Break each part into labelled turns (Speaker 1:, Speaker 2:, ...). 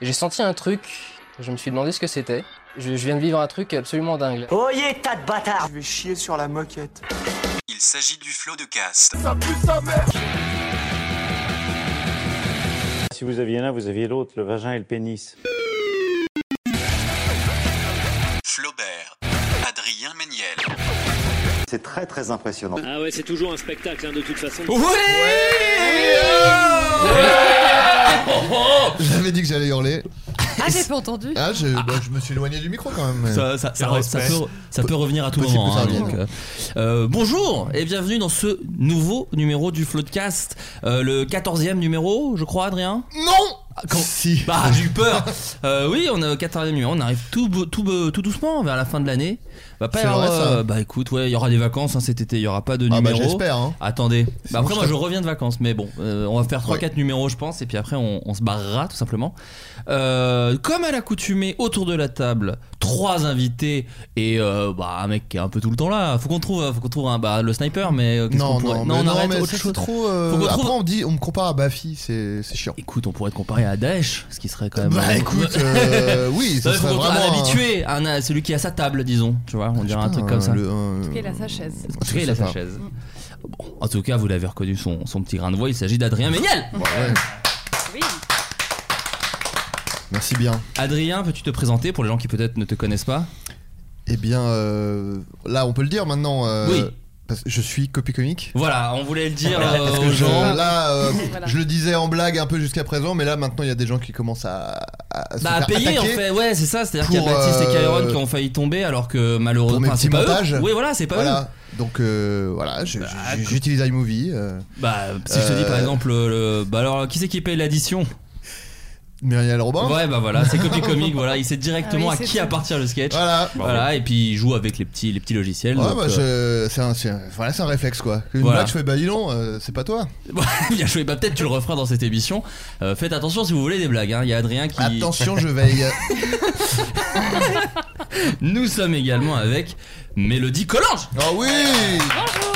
Speaker 1: J'ai senti un truc. Je me suis demandé ce que c'était. Je, je, viens de vivre un truc absolument dingue.
Speaker 2: Oh.
Speaker 3: Oyez, tas de bâtards
Speaker 4: Je vais chier sur la moquette.
Speaker 5: Il s'agit du flot de caste.
Speaker 6: Ça pue sa mère
Speaker 7: Si vous aviez l'un, vous aviez l'autre, le vagin et le pénis.
Speaker 5: Flaubert, Adrien Méniel.
Speaker 7: C'est très très impressionnant.
Speaker 8: Ah ouais, c'est toujours un spectacle hein, de toute façon.
Speaker 2: Oui, oui, oui
Speaker 9: J'avais dit que j'allais hurler.
Speaker 10: Ah, j'ai pas entendu.
Speaker 9: Ah, je, bah, je, me suis éloigné du micro quand même.
Speaker 2: Ça, ça, ça, ça peut, ça peut revenir à tout Possible moment. Hein, donc, euh, bonjour et bienvenue dans ce nouveau numéro du Floodcast. Euh, le 14e numéro, je crois, Adrien
Speaker 9: Non
Speaker 2: quand... Si. Bah, j'ai eu peur. euh, oui, on est au 14e numéro. On arrive tout, tout, tout doucement vers la fin de l'année. Bah, pas avoir, vrai, ça. bah écoute, ouais, il y aura des vacances hein, cet été. Il y aura pas de numéro.
Speaker 9: Ah bah, j'espère. Hein.
Speaker 2: Attendez. Bah, après, moi, je reviens de vacances. Mais bon, euh, on va faire 3-4 ouais. numéros, je pense. Et puis après, on, on se barrera tout simplement. Euh, comme à l'accoutumée, autour de la table, trois invités et bah, un mec qui est un peu tout le temps là. Faut qu'on trouve, faut qu'on trouve un, bah, le sniper. Mais
Speaker 9: non,
Speaker 2: on pourrait...
Speaker 9: non, mais non, on non, arrête mais autre chose. Trop, faut trouve... Après, on dit, on me compare à Bafi. C'est chiant.
Speaker 2: Écoute, on pourrait te comparer à à Daesh, ce qui serait quand même.
Speaker 9: Bah un... écoute, euh, oui, ça serait vraiment.
Speaker 2: Un habitué, un, un, celui qui a sa table, disons. Tu vois, on dirait un truc comme ça. Le,
Speaker 10: euh... En tout cas, il a sa chaise.
Speaker 2: En tout cas, il a sa chaise. Bon, en tout cas, vous l'avez reconnu, son, son, petit grain de voix, il s'agit d'Adrien Méniel.
Speaker 9: Ouais. Oui. Merci bien.
Speaker 2: Adrien, peux-tu te présenter pour les gens qui peut-être ne te connaissent pas
Speaker 9: Eh bien, euh, là, on peut le dire maintenant. euh,
Speaker 2: oui
Speaker 9: je suis copy comique.
Speaker 2: Voilà, on voulait le dire voilà,
Speaker 9: parce
Speaker 2: euh, aux
Speaker 9: je,
Speaker 2: gens.
Speaker 9: Là, euh, voilà. je le disais en blague un peu jusqu'à présent, mais là maintenant il y a des gens qui commencent à, à,
Speaker 2: bah, à payer en fait. Ouais, c'est ça. C'est-à-dire qu'il y a Baptiste euh, et Kyron qui ont failli tomber, alors que malheureusement
Speaker 9: pour mes petits
Speaker 2: pas
Speaker 9: montages.
Speaker 2: Eux. Oui, voilà, c'est pas
Speaker 9: voilà. eux. Donc euh, voilà, j'utilise bah, iMovie. Euh.
Speaker 2: Bah, si je te dis par exemple, le, bah alors qui c'est qui paye l'addition
Speaker 9: Muriel Robin.
Speaker 2: Ouais, bah voilà, c'est copie comique. voilà, il sait directement ah oui, à qui ça. appartient le sketch.
Speaker 9: Voilà.
Speaker 2: voilà. et puis il joue avec les petits, les petits logiciels.
Speaker 9: Ouais,
Speaker 2: donc,
Speaker 9: bah, euh... c'est un, un, voilà, un réflexe quoi. Une voilà. blague, je fais bah dis non, euh, c'est pas toi.
Speaker 2: Bien joué. Bah peut-être tu le referas dans cette émission. Euh, faites attention si vous voulez des blagues. Il hein. y a Adrien qui.
Speaker 9: Attention, je veille.
Speaker 2: Nous sommes également avec Mélodie Collange.
Speaker 9: Oh oui. Bonjour.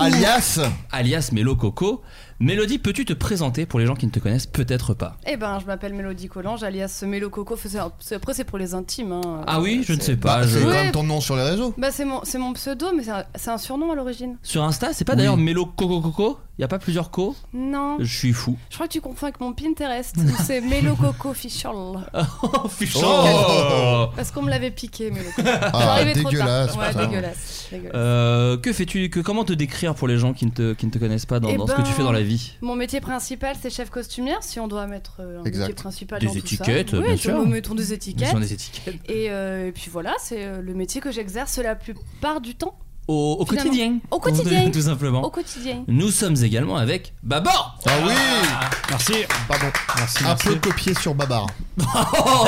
Speaker 9: Alias.
Speaker 2: Alias Mélo Coco. Mélodie, peux-tu te présenter pour les gens qui ne te connaissent peut-être pas
Speaker 10: Eh ben, je m'appelle Mélodie Collange, alias Mélo Coco. Après, c'est pour les intimes. Hein.
Speaker 2: Ah oui, je ne sais pas.
Speaker 9: Bah,
Speaker 2: je...
Speaker 9: C'est quand même ton nom sur les réseaux.
Speaker 10: Bah, c'est mon, mon, pseudo, mais c'est un, un, surnom à l'origine.
Speaker 2: Sur Insta, c'est pas oui. d'ailleurs Mélo Coco Coco Il a pas plusieurs co
Speaker 10: Non.
Speaker 2: Je suis fou.
Speaker 10: Je crois que tu confonds avec mon Pinterest. c'est Mélo Coco Fischl.
Speaker 2: oh, Fischl oh
Speaker 10: Parce qu'on me l'avait piqué, Mélo Coco.
Speaker 9: Ah, dégueulasse.
Speaker 10: Trop tard. Ouais, dégueulasse. dégueulasse.
Speaker 2: Euh, que fais-tu que, Comment te décrire pour les gens qui ne te, qui ne te connaissent pas dans, eh dans ben... ce que tu fais dans la Vie.
Speaker 10: Mon métier principal, c'est chef costumière, si on doit mettre euh, un
Speaker 9: exact.
Speaker 10: métier principal
Speaker 2: des
Speaker 10: dans
Speaker 2: étiquettes,
Speaker 10: tout ça.
Speaker 2: Bien oui, sûr.
Speaker 10: Nous mettons des étiquettes.
Speaker 2: Nous des étiquettes.
Speaker 10: Et, euh, et, puis voilà, c'est le métier que j'exerce la plupart du temps.
Speaker 2: Au, au quotidien.
Speaker 10: Au quotidien.
Speaker 2: Tout simplement.
Speaker 10: Au quotidien.
Speaker 2: Nous sommes également avec Babar.
Speaker 9: Ah oui
Speaker 2: ah, Merci.
Speaker 9: Pardon.
Speaker 2: Merci,
Speaker 9: un
Speaker 2: merci.
Speaker 9: peu copié sur Babar.
Speaker 2: oh,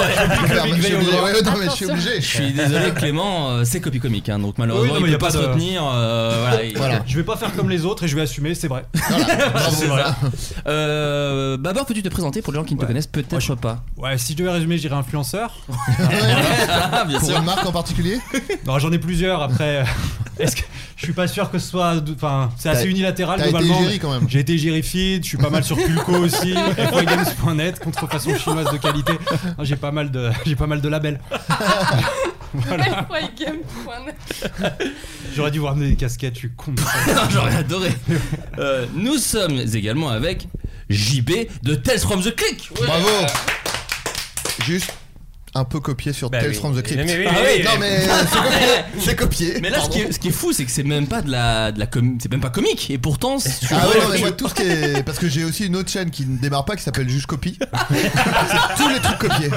Speaker 2: je
Speaker 9: suis obligé. Ouais, non, mais je suis obligé.
Speaker 2: Je suis désolé, Clément, euh, c'est copie comique, hein, donc malheureusement
Speaker 11: oui, non,
Speaker 2: il
Speaker 11: y
Speaker 2: peut pas,
Speaker 11: de...
Speaker 2: se retenir. Euh, voilà, et...
Speaker 11: voilà. Je vais pas faire comme les autres et je vais assumer, c'est vrai.
Speaker 9: Voilà,
Speaker 2: c'est vrai. Euh, Babar, peux-tu te présenter pour les gens qui ne ouais. te connaissent peut-être ouais,
Speaker 11: je...
Speaker 2: pas
Speaker 11: Ouais, si je devais résumer, je dirais influenceur.
Speaker 2: ah, bien
Speaker 9: pour
Speaker 2: sûr.
Speaker 9: une marque en particulier
Speaker 11: Non, j'en ai plusieurs. Après, est-ce que je suis pas sûr que ce soit, enfin, c'est assez unilatéral globalement. J'ai été gérifide, je suis pas mal sur Pulco aussi, FYGames.net, contrefaçon chinoise de qualité j'ai pas mal de j'ai pas mal de labels.
Speaker 1: Voilà. J'aurais dû vous ramener des casquettes, je suis con.
Speaker 2: Non, Ah, J'aurais adoré. Euh, nous sommes également avec JB de Tales from the Click. Ouais.
Speaker 9: Bravo Juste un peu copié sur
Speaker 2: Bah
Speaker 9: Tales
Speaker 2: oui.
Speaker 9: from the Crypt.
Speaker 2: Mais oui, oui,
Speaker 9: Ah
Speaker 2: oui,
Speaker 9: ouais,
Speaker 2: oui.
Speaker 9: non mais c'est copié. C'est copié.
Speaker 2: Mais là, ce qui, est, ce qui est fou, c'est que c'est même pas de la, de la com- c'est même pas comique. Et pourtant, c'est-
Speaker 9: Ah ouais, non, mais moi, tout ce qui est- Parce que j'ai aussi une autre chaîne qui ne démarre pas qui s'appelle Juste Copie. C'est tous les trucs copiés.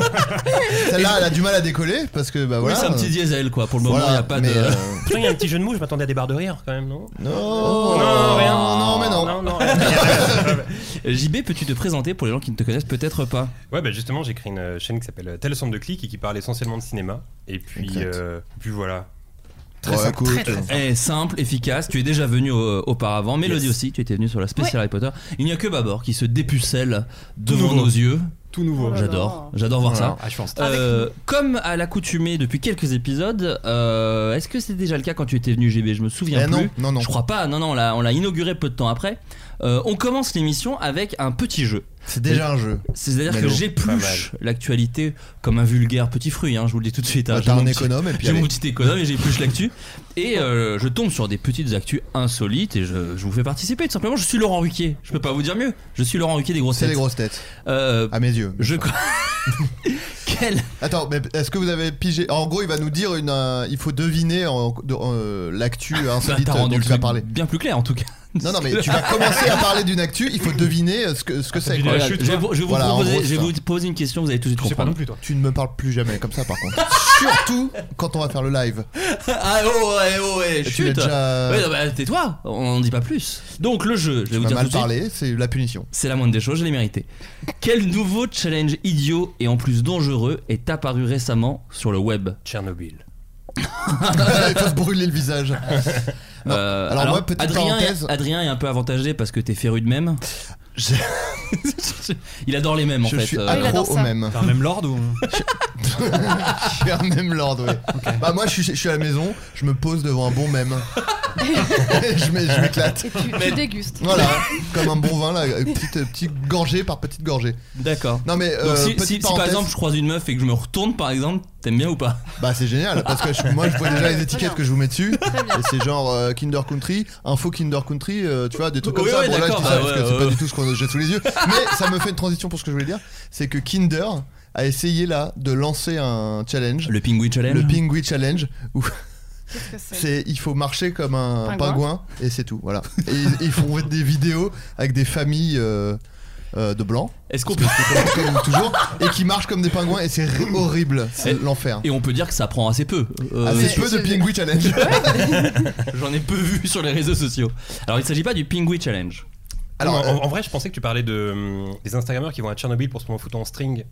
Speaker 9: Celle-là, elle a du mal à décoller parce que bah
Speaker 2: Oui,
Speaker 9: voilà.
Speaker 2: c'est un petit diesel quoi. Pour le moment, il
Speaker 9: Voilà,
Speaker 2: n'y a pas de.
Speaker 9: mais, euh,
Speaker 4: Pourtant, il y a un petit jeu de mots, je m'attendais à des barres de rire quand même, non
Speaker 9: Non,
Speaker 2: Oh,
Speaker 4: non, rien.
Speaker 9: non, mais non.
Speaker 4: non, non.
Speaker 2: JB, peux-tu te présenter pour les gens qui ne te connaissent peut-être pas
Speaker 4: Ouais, bah justement, j'ai créé une euh, chaîne qui s'appelle euh, Tel Somme de Clics et qui parle essentiellement de cinéma. Et puis,
Speaker 2: Exact.
Speaker 4: euh, puis voilà.
Speaker 2: Très simple, Eh, simple, efficace. Tu es déjà venu euh, auparavant. Mélodie
Speaker 4: Yes.
Speaker 2: aussi, tu étais venu sur la spéciale
Speaker 4: Ouais.
Speaker 2: Harry Potter. Il n'y a que Babor qui se dépucelle devant
Speaker 1: nouveau.
Speaker 2: nos yeux.
Speaker 1: Tout nouveau. Oh là
Speaker 2: J'adore,
Speaker 1: là.
Speaker 2: j'adore voir
Speaker 1: Oh là
Speaker 2: ça.
Speaker 1: là. Ah, je pense.
Speaker 2: Euh, comme à l'accoutumée depuis quelques épisodes, euh, est-ce que c'était déjà le cas quand tu étais venu GB Je me souviens
Speaker 9: Eh non,
Speaker 2: plus.
Speaker 9: non, non.
Speaker 2: Je crois pas. Non, non, on l'a- on l'a inauguré peu de temps après. Euh, on commence l'émission avec un petit jeu.
Speaker 9: C'est déjà un jeu.
Speaker 2: C'est-à-dire
Speaker 9: Mais
Speaker 2: que
Speaker 9: non. Pas
Speaker 2: j'épluche l'actualité comme un vulgaire petit fruit, hein, je vous le dis tout de suite. hein.
Speaker 9: Bah,
Speaker 2: J'ai
Speaker 9: t'as
Speaker 2: mon
Speaker 9: un
Speaker 2: petit-
Speaker 9: économe et puis
Speaker 2: J'ai
Speaker 9: allez.
Speaker 2: mon petit économe et j'épluche l'actu. Et euh, je tombe sur des petites actus insolites et je, je vous fais participer tout simplement. Je suis Laurent Ruquier, je peux pas vous dire mieux. Je suis Laurent Ruquier des grosses
Speaker 9: C'est
Speaker 2: têtes.
Speaker 9: les Ah, grosses têtes.
Speaker 2: Euh,
Speaker 9: à mes yeux.
Speaker 2: Je... Quel
Speaker 9: Attends, mais est-ce que vous avez pigé En gros, il va nous dire une. euh, il faut deviner en- de- euh, l'actu
Speaker 2: Bah,
Speaker 9: insolite
Speaker 2: t'as
Speaker 9: dont
Speaker 2: rendu
Speaker 9: tu
Speaker 2: le
Speaker 9: vas
Speaker 2: truc
Speaker 9: parler.
Speaker 2: bien plus clair en tout cas.
Speaker 9: Non, non, mais tu vas commencer à parler d'une actu. Il faut deviner euh, ce que ce que c'est. quoi.
Speaker 2: Voilà, je vais vous, je vais vous
Speaker 9: Voilà, en
Speaker 2: proposer-
Speaker 9: gros,
Speaker 2: je vais
Speaker 9: ça.
Speaker 2: vous poser une question, vous allez tout de suite comprendre.
Speaker 9: Tu ne me parles plus jamais comme ça, par contre. Surtout quand on va faire le live.
Speaker 2: Ah oh, ouais, oh, ouais,
Speaker 9: Et tu
Speaker 2: chut.
Speaker 9: l'as déjà-
Speaker 2: Ouais, non, bah, tais-toi, on n'en dit pas plus. Donc le jeu, je vais vous
Speaker 9: m'as
Speaker 2: dire
Speaker 9: mal
Speaker 2: tout de suite,
Speaker 9: parlé, c'est la punition.
Speaker 2: C'est la moindre des choses, je l'ai mérité. Quel nouveau challenge idiot et en plus dangereux est apparu récemment sur le web
Speaker 4: Tchernobyl.
Speaker 9: il faut se brûler le visage. Non.
Speaker 2: Euh,
Speaker 9: alors, moi, petite
Speaker 2: Adrien,
Speaker 9: parenthèse.
Speaker 2: est, Adrien est un peu avantagé parce que t'es féru de mèmes. Il adore les mêmes en
Speaker 9: Je
Speaker 2: fait.
Speaker 9: suis
Speaker 2: euh,
Speaker 9: accro aux mèmes.
Speaker 1: T'as un même lord ou
Speaker 9: je suis un même lord, ouais. Bah, moi, je suis, je suis à la maison, je me pose devant un bon mème. je m'é- je m'éclate.
Speaker 12: Et tu, tu dégustes.
Speaker 9: Voilà, comme un bon vin, là, petite, petite gorgée par petite gorgée.
Speaker 2: D'accord.
Speaker 9: Non, mais.
Speaker 2: Donc,
Speaker 9: euh,
Speaker 2: si- si,
Speaker 9: petite
Speaker 2: si, par
Speaker 9: parenthèse.
Speaker 2: exemple je croise une meuf et que je me retourne par exemple, t'aimes bien ou pas
Speaker 9: Bah c'est génial parce que je- moi je vois déjà les étiquettes que je vous mets dessus et c'est genre euh, Kinder Country, info Kinder Country, euh, tu vois des trucs comme
Speaker 2: Oui,
Speaker 9: ça.
Speaker 2: oui,
Speaker 9: bon là je
Speaker 2: d'accord,
Speaker 9: dis ça
Speaker 2: bah
Speaker 9: parce
Speaker 2: ouais,
Speaker 9: que c'est
Speaker 2: ouais,
Speaker 9: pas
Speaker 2: ouais.
Speaker 9: du tout ce qu'on j'ai sous les yeux, mais ça me fait une transition pour ce que je voulais dire, c'est que Kinder a essayé là de lancer un challenge,
Speaker 2: Le Pingui Challenge
Speaker 9: le Pingui Challenge où
Speaker 12: Qu'est-ce que c'est
Speaker 9: c'est il faut marcher comme un
Speaker 12: Pingouin.
Speaker 9: pingouin, et c'est tout voilà. Et ils, ils font des vidéos avec des familles. euh, euh, de blancs
Speaker 2: Est-ce qu'on
Speaker 9: Parce que c'est comme toujours et qui marchent comme des pingouins et c'est horrible c'est l'enfer
Speaker 2: Et on peut dire que ça prend assez peu. Euh,
Speaker 9: Assez peu de Pingui Challenge. Ah.
Speaker 2: J'en ai peu vu sur les réseaux sociaux. Alors il s'agit pas du Pingui Challenge.
Speaker 9: Alors,
Speaker 4: en, en vrai, je pensais que tu parlais de, hum, des Instagrammeurs qui vont à Tchernobyl pour se prendre en photo en string.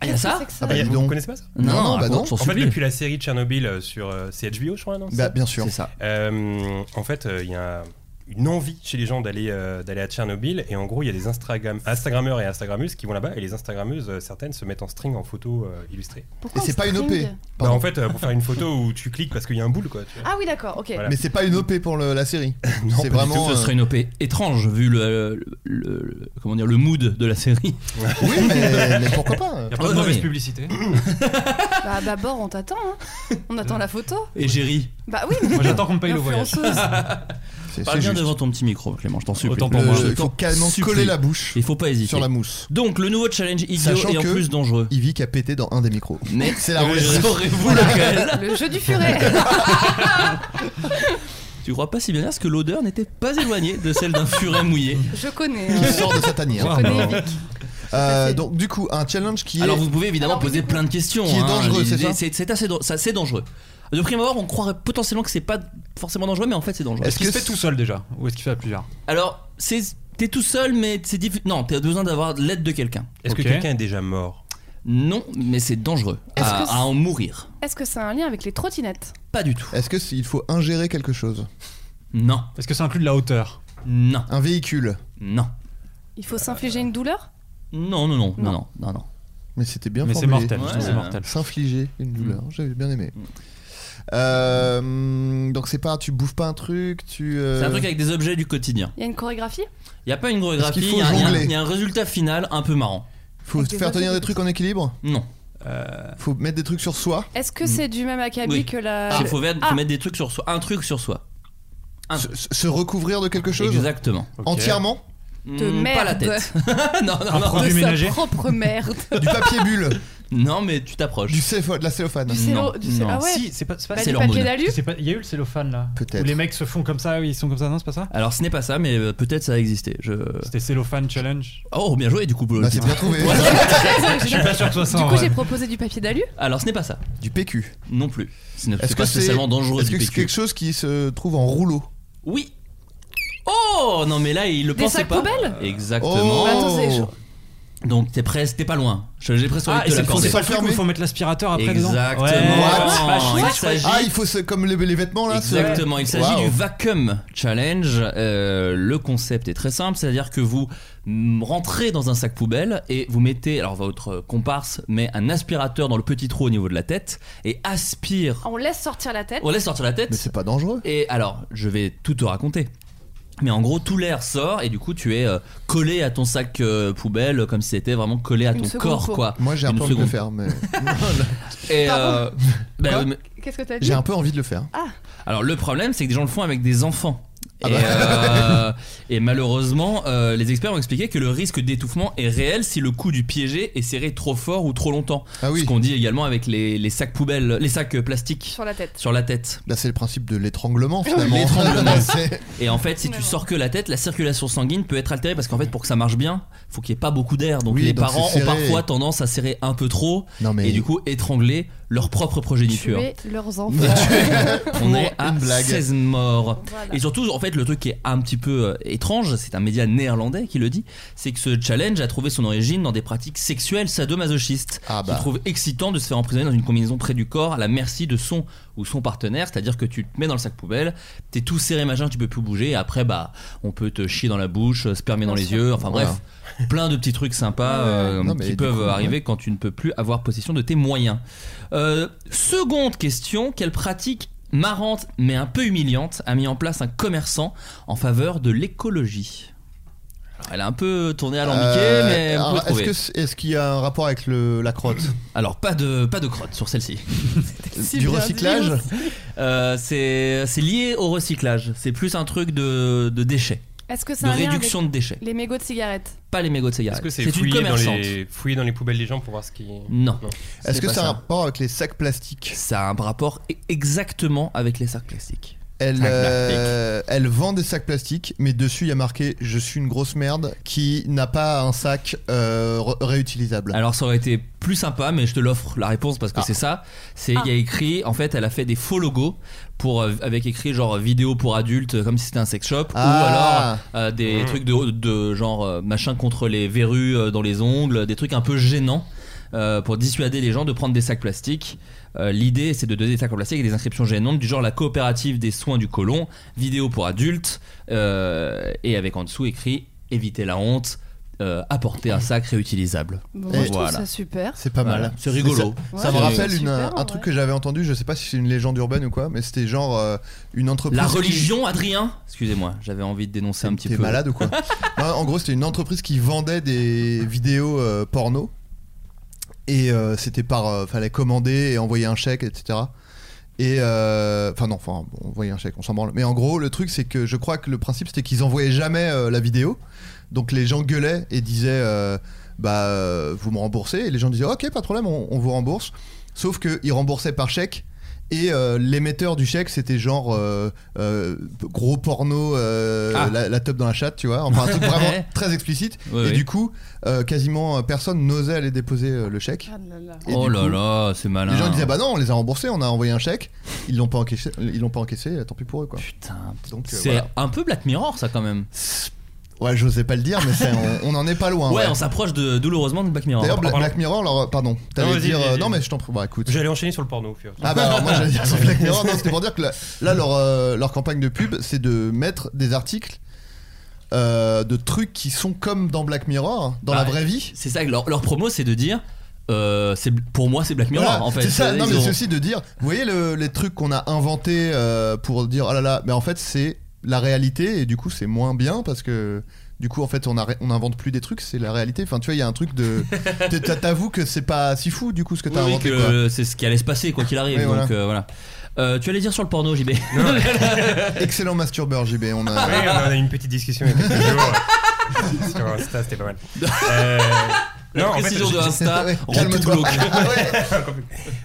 Speaker 2: Ah, y a ça
Speaker 9: Ah bah, dis
Speaker 4: vous
Speaker 9: donc.
Speaker 4: connaissez pas ça
Speaker 2: Non, Non, non, bah non.
Speaker 4: En fait, depuis la série Tchernobyl euh, sur euh, c'est HBO, je crois, non c'est
Speaker 9: Bah,
Speaker 4: ça
Speaker 9: bien sûr.
Speaker 2: C'est ça.
Speaker 4: Euh, en fait, euh, il y a une envie chez les gens d'aller euh, d'aller à Tchernobyl et en gros il y a des Instagram Instagrammeurs et Instagrammeuses qui vont là-bas et les Instagrammeuses euh, certaines se mettent en string en photo euh, illustrée.
Speaker 12: Pourquoi
Speaker 9: Et c'est
Speaker 12: on
Speaker 9: pas une OP.
Speaker 12: string
Speaker 4: Bah, en fait euh, pour faire une photo où tu cliques parce qu'il y a un boule quoi. tu vois.
Speaker 12: Ah oui, d'accord, ok.
Speaker 4: Voilà.
Speaker 9: Mais c'est pas une OP pour le- la série.
Speaker 4: Non,
Speaker 9: c'est
Speaker 4: pas du
Speaker 9: vraiment.
Speaker 2: Ce
Speaker 9: euh,
Speaker 2: serait une OP étrange vu le, le- le- comment dire le mood de la série.
Speaker 9: Oui, mais, mais pourquoi pas
Speaker 1: Y a
Speaker 2: Oh,
Speaker 1: pas de
Speaker 2: non,
Speaker 1: mauvaise
Speaker 2: mais-
Speaker 1: publicité.
Speaker 12: Bah d'abord, on t'attend. Hein. On attend la photo.
Speaker 2: Et j'ai ri.
Speaker 12: Bah oui.
Speaker 1: Moi j'attends qu'on me paye le voyage.
Speaker 9: C'est
Speaker 2: Parle
Speaker 9: c'est
Speaker 2: bien
Speaker 9: juste.
Speaker 2: devant ton petit micro, Clément, je t'en supplie.
Speaker 1: Autant
Speaker 9: Le-
Speaker 1: pour moi.
Speaker 9: il faut carrément
Speaker 2: supplie.
Speaker 9: coller la bouche
Speaker 2: Il faut pas hésiter.
Speaker 9: sur la mousse.
Speaker 2: Donc le nouveau challenge idiot
Speaker 9: Sachant
Speaker 2: et en
Speaker 9: que-
Speaker 2: plus dangereux.
Speaker 9: Ivy qui a pété dans un des micros.
Speaker 2: Mais
Speaker 9: C'est la
Speaker 2: Euh,
Speaker 9: roulette.
Speaker 2: saurez-vous lequel
Speaker 12: Le jeu du furet.
Speaker 2: Tu crois pas si bien dire parce que l'odeur n'était pas éloignée de celle d'un furet mouillé.
Speaker 12: Je connais.
Speaker 9: Qui
Speaker 12: hein.
Speaker 9: sort de sa
Speaker 12: Je
Speaker 9: tanière.
Speaker 12: connais Evic.
Speaker 9: Euh, donc du coup, un challenge qui
Speaker 2: Alors
Speaker 9: est.
Speaker 2: vous pouvez évidemment poser plein de questions.
Speaker 9: Qui est
Speaker 2: hein.
Speaker 9: dangereux, c'est
Speaker 2: L'idée,
Speaker 9: ça
Speaker 2: c'est c'est assez, dan- c'est assez dangereux. De prime abord, on croirait potentiellement que c'est pas forcément dangereux, mais en fait c'est dangereux.
Speaker 1: Est-ce qu'il se fait tout seul déjà Ou est-ce qu'il fait à plusieurs
Speaker 2: Alors c'est t'es tout seul, mais c'est diffi- Non, t'as besoin d'avoir l'aide de quelqu'un.
Speaker 4: Est-ce
Speaker 1: Ok.
Speaker 4: que quelqu'un est déjà mort
Speaker 2: Non, mais c'est dangereux.
Speaker 12: Est-ce
Speaker 2: À,
Speaker 12: que
Speaker 2: à en mourir.
Speaker 12: Est-ce que ça a un lien avec les trottinettes
Speaker 2: Pas du tout.
Speaker 9: Est-ce que c'est- il faut ingérer quelque chose
Speaker 2: Non,
Speaker 1: Est-ce que ça inclut de la hauteur
Speaker 2: non,
Speaker 9: Un véhicule.
Speaker 2: non,
Speaker 12: Il faut s'infliger une douleur
Speaker 2: non, non, non, non,
Speaker 12: Non.
Speaker 2: non, non, non.
Speaker 9: Mais c'était bien
Speaker 1: Mais c'est
Speaker 9: formulé.
Speaker 1: mortel, je dis
Speaker 2: Ouais. Mm.
Speaker 1: c'est mortel.
Speaker 9: S'infliger une douleur. J'avais bien aimé. Euh, donc c'est pas tu bouffes pas un truc, tu. euh,
Speaker 2: C'est un truc avec des objets du quotidien.
Speaker 12: Il y a une chorégraphie
Speaker 2: Il y a pas une
Speaker 9: Est-ce
Speaker 2: chorégraphie.
Speaker 9: qu'il
Speaker 2: Il
Speaker 9: faut
Speaker 2: y, a- y a un-
Speaker 9: jongler
Speaker 2: y a un résultat final un peu marrant.
Speaker 9: Faut
Speaker 12: Avec des Euh.
Speaker 9: faire tenir
Speaker 12: objets.
Speaker 9: des trucs en équilibre.
Speaker 2: Non.
Speaker 9: Faut mettre des trucs sur soi.
Speaker 12: Est-ce que c'est du même acabit
Speaker 2: Oui.
Speaker 12: que la.
Speaker 2: Il faut mettre,
Speaker 12: Ah,
Speaker 2: faut mettre des trucs sur soi, un truc sur soi.
Speaker 9: Se, se recouvrir de quelque chose
Speaker 2: Exactement.
Speaker 9: Entièrement
Speaker 12: de
Speaker 2: Hmm,
Speaker 12: merde.
Speaker 2: Pas la tête. non, non,
Speaker 9: Un
Speaker 2: non.
Speaker 9: produit
Speaker 12: de sa propre merde.
Speaker 9: Du papier bulle.
Speaker 2: Non, mais tu t'approches. Du
Speaker 9: de la cellophane.
Speaker 12: Du cello- du cello- ah ouais.
Speaker 1: Si, c'est pas, c'est pas
Speaker 12: Bah,
Speaker 2: C'est
Speaker 12: du papier
Speaker 2: l'hormone.
Speaker 12: d'alu
Speaker 1: C'est pas- Il y a eu le cellophane là.
Speaker 2: Peut-être.
Speaker 1: Où
Speaker 9: Bah,
Speaker 1: les mecs se font comme ça, ils sont comme ça, non, c'est pas ça
Speaker 2: Alors ce n'est pas ça, mais euh, peut-être ça a existé. Je...
Speaker 1: C'était cellophane challenge.
Speaker 2: Oh, bien joué du coup, Polo.
Speaker 9: Bah, c'est bien trouvé.
Speaker 1: Je suis pas sûr que ce soit ça.
Speaker 12: Du
Speaker 1: en
Speaker 12: coup,
Speaker 1: vrai.
Speaker 12: j'ai proposé du papier d'alu.
Speaker 2: Alors ce n'est pas ça.
Speaker 9: Du PQ.
Speaker 2: Non plus. Ce n'est
Speaker 9: Est-ce
Speaker 2: pas
Speaker 9: que c'est
Speaker 2: spécialement dangereux
Speaker 9: Est-ce
Speaker 2: du
Speaker 9: que c'est
Speaker 2: PQ.
Speaker 9: quelque chose qui se trouve en rouleau
Speaker 2: Oui. Oh non mais là il le
Speaker 12: Des
Speaker 2: pensait
Speaker 12: sacs
Speaker 2: pas.
Speaker 12: poubelles
Speaker 9: Oh
Speaker 2: Exactement.
Speaker 12: Bah, attends, c'est chaud.
Speaker 2: Donc t'es presque, t'es pas loin. Je- J'ai presque envie
Speaker 1: Ah,
Speaker 2: de
Speaker 1: et
Speaker 2: te
Speaker 1: c'est le fond,
Speaker 2: l'accorder.
Speaker 1: c'est pas le truc où il faut mettre l'aspirateur après dedans.
Speaker 2: Exactement.
Speaker 1: Ouais.
Speaker 2: What
Speaker 1: Bah, je suis
Speaker 2: Il
Speaker 1: sûr.
Speaker 2: s'agit-
Speaker 9: Ah, il faut se- comme les, les vêtements là. c'est-
Speaker 2: Exactement, il s'agit
Speaker 9: Waouh.
Speaker 2: du Vacuum Challenge. Euh, le concept est très simple, c'est-à-dire que vous mm, rentrez dans un sac poubelle et vous mettez, alors votre comparse met un aspirateur dans le petit trou au niveau de la tête et aspire
Speaker 12: On laisse sortir la tête.
Speaker 2: on laisse sortir la tête.
Speaker 9: Mais c'est pas dangereux.
Speaker 2: Et alors, je vais tout te raconter. Mais en gros, tout l'air sort et du coup, tu es euh, collé à ton sac euh, poubelle comme si c'était vraiment collé à
Speaker 12: Une
Speaker 2: ton
Speaker 12: seconde
Speaker 2: corps,
Speaker 12: peau.
Speaker 2: quoi.
Speaker 9: Moi j'ai un
Speaker 2: Une
Speaker 9: peu envie de le
Speaker 2: seconde.
Speaker 9: faire, mais.
Speaker 2: Et,
Speaker 12: Pardon
Speaker 2: euh, bah
Speaker 9: Quoi
Speaker 2: oui, mais-
Speaker 12: Qu'est-ce que t'as Ah. dit
Speaker 9: J'ai un peu envie de le faire.
Speaker 2: alors le problème, c'est que des gens le font avec des enfants.
Speaker 9: Ah
Speaker 2: et,
Speaker 9: bah.
Speaker 2: euh, et malheureusement, euh, les experts ont expliqué que le risque d'étouffement est réel si le coup du piégé est serré trop fort ou trop longtemps.
Speaker 9: Ah oui.
Speaker 2: Ce qu'on dit également avec les, les sacs poubelles, les sacs euh, plastiques
Speaker 12: Sur la tête.
Speaker 2: sur la tête.
Speaker 9: Là, c'est le principe de l'étranglement finalement.
Speaker 2: L'étranglement.
Speaker 9: C'est-
Speaker 2: Et en fait, si tu sors que la tête, la circulation sanguine peut être altérée parce qu'en fait, pour que ça marche bien, faut qu'il n'y ait pas beaucoup d'air. Donc
Speaker 9: Oui,
Speaker 2: les
Speaker 9: donc
Speaker 2: parents
Speaker 9: c'est
Speaker 2: ont
Speaker 9: serré.
Speaker 2: parfois tendance à serrer un peu trop
Speaker 9: Non, mais-
Speaker 2: et du coup étrangler leur propre progéniture.
Speaker 12: Tuer leurs enfants.
Speaker 2: On est
Speaker 9: Pour
Speaker 2: à
Speaker 9: une blague.
Speaker 2: 16 morts.
Speaker 12: Voilà.
Speaker 2: Et surtout, en fait, le truc qui est un petit peu euh, étrange, c'est un média néerlandais qui le dit, c'est que ce challenge a trouvé son origine dans des pratiques sexuelles sadomasochistes.
Speaker 9: Ah
Speaker 2: qui
Speaker 9: bah.
Speaker 2: trouvent excitant de se faire emprisonner dans une combinaison près du corps à la merci de son ou son partenaire, c'est-à-dire que tu te mets dans le sac poubelle, t'es tout serré machin, tu peux plus bouger, et après bah on peut te chier dans la bouche, euh, spermer dans les yeux, enfin bref, plein de petits trucs sympas euh,
Speaker 9: Non, mais
Speaker 2: qui
Speaker 9: du
Speaker 2: peuvent
Speaker 9: coup, ouais.
Speaker 2: arriver quand tu ne peux plus avoir possession de tes moyens. Euh, seconde question, quelle pratique marrante mais un peu humiliante a mis en place un commerçant en faveur de l'écologie Alors, elle a un peu tourné à l'ambiquet,
Speaker 9: Euh,
Speaker 2: mais vous
Speaker 9: alors,
Speaker 2: pouvez
Speaker 9: Est-ce
Speaker 2: trouver.
Speaker 9: que c'est- est-ce qu'il y a un rapport avec le- la crotte
Speaker 2: Alors pas de pas de crotte sur celle-ci.
Speaker 12: Si
Speaker 9: Du
Speaker 12: bien
Speaker 9: recyclage
Speaker 12: dit.
Speaker 2: Euh, c'est c'est lié au recyclage. C'est plus un truc de, de déchets,
Speaker 12: Est-ce que
Speaker 2: de
Speaker 12: ça a un lien
Speaker 2: réduction
Speaker 12: avec
Speaker 2: de déchets,
Speaker 12: les mégots de cigarettes
Speaker 2: pas les mégots de cigarettes.
Speaker 4: Est-ce que c'est
Speaker 2: c'est une
Speaker 4: fouiller dans,
Speaker 2: commerçante.
Speaker 4: les... fouiller dans les poubelles des gens pour voir ce qui.
Speaker 2: Non.
Speaker 9: Est-ce que
Speaker 2: pas
Speaker 9: ça a un
Speaker 2: ça.
Speaker 9: rapport avec les sacs plastiques
Speaker 2: Ça a un rapport e- exactement avec les sacs plastiques.
Speaker 9: elle,
Speaker 2: Sacs
Speaker 9: euh, elle vend des sacs plastiques, mais dessus il y a marqué Je suis une grosse merde qui n'a pas un sac euh, re- réutilisable.
Speaker 2: Alors ça aurait été plus sympa, mais je te l'offre la réponse parce que
Speaker 9: Ah.
Speaker 2: c'est ça. C'est
Speaker 12: Ah.
Speaker 2: il y a écrit en fait, elle a fait des faux logos pour euh, avec écrit genre vidéo pour adultes comme si c'était un sex shop
Speaker 9: Ah.
Speaker 2: ou alors euh, des
Speaker 4: Mmh.
Speaker 2: trucs de, de genre euh, machin contre les verrues euh, dans les ongles, des trucs un peu gênants. euh, pour dissuader les gens de prendre des sacs plastiques. Euh, L'idée, c'est de donner des sacs en plastique avec des inscriptions gênantes du genre la coopérative des soins du colon, vidéo pour adultes, euh, et avec en dessous écrit éviter la honte, euh, apporter un sac réutilisable.
Speaker 12: Bon,
Speaker 9: Et
Speaker 12: Je trouve
Speaker 2: voilà.
Speaker 12: ça super.
Speaker 9: C'est pas
Speaker 2: Voilà,
Speaker 9: mal.
Speaker 2: c'est rigolo.
Speaker 9: Ça,
Speaker 12: Ouais,
Speaker 9: ça me
Speaker 12: c'est
Speaker 9: rappelle une-
Speaker 12: super,
Speaker 9: un
Speaker 12: ouais.
Speaker 9: truc que j'avais entendu, je sais pas si c'est une légende urbaine ou quoi, mais c'était genre euh, une entreprise.
Speaker 2: La
Speaker 9: qui-
Speaker 2: religion, Adrien Excusez-moi, j'avais envie de dénoncer un petit
Speaker 9: T'es
Speaker 2: peu.
Speaker 9: malade ou quoi Non, En gros, c'était une entreprise qui vendait des vidéos euh, porno. Et euh, c'était par. euh, fallait commander et envoyer un chèque, etc. Et. euh, Enfin, non, enfin, bon, envoyer un chèque, on s'en branle. Mais en gros, le truc, c'est que je crois que le principe, c'était qu'ils envoyaient jamais euh, la vidéo. Donc les gens gueulaient et disaient. euh, bah, euh, vous me remboursez. Et les gens disaient, ok, pas de problème, on, on vous rembourse. Sauf qu'ils remboursaient par chèque. Et euh, l'émetteur du chèque, c'était genre euh, euh, gros porno, euh,
Speaker 2: Ah.
Speaker 9: la, la teub dans la chatte, tu vois. Enfin, un truc vraiment très explicite.
Speaker 2: Ouais,
Speaker 9: et
Speaker 2: ouais.
Speaker 9: du coup, euh, quasiment personne n'osait aller déposer euh, le chèque.
Speaker 12: Ah là là.
Speaker 9: Et
Speaker 2: oh
Speaker 9: du
Speaker 2: là
Speaker 9: coup,
Speaker 2: là, c'est malin.
Speaker 9: Les gens disaient, bah non, on les a remboursés, on a envoyé un chèque. Ils l'ont pas encaissé, ils l'ont pas encaissé, tant pis pour eux, quoi.
Speaker 2: Putain,
Speaker 9: Donc, euh,
Speaker 2: c'est
Speaker 9: voilà.
Speaker 2: un peu Black Mirror ça quand même.
Speaker 9: Ouais, j'osais pas le dire, mais c'est- on, on en est pas loin.
Speaker 2: ouais,
Speaker 9: ouais.
Speaker 2: on s'approche de, douloureusement de Black Mirror.
Speaker 9: D'ailleurs, Bla-
Speaker 4: pardon.
Speaker 9: Black Mirror, alors, euh, pardon, t'allais
Speaker 4: vas-y,
Speaker 9: dire.
Speaker 4: vas-y,
Speaker 9: euh,
Speaker 4: vas-y.
Speaker 9: non, mais je t'en prie, bah écoute.
Speaker 4: J'allais enchaîner sur le porno. au fur et à mesure.
Speaker 9: Ah bah alors moi j'allais dire sur Black Mirror, non c'était pour dire que la- là leur, euh, leur campagne de pub c'est de mettre des articles euh, de trucs qui sont comme dans Black Mirror, dans
Speaker 2: Bah,
Speaker 9: la vraie vie.
Speaker 2: C'est ça, leur, leur promo c'est de dire euh, c'est- pour moi c'est Black Mirror
Speaker 9: Voilà,
Speaker 2: en fait.
Speaker 9: c'est ça,
Speaker 2: Ils
Speaker 9: non mais
Speaker 2: ont-
Speaker 9: c'est aussi de dire, vous voyez le- les trucs qu'on a inventés euh, pour dire oh là là, mais en fait c'est la réalité et du coup c'est moins bien parce que Du coup, en fait, on, arrête- on invente plus des trucs, c'est la réalité. Enfin, tu vois, il y a un truc de. t'es- t'as- T'avoues que c'est pas si fou, du coup, ce que t'as
Speaker 2: Oui, oui,
Speaker 9: inventé.
Speaker 2: que
Speaker 9: quoi.
Speaker 2: c'est ce qui allait se passer quoi qu'il arrive.
Speaker 9: Oui,
Speaker 2: donc euh,
Speaker 9: voilà.
Speaker 2: voilà. Euh, tu allais dire sur le porno, JB.
Speaker 9: Excellent masturbeur, JB. On a.
Speaker 4: Oui, Ah, on a eu une petite discussion il y a quelques jours euh, sur Insta, c'était pas mal. Euh,
Speaker 2: La précision de
Speaker 4: j'ai-
Speaker 2: Insta rend
Speaker 4: Calme-toi.
Speaker 2: tout glauque.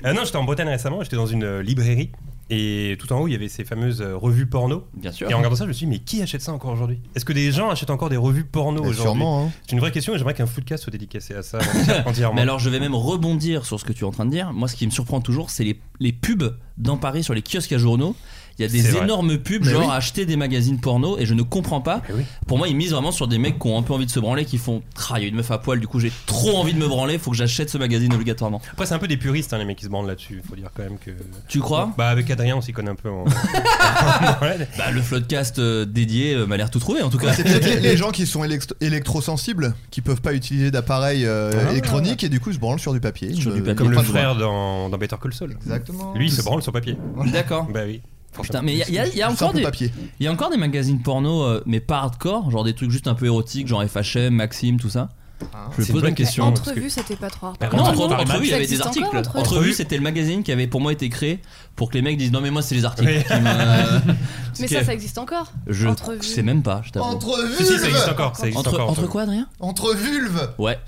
Speaker 4: Euh, non, j'étais en Bretagne récemment, j'étais dans une euh, librairie. Et tout en haut, il y avait ces fameuses euh, revues porno.
Speaker 2: Bien sûr.
Speaker 4: Et en regardant ça, je me suis dit, mais qui achète ça encore aujourd'hui Est-ce que des gens achètent encore des revues porno
Speaker 9: Mais
Speaker 4: aujourd'hui
Speaker 9: sûrement, hein.
Speaker 4: C'est une vraie question et j'aimerais qu'un footcast soit dédicacé à ça enti- entièrement.
Speaker 2: Mais alors, je vais même rebondir sur ce que tu es en train de dire. Moi, ce qui me surprend toujours, c'est les, les pubs dans Paris sur les kiosques à journaux. Il y a
Speaker 4: C'est
Speaker 2: des
Speaker 4: vrai.
Speaker 2: énormes pubs,
Speaker 4: Mais
Speaker 2: genre
Speaker 4: oui.
Speaker 2: acheter des magazines porno, et je ne comprends pas. Pour moi, ils misent vraiment sur des mecs qui ont un peu envie de se branler, qui font Ah, il y a une meuf à poil, du coup, j'ai trop envie de me branler, faut que j'achète ce magazine obligatoirement.
Speaker 4: Après, c'est un peu des puristes, hein, les mecs qui se bandent là-dessus. Faut dire quand même que.
Speaker 2: Tu crois
Speaker 4: Bah, avec Adrien, on s'y connaît un peu. en-
Speaker 2: Bah, le floodcast euh, dédié euh, m'a l'air tout trouvé en tout
Speaker 4: Ah.
Speaker 2: cas.
Speaker 9: C'est peut-être les, les gens qui sont électro- électrosensibles, qui peuvent pas utiliser d'appareil euh,
Speaker 4: Ah.
Speaker 9: électronique et du coup se branlent sur du papier.
Speaker 2: Sur
Speaker 9: Euh,
Speaker 2: du papier.
Speaker 4: Comme
Speaker 9: ils
Speaker 4: le
Speaker 9: prennent-
Speaker 4: frère dans, dans Better Call Saul.
Speaker 9: Exactement.
Speaker 4: Lui, il se branle sur papier.
Speaker 2: D'accord.
Speaker 4: Bah oui.
Speaker 2: Putain, mais il y a- il y a, il y a
Speaker 9: Simple
Speaker 2: encore des.
Speaker 9: papier.
Speaker 2: Il y a encore des magazines porno, euh, mais pas hardcore, genre des trucs juste un peu érotiques, genre FHM, Maxime, tout ça. Je
Speaker 4: Ah. C'est
Speaker 2: me
Speaker 4: une
Speaker 2: pose la
Speaker 4: bonne
Speaker 2: question.
Speaker 4: question,
Speaker 2: parce
Speaker 12: Entrevue, c'était pas trop
Speaker 2: que-
Speaker 12: hardcore.
Speaker 2: Non,
Speaker 4: Par
Speaker 2: entre,
Speaker 4: contre,
Speaker 2: entre-
Speaker 4: par
Speaker 2: entrevue, il y
Speaker 12: Ça
Speaker 2: avait des
Speaker 12: existe
Speaker 2: articles.
Speaker 12: encore,
Speaker 2: Entrevue,
Speaker 12: Entrevue
Speaker 2: c'était le magazine qui avait pour moi été créé pour que les mecs disent non, mais moi, c'est les articles.
Speaker 4: Oui.
Speaker 2: qui me-
Speaker 12: Mais
Speaker 2: qui-
Speaker 12: ça, ça existe encore.
Speaker 2: Je
Speaker 12: Entrevue.
Speaker 2: sais même pas, je t'avoue.
Speaker 9: Entre vulves
Speaker 4: Si, si, ça existe encore. Ça existe
Speaker 2: Entre,
Speaker 4: encore,
Speaker 2: entre quoi, Adrien
Speaker 9: Entre vulves
Speaker 2: Ouais.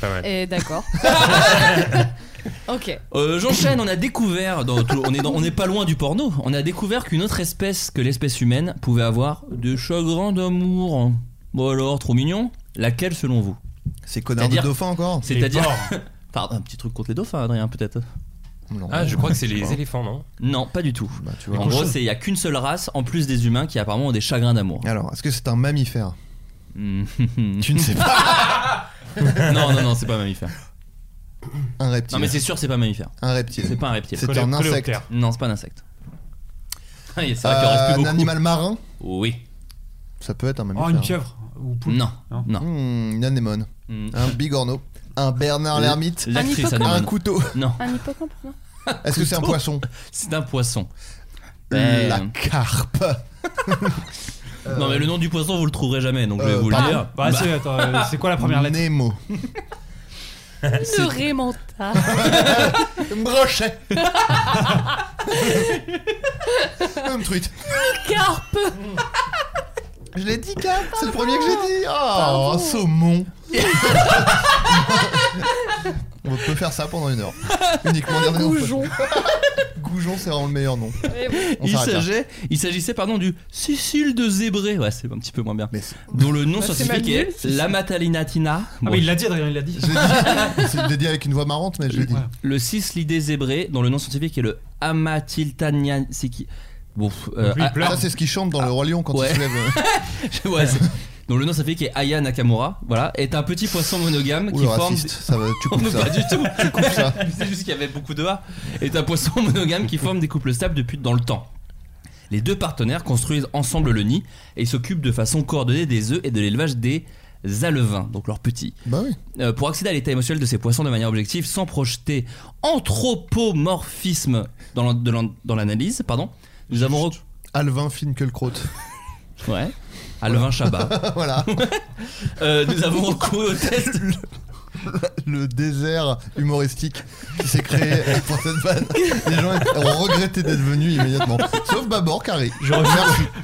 Speaker 4: Pas mal.
Speaker 12: Et Eh, d'accord. ok.
Speaker 2: Euh, J'enchaîne, on a découvert, dans tout- on, est dans- on est pas loin du porno, on a découvert qu'une autre espèce que l'espèce humaine pouvait avoir de chagrins d'amour. Bon alors, trop mignon. Laquelle selon vous
Speaker 9: Ces connards de
Speaker 2: C'est-à-dire-
Speaker 9: dauphins encore
Speaker 2: C'est-à-dire. Pardon, un petit truc contre les dauphins, Adrien, peut-être
Speaker 9: Non.
Speaker 4: Ah, je crois que c'est
Speaker 9: Je sais
Speaker 4: les
Speaker 9: pas.
Speaker 4: éléphants, non
Speaker 2: Non, pas du tout.
Speaker 9: tu vois.
Speaker 2: en gros, c'est- il y a qu'une seule race, en plus des humains, qui apparemment ont des chagrins d'amour.
Speaker 9: Alors, est-ce que c'est un mammifère
Speaker 2: Mm.
Speaker 9: Tu ne sais pas.
Speaker 2: non, non, non, c'est pas mammifère.
Speaker 9: Un reptile.
Speaker 2: Non, mais c'est sûr, c'est pas mammifère.
Speaker 9: Un reptile.
Speaker 2: C'est pas un reptile.
Speaker 9: C'est un insecte.
Speaker 2: Non, c'est pas un insecte. Ah, c'est vrai qu'il en reste plus
Speaker 9: Euh, Un
Speaker 2: beaucoup.
Speaker 9: animal marin
Speaker 2: Oui.
Speaker 9: Ça peut être un mammifère.
Speaker 1: Oh, une pieuvre ou poule.
Speaker 2: Non,
Speaker 1: Non.
Speaker 2: non.
Speaker 9: Hmm, une anémone.
Speaker 2: Mm.
Speaker 9: Un bigorneau. Un Bernard
Speaker 2: Le-
Speaker 9: l'ermite.
Speaker 2: L'actrice
Speaker 9: Un
Speaker 2: anémone.
Speaker 9: couteau.
Speaker 2: Non,
Speaker 12: Un hippocampe, non
Speaker 9: Est-ce que c'est un
Speaker 2: Couteau.
Speaker 9: poisson
Speaker 2: c'est un poisson. Euh,
Speaker 9: La carpe.
Speaker 2: Non, mais le nom du poisson, vous le trouverez jamais, donc je vais
Speaker 9: Euh,
Speaker 2: vous le
Speaker 9: pardon.
Speaker 2: dire.
Speaker 1: Bah, c'est, attends, euh, c'est quoi la première lettre
Speaker 9: Nemo.
Speaker 12: Le Rémanta.
Speaker 9: Brochet. Même truite.
Speaker 12: Carpe.
Speaker 9: Je l'ai dit, carpe. C'est le premier que j'ai dit. Oh,
Speaker 12: Pardon.
Speaker 9: un saumon. On peut faire ça pendant une heure. Uniquement dire
Speaker 12: Goujon.
Speaker 9: Goujon, c'est vraiment le meilleur nom.
Speaker 12: Et oui.
Speaker 9: On
Speaker 2: Il
Speaker 9: s'arrête là.
Speaker 2: s'agissait, il s'agissait pardon du Cécile de Zébré, ouais c'est un petit peu moins bien,
Speaker 9: Mais c'est-
Speaker 2: dont le nom
Speaker 12: Bah, c'est
Speaker 2: scientifique
Speaker 12: mal
Speaker 2: est
Speaker 12: nul.
Speaker 2: Lamatalinatina.
Speaker 1: Ah,
Speaker 2: Bon,
Speaker 1: mais il l'a dit, Adrien, il l'a dit.
Speaker 9: Je l'ai dit. C'est- je l'ai dit avec une voix marrante, mais je l'ai dit.
Speaker 1: Ouais.
Speaker 2: Le 6 l'idée zébré, dont le nom scientifique est le Amatiltania. C'est qui Bon, euh,
Speaker 1: Lui, il
Speaker 2: ah,
Speaker 1: pleure.
Speaker 9: Ça, c'est ce qui chante dans le Roi Lion quand
Speaker 2: Ouais.
Speaker 9: il se lève. euh.
Speaker 2: ouais, c'est- dont le nom scientifique est Aya Nakamura. Voilà, est un petit poisson monogame
Speaker 9: Ou
Speaker 2: qui
Speaker 9: le
Speaker 2: forme.
Speaker 9: raciste. Ça va, tu coupes
Speaker 2: Non,
Speaker 9: ça.
Speaker 2: pas du tout. Tu coupes
Speaker 9: ça.
Speaker 2: C'est juste qu'il y avait beaucoup de A. Est un poisson monogame qui forme des couples stables depuis dans le temps. Les deux partenaires construisent ensemble le nid et s'occupent de façon coordonnée des œufs et de l'élevage des alevins, donc leurs petits.
Speaker 9: Bah oui.
Speaker 2: Euh, pour accéder à l'état émotionnel de ces poissons de manière objective sans projeter anthropomorphisme dans l'an- de l'an- dans l'analyse, pardon. Nous avons rec-
Speaker 9: Alvin Finkelkraut.
Speaker 2: ouais, Alvin Chabat.
Speaker 9: voilà.
Speaker 2: Euh, nous avons recours au test.
Speaker 9: Le désert humoristique qui s'est créé pour cette vanne. Les gens ont regretté d'être venus immédiatement. Sauf Babor, Carré.
Speaker 1: Je reviens.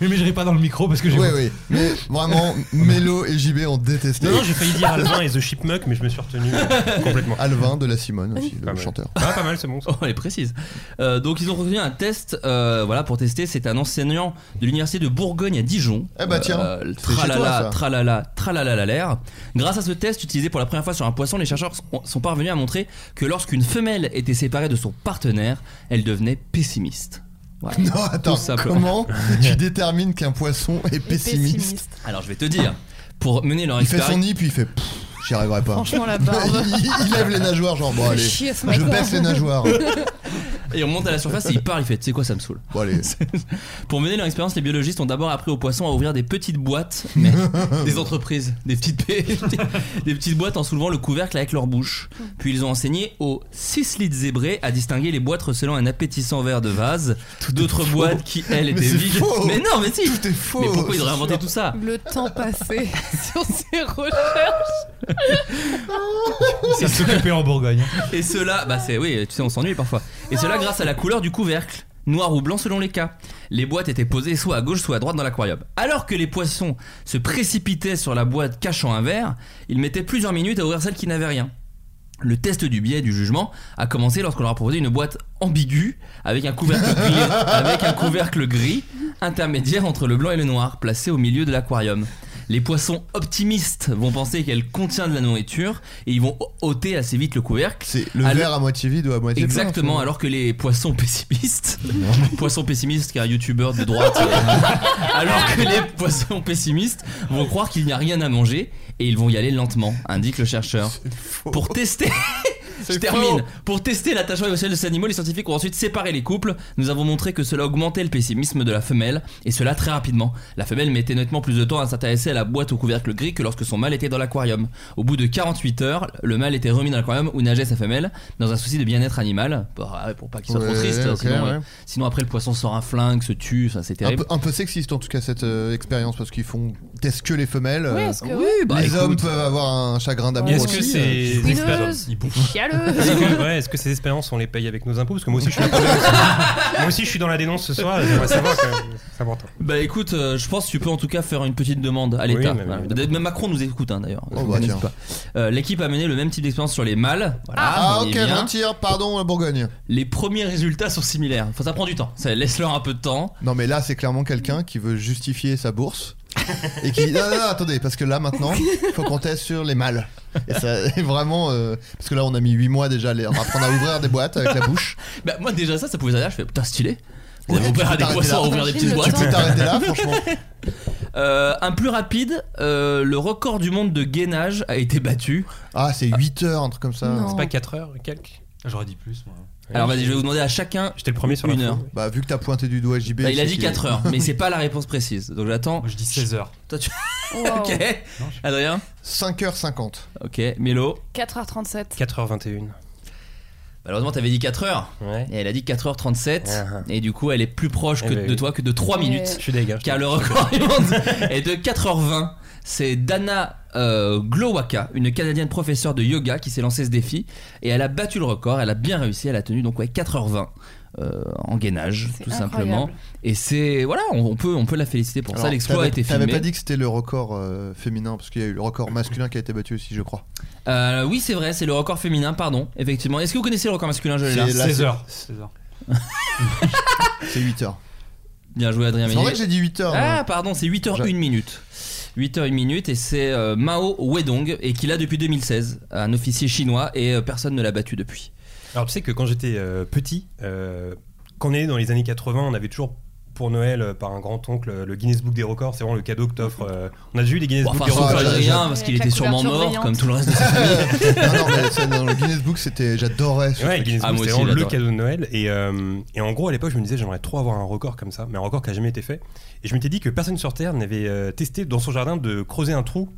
Speaker 1: Oui, mais je ris pas dans le micro parce que j'ai.
Speaker 9: Oui, oui. Mais vraiment, Mélo et JB ont détesté.
Speaker 4: Non, non, j'ai failli dire Alvin et The Chipmunk, mais je me suis retenu euh, complètement.
Speaker 9: Alvin de la Simone aussi, le
Speaker 4: Pas mal.
Speaker 9: chanteur.
Speaker 4: Ah, pas mal, c'est bon. ça.
Speaker 2: Oh, elle est précise. Euh, donc ils ont retenu un test, euh, voilà, pour tester. C'est un enseignant de l'université de Bourgogne à Dijon.
Speaker 9: Eh bah tiens,
Speaker 2: Euh,
Speaker 9: c'est chez toi,
Speaker 2: tralala,
Speaker 9: ça.
Speaker 2: tralala, tralala, la l'air. Grâce à ce test utilisé pour la première fois sur un poisson, les chercheurs sont- sont parvenus à montrer que lorsqu'une femelle était séparée de son partenaire, elle devenait pessimiste. Voilà.
Speaker 9: Non, attends,
Speaker 2: Tout simplement.
Speaker 9: comment tu détermines qu'un poisson est pessimiste
Speaker 12: Pessimiste.
Speaker 2: Alors je vais te dire, pour mener leur
Speaker 9: Il fait
Speaker 2: expérience.
Speaker 9: son nid, puis il fait. Pff, J'y arriverai pas.
Speaker 12: Franchement, la barbe.
Speaker 9: il, il lève les nageoires, genre, bon, allez.
Speaker 12: Chier, ce
Speaker 9: Je
Speaker 12: matin.
Speaker 9: baisse les nageoires.
Speaker 2: Et on monte à la surface et il parle, il fait, tu sais quoi, ça me saoule. Pour mener leur expérience, les biologistes ont d'abord appris aux poissons à ouvrir des petites boîtes, mais des entreprises, des petites, des petites boîtes en soulevant le couvercle avec leur bouche. Puis ils ont enseigné aux cichlides zébrés à distinguer les boîtes recelant un appétissant verre de vase, d'autres boîtes qui, elles, étaient
Speaker 9: Mais c'est
Speaker 2: vides.
Speaker 9: faux.
Speaker 2: Mais non, mais si
Speaker 9: Tout est faux.
Speaker 2: Mais pourquoi ils auraient inventé tout ça
Speaker 12: Le temps passé sur ces recherches.
Speaker 2: Ça
Speaker 1: s'occupait en Bourgogne. hein.
Speaker 2: Et cela, bah c'est oui, tu sais, on s'ennuie parfois. Et cela grâce à la couleur du couvercle, noir ou blanc selon les cas. Les boîtes étaient posées soit à gauche, soit à droite dans l'aquarium. Alors que les poissons se précipitaient sur la boîte cachant un verre, ils mettaient plusieurs minutes à ouvrir celle qui n'avait rien. Le test du biais du jugement a commencé lorsqu'on leur a proposé une boîte ambiguë avec un couvercle gris, avec un couvercle gris intermédiaire entre le blanc et le noir, placé au milieu de l'aquarium. Les poissons optimistes vont penser qu'elle contient de la nourriture et ils vont ôter assez vite le couvercle.
Speaker 9: C'est le
Speaker 2: Alors-
Speaker 9: verre à moitié vide ou à moitié plein,
Speaker 2: Exactement,
Speaker 9: en fait.
Speaker 2: alors que les poissons pessimistes, poissons pessimistes car youtubeur de droite, euh, alors que les poissons pessimistes vont croire qu'il n'y a rien à manger et ils vont y aller lentement, indique le chercheur.
Speaker 9: Oh.
Speaker 2: Pour tester. Je termine. Pour tester l'attachement émotionnel de ces animaux, les scientifiques ont ensuite séparé les couples. Nous avons montré que cela augmentait le pessimisme de la femelle, et cela très rapidement. La femelle mettait nettement plus de temps à s'intéresser à la boîte au couvercle gris que lorsque son mâle était dans l'aquarium. Au bout de 48 heures, le mâle était remis dans l'aquarium où nageait sa femelle, dans un souci de bien-être animal. Bah, pour pas qu'il soit
Speaker 9: Ouais,
Speaker 2: trop triste,
Speaker 9: ok,
Speaker 2: sinon,
Speaker 9: ouais.
Speaker 2: euh, sinon après le poisson sort un flingue, se tue, ça c'est
Speaker 9: Un
Speaker 2: terrible.
Speaker 9: peu, un peu sexiste en tout cas cette euh, expérience parce qu'ils font testent que les femelles.
Speaker 12: Oui,
Speaker 9: euh,
Speaker 12: est-ce que-
Speaker 9: les
Speaker 12: Oui,
Speaker 2: bah, écoute.
Speaker 9: hommes peuvent avoir un chagrin d'amour.
Speaker 4: Est-ce que
Speaker 9: aussi,
Speaker 4: c'est
Speaker 9: euh,
Speaker 4: des expériences
Speaker 12: Hideuse,
Speaker 4: Ils bouffent.
Speaker 12: chialeuse.
Speaker 4: Est-ce que, ouais, est-ce que ces expériences on les paye avec nos impôts Parce que moi aussi je suis un peu- moi aussi je suis dans la dénonce ce soir. Ah, J'aimerais savoir quand même. C'est important.
Speaker 2: Bah écoute, euh, je pense que tu peux en tout cas faire une petite demande à
Speaker 4: Oui,
Speaker 2: l'État.
Speaker 4: mais-
Speaker 2: Voilà.
Speaker 4: mais-
Speaker 2: D'ailleurs, Même Macron nous écoute hein, d'ailleurs.
Speaker 9: Oh, bah,
Speaker 2: N'hésite
Speaker 9: tiens.
Speaker 2: pas. Euh, L'équipe a mené le même type d'expérience sur les mâles. Voilà,
Speaker 9: Ah
Speaker 2: on y
Speaker 9: ok,
Speaker 2: vient.
Speaker 9: mentir, pardon, la Bourgogne.
Speaker 2: Les premiers résultats sont similaires. Enfin, ça prend du temps. Ça laisse leur un peu de temps.
Speaker 9: Non mais là c'est clairement quelqu'un qui veut justifier sa bourse et qui non, non, non, attendez parce que là maintenant faut qu'on teste sur les mâles et ça est vraiment euh, parce que là on a mis 8 mois déjà à les- à apprendre à ouvrir des boîtes avec la bouche
Speaker 2: Bah moi déjà ça, ça pouvait s'arrêter. Je fais putain stylé. Vous
Speaker 9: Ouais,
Speaker 2: avez
Speaker 9: tu
Speaker 2: ouvert
Speaker 9: peux
Speaker 2: à des
Speaker 9: t'arrêter
Speaker 2: poissons à
Speaker 9: là.
Speaker 2: ouvrir des
Speaker 9: Tu
Speaker 2: petites
Speaker 9: peux
Speaker 2: boîtes.
Speaker 9: t'arrêter là, franchement.
Speaker 2: Euh, un plus rapide, euh, le record du monde de gainage a été battu.
Speaker 9: ah c'est 8 heures un truc comme ça
Speaker 4: C'est pas 4 heures et quelques
Speaker 1: J'aurais dit plus, moi.
Speaker 2: Alors vas-y, je vais vous demander à chacun.
Speaker 4: J'étais le premier sur
Speaker 2: une
Speaker 4: la
Speaker 2: heure.
Speaker 9: bah vu que t'as pointé du doigt JB
Speaker 2: Bah, il a
Speaker 9: c'est
Speaker 2: dit
Speaker 9: qu'il est-
Speaker 2: 4 heures, mais c'est pas la réponse précise. Donc j'attends.
Speaker 1: je dis 16 heures.
Speaker 2: Toi tu.
Speaker 12: Wow.
Speaker 2: ok. Adrien
Speaker 9: 5h50
Speaker 2: Ok. Mélo
Speaker 12: 4h37.
Speaker 4: 4h21.
Speaker 2: Malheureusement, t'avais dit 4 heures. Et elle a dit 4h37. Et du coup, elle est plus proche que
Speaker 4: Eh ben
Speaker 2: de
Speaker 4: oui.
Speaker 2: toi que de 3
Speaker 12: Ouais.
Speaker 2: minutes.
Speaker 4: Je suis dégage.
Speaker 2: Car le record du monde est de 4h20. C'est Dana euh, Glowaka, une Canadienne professeure de yoga qui s'est lancée ce défi. Et elle a battu le record. Elle a bien réussi. Elle a tenu donc ouais, 4h20. euh, en gainage tout simplement
Speaker 9: incroyable.
Speaker 2: et c'est voilà on, on peut on peut la féliciter pour ça
Speaker 9: Alors,
Speaker 2: l'exploit a
Speaker 9: t'avais-
Speaker 2: été filmé
Speaker 9: T'avais pas dit que c'était le record euh, féminin parce qu'il y a eu le record masculin qui a été battu aussi, je crois.
Speaker 2: Euh, oui c'est vrai c'est le record féminin pardon effectivement est-ce que vous connaissez le record masculin je l'ai
Speaker 9: C'est
Speaker 2: là.
Speaker 9: la- 16 heures.
Speaker 1: 16 heures.
Speaker 9: C'est 8 heures.
Speaker 2: Bien joué Adrien
Speaker 9: C'est vrai
Speaker 2: Méniel.
Speaker 9: que j'ai dit 8 heures,
Speaker 2: Ah
Speaker 9: moi.
Speaker 2: pardon, c'est 8 h 1 minute. 8 h 1 minute et c'est euh, Mao Wedong et qu'il a depuis 2016, un officier chinois et euh, personne ne l'a battu depuis.
Speaker 4: Alors tu sais que quand j'étais euh, petit, euh, quand on est né dans les années 80, on avait toujours pour Noël euh, par un grand oncle euh, le Guinness Book des records. C'est vraiment le cadeau que t'offres. euh, on a déjà eu les Guinness
Speaker 2: Bon,
Speaker 4: Book
Speaker 2: enfin,
Speaker 4: des
Speaker 2: sauf
Speaker 4: records. Ah,
Speaker 2: Adrien, parce qu'il
Speaker 12: Avec
Speaker 2: était
Speaker 12: la
Speaker 2: sûrement
Speaker 12: couverture
Speaker 2: mort,
Speaker 12: brillante.
Speaker 2: comme tout le reste de sa famille.
Speaker 9: non, non, mais c'est dans le Guinness Book, c'était, j'adorais ce
Speaker 4: Ouais,
Speaker 9: truc.
Speaker 4: Guinness
Speaker 2: Ah,
Speaker 4: Book,
Speaker 2: moi
Speaker 4: c'était
Speaker 2: aussi,
Speaker 4: vraiment le
Speaker 2: j'adore.
Speaker 4: cadeau de Noël. Et, euh, et en gros, à l'époque, je me disais, j'aimerais trop avoir un record comme ça, mais un record qui a jamais été fait. Et je m'étais dit que personne sur Terre n'avait euh, testé dans son jardin de creuser un trou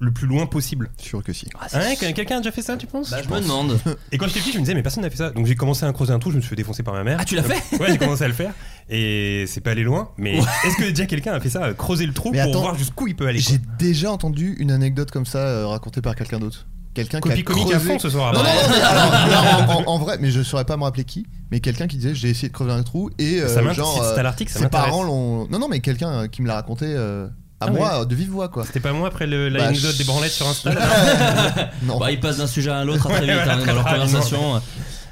Speaker 4: le plus loin possible.
Speaker 9: Sûr que si.
Speaker 2: Ah, c'est
Speaker 4: Hein, que- quelqu'un a déjà fait ça, tu penses
Speaker 2: Bah, je me demande.
Speaker 4: Et quand j'étais petit, je me disais, mais personne n'a fait ça. Donc j'ai commencé à creuser un trou, je me suis fait défoncer par ma mère.
Speaker 2: Ah, tu l'as
Speaker 4: Donc,
Speaker 2: fait
Speaker 4: Ouais, j'ai commencé à le faire. Et c'est pas allé loin, mais est-ce que déjà quelqu'un a fait ça, euh, creuser le trou
Speaker 9: Mais
Speaker 4: pour
Speaker 9: attends,
Speaker 4: voir jusqu'où il peut aller quoi
Speaker 9: J'ai déjà entendu une anecdote comme ça euh, racontée par quelqu'un d'autre. Quelqu'un qui a
Speaker 4: Copie comique à
Speaker 9: creusé-
Speaker 4: fond ce soir.
Speaker 9: Non, non,
Speaker 4: après.
Speaker 9: non, mais alors, là, en, en- en vrai, mais je saurais pas me rappeler qui, mais quelqu'un qui disait j'ai essayé de crever un trou et euh,
Speaker 4: Ça m'intéresse,
Speaker 9: genre
Speaker 4: c'est à l'article, ça
Speaker 9: ses
Speaker 4: m'intéresse.
Speaker 9: parents l'ont. Non, non, mais quelqu'un euh, qui me l'a raconté euh, à
Speaker 4: Ah
Speaker 9: moi euh, de vive voix quoi.
Speaker 4: C'était pas moi après le-
Speaker 9: Bah,
Speaker 4: l'anecdote
Speaker 9: je-
Speaker 4: des branlettes sur Insta
Speaker 9: Non.
Speaker 2: Bah, ils passent d'un sujet à l'autre très
Speaker 4: Ouais,
Speaker 2: vite
Speaker 4: voilà,
Speaker 2: hein,
Speaker 4: très
Speaker 2: dans leur
Speaker 4: rapidement.
Speaker 2: conversation.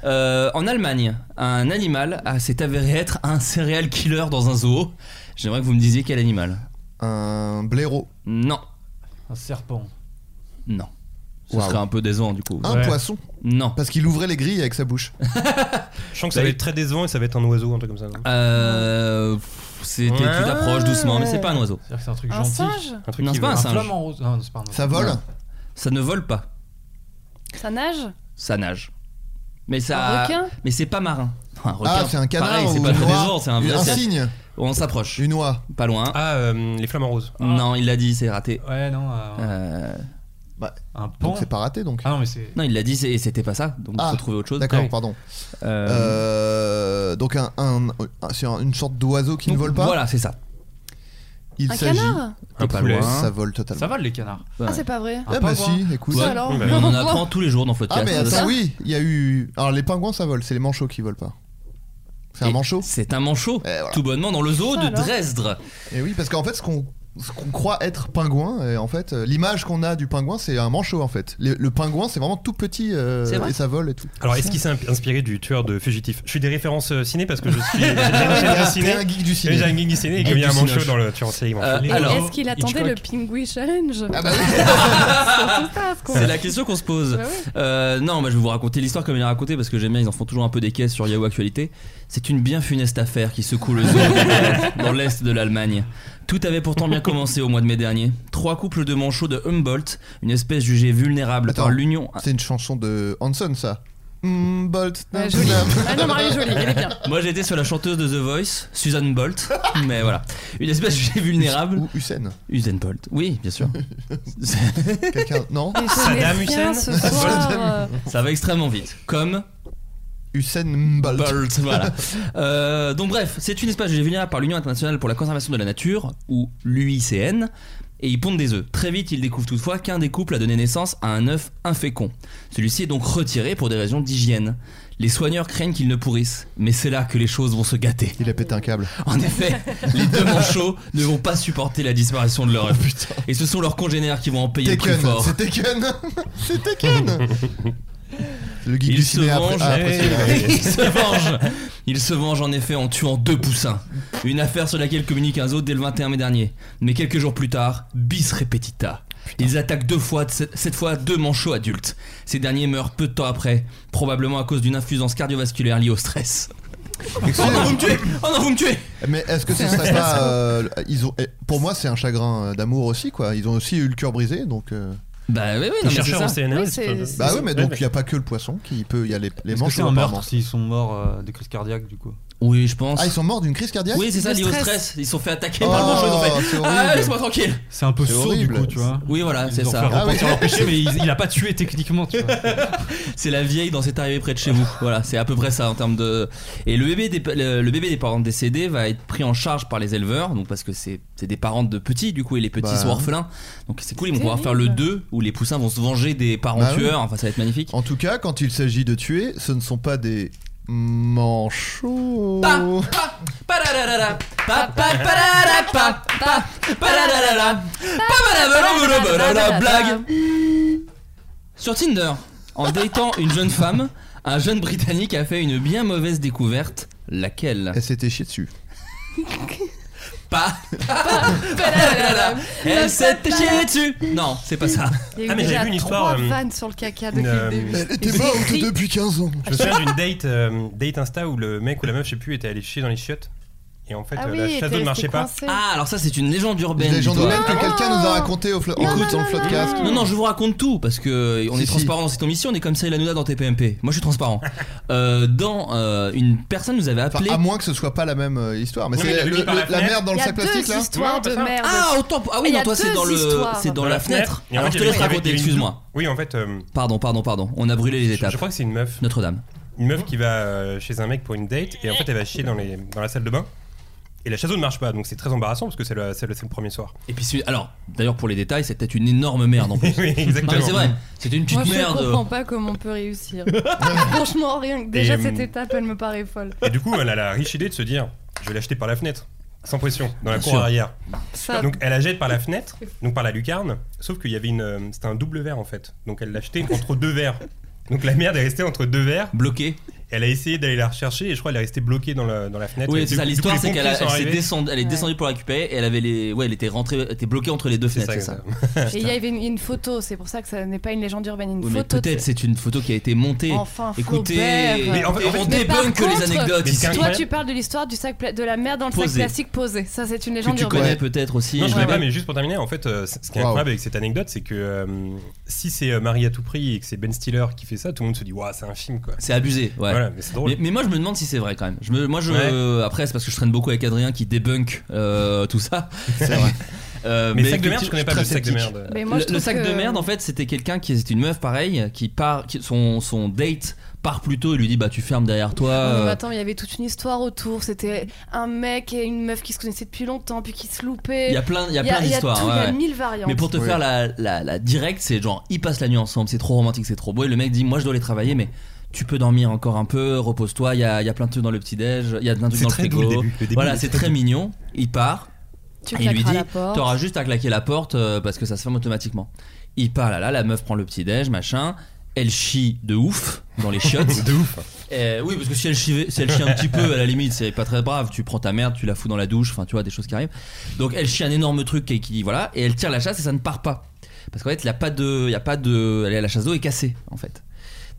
Speaker 2: Euh, en Allemagne, un animal ah, s'est avéré être un serial killer dans un zoo. J'aimerais que vous me disiez quel animal.
Speaker 9: Un blaireau.
Speaker 2: Non,
Speaker 1: Un serpent.
Speaker 2: non. Ce
Speaker 9: Waouh.
Speaker 2: serait un peu décevant du coup.
Speaker 4: Oh.
Speaker 9: Un
Speaker 1: Ouais.
Speaker 9: poisson.
Speaker 2: Non.
Speaker 9: Parce qu'il ouvrait les grilles avec sa bouche.
Speaker 4: Je sens que ça va être très décevant et ça va être un oiseau, un truc comme ça. non
Speaker 2: Euh, pff, C'était tu t'approches doucement, mais c'est pas un oiseau.
Speaker 1: C'est-à-dire que c'est un truc
Speaker 12: Un
Speaker 1: gentil.
Speaker 12: singe
Speaker 4: Un truc
Speaker 2: Non,
Speaker 4: qui
Speaker 2: c'est pas
Speaker 4: veut-
Speaker 2: un
Speaker 1: Un
Speaker 2: singe.
Speaker 1: flamant rose. Ah, non, c'est pas un oiseau.
Speaker 9: Ça vole
Speaker 2: Non. Ça ne vole pas,
Speaker 12: Ça nage
Speaker 2: ça nage. Mais ça,
Speaker 12: Un requin
Speaker 2: Ah, mais c'est pas marin. un requin.
Speaker 9: Ah, c'est un canard
Speaker 2: Pareil, c'est
Speaker 9: ou
Speaker 2: pas
Speaker 9: une
Speaker 2: très
Speaker 9: oie
Speaker 2: décevant, c'est un
Speaker 9: Une-
Speaker 2: vrai-
Speaker 9: un
Speaker 2: c'est-
Speaker 9: cygne
Speaker 2: On s'approche.
Speaker 9: Une oie.
Speaker 2: Pas loin.
Speaker 4: Ah, les flamants roses.
Speaker 2: Non, il l'a dit, c'est raté.
Speaker 1: Ouais, non. euh,
Speaker 2: un
Speaker 9: pan. c'est pas raté donc.
Speaker 1: Ah non, mais c'est.
Speaker 2: Non, il l'a dit, c'est- et c'était pas ça. Donc il
Speaker 9: Ah,
Speaker 2: faut trouver autre chose.
Speaker 9: D'accord,
Speaker 2: Ah oui.
Speaker 9: pardon.
Speaker 2: Euh,
Speaker 9: Euh, donc un, un- un- c'est un- une sorte d'oiseau qui ne vole pas.
Speaker 2: Voilà, c'est ça.
Speaker 9: Il
Speaker 12: Un
Speaker 9: s'agit.
Speaker 12: canard
Speaker 2: T'es pas poulet. loin.
Speaker 9: Ça vole totalement.
Speaker 1: Ça vole les canards.
Speaker 12: Ah, c'est pas vrai.
Speaker 9: Ah bah si, écoute.
Speaker 2: Ouais.
Speaker 12: Alors
Speaker 2: Mais on en apprend tous les jours dans
Speaker 9: Ah
Speaker 2: Floodcast.
Speaker 9: mais attends, oui, il y a eu. Alors les pingouins ça vole, c'est les manchots qui volent pas. C'est un manchot.
Speaker 2: C'est un manchot, tout bonnement, dans le zoo
Speaker 9: Ça,
Speaker 2: de
Speaker 9: alors
Speaker 2: Dresdre.
Speaker 9: Et Eh oui, parce qu'en fait ce qu'on ce qu'on croit être pingouin, et en fait euh, l'image qu'on a du pingouin c'est un manchot en fait. Le, le pingouin c'est vraiment tout petit euh,
Speaker 2: C'est vrai
Speaker 9: et ça vole et tout.
Speaker 4: Alors, est-ce qu'il s'est imp- inspiré du tueur de fugitif Je suis des références euh, ciné parce que je suis. j'ai- j'ai une chaîne de
Speaker 9: T'es
Speaker 4: ciné.
Speaker 9: un geek du ciné.
Speaker 4: Et J'ai un geek du ciné et
Speaker 9: Geek
Speaker 4: qu'il y a un
Speaker 9: du
Speaker 4: manchot
Speaker 9: cinoche.
Speaker 4: dans le tueur en série. manchot.
Speaker 12: Et
Speaker 2: alors,
Speaker 12: Est-ce qu'il attendait le Pingui Challenge Ah
Speaker 9: bah
Speaker 2: C'est la question qu'on se pose.
Speaker 12: Bah oui.
Speaker 2: Euh, non, bah, je vais vous raconter l'histoire comme il l'a racontée parce que j'aime bien, ils en font toujours un peu des caisses sur Yahoo Actualité. C'est une bien funeste affaire qui secoue le zoo dans- dans l'est de l'Allemagne. Tout avait pourtant bien commencé au mois de mai dernier. Trois couples de manchots de Humboldt, une espèce jugée vulnérable
Speaker 9: Attends,
Speaker 2: par l'Union.
Speaker 9: C'est une chanson de Hanson ça. Hmm, Bolt.
Speaker 12: Ouais, jolie. Ah non, Marie, jolie, elle est bien.
Speaker 2: Moi j'étais sur la chanteuse de The Voice, Susan Bolt, mais voilà. Une espèce jugée vulnérable.
Speaker 9: Ou Hussein.
Speaker 2: Usain Bolt, oui, bien sûr.
Speaker 9: Quelqu'un non
Speaker 12: Ah, Mais je Saddam n'ai rien Hussein ce soir, euh.
Speaker 2: Ça va extrêmement vite. Comme
Speaker 9: Usain Bolt.
Speaker 2: Bolt, voilà. Euh, donc bref, c'est une espèce vulnérable par l'Union internationale pour la conservation de la nature, ou l'UICN, et ils pondent des œufs. Très vite, ils découvrent toutefois qu'un des couples a donné naissance à un œuf infécond. Celui-ci est donc retiré pour des raisons d'hygiène. Les soigneurs craignent qu'il ne pourrisse, mais c'est là que les choses vont se gâter.
Speaker 9: Il a pété un câble.
Speaker 2: En effet, les deux manchots ne vont pas supporter la disparition de leur œuf. et ce sont leurs congénères qui vont en payer le
Speaker 9: Oh, Taken,
Speaker 2: plus fort.
Speaker 9: c'est Taken, c'est Taken. Le geek du
Speaker 2: Il se,
Speaker 9: ciné après-
Speaker 2: venge, Eh
Speaker 9: ah, après, c'est
Speaker 2: il se venge. Il se venge en effet en tuant deux poussins. Une affaire sur laquelle communique un zoo dès le 21 mai dernier. Mais quelques jours plus tard, bis repetita. Ils attaquent deux fois, cette fois deux manchots adultes. Ces derniers meurent peu de temps après, probablement à cause d'une infusance cardiovasculaire liée au stress. Oh non, vous me tuez Oh non, vous me tuez
Speaker 9: Mais est-ce que ce
Speaker 2: C'est
Speaker 9: serait pas
Speaker 2: intéressant.
Speaker 9: euh, ils ont eh, pour moi c'est un chagrin euh, d'amour aussi quoi. Ils ont aussi eu le cœur brisé donc euh,
Speaker 2: Bah oui,
Speaker 4: Les
Speaker 2: oui,
Speaker 4: chercheurs en CNRS, Oui, c'est- peuvent-
Speaker 9: Bah oui, mais donc
Speaker 4: Ouais,
Speaker 9: il y a pas que le poisson qui peut il y a les les
Speaker 1: Est-ce que
Speaker 9: manchots
Speaker 1: c'est un
Speaker 9: apparemment.
Speaker 1: meurtre s'ils sont morts euh, de crise cardiaque du coup
Speaker 2: Oui, je pense.
Speaker 9: Ah, ils sont morts d'une crise cardiaque
Speaker 2: Oui, c'est ça, lié au stress. Ils se sont fait attaquer par le
Speaker 9: Oh,
Speaker 2: manchot. Ils ont
Speaker 9: c'est
Speaker 2: fait.
Speaker 9: horrible.
Speaker 2: Ah, laisse-moi tranquille
Speaker 1: C'est un peu
Speaker 9: C'est
Speaker 1: sourd du
Speaker 9: horrible.
Speaker 1: coup, tu vois.
Speaker 2: Oui, voilà, c'est
Speaker 1: Ils ont fait
Speaker 2: ça.
Speaker 1: repentir
Speaker 2: Ah oui.
Speaker 1: leur péché, mais il, il a pas tué techniquement, tu vois.
Speaker 2: C'est la vieille dans cette arrivée près de chez vous. Voilà, c'est à peu près ça en termes de. Et le bébé des, le, le bébé des parents décédés va être pris en charge par les éleveurs, donc parce que c'est c'est des parents de petits du coup et les petits
Speaker 9: Bah.
Speaker 2: sont orphelins. Donc c'est cool, ils vont pouvoir faire le 2 où les poussins vont se venger des parents
Speaker 9: Bah oui.
Speaker 2: tueurs. Enfin, ça va être magnifique.
Speaker 9: En tout cas, quand il s'agit de tuer, ce ne sont pas des manchots.
Speaker 2: Bah. Pararara, pa, pa, parara, pa, pa, pararara, pa, parara, parara, parara, Blague. Sur Tinder, en datant une jeune femme, un jeune Britannique a fait une bien mauvaise découverte. Laquelle
Speaker 9: Elle s'était chiée dessus.
Speaker 2: Pas. Elle s'est chiée dessus. Non, c'est pas ça.
Speaker 12: Il y a eu
Speaker 4: Ah, mais j'ai
Speaker 12: déjà
Speaker 4: vu une
Speaker 12: trois
Speaker 4: histoire, euh,
Speaker 12: vannes sur le caca depuis
Speaker 4: euh,
Speaker 12: le début.
Speaker 9: Elle
Speaker 12: Et
Speaker 9: était
Speaker 12: j'ai
Speaker 9: morte
Speaker 12: ri.
Speaker 9: depuis 15 ans.
Speaker 4: Je me souviens d'une date, euh, date Insta où le mec ou la meuf, je sais plus, était allé chier dans les chiottes. Et en fait,
Speaker 12: Ah
Speaker 4: euh,
Speaker 12: oui,
Speaker 4: la
Speaker 12: il était
Speaker 4: chasse d'eau ne
Speaker 12: resté
Speaker 4: marchait pas.
Speaker 12: coincé.
Speaker 2: Ah, alors ça, c'est une légende urbaine.
Speaker 9: Une légende
Speaker 2: Ben, dis-toi.
Speaker 9: urbaine que quelqu'un nous a raconté au flo- en- dans le floodcast.
Speaker 2: Non, non, je vous raconte tout parce que on
Speaker 9: Si,
Speaker 2: est
Speaker 9: si.
Speaker 2: transparent dans cette émission, on est comme Cyril Hanouna dans TPMP. Moi, je suis transparent. Euh, dans euh, une personne nous avait
Speaker 9: Enfin,
Speaker 2: appelé.
Speaker 9: à moins que ce soit pas la même euh, histoire, mais
Speaker 4: Non, mais il y
Speaker 9: c'est
Speaker 4: avait
Speaker 9: le-
Speaker 4: lui par la
Speaker 9: le- la
Speaker 4: fenêtre.
Speaker 9: merde dans
Speaker 12: Il
Speaker 9: le
Speaker 12: y a
Speaker 9: sac plastique
Speaker 12: deux
Speaker 9: là.
Speaker 12: histoires de merde.
Speaker 2: ah, autant. Ah
Speaker 12: Il
Speaker 2: oui,
Speaker 12: y
Speaker 2: non,
Speaker 12: a
Speaker 2: toi, c'est
Speaker 12: deux
Speaker 2: dans le,
Speaker 12: histoires.
Speaker 2: c'est dans oh, la fenêtre.
Speaker 4: Et en
Speaker 2: Alors,
Speaker 4: fait,
Speaker 2: je te laisse
Speaker 4: il y avait- il y avait
Speaker 2: raconter.
Speaker 4: une-
Speaker 2: Excuse-moi.
Speaker 4: Oui, en fait, euh,
Speaker 2: Pardon, pardon, pardon. On a brûlé les
Speaker 4: je
Speaker 2: étapes.
Speaker 4: crois que c'est une meuf.
Speaker 2: Notre-Dame.
Speaker 4: Une meuf qui va euh, chez un mec pour une date et en fait, elle va chier dans, les, dans la salle de bain. Et la chasse d'eau ne marche pas, donc c'est très embarrassant parce que c'est le, c'est le, c'est le premier soir.
Speaker 2: Et puis, c'est- alors, d'ailleurs, pour les détails, c'était une énorme merde en plus.
Speaker 4: oui,
Speaker 2: Non, mais
Speaker 4: exactement.
Speaker 2: c'est vrai. C'était une petite
Speaker 12: Moi, je
Speaker 2: merde.
Speaker 12: comprends pas comment on peut réussir. Franchement, rien. que- Déjà,
Speaker 4: Et,
Speaker 12: cette
Speaker 4: hum,
Speaker 12: étape, elle me paraît folle.
Speaker 4: Et du coup, elle a la riche idée de se dire je vais l'acheter par la fenêtre, sans pression, dans la
Speaker 2: Bien
Speaker 4: cour
Speaker 2: sûr.
Speaker 4: arrière.
Speaker 12: Ça-
Speaker 4: Donc elle la jette par la fenêtre, donc par la lucarne, sauf qu'il y avait une. euh, C'était un double verre en fait. Donc elle l'a jeté entre deux verres. Donc la merde est restée entre deux verres.
Speaker 2: Bloqué.
Speaker 4: Elle a essayé d'aller la rechercher et je crois qu'elle est restée bloquée dans la, dans la fenêtre. Et
Speaker 2: Oui,
Speaker 4: du
Speaker 2: c'est ça.
Speaker 4: coup- du
Speaker 2: L'histoire,
Speaker 4: coup, les
Speaker 2: c'est qu'elle
Speaker 4: pompiers
Speaker 2: a-
Speaker 4: sont
Speaker 2: elle s'est
Speaker 4: arrivée.
Speaker 2: descend- elle est
Speaker 12: Ouais.
Speaker 2: descendue pour la récupérer et elle avait les, ouais, elle était rentrée, elle était bloquée entre les deux
Speaker 4: C'est
Speaker 2: fenêtres, c'est
Speaker 4: ça,
Speaker 2: ça.
Speaker 12: Et il y avait une, une photo, c'est pour ça que ça n'est pas une légende urbaine, une
Speaker 2: Oui, mais
Speaker 12: photo. de
Speaker 2: peut-être
Speaker 12: ce-
Speaker 2: c'est une photo qui a été montée.
Speaker 12: Enfin,
Speaker 2: Écoutez,
Speaker 12: Flaubert.
Speaker 4: Mais en fait- en fait-
Speaker 2: on
Speaker 12: Mais par
Speaker 2: débunk que les
Speaker 12: contre,
Speaker 2: anecdotes.
Speaker 4: Mais
Speaker 2: ici.
Speaker 4: c'est
Speaker 12: Toi,
Speaker 4: incroyable.
Speaker 12: tu parles de l'histoire du sac pla- de la merde dans le
Speaker 2: Posé.
Speaker 12: sac plastique posé. Ça, c'est une
Speaker 2: que
Speaker 12: légende
Speaker 2: tu
Speaker 12: urbaine.
Speaker 2: connais peut-être aussi.
Speaker 4: Non, je
Speaker 2: je
Speaker 4: connais
Speaker 2: l'avais.
Speaker 4: pas, Ah, mais juste pour terminer, en fait, euh, c- ce qui est
Speaker 9: Waouh.
Speaker 4: incroyable avec cette anecdote, c'est que euh, si c'est euh, Marie à tout prix et que c'est Ben Stiller qui fait ça, tout le monde se dit Waouh, c'est un film quoi.
Speaker 2: C'est abusé. Ouais.
Speaker 4: Ouais, voilà, mais c'est drôle.
Speaker 2: Mais, mais moi, je me demande si c'est vrai quand même. Je me- moi, je,
Speaker 4: Ouais.
Speaker 2: euh, après, c'est parce que je traîne beaucoup avec Adrien qui débunk euh, tout ça.
Speaker 4: C'est vrai.
Speaker 2: Euh,
Speaker 4: Mais sac de merde,
Speaker 2: effectivement,
Speaker 4: je connais pas
Speaker 2: suis
Speaker 4: le
Speaker 2: très
Speaker 4: sac de
Speaker 2: sceptique.
Speaker 4: merde.
Speaker 12: Mais moi,
Speaker 2: Le,
Speaker 12: je
Speaker 2: le
Speaker 12: trouve
Speaker 2: sac
Speaker 12: que-
Speaker 2: de merde, en fait, c'était quelqu'un qui c'était une meuf pareille qui part, qui- son, son date part plus tôt et lui dit bah tu fermes derrière toi.
Speaker 12: Non, mais
Speaker 2: euh,
Speaker 12: attends, il y avait toute une histoire autour. C'était un mec et une meuf qui se connaissaient depuis longtemps, puis qui se loupaient.
Speaker 2: Il y a plein, il y a plein
Speaker 12: il y a
Speaker 2: d'histoires.
Speaker 12: tout, Il y
Speaker 2: ouais.
Speaker 12: a mille variantes.
Speaker 2: Mais pour te faire la, la, la directe, c'est genre ils passent la nuit ensemble, c'est trop romantique, c'est trop beau. Et le mec dit moi je dois aller travailler, mais tu peux dormir encore un peu, repose-toi. Il y a, il y a plein de trucs dans le petit déj, il y a plein de trucs
Speaker 4: C'est
Speaker 2: dans
Speaker 4: très
Speaker 2: le
Speaker 4: doux,
Speaker 2: frigo.
Speaker 4: le début. Le début,
Speaker 2: voilà,
Speaker 4: il est
Speaker 2: c'est
Speaker 4: très
Speaker 2: très
Speaker 4: doux.
Speaker 2: mignon. Il part.
Speaker 12: Tu
Speaker 2: et il lui
Speaker 12: claqueras
Speaker 2: dit
Speaker 12: la porte.
Speaker 2: t'auras juste à claquer la porte euh, parce que ça se ferme automatiquement. Il part là là, la meuf prend le petit déj, machin. Elle chie de ouf dans les chiottes.
Speaker 4: de ouf.
Speaker 2: Euh, oui, parce que si elle, chie, si elle chie un petit peu, à la limite, c'est pas très brave. Tu prends ta merde, tu la fous dans la douche, enfin, tu vois, des choses qui arrivent. Donc, elle chie un énorme truc qui, qui- voilà, et elle tire la chasse et ça ne part pas. Parce qu'en fait, il y a pas de, il y a pas de, elle est à la chasse d'eau est cassée, en fait.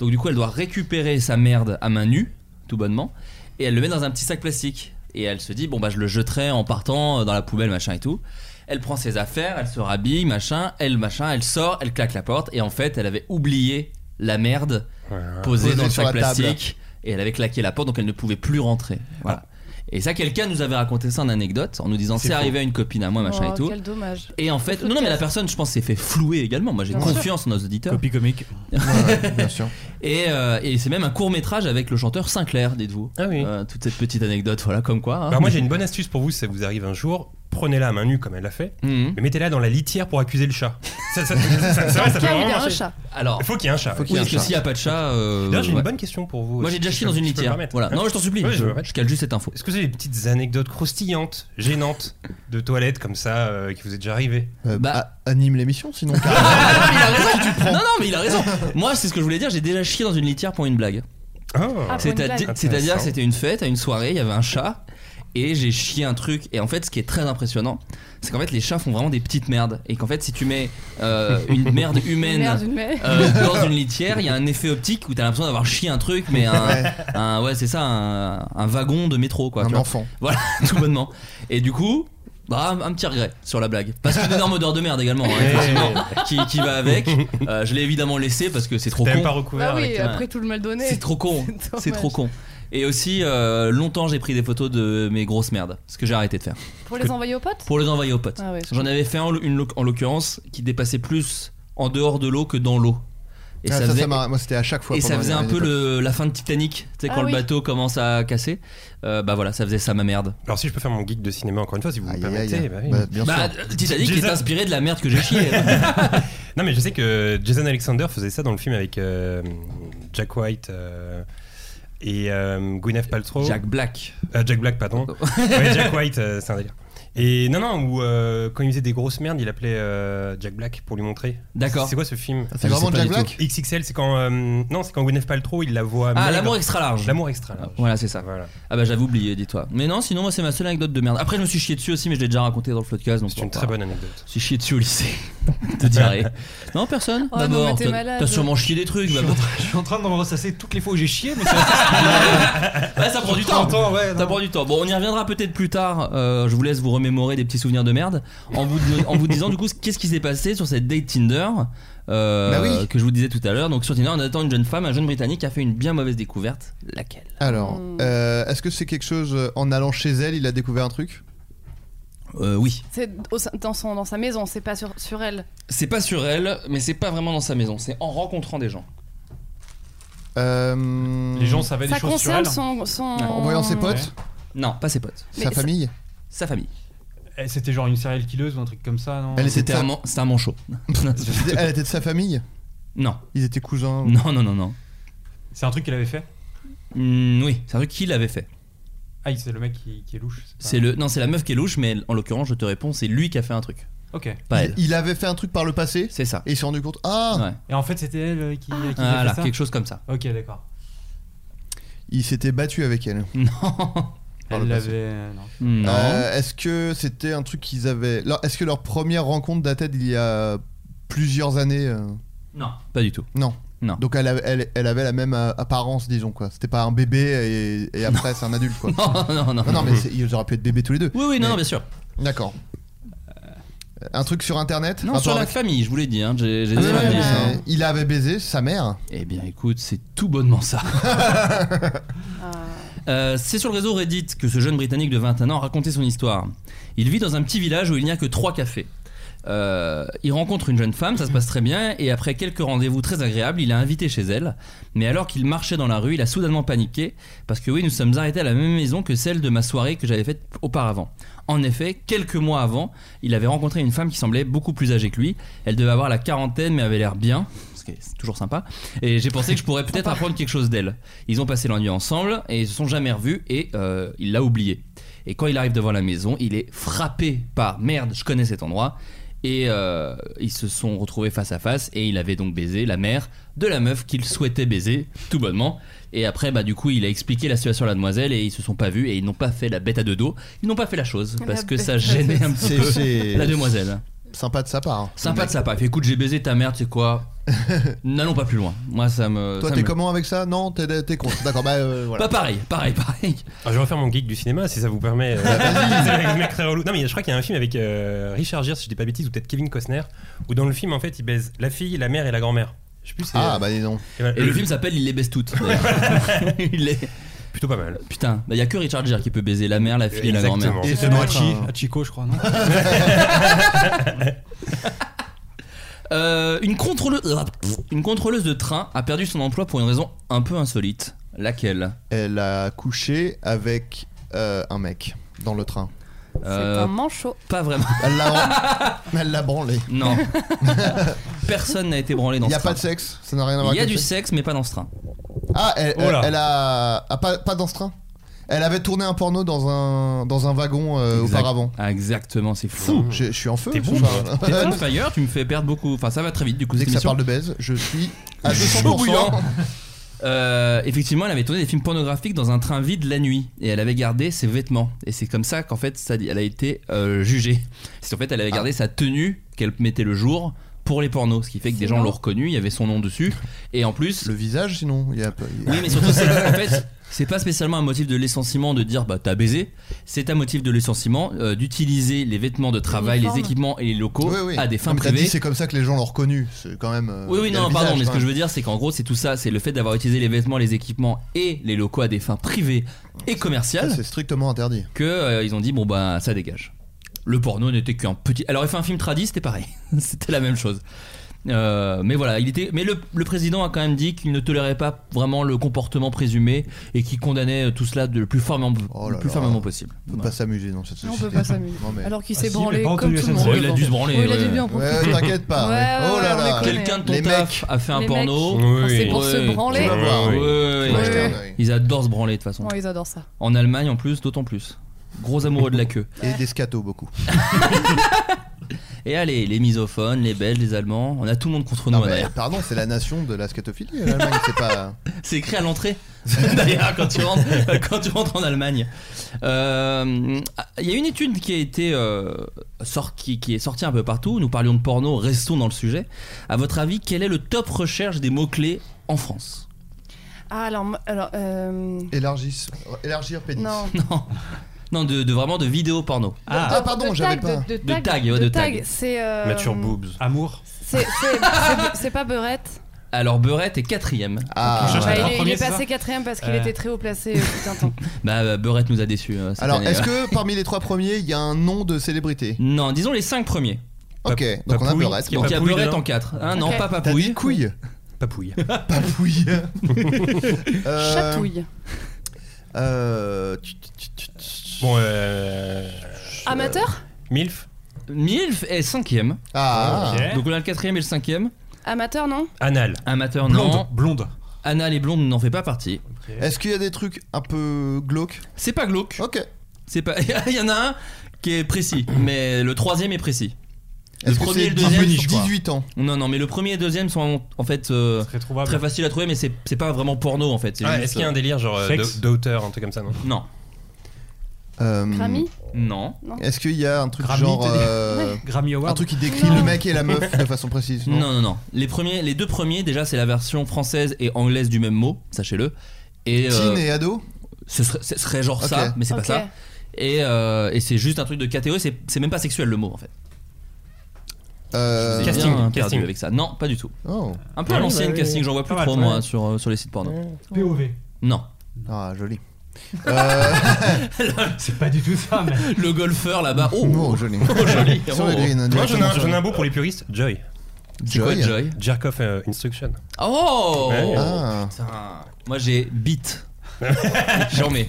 Speaker 2: Donc, du coup, elle doit récupérer sa merde à main nue, tout bonnement, et elle le met dans un petit sac plastique. Et elle se dit, bon, bah, je le jetterai en partant euh, dans la poubelle, machin et tout. Elle prend ses affaires, elle se rhabille, machin, elle, machin, elle sort, elle claque la porte, et en fait, elle avait oublié la merde posée
Speaker 9: Posée
Speaker 2: dans le
Speaker 9: sur
Speaker 2: sac
Speaker 9: la table.
Speaker 2: plastique et elle avait claqué la porte donc elle ne pouvait plus rentrer. Voilà. Et ça, quelqu'un nous avait raconté ça en anecdote en nous disant
Speaker 12: C'est
Speaker 2: c'est
Speaker 12: faux.
Speaker 2: arrivé à une copine à moi, machin
Speaker 12: Oh,
Speaker 2: et tout.
Speaker 12: Quel dommage.
Speaker 2: Et en fait, non, non, mais la personne, je pense, s'est fait flouer également. Moi, j'ai
Speaker 12: Bien
Speaker 2: confiance en nos auditeurs.
Speaker 1: Copie
Speaker 2: comique.
Speaker 9: bien sûr.
Speaker 2: Et, euh, et c'est même un court métrage avec le chanteur Sinclair, dites-vous. Euh,
Speaker 4: Ah oui.
Speaker 2: toute cette petite anecdote, voilà, comme quoi. hein.
Speaker 4: Alors moi j'ai une bonne astuce pour vous si ça vous arrive un jour, prenez-la à main nue comme elle l'a fait,
Speaker 2: Mhm.
Speaker 4: mais mettez-la dans la litière pour accuser le chat. Ça, ça, ça, ça, ça, ça,
Speaker 12: Dans le cas où
Speaker 4: ça peut
Speaker 12: il y a
Speaker 4: vraiment
Speaker 12: un
Speaker 4: marcher.
Speaker 12: chat.
Speaker 2: Alors,
Speaker 4: il faut qu'il y ait un chat.
Speaker 2: Faut qu'il y
Speaker 4: Oui,
Speaker 2: ait un
Speaker 4: parce
Speaker 2: chat.
Speaker 4: que s'il
Speaker 2: n'y a pas de chat. euh,
Speaker 4: D'ailleurs, j'ai
Speaker 2: ouais.
Speaker 4: une bonne question pour vous.
Speaker 2: Moi, j'ai déjà
Speaker 4: si
Speaker 2: chié
Speaker 4: je
Speaker 2: dans
Speaker 4: peux-
Speaker 2: une
Speaker 4: si je peux me
Speaker 2: litière.
Speaker 4: permettre. Hein
Speaker 2: Voilà. Non, je t'en supplie.
Speaker 4: Ouais,
Speaker 2: je,
Speaker 4: me permets.
Speaker 2: je cale juste cette info.
Speaker 4: Est-ce que vous avez des petites anecdotes croustillantes, gênantes, de toilettes comme ça, euh, qui vous est déjà arrivé
Speaker 9: Euh,
Speaker 2: bah,
Speaker 9: a- anime l'émission sinon.
Speaker 2: Non, non, mais il a raison. Moi, c'est ce que je voulais dire. J'ai déjà chié dans une litière pour une blague.
Speaker 12: Ah,
Speaker 2: C'est-à- C'est-à-dire que c'était une fête, à une soirée, il y avait un chat. Et j'ai chié un truc. Et en fait, ce qui est très impressionnant, c'est qu'en fait, les chats font vraiment des petites merdes. Et qu'en fait, si tu mets euh, une merde humaine
Speaker 12: Une merde humaine.
Speaker 2: euh, dans une litière, il y a un effet optique où t'as l'impression d'avoir chié un truc, mais un.
Speaker 9: Ouais.
Speaker 2: un- ouais, c'est ça, un, un wagon de métro, quoi.
Speaker 9: Un
Speaker 2: tu vois.
Speaker 9: enfant.
Speaker 2: Voilà, tout bonnement. Et du coup. bah, un petit regret sur la blague. Parce qu'une énorme odeur de merde également, hein, effectivement, qui, qui va avec. Euh, je l'ai évidemment laissé parce que c'est trop
Speaker 4: T'as
Speaker 2: con.
Speaker 4: même pas recouvert
Speaker 12: Bah oui,
Speaker 2: avec-
Speaker 12: après tout le mal donné.
Speaker 2: C'est trop con.
Speaker 12: dommage.
Speaker 2: C'est trop con. Et aussi, euh, longtemps j'ai pris des photos de mes grosses merdes, ce que j'ai arrêté de faire.
Speaker 12: Pour
Speaker 2: Que-
Speaker 12: les envoyer aux potes
Speaker 2: Pour les envoyer aux potes.
Speaker 12: Ah ouais, je
Speaker 2: J'en avais fait un, une lo- en l'occurrence qui dépassait plus en dehors de l'eau que dans l'eau.
Speaker 9: Ah, ça, ça m'a- moi, c'était à chaque fois
Speaker 2: Et ça
Speaker 9: pendant
Speaker 2: faisait
Speaker 9: les-
Speaker 2: un
Speaker 9: les
Speaker 2: peu
Speaker 9: époques.
Speaker 2: le, la fin de Titanic, tu sais,
Speaker 12: Ah
Speaker 2: quand
Speaker 12: oui.
Speaker 2: le bateau commence à casser. Euh, bah voilà, ça faisait ça ma merde.
Speaker 4: Alors si je peux faire mon geek de cinéma encore une fois, si vous me permettez.
Speaker 9: aïe.
Speaker 4: bah oui.
Speaker 9: Bah, bien
Speaker 2: Bah, Titanic est
Speaker 4: Jason-
Speaker 2: inspiré de la merde que j'ai chiée.
Speaker 4: Non mais je sais que Jason Alexander faisait ça dans le film avec euh, Jack White euh, et euh, Gwyneth Paltrow.
Speaker 2: Jack Black.
Speaker 4: Euh, Jack Black, pardon. Ouais, Jack White, euh, c'est un délire. Et non, non, où euh, quand il faisait des grosses merdes, il appelait euh, Jack Black pour lui montrer.
Speaker 2: D'accord.
Speaker 4: C'est quoi ce film
Speaker 9: Ah, c'est Ah, je vraiment sais pas Jack du Black
Speaker 4: XXL, c'est quand. euh, non, c'est quand Gwyneth Paltrow, il la voit.
Speaker 2: Ah,
Speaker 4: maigre.
Speaker 2: l'amour extra large.
Speaker 4: L'amour extra large.
Speaker 2: Voilà, c'est ça.
Speaker 4: Voilà.
Speaker 2: Ah bah j'avais oublié, dis-toi. Mais non, sinon moi c'est ma seule anecdote de merde. Après je me suis chié dessus aussi, mais je l'ai déjà raconté dans le podcast. donc
Speaker 4: C'est une
Speaker 2: bon,
Speaker 4: très
Speaker 2: voilà.
Speaker 4: bonne anecdote.
Speaker 2: Je suis chié dessus au lycée. de diarrhée. Non, personne.
Speaker 12: Oh non,
Speaker 2: D'abord,
Speaker 12: mais t'es
Speaker 2: t'as
Speaker 12: malade.
Speaker 2: t'as sûrement chié des trucs. bah,
Speaker 1: Je suis en train de me ressasser toutes
Speaker 2: Oh,
Speaker 1: les fois où j'ai chié, mais ça,
Speaker 2: Ouais, ça prend du temps. ça prend du temps. Bon, on y reviendra peut-être plus tard. Euh, je vous laisse vous remémorer des petits souvenirs de merde en vous, en vous disant du coup qu'est-ce qui s'est passé sur cette date Tinder. euh,
Speaker 9: Bah oui.
Speaker 2: que je vous disais tout à l'heure donc sur Tinder on attend une jeune femme un jeune britannique qui a fait une bien mauvaise découverte laquelle
Speaker 9: Alors,
Speaker 2: hmm.
Speaker 9: euh, est-ce que c'est quelque chose euh, en allant chez elle, il a découvert un truc
Speaker 2: Euh, oui
Speaker 12: C'est au sein- dans, son, dans sa maison, c'est pas sur, sur elle.
Speaker 2: c'est pas sur elle mais c'est pas vraiment dans sa maison c'est en rencontrant des gens
Speaker 9: Euh,
Speaker 1: Les gens savaient des
Speaker 12: Ça
Speaker 1: choses sur
Speaker 12: concerne son.
Speaker 1: elle.
Speaker 12: son...
Speaker 2: Ah,
Speaker 9: En voyant ses potes,
Speaker 2: non pas ses potes
Speaker 12: Mais
Speaker 9: sa
Speaker 12: ça-
Speaker 9: famille.
Speaker 2: sa famille
Speaker 1: Eh, C'était genre une serial killeuse ou un truc comme ça, non
Speaker 9: Elle était
Speaker 2: c'était
Speaker 9: de
Speaker 2: un,
Speaker 9: sa-
Speaker 2: man- c'était un manchot
Speaker 9: Elle était de sa famille.
Speaker 2: non
Speaker 9: Ils étaient cousins.
Speaker 2: non non non non
Speaker 1: C'est un truc qu'elle avait fait
Speaker 2: Hmm, oui, c'est un truc qu'il avait fait.
Speaker 1: Ah, c'est le mec qui, qui est louche. pas-
Speaker 2: C'est le non, c'est la meuf qui est louche, mais en l'occurrence, je te réponds, c'est lui qui a fait un truc,
Speaker 1: Ok.
Speaker 2: pas
Speaker 9: Il,
Speaker 2: elle.
Speaker 9: il avait fait un truc par le passé
Speaker 2: C'est ça.
Speaker 9: et il s'est rendu compte. Ah,
Speaker 2: Ouais. Ah,
Speaker 1: Et en fait, c'était elle euh, qui, qui avait
Speaker 2: Voilà,
Speaker 1: fait ça
Speaker 2: quelque chose comme ça.
Speaker 1: Ok, d'accord.
Speaker 9: il s'était battu avec elle.
Speaker 2: Non.
Speaker 9: Par
Speaker 1: Elle
Speaker 9: le passé.
Speaker 1: l'avait. non.
Speaker 2: Non.
Speaker 9: Euh, est-ce que c'était un truc qu'ils avaient. leur- Est-ce que leur première rencontre datait d'il y a plusieurs années euh
Speaker 2: Non. Pas du tout.
Speaker 9: Non.
Speaker 2: Non.
Speaker 9: Donc elle, a- elle, elle avait la même euh, apparence, disons quoi. C'était pas un bébé et, et après c'est un adulte quoi.
Speaker 2: Non, non, non.
Speaker 9: non, mais c'est- ils auraient pu être bébés tous les deux.
Speaker 2: Oui, oui, non,
Speaker 9: Mais-
Speaker 2: non, bien sûr.
Speaker 9: D'accord. Un truc sur internet
Speaker 2: Non,
Speaker 9: rapport
Speaker 2: sur la
Speaker 9: avec-
Speaker 2: famille, je vous l'ai dit. hein, j'ai j'ai
Speaker 9: Ah,
Speaker 2: des
Speaker 9: ouais,
Speaker 2: familles,
Speaker 9: mais
Speaker 2: hein.
Speaker 9: Il avait baisé sa mère.
Speaker 2: Eh bien, écoute, c'est tout bonnement ça. Euh, c'est sur le réseau Reddit que ce jeune Britannique de 21 ans racontait son histoire. Il vit dans un petit village où il n'y a que trois cafés. Euh, il rencontre une jeune femme, ça se passe très bien, et après quelques rendez-vous très agréables, il l'a invitée chez elle. Mais alors qu'il marchait dans la rue, il a soudainement paniqué, parce que oui, nous sommes arrêtés à la même maison que celle de ma soirée que j'avais faite auparavant. En effet, quelques mois avant, il avait rencontré une femme qui semblait beaucoup plus âgée que lui. Elle devait avoir la quarantaine, mais avait l'air bien, ce qui est c'est toujours sympa. Et j'ai pensé que je pourrais peut-être apprendre quelque chose d'elle. Ils ont passé la nuit ensemble et ils se sont jamais revus et euh, il l'a oublié. Et quand il arrive devant la maison, il est frappé par merde, je connais cet endroit. Et euh, ils se sont retrouvés face à face et il avait donc baisé la mère de la meuf qu'il souhaitait baiser, tout bonnement. Et après, bah, du coup, il a expliqué la situation à la demoiselle et ils se sont pas vus et ils n'ont pas fait la bête à deux dos. Ils n'ont pas fait la chose
Speaker 9: La
Speaker 2: parce que
Speaker 9: bête
Speaker 2: ça
Speaker 9: à
Speaker 2: gênait
Speaker 9: deux
Speaker 2: un
Speaker 9: dos.
Speaker 2: petit
Speaker 9: C'est- c'est-
Speaker 2: peu la demoiselle.
Speaker 9: Sympa de sa part.
Speaker 2: Sympa de sa part. Il fait, Écoute, j'ai baisé ta mère, tu sais quoi N'allons pas plus loin. Moi, ça me.
Speaker 9: Toi,
Speaker 2: ça
Speaker 9: t'es
Speaker 2: me-
Speaker 9: comment avec ça Non, t'es t'es contre. D'accord, bah euh, voilà.
Speaker 2: Pas pareil, pareil, pareil.
Speaker 4: Ah, je vais refaire mon geek du cinéma si ça vous permet. euh, avec le mec très relou. Non, mais je crois qu'il y a un film avec euh, Richard Gere, si je dis pas bêtise, ou peut-être Kevin Costner, où dans le film, en fait, il baise la fille, la mère et la grand-mère. Je sais plus. c'est-
Speaker 9: Ah, bah dis donc.
Speaker 4: Et, voilà.
Speaker 2: Et le film s'appelle Il les baisse toutes. d'ailleurs. Il est.
Speaker 4: Plutôt pas mal.
Speaker 2: Putain, bah, il y a que Richard Gere qui peut baiser la mère, la fille et la
Speaker 4: Exactement.
Speaker 2: grand-mère.
Speaker 4: Et
Speaker 1: C'est
Speaker 4: doit
Speaker 1: dans
Speaker 4: être
Speaker 1: Hachi,
Speaker 4: un-
Speaker 1: Hachiko, Ah, je crois, non
Speaker 2: Euh, une, contrôleuse, une contrôleuse de train a perdu son emploi pour une raison un peu insolite. Laquelle
Speaker 9: Elle a couché avec euh, un mec dans le train.
Speaker 2: Euh,
Speaker 12: un manchot.
Speaker 2: Pas vraiment.
Speaker 9: Elle l'a, elle l'a branlé.
Speaker 2: Non. Personne n'a été branlé dans
Speaker 9: Il
Speaker 2: ce
Speaker 9: y a
Speaker 2: train.
Speaker 9: pas de sexe, ça n'a rien à voir.
Speaker 2: Il y a
Speaker 9: avec
Speaker 2: du
Speaker 9: le sexe.
Speaker 2: sexe, mais pas dans ce train.
Speaker 9: Ah, elle,
Speaker 2: Oh là.
Speaker 9: elle a ah, pas, pas dans ce train. Elle avait tourné un porno dans un dans un wagon euh,
Speaker 2: Exact-
Speaker 9: auparavant.
Speaker 2: Ah, Exactement, c'est
Speaker 9: Fou,
Speaker 2: fou.
Speaker 9: je, je suis en feu.
Speaker 2: T'es
Speaker 9: ce
Speaker 2: bon,
Speaker 9: soir.
Speaker 2: t'es on fire, tu me fais perdre beaucoup. Enfin, ça va très vite du coup.
Speaker 9: Dès
Speaker 2: cette
Speaker 9: que ça
Speaker 2: émission.
Speaker 9: parle de baise, Ah, je hein. suis à
Speaker 2: Chaud hein.
Speaker 9: 200
Speaker 2: bouillant. Euh, effectivement, elle avait tourné des films pornographiques dans un train vide la nuit et elle avait gardé ses vêtements. Et c'est comme ça qu'en fait, ça, elle a été euh, jugée. C'est en fait, elle avait gardé
Speaker 9: Ah.
Speaker 2: sa tenue qu'elle mettait le jour pour les pornos, ce qui fait que des gens l'ont reconnue. Il y avait son nom dessus et en plus
Speaker 9: Le visage, sinon, il y a pas. il y a-
Speaker 2: oui, mais surtout, c'est en fait, c'est pas spécialement un motif de licenciement de dire bah t'as baisé. C'est un motif de licenciement euh, d'utiliser les vêtements de travail, les
Speaker 9: Uniforme.
Speaker 2: équipements et les locaux
Speaker 9: Oui, oui.
Speaker 2: à Ah, des fins
Speaker 9: Comme t'as dit,
Speaker 2: privées.
Speaker 9: c'est comme ça que les gens l'ont reconnu. C'est quand même. euh,
Speaker 2: Oui, oui,
Speaker 9: il y a
Speaker 2: non,
Speaker 9: le
Speaker 2: pardon,
Speaker 9: visage,
Speaker 2: mais ce
Speaker 9: quand
Speaker 2: que je
Speaker 9: même.
Speaker 2: veux dire, c'est qu'en gros, c'est tout ça, c'est le fait d'avoir utilisé les vêtements, les équipements et les locaux à des fins privées et commerciales.
Speaker 9: C'est strictement interdit.
Speaker 2: Que euh, ils ont dit, bon, bah, ça dégage. Le porno n'était qu'un petit. Alors, il fait un film tradit, c'était pareil. c'était la même chose. Euh, mais voilà, il était. Mais le, le président a quand même dit qu'il ne tolérait pas vraiment le comportement présumé et qu'il condamnait euh, tout cela de le plus fermement,
Speaker 9: Oh
Speaker 2: le
Speaker 9: là
Speaker 2: plus
Speaker 9: là.
Speaker 2: fermement possible.
Speaker 9: On peut pas s'abuser dans cette
Speaker 12: Non, on
Speaker 9: société.
Speaker 12: peut pas s'amuser.
Speaker 9: Non, mais-
Speaker 12: Alors qu'il
Speaker 9: Ah
Speaker 12: s'est
Speaker 9: si,
Speaker 12: branlé
Speaker 9: mais
Speaker 12: comme
Speaker 9: pas entendu
Speaker 12: tout
Speaker 9: la
Speaker 12: le monde.
Speaker 9: chanson.
Speaker 2: Ouais, il a dû se branler,
Speaker 12: Ouais, il a dû
Speaker 2: ouais.
Speaker 12: bien en
Speaker 9: Ouais,
Speaker 12: profiter.
Speaker 9: t'inquiète
Speaker 2: Ah,
Speaker 9: pas.
Speaker 12: Ouais,
Speaker 9: Oh
Speaker 12: ouais,
Speaker 9: là
Speaker 12: on
Speaker 9: là.
Speaker 12: les connaît.
Speaker 2: Quelqu'un de ton
Speaker 9: Les
Speaker 2: taf a fait un
Speaker 12: Les
Speaker 2: porno.
Speaker 4: mecs. Oui,
Speaker 2: Ouais,
Speaker 4: C'est pour
Speaker 12: se
Speaker 2: ouais.
Speaker 12: branler.
Speaker 9: Tu vas voir.
Speaker 2: Ouais, ouais,
Speaker 9: Ouais,
Speaker 2: ouais.
Speaker 9: jeter un œil.
Speaker 2: Ils adorent se branler de toute façon.
Speaker 12: Ouais, ils adorent ça.
Speaker 2: En Allemagne en plus, d'autant plus. Gros amoureux de la queue.
Speaker 9: Et des scatos beaucoup.
Speaker 2: Et allez, les misophones, les Belges, les Allemands, on a tout le monde contre nous.
Speaker 9: Non,
Speaker 2: en
Speaker 9: mais
Speaker 2: arrière.
Speaker 9: pardon, c'est la nation de la scatophilie. euh, l'Allemagne, c'est pas.
Speaker 2: C'est écrit à l'entrée. D'ailleurs, quand tu rentres, quand tu rentres en Allemagne, Euh, il y a une étude qui a été euh, sort- qui, qui est sortie un peu partout. Nous parlions de porno, restons dans le sujet. À votre avis, quel est le top recherche des mots clés en France
Speaker 12: Ah, alors. moi- alors euh,
Speaker 9: Élargisse- Élargir pénis.
Speaker 12: Non.
Speaker 2: Non, non, de, de vraiment de vidéo porno.
Speaker 9: Ah,
Speaker 12: de-
Speaker 9: pardon,
Speaker 12: de
Speaker 9: j'avais
Speaker 12: tag,
Speaker 9: pas.
Speaker 12: De,
Speaker 2: De tag, ouais,
Speaker 12: de
Speaker 2: de
Speaker 12: tag.
Speaker 2: tag.
Speaker 12: C'est. euh,
Speaker 4: Mature boobs.
Speaker 1: Amour.
Speaker 12: C'est c'est- c'est- c'est pas Beurette.
Speaker 2: Alors Beurette est quatrième.
Speaker 9: Ah.
Speaker 12: Bah, il, est- il
Speaker 1: premier,
Speaker 12: est
Speaker 1: c'est
Speaker 12: passé
Speaker 1: ça
Speaker 12: quatrième parce qu'il
Speaker 2: Euh.
Speaker 12: était très haut placé euh, tout un temps.
Speaker 2: Bah, bah, Beurette nous a déçus. euh, cette
Speaker 9: Alors,
Speaker 2: année.
Speaker 9: est-ce que parmi les trois premiers, il y a un nom de célébrité
Speaker 2: Non, disons les cinq premiers.
Speaker 9: Ok, donc on a
Speaker 4: Papouille,
Speaker 9: Beurette.
Speaker 4: ce qui est
Speaker 2: Donc il y a
Speaker 4: Papouille
Speaker 2: Beurette
Speaker 4: dedans.
Speaker 2: en 4. Ah non,
Speaker 12: Ok.
Speaker 2: pas
Speaker 9: T'as
Speaker 2: Papouille.
Speaker 9: dit couille
Speaker 4: Papouille.
Speaker 9: Papouille Euh,
Speaker 12: Chatouille.
Speaker 9: euh, tu- tu- tu- tu- tu-
Speaker 4: Bon, euh.
Speaker 12: Amateur
Speaker 4: Milf
Speaker 2: Milf est cinquième.
Speaker 9: Ah
Speaker 4: Ok.
Speaker 2: Donc on a le quatrième et le cinquième.
Speaker 12: Amateur, non
Speaker 4: Eh. Anal.
Speaker 2: Amateur,
Speaker 1: Blonde.
Speaker 2: non.
Speaker 1: Blonde.
Speaker 2: Anal et blonde n'en fait pas partie.
Speaker 9: Est-ce qu'il y a des trucs un peu glauques
Speaker 2: C'est pas glauque.
Speaker 9: Ok.
Speaker 2: C'est pas. Il y en a un qui est précis, mais le troisième est précis. Le
Speaker 9: Est-ce que
Speaker 2: premier et
Speaker 9: c'est
Speaker 2: le deuxième.
Speaker 9: 18 18 ans
Speaker 2: Non, non, mais le premier et le deuxième sont en fait euh,
Speaker 4: Très trouvable.
Speaker 2: très faciles à trouver, mais c'est c'est pas vraiment porno en fait. c'est
Speaker 4: Ah,
Speaker 2: juste,
Speaker 4: Est-ce qu'il y a un délire genre euh,
Speaker 1: Sexe
Speaker 4: d'au- d'auteur, un truc comme ça, non
Speaker 2: euh, Non,
Speaker 9: Euh,
Speaker 12: Grammy
Speaker 2: non,
Speaker 9: Est-ce qu'il y a un truc
Speaker 1: Grammy,
Speaker 9: genre
Speaker 1: t'as dit
Speaker 9: euh,
Speaker 1: Grammy
Speaker 9: un
Speaker 1: Award.
Speaker 9: truc qui décrit
Speaker 12: Non.
Speaker 9: le mec et la meuf de façon précise
Speaker 2: non, non, non. Les premiers, les deux premiers, déjà, c'est la version française et anglaise du même mot, sachez-le. Et euh,
Speaker 9: Teen et ado
Speaker 2: ce serait, ce serait genre
Speaker 9: Ok.
Speaker 2: ça, mais c'est
Speaker 12: Ok.
Speaker 2: pas ça. Et, euh, et c'est juste un truc de catégorie, c'est c'est même pas sexuel le mot en fait. Je
Speaker 9: Euh,
Speaker 2: vous ai bien perdu avec ça. Non, pas du tout.
Speaker 9: Oh.
Speaker 2: Un peu à
Speaker 9: Ah oui,
Speaker 2: l'ancienne
Speaker 9: bah oui,
Speaker 2: casting,
Speaker 9: oui.
Speaker 2: j'en vois plus
Speaker 9: Pas mal,
Speaker 2: trop
Speaker 9: pas
Speaker 2: moi
Speaker 9: mal.
Speaker 2: sur, euh, sur les sites porno.
Speaker 1: POV.
Speaker 2: Non.
Speaker 9: Ah, joli. Euh,
Speaker 1: C'est pas du tout ça, mais.
Speaker 2: Le golfeur là-bas. Oh,
Speaker 9: Non, joli.
Speaker 2: Oh, joli.
Speaker 9: Sur le
Speaker 2: Oh.
Speaker 9: green,
Speaker 4: Moi, j'en ai un-
Speaker 9: directement sur-
Speaker 4: j'en ai un beau pour les puristes Joy.
Speaker 2: C'est quoi, Joy Joy
Speaker 4: Jerk off euh, Instruction.
Speaker 2: Oh
Speaker 4: Ouais.
Speaker 9: Ah.
Speaker 2: Putain. Moi j'ai beat. J'en mets.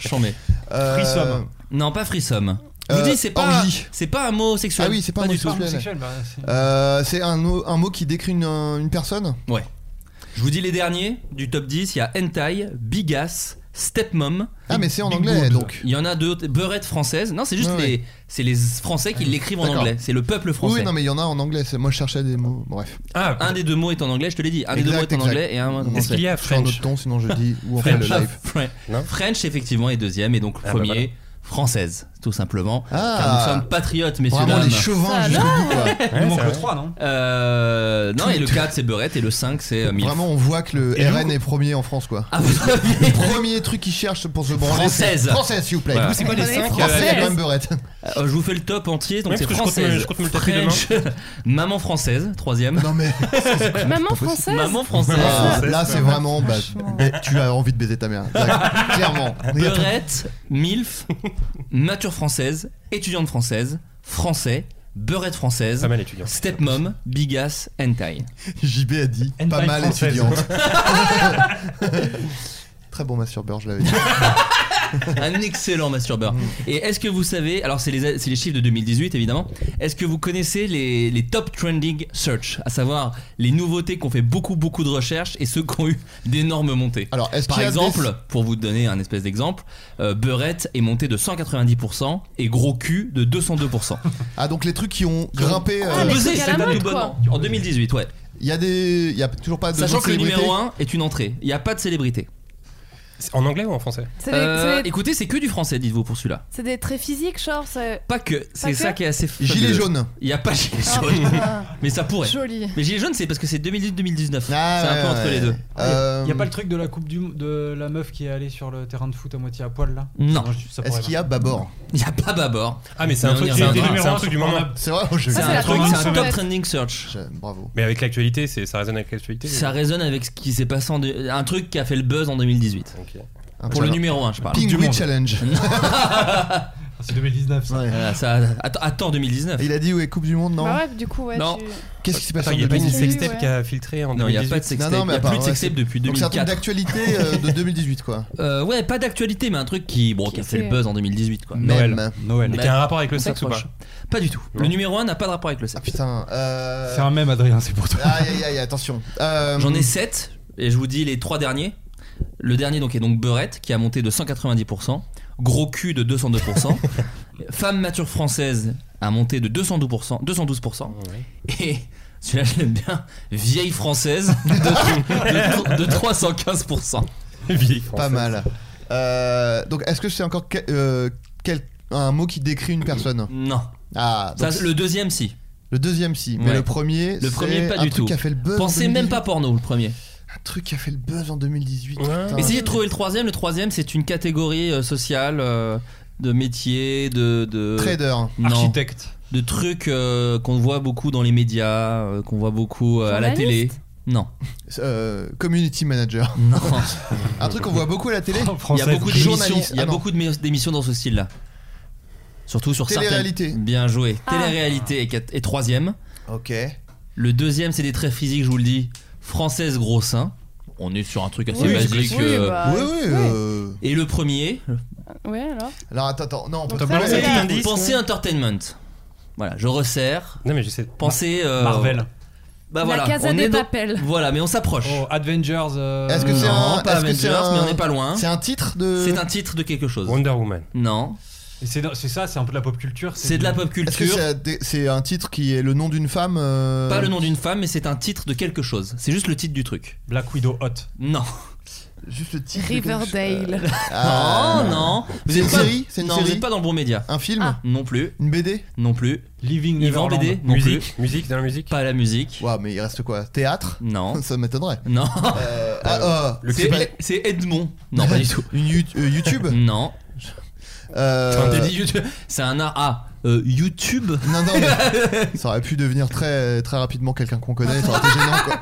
Speaker 2: J'en mets.
Speaker 9: Euh, Frisome.
Speaker 2: Non, pas frisome. Je
Speaker 9: Euh,
Speaker 2: vous dis, c'est pas,
Speaker 9: orgie.
Speaker 2: c'est pas un mot sexuel.
Speaker 9: Ah oui, c'est pas, un mot
Speaker 2: du tout.
Speaker 9: sexuel. Euh, c'est un, mot- un mot qui décrit une, euh, une personne
Speaker 2: Ouais. Je vous dis les derniers du top 10, il y a Hentai, Bigas, Stepmom.
Speaker 9: Ah, mais c'est en anglais, donc.
Speaker 2: Il y en a deux, Beurette française. Non, c'est juste
Speaker 9: Ouais, ouais.
Speaker 2: les c'est les français qui l'écrivent en
Speaker 9: D'accord.
Speaker 2: anglais, c'est le peuple français.
Speaker 9: Oui, non, mais il y en a en anglais. c'est- Moi, je cherchais des mots. Bref.
Speaker 2: un des deux mots est en anglais, je te l'ai dit. Un des deux
Speaker 9: Exact,
Speaker 2: mots est en
Speaker 9: exact.
Speaker 2: anglais et un mot en
Speaker 9: Est-ce
Speaker 2: français.
Speaker 9: qu'il y a Je suis en French autre ton, sinon je dis où on fait le live.
Speaker 2: Ah, French, French, effectivement est deuxième et donc
Speaker 9: Ah, bah
Speaker 2: premier
Speaker 9: voilà.
Speaker 2: française tout simplement.
Speaker 9: Ah.
Speaker 2: Car nous sommes patriotes messieurs
Speaker 9: Vraiment
Speaker 2: dames.
Speaker 9: les chauvins Ça, jusqu'au non. bout, quoi. Il nous manque le trois,
Speaker 1: non
Speaker 2: euh, Non et le 4 c'est Beurette et le 5 c'est euh, Milf. Ah,
Speaker 9: Vraiment, on voit que le
Speaker 2: Et
Speaker 9: RN
Speaker 2: vous-
Speaker 9: est premier en France, quoi.
Speaker 2: le
Speaker 9: premier truc qu'ils cherchent pour se branler. c'est-
Speaker 2: Française.
Speaker 9: Française, s'il vous plaît.
Speaker 2: Voilà. Du coup, c'est quoi les cinq, euh,
Speaker 9: Française,
Speaker 2: Française
Speaker 9: même beurette.
Speaker 2: Euh, je vous fais le top entier donc
Speaker 9: Ouais,
Speaker 2: c'est
Speaker 9: parce que je compte me-
Speaker 2: française.
Speaker 9: je compte me le taper
Speaker 2: French. Maman française troisième.
Speaker 9: Non mais
Speaker 12: Maman française
Speaker 2: Maman française.
Speaker 9: Ah, là, c'est vraiment. bah, bah, tu as envie de baiser ta mère. Là, Clairement.
Speaker 2: Beurette, MILF, nature française, étudiante française, français, beurette française, stepmom, bigas, hentai.
Speaker 9: JB a dit pas
Speaker 2: Hentai
Speaker 9: mal
Speaker 2: française.
Speaker 9: étudiante. Très bon masturbeur, je l'avais dit.
Speaker 2: Un excellent masturbeur.
Speaker 9: Mm.
Speaker 2: Et est-ce que vous savez, alors c'est les, c'est les chiffres de 2018 évidemment, est-ce que vous connaissez les, les top trending search, à savoir les nouveautés qu'on fait beaucoup beaucoup de recherches et ceux qui ont eu d'énormes montées
Speaker 9: Alors, est-ce
Speaker 2: Par
Speaker 9: qu'il y a des-
Speaker 2: exemple, pour vous donner un espèce d'exemple, euh, beurette est montée de 190% et gros cul de 202%.
Speaker 9: Ah, donc les trucs qui ont grimpé.
Speaker 2: Qui ont
Speaker 9: euh,
Speaker 2: buzzé, c'est pas tout bonnement. En 2018, ouais.
Speaker 9: Il y a des. Il y a toujours pas de.
Speaker 2: Sachant que le
Speaker 9: célébrité
Speaker 2: numéro 1 est une entrée, il n'y a pas de célébrité. Euh,
Speaker 4: En anglais ou en français
Speaker 12: C'est les- c'est les-
Speaker 2: Écoutez, c'est que du français, dites-vous pour celui-là.
Speaker 12: C'est des traits physiques, genre. c'est-
Speaker 2: Pas que,
Speaker 12: Pas
Speaker 2: c'est
Speaker 12: que
Speaker 2: ça qui est assez fabuleux.
Speaker 9: Gilet jaune.
Speaker 2: Il n'y a pas gilet
Speaker 12: Ah,
Speaker 2: jaune.
Speaker 12: putain.
Speaker 2: mais ça pourrait.
Speaker 12: Joli.
Speaker 2: Mais gilet jaune, c'est parce que c'est 2018-2019.
Speaker 9: Ah,
Speaker 2: c'est un peu
Speaker 9: ouais,
Speaker 2: entre
Speaker 9: ouais.
Speaker 2: les deux.
Speaker 9: Euh,
Speaker 1: Y a pas le truc de la coupe du de la meuf qui est allée sur le terrain de foot à moitié à poil là
Speaker 2: Non.
Speaker 9: Est-ce qu'il y a Babor
Speaker 2: Il n'y a pas Babord.
Speaker 4: Ah, mais c'est un
Speaker 2: on
Speaker 4: truc
Speaker 2: y
Speaker 4: qui
Speaker 2: reviendra.
Speaker 4: était numéro un truc du moment.
Speaker 9: C'est vrai, oh, je
Speaker 2: C'est un truc, c'est un
Speaker 4: en
Speaker 2: top
Speaker 4: fait.
Speaker 2: trending search.
Speaker 9: Bravo.
Speaker 4: Mais avec l'actualité, c'est- ça résonne avec l'actualité.
Speaker 2: Ça résonne avec ce qui s'est passé en. deux- Un truc qui a fait le buzz en 2018. Pour le
Speaker 9: challenge.
Speaker 2: numéro 1, je parle.
Speaker 9: Pingui Challenge.
Speaker 1: C'est 2019 ça.
Speaker 2: Voilà, ça- att- Attends 2019.
Speaker 9: Il a dit ouais Coupe du Monde non
Speaker 12: Bah ouais, du coup, ouais.
Speaker 2: Non.
Speaker 12: tu-
Speaker 9: Qu'est-ce qui s'est passé
Speaker 4: Attends, il y a
Speaker 9: en
Speaker 4: pas une
Speaker 9: 2018?
Speaker 4: sextape
Speaker 12: ouais.
Speaker 4: qui a filtré en
Speaker 2: Non, il y a
Speaker 4: 2018.
Speaker 2: pas de sextape.
Speaker 9: Non, non, mais
Speaker 2: Il y a plus
Speaker 9: attends,
Speaker 2: de
Speaker 9: ouais,
Speaker 2: sextape
Speaker 9: c'est-
Speaker 2: depuis
Speaker 9: Donc c'est un truc
Speaker 2: 2004.
Speaker 9: d'actualité euh, de 2018 quoi.
Speaker 2: Euh, ouais, pas d'actualité, mais un truc qui, bon, qui a fait
Speaker 9: fait-
Speaker 2: le buzz en 2018, quoi.
Speaker 9: Même.
Speaker 2: Même.
Speaker 1: Noël.
Speaker 4: Mais qui a un rapport avec le
Speaker 2: On
Speaker 4: sexe ou pas
Speaker 2: s'approche. Pas du tout. Le numéro 1 n'a pas de rapport avec le sexe.
Speaker 9: Putain. euh,
Speaker 1: C'est un même Adrien, c'est pour toi.
Speaker 9: Aïe aïe aïe attention. Euh,
Speaker 2: J'en ai 7 et je vous dis les trois derniers. Le dernier donc est donc Beurette qui a monté de 190%, gros cul de 202%, femme mature française a monté de 212%, 212% et celui-là je l'aime bien, vieille française de, de- de 315%.
Speaker 4: Vieille
Speaker 9: Pas mal. Euh, donc est-ce que c'est encore que- euh, quel- un mot qui décrit une personne
Speaker 2: Non.
Speaker 9: Ah.
Speaker 2: Ça,
Speaker 9: donc
Speaker 2: le deuxième si.
Speaker 9: le deuxième si, mais
Speaker 2: Ouais.
Speaker 9: le premier.
Speaker 2: Le premier
Speaker 9: c'est
Speaker 2: pas
Speaker 9: un
Speaker 2: du
Speaker 9: truc
Speaker 2: tout.
Speaker 9: Qui a fait le buzz en
Speaker 2: Pensez même
Speaker 9: 2018.
Speaker 2: pas porno le premier.
Speaker 9: Un truc qui a fait le buzz en 2018. putain.
Speaker 2: Essayez de trouver le troisième. Le troisième, c'est une catégorie euh, sociale euh, de métier, de, de
Speaker 9: Trader.
Speaker 2: Non.
Speaker 4: Architecte.
Speaker 2: de trucs euh, qu'on voit beaucoup dans les médias, euh, qu'on voit beaucoup euh, à la télé.
Speaker 12: Journaliste
Speaker 2: Non.
Speaker 9: Euh, community manager.
Speaker 2: Non.
Speaker 9: un truc qu'on voit beaucoup à la télé.
Speaker 2: Il y a beaucoup d'émissions.
Speaker 9: Journaliste.
Speaker 2: Il y a
Speaker 9: Ah non.
Speaker 2: beaucoup de mé- d'émissions dans ce style-là. Surtout sur
Speaker 9: Télé-réalité.
Speaker 2: certaines. Bien joué.
Speaker 12: Ah.
Speaker 2: Télé-réalité est quat- est troisième.
Speaker 9: Ok.
Speaker 2: Le deuxième, c'est des traits physiques. Je vous le dis. Française gros sein. On est sur un truc assez
Speaker 9: Oui, c'est
Speaker 2: basique.
Speaker 9: classique.
Speaker 2: euh,
Speaker 12: Oui, bah,
Speaker 9: Oui, oui, euh,
Speaker 2: Et le premier,
Speaker 12: Ouais, alors
Speaker 9: Alors attends, attends, non, on peut
Speaker 12: Donc ça,
Speaker 9: pas.
Speaker 12: c'est
Speaker 9: Ouais.
Speaker 12: indice.
Speaker 2: Pensez entertainment. Voilà, je resserre.
Speaker 4: Non, mais j'essaie.
Speaker 2: Pensez euh,
Speaker 1: Marvel.
Speaker 2: Bah
Speaker 12: La
Speaker 2: voilà,
Speaker 12: Casa
Speaker 2: on
Speaker 12: de
Speaker 2: est dans-
Speaker 12: Papel.
Speaker 2: Voilà, mais on s'approche.
Speaker 1: Oh, Avengers. euh,
Speaker 9: Est-ce que c'est
Speaker 2: Non,
Speaker 9: un.
Speaker 2: pas
Speaker 9: est-ce que c'est
Speaker 2: Avengers,
Speaker 9: un-
Speaker 2: mais on n'est pas loin.
Speaker 9: C'est un titre de.
Speaker 2: C'est un titre de quelque chose.
Speaker 4: Wonder Woman.
Speaker 2: Non,
Speaker 1: et C'est c'est ça, c'est un peu de la pop culture.
Speaker 2: c'est de la pop
Speaker 9: Est-ce que
Speaker 2: culture.
Speaker 9: c'est euh, des- c'est un titre qui est le nom d'une femme euh,
Speaker 2: Pas le nom d'une femme, mais c'est un titre de quelque chose. C'est juste le titre du truc.
Speaker 1: Black Widow Hot.
Speaker 2: Non.
Speaker 9: Juste le titre. de quelque-
Speaker 12: Riverdale.
Speaker 9: Ah.
Speaker 2: non, non.
Speaker 9: C'est une
Speaker 2: êtes pas-
Speaker 9: série C'est une
Speaker 2: Non, vous
Speaker 9: série
Speaker 2: n'êtes pas Ah. dans le bon média.
Speaker 9: Un film
Speaker 2: Non plus,
Speaker 9: Une BD
Speaker 2: non plus.
Speaker 1: Living
Speaker 2: Yvan
Speaker 1: Neverland.
Speaker 2: BD, non plus.
Speaker 4: Musique, musique, dans la musique.
Speaker 2: Pas la musique.
Speaker 9: Ouais, mais il reste quoi Théâtre
Speaker 2: Non,
Speaker 9: Ça m'étonnerait.
Speaker 2: non.
Speaker 9: Euh, ah, euh, c'est
Speaker 2: C'est
Speaker 9: pas-
Speaker 2: c'est Edmond. Non, pas du tout.
Speaker 9: une Yout- euh, YouTube
Speaker 2: Non.
Speaker 9: Euh,
Speaker 2: Quand t'as dit YouTube, c'est un art. Ah, euh, YouTube.
Speaker 9: Non, non, mais ça aurait pu devenir très, très rapidement quelqu'un qu'on connaît, ça aurait été gênant quoi.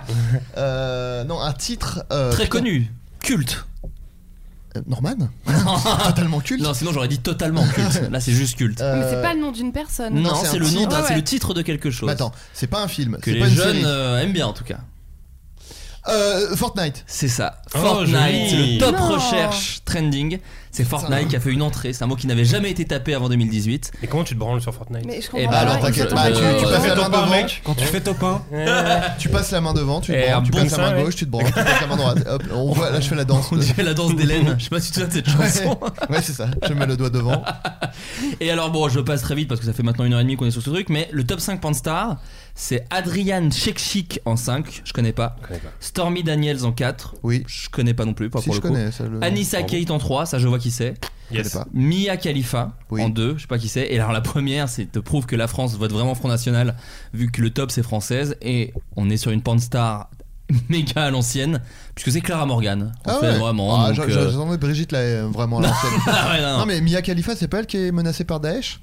Speaker 9: Euh, non, un titre. euh,
Speaker 2: Très
Speaker 9: putain.
Speaker 2: connu, culte.
Speaker 9: Euh, Norman Totalement culte.
Speaker 2: Non, sinon j'aurais dit totalement culte. Là, c'est juste culte.
Speaker 9: Euh,
Speaker 12: Mais c'est pas le nom d'une personne.
Speaker 2: Non, c'est le nom, d'un-
Speaker 12: Ouais,
Speaker 2: c'est
Speaker 12: ouais.
Speaker 2: le titre de quelque chose.
Speaker 9: Bah attends, c'est pas un film.
Speaker 2: que
Speaker 9: c'est
Speaker 2: les
Speaker 9: pas une
Speaker 2: jeunes
Speaker 9: série.
Speaker 2: euh, aiment bien en tout cas.
Speaker 9: Euh, Fortnite.
Speaker 2: C'est ça.
Speaker 9: Oh,
Speaker 2: Fortnite, c'est
Speaker 9: joli.
Speaker 2: le top
Speaker 9: Non.
Speaker 2: recherche trending. C'est Fortnite qui a fait une entrée. C'est un mot qui n'avait jamais été tapé avant 2018.
Speaker 4: Et comment tu te branles sur Fortnite
Speaker 12: Mais je
Speaker 2: Eh
Speaker 12: comprends
Speaker 1: bah,
Speaker 2: ben
Speaker 12: pas.
Speaker 2: alors,
Speaker 12: Ouais,
Speaker 2: t'inquiète
Speaker 12: ils ont
Speaker 2: pas,
Speaker 12: fait
Speaker 2: tu-
Speaker 12: un
Speaker 2: tu
Speaker 12: jeu.
Speaker 2: passes la main devant.
Speaker 1: Quand tu fais top 1,
Speaker 9: Tu passes la main devant, tu te
Speaker 2: Et
Speaker 9: branles,
Speaker 2: un
Speaker 9: tu
Speaker 2: bon
Speaker 9: passes la
Speaker 2: sein,
Speaker 9: main
Speaker 2: ouais.
Speaker 9: gauche, tu te branles, tu passes la main droite. Hop, on voit, là je fais la danse.
Speaker 2: On dirait la danse d'Hélène. Je sais pas si tu te souviens de cette chanson.
Speaker 9: Ouais, c'est ça. Je mets le doigt devant.
Speaker 2: Et alors bon, je passe très vite parce que ça fait maintenant une heure et demie qu'on est sur ce truc, mais le top 5 Panstar, c'est Adrian Shekchik en 5, je connais pas. Stormy Daniels en 4,
Speaker 9: oui.
Speaker 2: je connais pas non plus, pas
Speaker 9: Si,
Speaker 2: pour
Speaker 9: je
Speaker 2: le coup.
Speaker 9: connais, ça, le-
Speaker 2: Anissa
Speaker 9: Pardon.
Speaker 2: Kate en 3, ça je vois qui c'est.
Speaker 9: Yes. connais pas.
Speaker 2: Mia Khalifa en 2, je sais pas qui c'est. Et alors la première, c'est te prouve que la France vote vraiment Front National, vu que le top c'est française, et on est sur une Panstar méga à l'ancienne, puisque c'est Clara Morgan. En
Speaker 9: Ah
Speaker 2: fait,
Speaker 9: ouais.
Speaker 2: vraiment.
Speaker 9: Ah,
Speaker 2: donc,
Speaker 9: j'a-
Speaker 2: euh,
Speaker 9: j'a- j'attendais Brigitte là euh, vraiment à l'ancienne.
Speaker 2: Ah ouais, non, non.
Speaker 9: mais Mia Khalifa, c'est pas elle qui est menacée par Daesh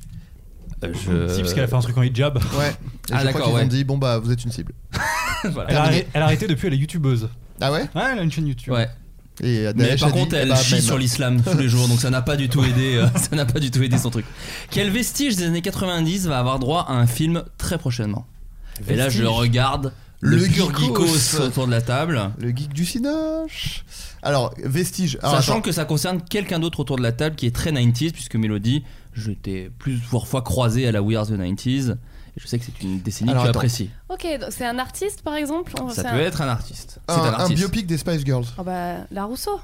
Speaker 4: Euh,
Speaker 2: je-
Speaker 1: Si, parce qu'elle a fait un truc en hijab.
Speaker 9: Ouais. Et
Speaker 2: Ah,
Speaker 9: je crois
Speaker 2: d'accord,
Speaker 9: qu'ils
Speaker 2: ouais.
Speaker 9: ont dit bon bah vous êtes une cible.
Speaker 2: Voilà.
Speaker 1: Elle a,
Speaker 9: Terminé.
Speaker 1: arrêté- elle a arrêté depuis, elle est youtubeuse.
Speaker 9: Ah ouais
Speaker 1: Ouais, elle a une chaîne YouTube.
Speaker 2: Ouais.
Speaker 9: Et euh,
Speaker 2: Mais
Speaker 9: Daesh
Speaker 2: par
Speaker 9: a dit,
Speaker 2: contre,
Speaker 9: eh
Speaker 2: elle
Speaker 9: bah,
Speaker 2: chie
Speaker 9: même.
Speaker 2: sur l'islam tous les jours, donc ça n'a pas du tout aidé. euh, ça n'a pas du tout aidé son truc. Quel vestige des années 90 va avoir droit à un film très prochainement Et là, je
Speaker 9: Vestige.
Speaker 2: regarde le,
Speaker 9: Le
Speaker 2: pur
Speaker 9: geekos.
Speaker 2: geekos autour de la table,
Speaker 9: Le geek du Cinoche. Alors, vestige. Alors,
Speaker 2: sachant
Speaker 9: Ah, attends.
Speaker 2: que ça concerne quelqu'un d'autre autour de la table qui est très 90s, puisque Mélodie, je t'ai plusieurs fois croisé à la We Are the 90s. Et je sais que c'est une décennie
Speaker 9: Alors,
Speaker 2: que tu
Speaker 9: attends.
Speaker 2: apprécies.
Speaker 12: Ok, donc c'est un artiste par exemple On-
Speaker 2: Ça
Speaker 12: c'est
Speaker 2: peut être un artiste. C'est
Speaker 9: un,
Speaker 2: un
Speaker 9: un
Speaker 2: artiste.
Speaker 9: biopic des Spice Girls.
Speaker 12: Ah bah, la Rousseau.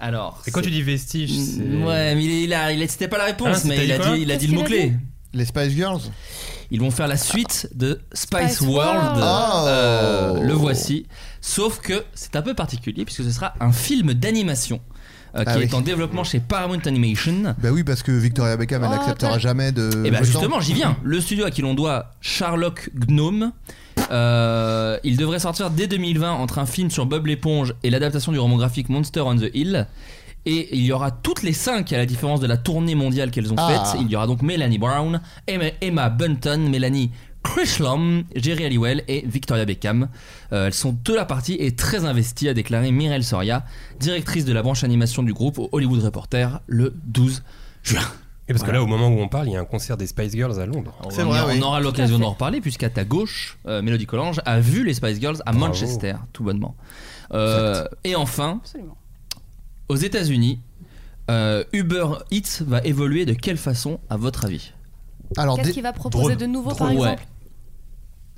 Speaker 2: Alors. Mm,
Speaker 4: Et quand tu dis vestige,
Speaker 12: Mm,
Speaker 4: c'est.
Speaker 2: Ouais, mais il, a, il a- c'était pas la réponse,
Speaker 9: Ah,
Speaker 4: Hein,
Speaker 2: mais
Speaker 4: t'as
Speaker 2: il
Speaker 4: dit
Speaker 2: a
Speaker 4: quoi
Speaker 2: dit, il a dit
Speaker 12: Qu'est-ce
Speaker 2: le
Speaker 12: qu'il a
Speaker 2: mot-clé.
Speaker 12: dit
Speaker 9: Les Spice Girls.
Speaker 2: Ils vont faire la suite de Spice,
Speaker 12: Spice
Speaker 2: World.
Speaker 12: World.
Speaker 9: Oh.
Speaker 2: Euh, le voici. Sauf que c'est un peu particulier puisque ce sera un film d'animation euh, qui
Speaker 9: Ah
Speaker 2: est
Speaker 9: oui.
Speaker 2: en développement chez Paramount Animation.
Speaker 9: Bah oui, parce que Victoria Beckham, elle
Speaker 12: Oh,
Speaker 9: acceptera
Speaker 12: t'as-
Speaker 9: jamais de.
Speaker 2: Et bah
Speaker 9: de gens.
Speaker 2: justement, j'y viens. Le studio à qui l'on doit Sherlock Gnome. euh, il devrait sortir dès 2020 entre un film sur Bob l'éponge et l'adaptation du roman graphique Monster on the Hill. Et il y aura toutes les cinq, à la différence de la tournée mondiale qu'elles ont
Speaker 9: Ah.
Speaker 2: faite. Il y aura donc Melanie Brown, Emma, Emma Bunton, Melanie Krishlom, Jerry Halliwell et Victoria Beckham. Euh, elles sont de la partie et très investies, a déclaré Mireille Soria, directrice de la branche animation du groupe au Hollywood Reporter le 12 juin.
Speaker 4: Et parce que là, au moment où on parle, il y a un concert des Spice Girls à Londres.
Speaker 2: On,
Speaker 9: C'est
Speaker 2: en-
Speaker 9: vrai,
Speaker 2: on
Speaker 9: oui.
Speaker 2: aura l'occasion d'en reparler puisqu'à ta gauche, euh, Mélodie Collange a vu les Spice Girls à
Speaker 4: Bravo.
Speaker 2: Manchester, tout bonnement. Euh, et enfin,
Speaker 12: Absolument.
Speaker 2: aux États-Unis, euh, Uber Eats va évoluer de quelle façon, à votre avis
Speaker 9: Alors,
Speaker 12: Qu'est-ce
Speaker 9: des,
Speaker 12: qu'il va proposer de nouveau par
Speaker 2: Ouais,
Speaker 12: exemple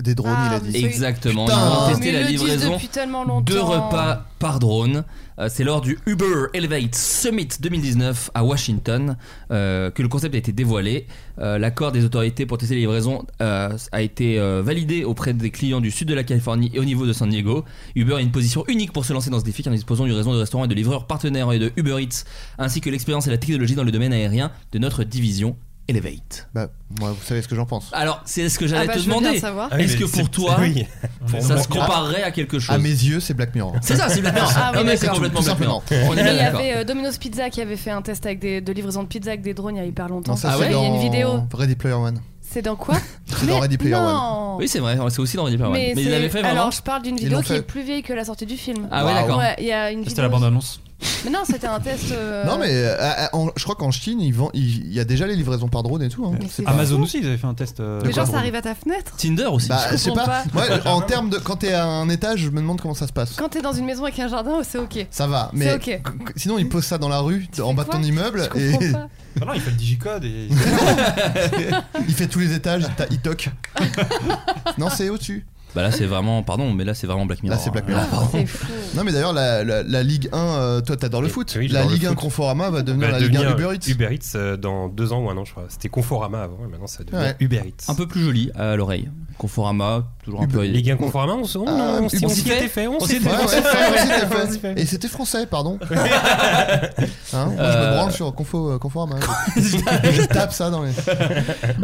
Speaker 9: des drones,
Speaker 12: Ah,
Speaker 9: il a
Speaker 12: mais
Speaker 9: dit.
Speaker 12: c'est-
Speaker 2: Exactement.
Speaker 9: Putain.
Speaker 2: Ils vont
Speaker 12: Mais
Speaker 2: tester
Speaker 12: ils
Speaker 2: la
Speaker 12: le disent
Speaker 2: livraison
Speaker 12: depuis tellement longtemps.
Speaker 2: deux repas par drone. Euh, c'est lors du Uber Elevate Summit 2019 à Washington euh, que le concept a été dévoilé. Euh, L'accord des autorités pour tester les livraisons euh, a été euh, validé auprès des clients du sud de la Californie et au niveau de San Diego. Uber a une position unique pour se lancer dans ce défi car nous disposons d'une raison de restaurants et de livreurs partenaires et de Uber Eats ainsi que l'expérience et la technologie dans le domaine aérien de notre division Elevate.
Speaker 9: Bah, moi, vous savez ce que j'en pense.
Speaker 2: Alors, c'est ce que
Speaker 12: Ah
Speaker 2: j'allais
Speaker 12: bah,
Speaker 2: te
Speaker 12: je veux bien
Speaker 2: demander.
Speaker 12: savoir.
Speaker 4: Ah oui,
Speaker 2: Est-ce
Speaker 4: mais
Speaker 2: que
Speaker 4: c'est-
Speaker 2: pour toi,
Speaker 4: Oui.
Speaker 2: ça se
Speaker 9: Black Mirror.
Speaker 2: comparerait à quelque chose
Speaker 9: À mes yeux, c'est Black Mirror.
Speaker 2: c'est ça, c'est Black Mirror.
Speaker 12: Ah oui,
Speaker 2: Non, mais c'est
Speaker 12: d'accord.
Speaker 2: complètement
Speaker 9: Tout
Speaker 2: Black Mirror. On est
Speaker 12: Mais
Speaker 2: bien
Speaker 12: il y
Speaker 2: d'accord.
Speaker 12: avait euh, Domino's Pizza qui avait fait un test avec des, de livraison de pizza avec des drones il y a hyper longtemps.
Speaker 9: Non, ça,
Speaker 2: Ah
Speaker 9: c'est
Speaker 2: ouais
Speaker 12: il y a une
Speaker 9: dans
Speaker 12: vidéo.
Speaker 9: Ready Player One.
Speaker 12: C'est dans quoi
Speaker 9: C'est dans
Speaker 12: Mais
Speaker 9: Ready Player One.
Speaker 12: non.
Speaker 2: Oui, c'est vrai, c'est aussi dans Ready Player One. Mais,
Speaker 12: Mais,
Speaker 2: ils
Speaker 12: c'est-
Speaker 2: l'avaient fait vraiment.
Speaker 12: Alors je parle d'une
Speaker 9: Ils
Speaker 12: vidéo
Speaker 9: l'ont
Speaker 12: qui
Speaker 9: fait.
Speaker 12: est plus vieille que la sortie du film.
Speaker 2: Ah ouais,
Speaker 9: Waouh.
Speaker 2: d'accord.
Speaker 12: Ouais, il y a une vidéo.
Speaker 1: C'était la bande-annonce.
Speaker 12: Mais non, c'était un test. euh,
Speaker 9: Non, mais euh, à- à- en- je crois qu'en Chine, ils vendent- il il y a déjà les livraisons par drone et tout. hein.
Speaker 12: Mais
Speaker 9: C'est
Speaker 12: c'est
Speaker 9: pas-
Speaker 1: Amazon aussi, ils avaient fait un test. euh,
Speaker 12: Mais
Speaker 9: quoi,
Speaker 12: genre, ça
Speaker 9: drone
Speaker 12: arrive à ta fenêtre.
Speaker 2: Tinder aussi.
Speaker 9: Bah, je sais
Speaker 12: comprends
Speaker 9: pas. Moi, en termes de. Quand t'es à un étage, je me demande comment ça se passe.
Speaker 12: Quand t'es dans une maison avec un jardin, c'est ok.
Speaker 9: Ça va,
Speaker 12: C'est
Speaker 9: mais
Speaker 12: ok.
Speaker 9: c- c- sinon ils posent ça dans la rue, en bas de
Speaker 12: quoi
Speaker 9: ton
Speaker 12: Je
Speaker 9: immeuble, et
Speaker 12: comprends pas.
Speaker 1: Ah Non, non, il fait le digicode et.
Speaker 9: il fait tous les étages, il ta- il toque. non, c'est au-dessus.
Speaker 2: Bah là, c'est vraiment, pardon, mais là, c'est vraiment Black Mirror.
Speaker 9: Là, c'est Black
Speaker 2: hein.
Speaker 9: Mirror.
Speaker 12: C'est fou.
Speaker 9: Non, mais d'ailleurs, la, la- la Ligue 1, euh, toi, t'adores le
Speaker 4: Et-
Speaker 9: foot.
Speaker 4: oui,
Speaker 9: la
Speaker 4: j'adore le
Speaker 9: Ligue 1
Speaker 4: foot.
Speaker 9: Conforama va
Speaker 4: Bah,
Speaker 9: devenir la Ligue
Speaker 4: devenir
Speaker 9: 1 Uber Eats.
Speaker 4: Uber Eats euh, dans deux ans ou un an, je crois. C'était Conforama avant, et maintenant ça devient
Speaker 9: Ouais.
Speaker 4: Uber Eats.
Speaker 2: Un peu plus joli à l'oreille. Conforama, toujours un peu.
Speaker 4: Les gains Conforama, on, se- on,
Speaker 9: Ah,
Speaker 4: on, s'y-
Speaker 9: on
Speaker 4: on
Speaker 9: s'y
Speaker 4: s'y
Speaker 2: fait.
Speaker 4: était fait, on
Speaker 2: On
Speaker 4: s'y
Speaker 2: s'y
Speaker 4: était
Speaker 9: Ouais, ouais,
Speaker 4: fait.
Speaker 9: c'est fait, c'est fait.
Speaker 4: On s'y fait.
Speaker 9: Et c'était français, pardon. Hein, moi, je me
Speaker 2: Euh,
Speaker 9: branle sur Confo, euh, Conforama. je tape ça dans les.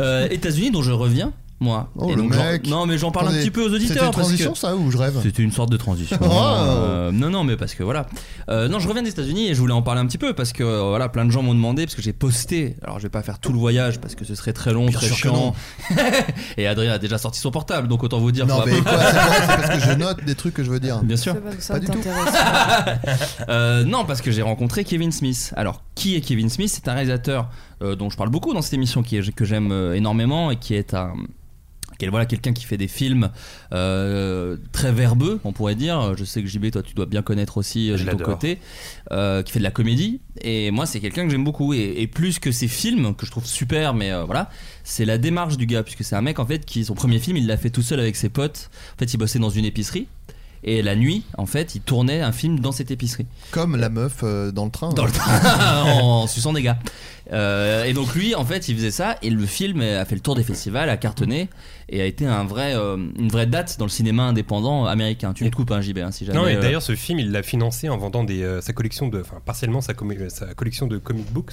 Speaker 2: Euh, États-Unis, dont je reviens, moi.
Speaker 9: Oh,
Speaker 2: Et
Speaker 9: le
Speaker 2: donc, j'en-
Speaker 9: mec.
Speaker 2: Non, mais j'en parle un
Speaker 9: Attendez,
Speaker 2: petit peu aux auditeurs.
Speaker 9: c'était une
Speaker 2: parce que-
Speaker 9: transition, ça, ou je rêve
Speaker 2: C'était une sorte de transition.
Speaker 9: Oh.
Speaker 2: Euh, non, non, mais parce que voilà. Euh, non, je reviens des États-Unis et je voulais en parler un petit peu parce que euh, voilà, plein de gens m'ont demandé parce que j'ai posté. Alors, je vais pas faire tout le voyage parce que ce serait très long,
Speaker 9: Bien
Speaker 2: très
Speaker 9: sûr que
Speaker 2: chiant.
Speaker 9: non.
Speaker 2: et Adrien a déjà sorti son portable, donc autant vous dire. qu'on
Speaker 9: Non,
Speaker 2: va
Speaker 9: mais
Speaker 2: pas-
Speaker 9: quoi, c'est pas- c'est parce que je note des trucs que je veux dire.
Speaker 2: Bien sûr.
Speaker 9: Pas du tout.
Speaker 2: Euh, non, parce que j'ai rencontré Kevin Smith. Alors, qui est Kevin Smith C'est un réalisateur euh, dont je parle beaucoup dans cette émission, qui est- que j'aime euh, énormément et qui est un. qui est, Voilà, quelqu'un qui fait des films euh, très verbeux, on pourrait dire. Je sais que JB, toi, tu dois bien connaître aussi euh,
Speaker 13: Je
Speaker 2: de ton
Speaker 13: l'adore.
Speaker 2: côté, euh, qui fait de la comédie. Et moi, c'est quelqu'un que j'aime beaucoup. Et, et plus que ses films, que je trouve super, mais euh, voilà, c'est la démarche du gars, puisque c'est un mec, en fait, qui, son premier film, il l'a fait tout seul avec ses potes. En fait, il bossait dans une épicerie. Et la nuit, en fait, il tournait un film dans cette épicerie.
Speaker 9: Comme la meuf euh, dans le train.
Speaker 2: Dans le train, en suçant des gars. Euh, et donc lui, en fait, il faisait ça et le film a fait le tour des festivals, a cartonné et a été un vrai, euh, une vraie date dans le cinéma indépendant américain. Tu me coupes un JB hein, si jamais.
Speaker 4: Non, et
Speaker 2: euh,
Speaker 4: d'ailleurs, ce film, il l'a financé en vendant des, euh, sa collection de. Enfin, partiellement sa, com- euh, sa collection de comic books.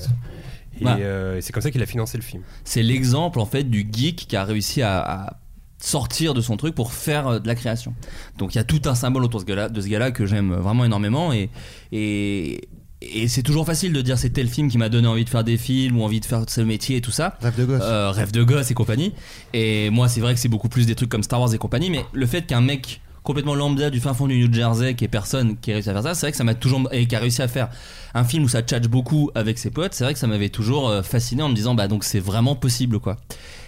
Speaker 4: Et
Speaker 2: Ouais.
Speaker 4: euh, et c'est comme ça qu'il a financé le film.
Speaker 2: c'est l'exemple en fait du geek qui a réussi à, à sortir de son truc pour faire euh, de la création. Donc il y a tout un symbole autour de ce gars-là, de ce gars-là que j'aime vraiment énormément et et et c'est toujours facile de dire c'est tel film qui m'a donné envie de faire des films ou envie de faire ce métier et tout ça.
Speaker 9: Rêve de gosse.
Speaker 2: Euh, rêve de gosse et compagnie. Et moi, c'est vrai que c'est beaucoup plus des trucs comme Star Wars et compagnie, mais le fait qu'un mec complètement lambda du fin fond du New Jersey, qui est personne, qui a réussi à faire ça, c'est vrai que ça m'a toujours. et qui a réussi à faire un film où ça tchatche beaucoup avec ses potes, c'est vrai que ça m'avait toujours euh, fasciné en me disant, bah donc c'est vraiment possible quoi.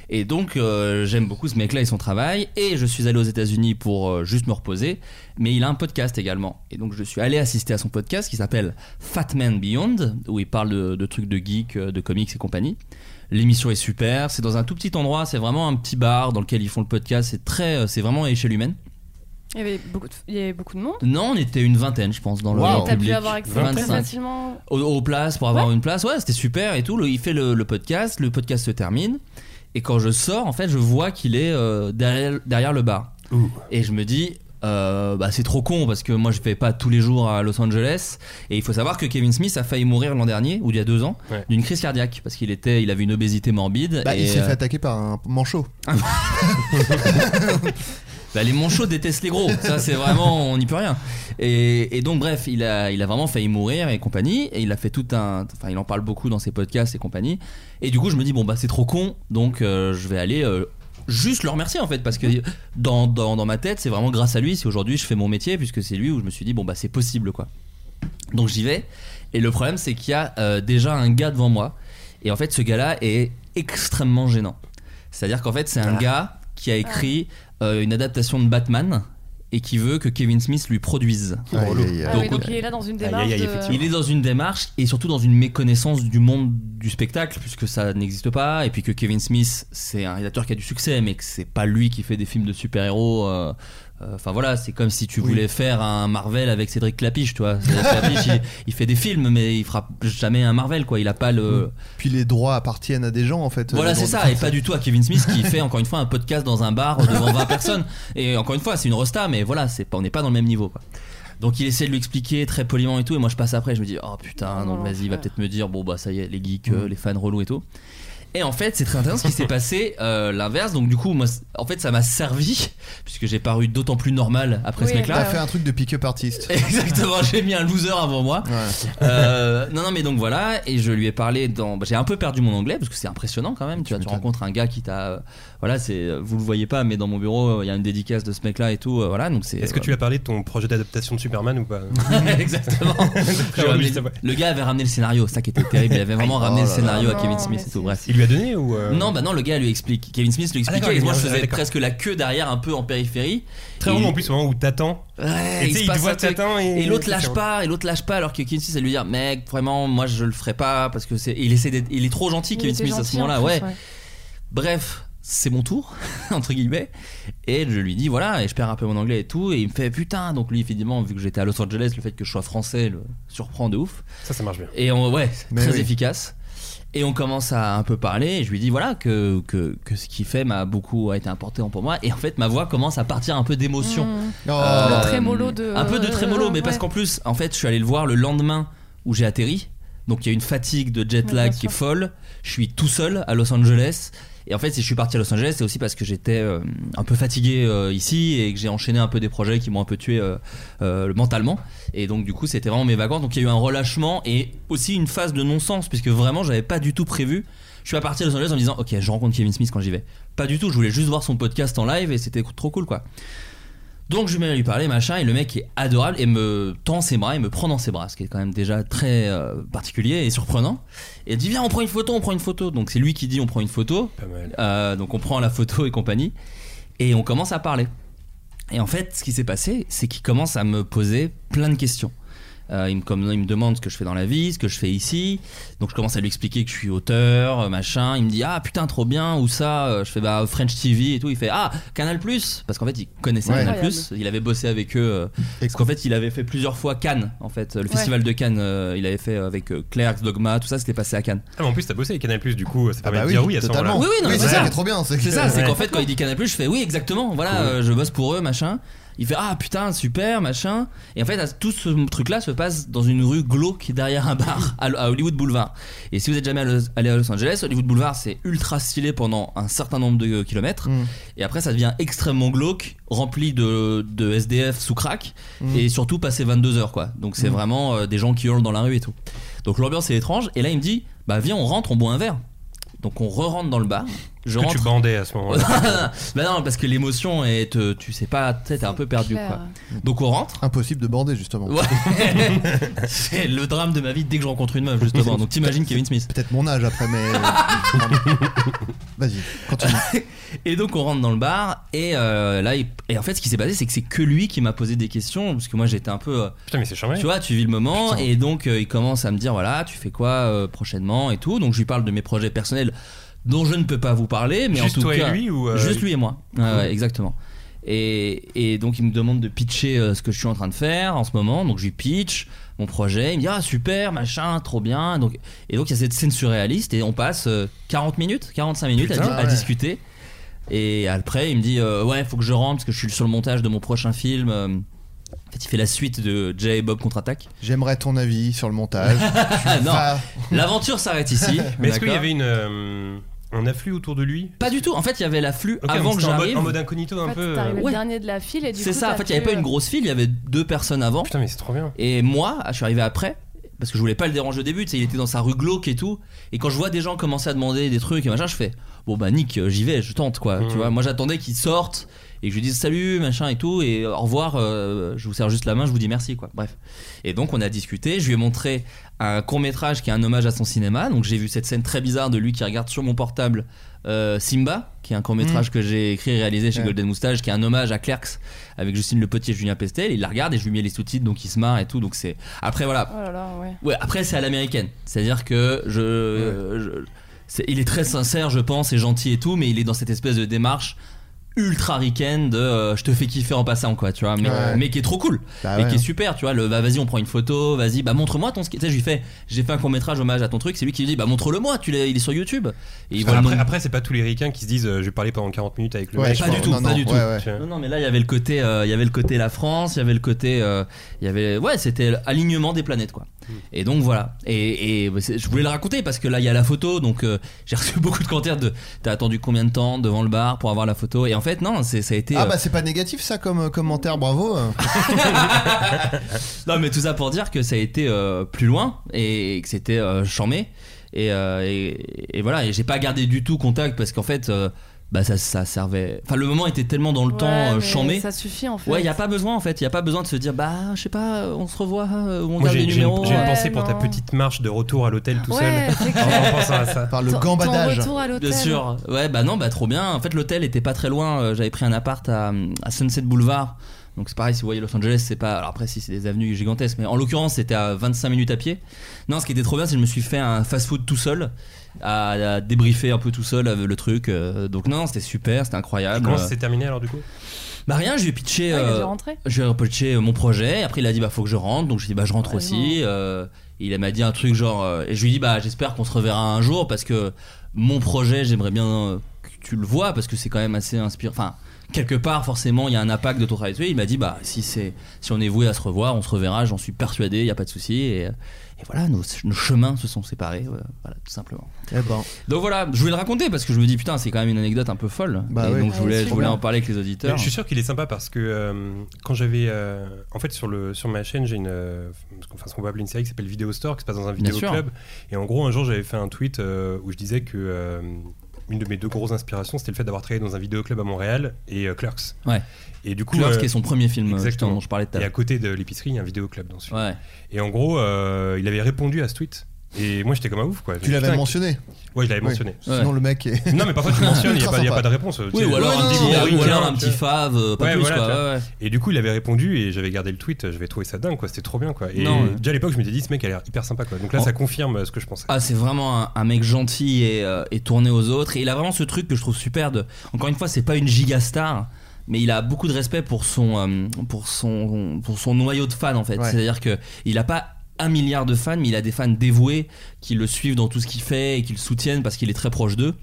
Speaker 2: Et donc, euh, j'aime beaucoup ce mec-là et son travail. Et je suis allé aux États-Unis pour euh, juste me reposer. Mais il a un podcast également. Et donc, je suis allé assister à son podcast qui s'appelle Fat Man Beyond, où il parle de, de trucs de geek, euh, de comics et compagnie. L'émission est super. C'est dans un tout petit endroit. C'est vraiment un petit bar dans lequel ils font le podcast. C'est très, euh, c'est vraiment à échelle humaine.
Speaker 12: Il y avait beaucoup de, il y avait beaucoup de monde.
Speaker 2: Non, on était une vingtaine, je pense, dans le
Speaker 12: Wow.
Speaker 2: public.
Speaker 12: T'as pu avoir accès très
Speaker 2: 25.
Speaker 12: facilement.
Speaker 2: Au- Aux, places pour avoir une place. Ouais, c'était super et tout. Le- il fait le, le podcast, le podcast se termine. Et quand je sors, en fait, je vois qu'il est euh, derrière, derrière le bar. Et je me dis. euh, bah, c'est trop con parce que moi je vais pas tous les jours à Los Angeles et il faut savoir que Kevin Smith a failli mourir l'an dernier ou il y a deux ans d'une crise cardiaque parce qu'il était il avait une obésité morbide
Speaker 9: Bah, il
Speaker 2: et,
Speaker 9: s'est
Speaker 2: euh,
Speaker 9: fait attaquer par un manchot.
Speaker 2: Bah, les manchots détestent les gros, ça c'est vraiment, on n'y peut rien. Et, et donc bref, il a, il a vraiment failli mourir et compagnie, et il a fait tout un, enfin il en parle beaucoup dans ses podcasts et compagnie. Et du coup je me dis bon bah c'est trop con, donc euh, je vais aller euh, juste le remercier en fait parce que dans, dans, dans ma tête c'est vraiment grâce à lui si aujourd'hui je fais mon métier puisque c'est lui où je me suis dit bon bah c'est possible quoi. Donc j'y vais. Et le problème, c'est qu'il y a euh, déjà un gars devant moi. Et en fait, ce gars-là est extrêmement gênant. C'est-à-dire qu'en fait, c'est un
Speaker 13: Ah.
Speaker 2: gars qui a écrit euh, une adaptation de Batman et qui veut que Kevin Smith lui produise.
Speaker 9: Aïe, aïe, aïe.
Speaker 2: euh,
Speaker 12: Ah oui, donc il est là dans une démarche de-
Speaker 2: Il est dans une démarche et surtout dans une méconnaissance du monde du spectacle puisque ça n'existe pas et puis que Kevin Smith c'est un réalisateur qui a du succès mais que c'est pas lui qui fait des films de super-héros. euh, euh, Enfin voilà, c'est comme si tu voulais faire un Marvel avec Cédric Clapiche, tu vois. Cédric Clapiche, il, il fait des films, mais il fera jamais un Marvel, quoi. Il a pas le.
Speaker 9: Puis les droits appartiennent à des gens, en fait. euh,
Speaker 2: Voilà,
Speaker 9: Les
Speaker 2: c'est
Speaker 9: droits
Speaker 2: ça,
Speaker 9: de-
Speaker 2: et pas du tout à Kevin Smith qui fait encore une fois un podcast dans un bar devant 20 personnes. Et encore une fois, c'est une rosta, mais voilà, c'est pas, on n'est pas dans le même niveau. quoi. Donc il essaie de lui expliquer très poliment et tout, et moi je passe après, je me dis, oh putain, donc vas-y, il va peut-être me dire, bon bah ça y est, les geeks, euh,
Speaker 13: Mm.
Speaker 2: les fans relous et tout. Et en fait, c'est très intéressant ce qui s'est passé, euh, l'inverse. Donc du coup, moi, c- en fait, ça m'a servi, puisque j'ai paru d'autant plus normal après ce mec-là.
Speaker 9: T'as fait un truc de pick-up
Speaker 2: euh,
Speaker 9: artiste.
Speaker 2: Exactement, j'ai mis un loser avant moi. Euh, non, non, mais donc voilà, et je lui ai parlé dans. bah, j'ai un peu perdu mon anglais parce que c'est impressionnant quand même. Tu, vois, tu rencontres un gars qui t'a. euh, Voilà, c'est. Vous le voyez pas, mais dans mon bureau, euh, il y a une dédicace de ce mec-là et tout. euh, Voilà, donc c'est.
Speaker 4: Est-ce que tu as parlé de ton projet d'adaptation de Superman ou pas
Speaker 2: Exactement. J'ai
Speaker 4: Ah,
Speaker 2: ramené-
Speaker 4: oui, ça va.
Speaker 2: le gars avait ramené le scénario, ça qui était terrible. Il avait vraiment
Speaker 4: Aïe.
Speaker 2: ramené
Speaker 4: Oh
Speaker 2: le
Speaker 4: là
Speaker 2: scénario
Speaker 4: là.
Speaker 2: à Kevin Smith et tout. Bref.
Speaker 4: Il lui a donné ou euh,
Speaker 2: Non, bah non, le gars lui explique. Kevin Smith lui
Speaker 4: d'accord,
Speaker 2: expliquait. et
Speaker 4: il
Speaker 2: moi,
Speaker 4: est-
Speaker 2: je
Speaker 4: ah,
Speaker 2: faisais
Speaker 4: d'accord.
Speaker 2: presque la queue derrière, un peu en périphérie.
Speaker 4: Très
Speaker 2: Et
Speaker 4: long
Speaker 2: il-
Speaker 4: en plus, au moment où t'attends.
Speaker 2: Ouais,
Speaker 4: et
Speaker 2: il
Speaker 4: tu sais, il
Speaker 2: se
Speaker 4: te
Speaker 2: passe
Speaker 4: voit,
Speaker 2: un truc.
Speaker 4: t'attends et.
Speaker 2: Et l'autre
Speaker 4: c'est
Speaker 2: levage
Speaker 4: bon.
Speaker 2: pas, et l'autre lâche pas, alors que Kevin Smith, elle lui dire, mec, vraiment, moi je le ferai pas, parce que c'est. Il essaie d'être- Il est trop gentil,
Speaker 13: Il
Speaker 2: Kevin
Speaker 13: était
Speaker 2: Smith, à ce
Speaker 13: gentil,
Speaker 2: moment-là,
Speaker 13: en plus,
Speaker 2: ouais.
Speaker 13: ouais.
Speaker 2: Bref, c'est mon tour, entre guillemets. Et je lui dis, voilà, et je perds un peu mon anglais et tout, et il me fait, putain, donc lui, évidemment, vu que j'étais à Los Angeles, le fait que je sois français le surprend de ouf.
Speaker 4: Ça, ça marche bien.
Speaker 2: Et on, ouais, c'est
Speaker 4: Mais
Speaker 2: très
Speaker 4: oui.
Speaker 2: efficace. Et on commence à un peu parler, et je lui dis, voilà, que, que, que ce qu'il fait m'a beaucoup a été important pour moi, et en fait, ma voix commence à partir un peu
Speaker 13: Mm.
Speaker 2: d'émotion.
Speaker 12: Mmh.
Speaker 9: Oh.
Speaker 12: Le trémolo de-
Speaker 2: Euh, Ah, bah Un peu de trémolo, mais
Speaker 12: Ouais.
Speaker 2: parce qu'en plus, en fait, je suis allé le voir le lendemain où j'ai atterri. Donc il y a une fatigue de jet
Speaker 1: Ouais,
Speaker 2: lag
Speaker 1: bien
Speaker 2: qui est
Speaker 1: sûr.
Speaker 2: folle. Je suis tout seul à Los Angeles. Et en fait, si je suis parti à Los Angeles, c'est aussi parce que j'étais euh, un peu fatigué euh, ici et que j'ai enchaîné un peu des projets qui m'ont un peu tué euh, euh, mentalement. Et donc, du coup, c'était vraiment mes vacances. Donc, il y a eu un relâchement et aussi une phase de non-sens, puisque vraiment, j'avais pas du tout prévu. Je suis pas parti à Los Angeles en me disant, ok, je rencontre Kevin Smith quand j'y vais. Pas du tout, je voulais juste voir son podcast en live et c'était trop cool, quoi. Donc je vais lui parler, machin, et le mec est adorable et me tend ses bras et me prend dans ses bras, ce qui est quand même déjà très euh, particulier et surprenant. Et il dit viens, on prend une photo, on prend une photo. Donc c'est lui qui dit on prend une photo. Euh, donc on prend la photo et compagnie, et on commence à parler. Et en fait, ce qui s'est passé, c'est qu'il commence à me poser plein de questions. Euh, il, me, comme- il me demande ce que je fais dans la vie, ce que je fais ici. Donc je commence à lui expliquer que je suis auteur, euh, machin. Il me dit ah putain trop bien ou ça. Euh, Je fais bah French TV et tout. Il fait ah Canal Plus parce qu'en fait il connaissait
Speaker 1: Ouais.
Speaker 2: Canal Plus. Il avait bossé avec eux euh, parce qu'en fait il avait fait plusieurs fois Cannes en fait le festival de Cannes. euh, il avait fait avec euh, Clerks, Dogma, tout ça c'était passé à Cannes.
Speaker 4: Ah, mais en plus, t'as bossé avec Canal Plus, du coup, ça permet
Speaker 9: Ah,
Speaker 2: bah
Speaker 4: de
Speaker 2: oui,
Speaker 4: dire oui à ce
Speaker 2: totalement.
Speaker 4: moment-là.
Speaker 2: Oui, oui, non, mais c'est ça qui est
Speaker 9: trop bien, c'est
Speaker 2: C'est
Speaker 9: que-
Speaker 2: ça, c'est
Speaker 9: Ouais.
Speaker 2: qu'en fait, quand il dit Canal+, je fais oui, exactement, voilà, euh, je bosse pour eux, machin. Il fait ah putain, super, machin. Et en fait, à- tout ce truc-là se passe dans une rue glauque derrière un bar à, à Hollywood Boulevard. Et si vous êtes jamais à Los- allé à Los Angeles, Hollywood Boulevard, c'est ultra stylé pendant un certain nombre de euh, kilomètres.
Speaker 9: Mm.
Speaker 2: Et après, ça devient extrêmement glauque, rempli de, de SDF sous crack.
Speaker 9: Mm.
Speaker 2: Et surtout, passé 22 heures, quoi. Donc, c'est
Speaker 9: Mm.
Speaker 2: vraiment euh, des gens qui hurlent dans la rue et tout. Donc, l'ambiance est étrange. Et là, il me dit bah, viens, on rentre, on boit un verre. Donc on re-rentre dans le bar. Je
Speaker 4: Que tu
Speaker 2: rentre.
Speaker 4: bandais à ce moment-là.
Speaker 2: bah non, parce que l'émotion est, te- tu sais pas, tu sais, t'es un peu perdu.
Speaker 9: clair.
Speaker 2: Quoi. Donc on rentre.
Speaker 4: Ah.
Speaker 9: Impossible de bander justement.
Speaker 2: Ouais. C'est le drame de ma vie dès que je rencontre une meuf justement. Donc t'imagines Kevin Smith.
Speaker 9: Peut-être mon âge après, mais vas-y.
Speaker 2: et donc on rentre dans le bar et euh, là il- et en fait ce qui s'est passé c'est que c'est que lui qui m'a posé des questions parce que moi j'étais un peu euh,
Speaker 4: Putain, mais c'est charmé.
Speaker 2: tu vois tu vis le moment et donc euh, il commence à me dire voilà tu fais quoi euh, prochainement et tout donc je lui parle de mes projets personnels dont je ne peux pas vous parler mais
Speaker 4: Juste
Speaker 2: en tout
Speaker 4: toi et
Speaker 2: cas
Speaker 4: lui ou, euh,
Speaker 2: juste lui et moi Ouais,
Speaker 4: Cool.
Speaker 2: ouais, exactement et, et donc il me demande de pitcher euh, ce que je suis en train de faire en ce moment donc je lui pitch mon projet il me dit ah super machin trop bien donc et donc il y a cette scène surréaliste et on passe euh, 40 minutes 45 minutes à,
Speaker 1: Putain,
Speaker 2: di- à
Speaker 1: ouais.
Speaker 2: discuter et après, il me dit euh, Ouais, faut que je rentre parce que je suis sur le montage de mon prochain film. Euh, En fait, il fait la suite de Jay et Bob contre-attaque.
Speaker 9: J'aimerais ton avis sur le montage.
Speaker 2: non, l'aventure s'arrête ici.
Speaker 4: Mais est-ce qu'il y
Speaker 2: D'accord.
Speaker 4: avait une, euh, un afflux autour de lui
Speaker 2: Pas du tout. En fait, il y avait l'afflux
Speaker 4: Ok,
Speaker 2: avant
Speaker 4: donc
Speaker 2: que
Speaker 4: c'était en mode-
Speaker 2: j'arrive.
Speaker 4: En mode incognito, un peu.
Speaker 12: T'arrives
Speaker 4: euh,
Speaker 12: le dernier de la file et du coup.
Speaker 2: C'est ça. En
Speaker 12: t'as
Speaker 2: fait, il n'y avait
Speaker 12: pu,
Speaker 2: pas une
Speaker 12: euh,
Speaker 2: grosse file. Il y avait deux personnes avant.
Speaker 4: Putain, mais c'est trop bien.
Speaker 2: Et moi, ah, je suis arrivé après parce que je voulais pas le déranger au début. Tu sais, il était dans sa rue glauque et tout. Et quand je vois des gens commencer à demander des trucs et machin, je fais Bon, bah, Nick, euh, j'y vais, je tente quoi.
Speaker 1: Mhm.
Speaker 2: Tu vois, moi j'attendais qu'il sorte et que je lui dise salut, machin et tout. Et au revoir, euh, je vous serre juste la main, je vous dis merci quoi. Bref. Et donc, on a discuté. Je lui ai montré un court métrage qui est un hommage à son cinéma. Donc, j'ai vu cette scène très bizarre de lui qui regarde sur mon portable euh, Simba, qui est un court métrage
Speaker 1: Mhm.
Speaker 2: que j'ai écrit et réalisé chez
Speaker 1: Ouais.
Speaker 2: Golden Moustache, qui est un hommage à Clerks avec Justine Le Petit et Julien Pestel. Il la regarde et je lui mets les sous-titres, donc il se marre et tout. Donc c'est après voilà.
Speaker 12: Oh là là, ouais.
Speaker 2: Ouais, après c'est à l'américaine, c'est-à-dire que je, je- c'est- il est très sincère, je pense, et gentil et tout, mais il est dans cette espèce de démarche ultra week-end de euh, je te fais kiffer en passant quoi tu vois mais,
Speaker 1: Ouais.
Speaker 2: mais qui est trop cool
Speaker 1: Bah
Speaker 9: Ah
Speaker 1: ouais.
Speaker 2: et
Speaker 9: hein.
Speaker 2: qui est super tu vois le bah, vas-y on prend une photo vas-y bah montre-moi ton ski tu sais je lui fais j'ai fait un court métrage hommage à ton truc c'est lui qui me dit bah montre-le moi tu l'as- il est sur YouTube et il
Speaker 4: Putain,
Speaker 2: voit le
Speaker 4: après,
Speaker 2: nom-
Speaker 4: après, c'est pas tous les ricains qui se disent euh, je vais parler pendant 40 minutes avec le
Speaker 2: Ouais,
Speaker 4: mec.
Speaker 2: pas du tout, pas du tout.
Speaker 4: Tiens.
Speaker 2: Non, non, mais là il y avait le côté, euh, il y avait le côté la France, il y avait le côté, euh, il y avait, ouais, c'était l'alignement des planètes quoi. Et donc voilà. Et, et c'est- je voulais le raconter parce que là il y a la photo, donc euh, j'ai reçu beaucoup de commentaires de, t'as attendu combien de temps devant le bar pour avoir la photo Et en fait non, c'est ça a été.
Speaker 9: Ah
Speaker 2: euh,
Speaker 9: bah c'est pas négatif ça comme euh, commentaire, bravo.
Speaker 2: non mais tout ça pour dire que ça a été euh, plus loin et, que c'était euh, charmé et, euh, et, et voilà et j'ai pas gardé du tout contact parce qu'en fait euh, bah ça, ça servait enfin le moment était tellement dans le
Speaker 12: Ouais,
Speaker 2: temps euh,
Speaker 12: mais
Speaker 2: charmé
Speaker 12: ça suffit, en fait.
Speaker 2: ouais y a pas besoin en fait y a pas besoin de se dire bah je sais pas euh, on se revoit euh, ou on
Speaker 4: Moi,
Speaker 2: garde
Speaker 4: j'ai
Speaker 2: les
Speaker 4: j'ai une,
Speaker 2: numéros euh,
Speaker 4: j'ai une
Speaker 2: Ouais,
Speaker 4: pensée pour
Speaker 2: non.
Speaker 4: ta petite marche de retour à l'hôtel tout
Speaker 2: Ouais,
Speaker 4: seul.
Speaker 2: c'est
Speaker 4: En-
Speaker 2: clair.
Speaker 4: en pensant à ça.
Speaker 9: Par le
Speaker 2: Ton-
Speaker 12: gambadage. ton retour à l'hôtel.
Speaker 2: Bien sûr. Ouais, bah non, bah trop bien. En fait, l'hôtel était pas très loin. Euh, J'avais pris un appart à, à Sunset Boulevard. Donc c'est pareil, si vous voyez Los Angeles, c'est pas. Alors après, si c'est des avenues gigantesques, mais en l'occurrence, c'était à 25 minutes à pied. Non, ce qui était trop bien, c'est que je me suis fait un fast-food tout seul, à, à débriefer un peu tout seul euh, le truc. Euh, Donc non, non, c'était super, c'était incroyable.
Speaker 4: Comment
Speaker 2: Euh,
Speaker 4: ça s'est terminé alors du coup
Speaker 2: bah rien, je lui ai pitché,
Speaker 4: Ah, il a dû
Speaker 2: euh,
Speaker 4: rentrer.
Speaker 2: je lui ai pitché, euh, mon projet. Après, il a dit bah faut que je rentre, donc je lui ai dit bah je rentre
Speaker 4: Ah,
Speaker 2: aussi. Euh, il m'a dit un truc genre euh, et je lui ai dit bah j'espère qu'on se reverra un jour parce que mon projet, j'aimerais bien euh, tu le vois parce que c'est quand même assez inspirant. Enfin, quelque part, forcément, il y a un impact de ton travail dessus. Il m'a dit, bah, si c'est, si on est voué à se revoir, on se reverra. J'en suis persuadé. Il n'y a pas de souci. Et, euh, et voilà, nos, nos chemins se sont séparés. Voilà, voilà, tout simplement.
Speaker 9: Eh ben.
Speaker 2: Donc voilà, je voulais le raconter parce que je me dis, putain, c'est quand même une anecdote un peu folle.
Speaker 9: Bah
Speaker 2: et
Speaker 9: ouais.
Speaker 2: donc je
Speaker 9: Ouais,
Speaker 2: voulais,
Speaker 9: c'est
Speaker 2: je voulais
Speaker 9: bien.
Speaker 2: en parler avec les auditeurs.
Speaker 4: Mais je suis sûr qu'il est sympa parce que euh, quand j'avais. euh, en fait, sur, le, sur ma chaîne, j'ai une. euh, ce qu'on- enfin, ce qu'on peut appeler une série qui s'appelle Vidéo Store, qui se passe dans un
Speaker 2: Bien
Speaker 4: vidéo
Speaker 2: sûr.
Speaker 4: club. Et en gros, un jour, j'avais fait un tweet euh, où je disais que. euh, une de mes deux grosses inspirations, c'était le fait d'avoir travaillé dans un vidéoclub à Montréal et euh, Clerks.
Speaker 2: Ouais.
Speaker 4: Et du coup, euh,
Speaker 2: Clerks, qui est son premier film, euh, justement,
Speaker 4: exactement.
Speaker 2: dont je parlais tout à
Speaker 4: Et
Speaker 2: l'heure.
Speaker 4: à côté de l'épicerie, il y a un vidéoclub dans ce film.
Speaker 2: Ouais.
Speaker 4: Et en gros, euh, il avait répondu à ce tweet. Et moi, j'étais comme un ouf, quoi.
Speaker 9: Tu l'avais
Speaker 4: Putain,
Speaker 9: mentionné.
Speaker 4: Ouais, je l'avais
Speaker 9: Oui.
Speaker 4: mentionné.
Speaker 9: Sinon, le mec est.
Speaker 4: Non, mais parfois tu le mentionnes, il n'y a,
Speaker 9: Ultra
Speaker 4: pas- il y a
Speaker 9: sympa.
Speaker 4: pas de réponse.
Speaker 9: Oui,
Speaker 4: tu sais,
Speaker 9: ou alors un
Speaker 4: petit
Speaker 9: petit
Speaker 4: gros
Speaker 9: américain,
Speaker 4: ricain,
Speaker 9: un
Speaker 4: tu
Speaker 9: petit
Speaker 4: vois.
Speaker 2: fave, euh, pas
Speaker 4: Ouais,
Speaker 2: plus,
Speaker 4: voilà,
Speaker 2: quoi,
Speaker 4: tu vois.
Speaker 2: ouais, ouais.
Speaker 4: Et du coup, il avait répondu et j'avais gardé le tweet, j'avais trouvé ça dingue, quoi. C'était trop bien, quoi. Et
Speaker 2: Non, ouais.
Speaker 4: déjà à l'époque, je m'étais dit, ce mec a l'air hyper sympa, quoi. Donc là,
Speaker 2: En-
Speaker 4: ça confirme euh, ce que je pensais.
Speaker 2: Ah, c'est vraiment un, un mec gentil et, euh, et tourné aux autres. Et il a vraiment ce truc que je trouve super. De, encore une fois, c'est pas une giga star, mais il a beaucoup de respect pour son, euh, pour son, pour son noyau de fans en fait.
Speaker 9: Ouais.
Speaker 2: C'est-à-dire que il a pas un milliard de fans, mais il a des fans dévoués qui le suivent dans tout ce qu'il fait et qui le soutiennent parce qu'il est très proche d'eux.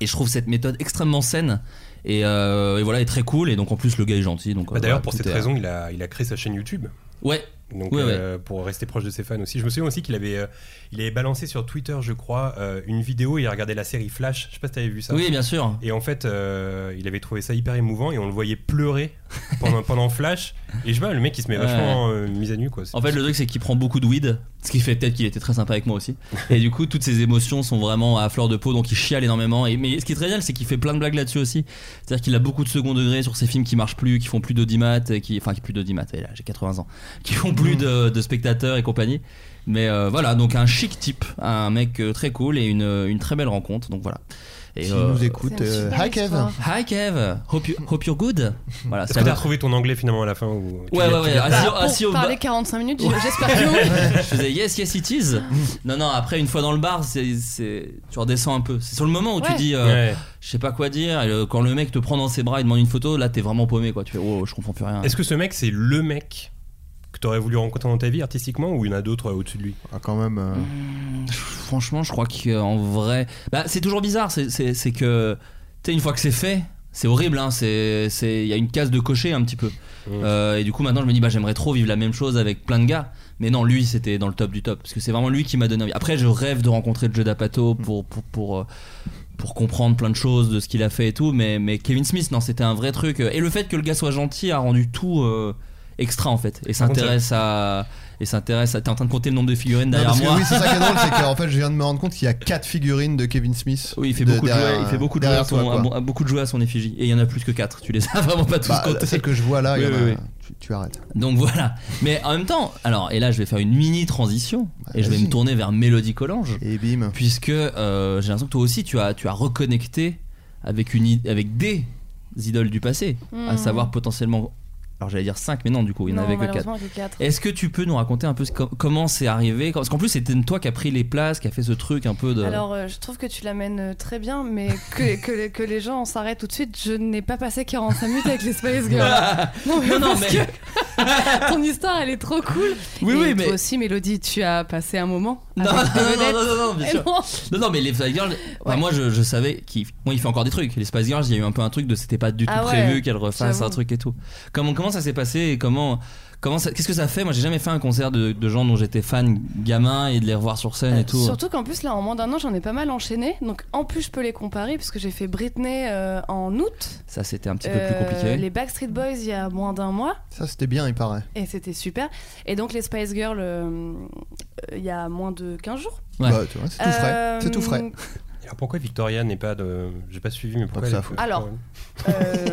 Speaker 2: Et je trouve cette méthode extrêmement saine. Et, euh, et voilà, et très cool. Et donc en plus, le gars est gentil. Donc
Speaker 4: Bah, D'ailleurs, pour cette raison, il a, il a créé sa chaîne YouTube.
Speaker 2: Ouais.
Speaker 4: Donc,
Speaker 2: hein. Ouais,
Speaker 4: euh, pour rester proche de ses fans aussi. Je me souviens aussi qu'il avait, euh, il avait balancé sur Twitter, je crois, euh, une vidéo et il a regardé la série Flash. Je sais pas si t'avais vu ça.
Speaker 2: Oui, bien sûr.
Speaker 4: Et en fait, euh, il avait trouvé ça hyper émouvant et on le voyait pleurer pendant, pendant Flash. Et je vois, le mec, il se met
Speaker 2: Ouais.
Speaker 4: vachement euh, mis à nu, quoi. C'est-
Speaker 2: En fait, le truc, c'est qu'il prend beaucoup de weed, ce qui fait peut-être qu'il était très sympa avec moi aussi. Et du coup, toutes ses émotions sont vraiment à fleur de peau, donc il chiale énormément. Et, mais ce qui est très génial, c'est qu'il fait plein de blagues là-dessus aussi. C'est-à-dire qu'il a beaucoup de second degré sur ses films qui marchent plus, qui font plus d'audimat, et qui, enfin, qui plus d'audimat, et là, j'ai 80 ans, qui font plus de, de spectateurs et compagnie. Mais euh, voilà, donc un chic type, un mec euh, très cool et une, une très belle rencontre, donc voilà. Et,
Speaker 9: S'il nous écoute, C'est un euh, super hi, Kev. histoire.
Speaker 2: Hi Kev, hope, you- hope you're good. Voilà,
Speaker 4: Est-ce
Speaker 2: ça
Speaker 4: que t'as
Speaker 2: va.
Speaker 4: trouvé ton anglais finalement à la fin ou tu
Speaker 2: Ouais,
Speaker 4: l'as-
Speaker 2: ouais,
Speaker 4: tu
Speaker 2: ouais, Ah,
Speaker 4: l'as-
Speaker 2: assis-
Speaker 12: Pour
Speaker 2: assis au
Speaker 12: parler
Speaker 2: bar-
Speaker 12: 45 minutes, j'espère que oui.
Speaker 2: je faisais yes, yes, it is. Non, non, après, une fois dans le bar, c'est, c'est- tu redescends un peu. C'est sur le moment où tu
Speaker 12: Ouais.
Speaker 2: dis, euh,
Speaker 4: Ah, Ouais.
Speaker 2: je sais pas quoi dire. Et, euh, quand le mec te prend dans ses bras et demande une photo, là, t'es vraiment paumé, quoi. Tu fais, oh, je comprends plus rien.
Speaker 4: Est-ce que ce mec, c'est le mec que t'aurais voulu rencontrer dans ta vie artistiquement ou il y en a d'autres euh, au-dessus de lui
Speaker 9: Ah, quand même. euh,
Speaker 2: Mm. Franchement, je crois qu'en vrai. Bah, c'est toujours bizarre, c'est, c'est- c'est que. Tu sais, une fois que c'est fait, c'est horrible, hein. C'est, c'est- il y a une case de cocher un petit peu.
Speaker 9: Mmh.
Speaker 2: Euh, et du coup, maintenant, je me dis, bah, j'aimerais trop vivre la même chose avec plein de gars. Mais non, lui, c'était dans le top du top. Parce que c'est vraiment lui qui m'a donné envie. Après, je rêve de rencontrer Joe D'Apato pour. pour, pour euh, pour comprendre plein de choses de ce qu'il a fait et tout, mais, mais Kevin Smith, non, c'était un vrai truc. Et le fait que le gars soit gentil a rendu tout euh, extra en fait, et
Speaker 4: Par contre,
Speaker 2: s'intéresse à. Et s'intéresse à. T'es en train de compter le nombre de
Speaker 9: Non,
Speaker 2: figurines derrière
Speaker 9: parce que
Speaker 2: moi.
Speaker 9: oui, c'est ça qui est drôle, c'est qu'en fait, je viens de me rendre compte qu'il y a 4 figurines de Kevin Smith.
Speaker 2: Oui, il fait,
Speaker 9: de-
Speaker 2: beaucoup de,
Speaker 9: derrière-
Speaker 2: jouets, il fait beaucoup de jouets
Speaker 9: derrière
Speaker 2: à son,
Speaker 9: toi, quoi.
Speaker 2: à bon- à beaucoup de jouets à son effigie. Et il y en a plus que 4. Tu les as vraiment pas tous
Speaker 9: Bah,
Speaker 2: comptés.
Speaker 9: celle que je vois là, il y
Speaker 2: Oui,
Speaker 9: en a-
Speaker 2: oui, oui.
Speaker 9: tu, tu arrêtes.
Speaker 2: Donc voilà. Mais en même temps, alors, et là, je vais faire une mini transition. et je vais
Speaker 9: vas-y.
Speaker 2: me tourner vers Mélodie Collange.
Speaker 9: Et bim.
Speaker 2: Puisque euh, j'ai l'impression que toi aussi, tu as, tu as reconnecté avec, une, i- avec des idoles du passé.
Speaker 12: Mhm.
Speaker 2: À savoir potentiellement. Alors j'allais dire 5, mais non, du coup, il n'y en
Speaker 12: Non,
Speaker 2: avait que
Speaker 12: malheureusement, que
Speaker 2: 4.
Speaker 12: quatre.
Speaker 2: Est-ce que tu peux nous raconter un peu ce- com- comment c'est arrivé Parce qu'en plus, c'était toi qui as pris les places, qui a fait ce truc un peu de.
Speaker 12: Alors, euh, je trouve que tu l'amènes euh, très bien, mais que, que, que les gens en s'arrêtent tout de suite. Je n'ai pas passé 45 minutes avec les Spice Girls.
Speaker 2: Non, non,
Speaker 12: parce
Speaker 2: mais-
Speaker 12: que ton histoire, elle est trop cool.
Speaker 2: Oui,
Speaker 12: Et
Speaker 2: oui,
Speaker 12: toi
Speaker 2: mais-
Speaker 12: aussi, Mélodie, tu as passé un moment.
Speaker 2: Non, non,
Speaker 12: avec des
Speaker 2: non,
Speaker 12: vedettes.
Speaker 2: non, non, non, bien
Speaker 12: Et
Speaker 2: sûr.
Speaker 12: non.
Speaker 2: Non, non, mais les Spice Girls, enfin, moi je, je savais qu'il moi, il fait encore des trucs. Les Spice Girls, il y a eu un peu un truc de c'était pas du tout
Speaker 12: Ah ouais,
Speaker 2: prévu qu'elle refasse un
Speaker 12: j'avoue.
Speaker 2: truc et tout. Comment, comment ça s'est passé et comment, comment ça- qu'est-ce que ça fait Moi j'ai jamais fait un concert de, de gens dont j'étais fan gamin et de les revoir sur scène et tout.
Speaker 12: Bah, Surtout qu'en plus, là, en moins d'un an, j'en ai pas mal enchaîné. Donc, en plus, je peux les comparer parce que j'ai fait Britney euh, en août.
Speaker 2: Ça c'était un petit peu
Speaker 12: Euh,
Speaker 2: plus compliqué.
Speaker 12: Les Backstreet Boys, il y a moins d'un mois.
Speaker 9: Ça, c'était bien, il paraît.
Speaker 12: Et c'était super. Et donc, les Spice Girls, euh, euh, il y a moins de 15 jours.
Speaker 9: Ouais. Bah, tu vois, c'est tout frais.
Speaker 12: Euh,
Speaker 9: C'est tout frais.
Speaker 4: Et Alors pourquoi Victoria n'est pas de. J'ai pas suivi, mais pourquoi.
Speaker 9: que ça
Speaker 4: elle est-
Speaker 9: foute.
Speaker 12: Alors, euh,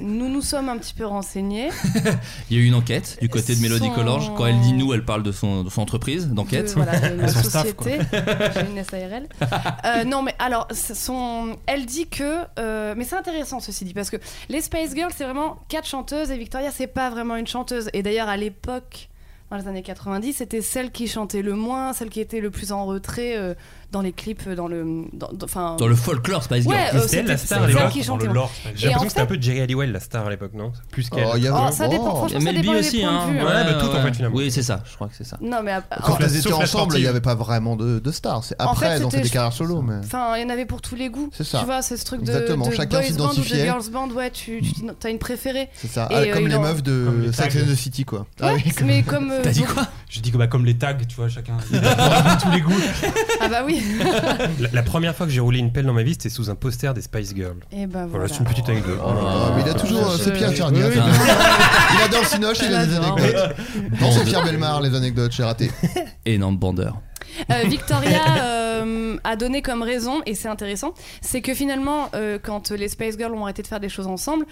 Speaker 12: nous nous sommes un petit peu renseignés.
Speaker 2: Il y a eu une enquête
Speaker 12: Euh,
Speaker 2: du côté de Mélodie
Speaker 12: Son-
Speaker 2: Collange. Quand elle dit nous, elle parle de son, de son entreprise d'enquête.
Speaker 12: de, voilà, de notre
Speaker 2: Son staff, quoi.
Speaker 12: société. J'ai une SARL. Euh, non, mais alors, ce sont- elle dit que. euh, mais c'est intéressant ceci dit, parce que les Space Girls, c'est vraiment quatre chanteuses et Victoria, c'est pas vraiment une chanteuse. Et d'ailleurs, à l'époque. Dans les années 90, c'était celle qui chantait le moins, celle qui était le plus en retrait euh, dans les clips, dans le. Dans, dans- enfin-
Speaker 2: Dans le folklore Spice Girl.
Speaker 12: Ouais, euh,
Speaker 4: C'était elle, la
Speaker 12: c'était-
Speaker 4: star
Speaker 12: c'est
Speaker 4: à
Speaker 12: elle
Speaker 4: l'époque.
Speaker 12: qui
Speaker 4: dans
Speaker 12: chantait,
Speaker 4: le
Speaker 12: ouais.
Speaker 4: lore.
Speaker 12: Et
Speaker 4: J'ai l'impression
Speaker 12: en
Speaker 4: que c'était un
Speaker 12: fait-
Speaker 4: peu Jerry Halliwell, la star à l'époque, non Plus qu'elle.
Speaker 2: Oh, il y avait- Oh, ça dépend,
Speaker 12: franchement, ça
Speaker 2: Mel B
Speaker 12: dépend des
Speaker 2: aussi,
Speaker 12: points de
Speaker 2: hein.
Speaker 12: vue,
Speaker 2: Ouais,
Speaker 12: hein.
Speaker 2: bah, tout, en fait,
Speaker 4: finalement.
Speaker 2: Oui, c'est ça, je crois que c'est ça.
Speaker 12: Non, mais. à-
Speaker 9: Quand
Speaker 12: en-
Speaker 9: elles étaient
Speaker 4: sauf la
Speaker 9: ensemble, il n'y
Speaker 4: sportive.
Speaker 9: avait pas vraiment de, de stars. C'est
Speaker 12: En
Speaker 9: après,
Speaker 12: fait,
Speaker 9: dans
Speaker 12: c'était-
Speaker 9: des carrières solo. Mais...
Speaker 12: Enfin, il y en avait pour tous les goûts.
Speaker 9: C'est ça.
Speaker 12: Tu vois, c'est ce truc de,
Speaker 9: Exactement,
Speaker 12: de
Speaker 9: chacun
Speaker 12: boys band ou de
Speaker 9: s'identifiait. Mm.
Speaker 12: girls band, ouais, tu, tu dis- t'as une préférée.
Speaker 9: C'est ça.
Speaker 12: Et,
Speaker 9: Ah,
Speaker 12: euh,
Speaker 9: comme
Speaker 12: il
Speaker 9: les
Speaker 12: en-
Speaker 9: meufs de Sex
Speaker 1: tags.
Speaker 9: and the City, quoi. Ah
Speaker 12: Ouais, mais comme. euh, beaucoup-
Speaker 1: Je dis que bah, comme les tags, tu vois, chacun. il a tous les goûts.
Speaker 12: Ah bah oui.
Speaker 4: La, la première fois que j'ai roulé une pelle dans ma vie, c'était sous un poster des Spice Girls.
Speaker 12: Et ben
Speaker 4: Voilà,
Speaker 12: voilà.
Speaker 4: c'est une petite anecdote.
Speaker 9: Ah, mais il a toujours euh, ses pieds à faire gaffe,
Speaker 4: Oui,
Speaker 9: hein. Il adore le Cinoche, il a des
Speaker 12: J'adore.
Speaker 9: anecdotes. Non, c'est Pierre Belmar, les anecdotes, j'ai raté.
Speaker 2: Énorme bandeur.
Speaker 12: Euh, Victoria euh, a donné comme raison, et c'est intéressant, c'est que finalement, euh, quand les Space Girls ont arrêté de faire des choses ensemble,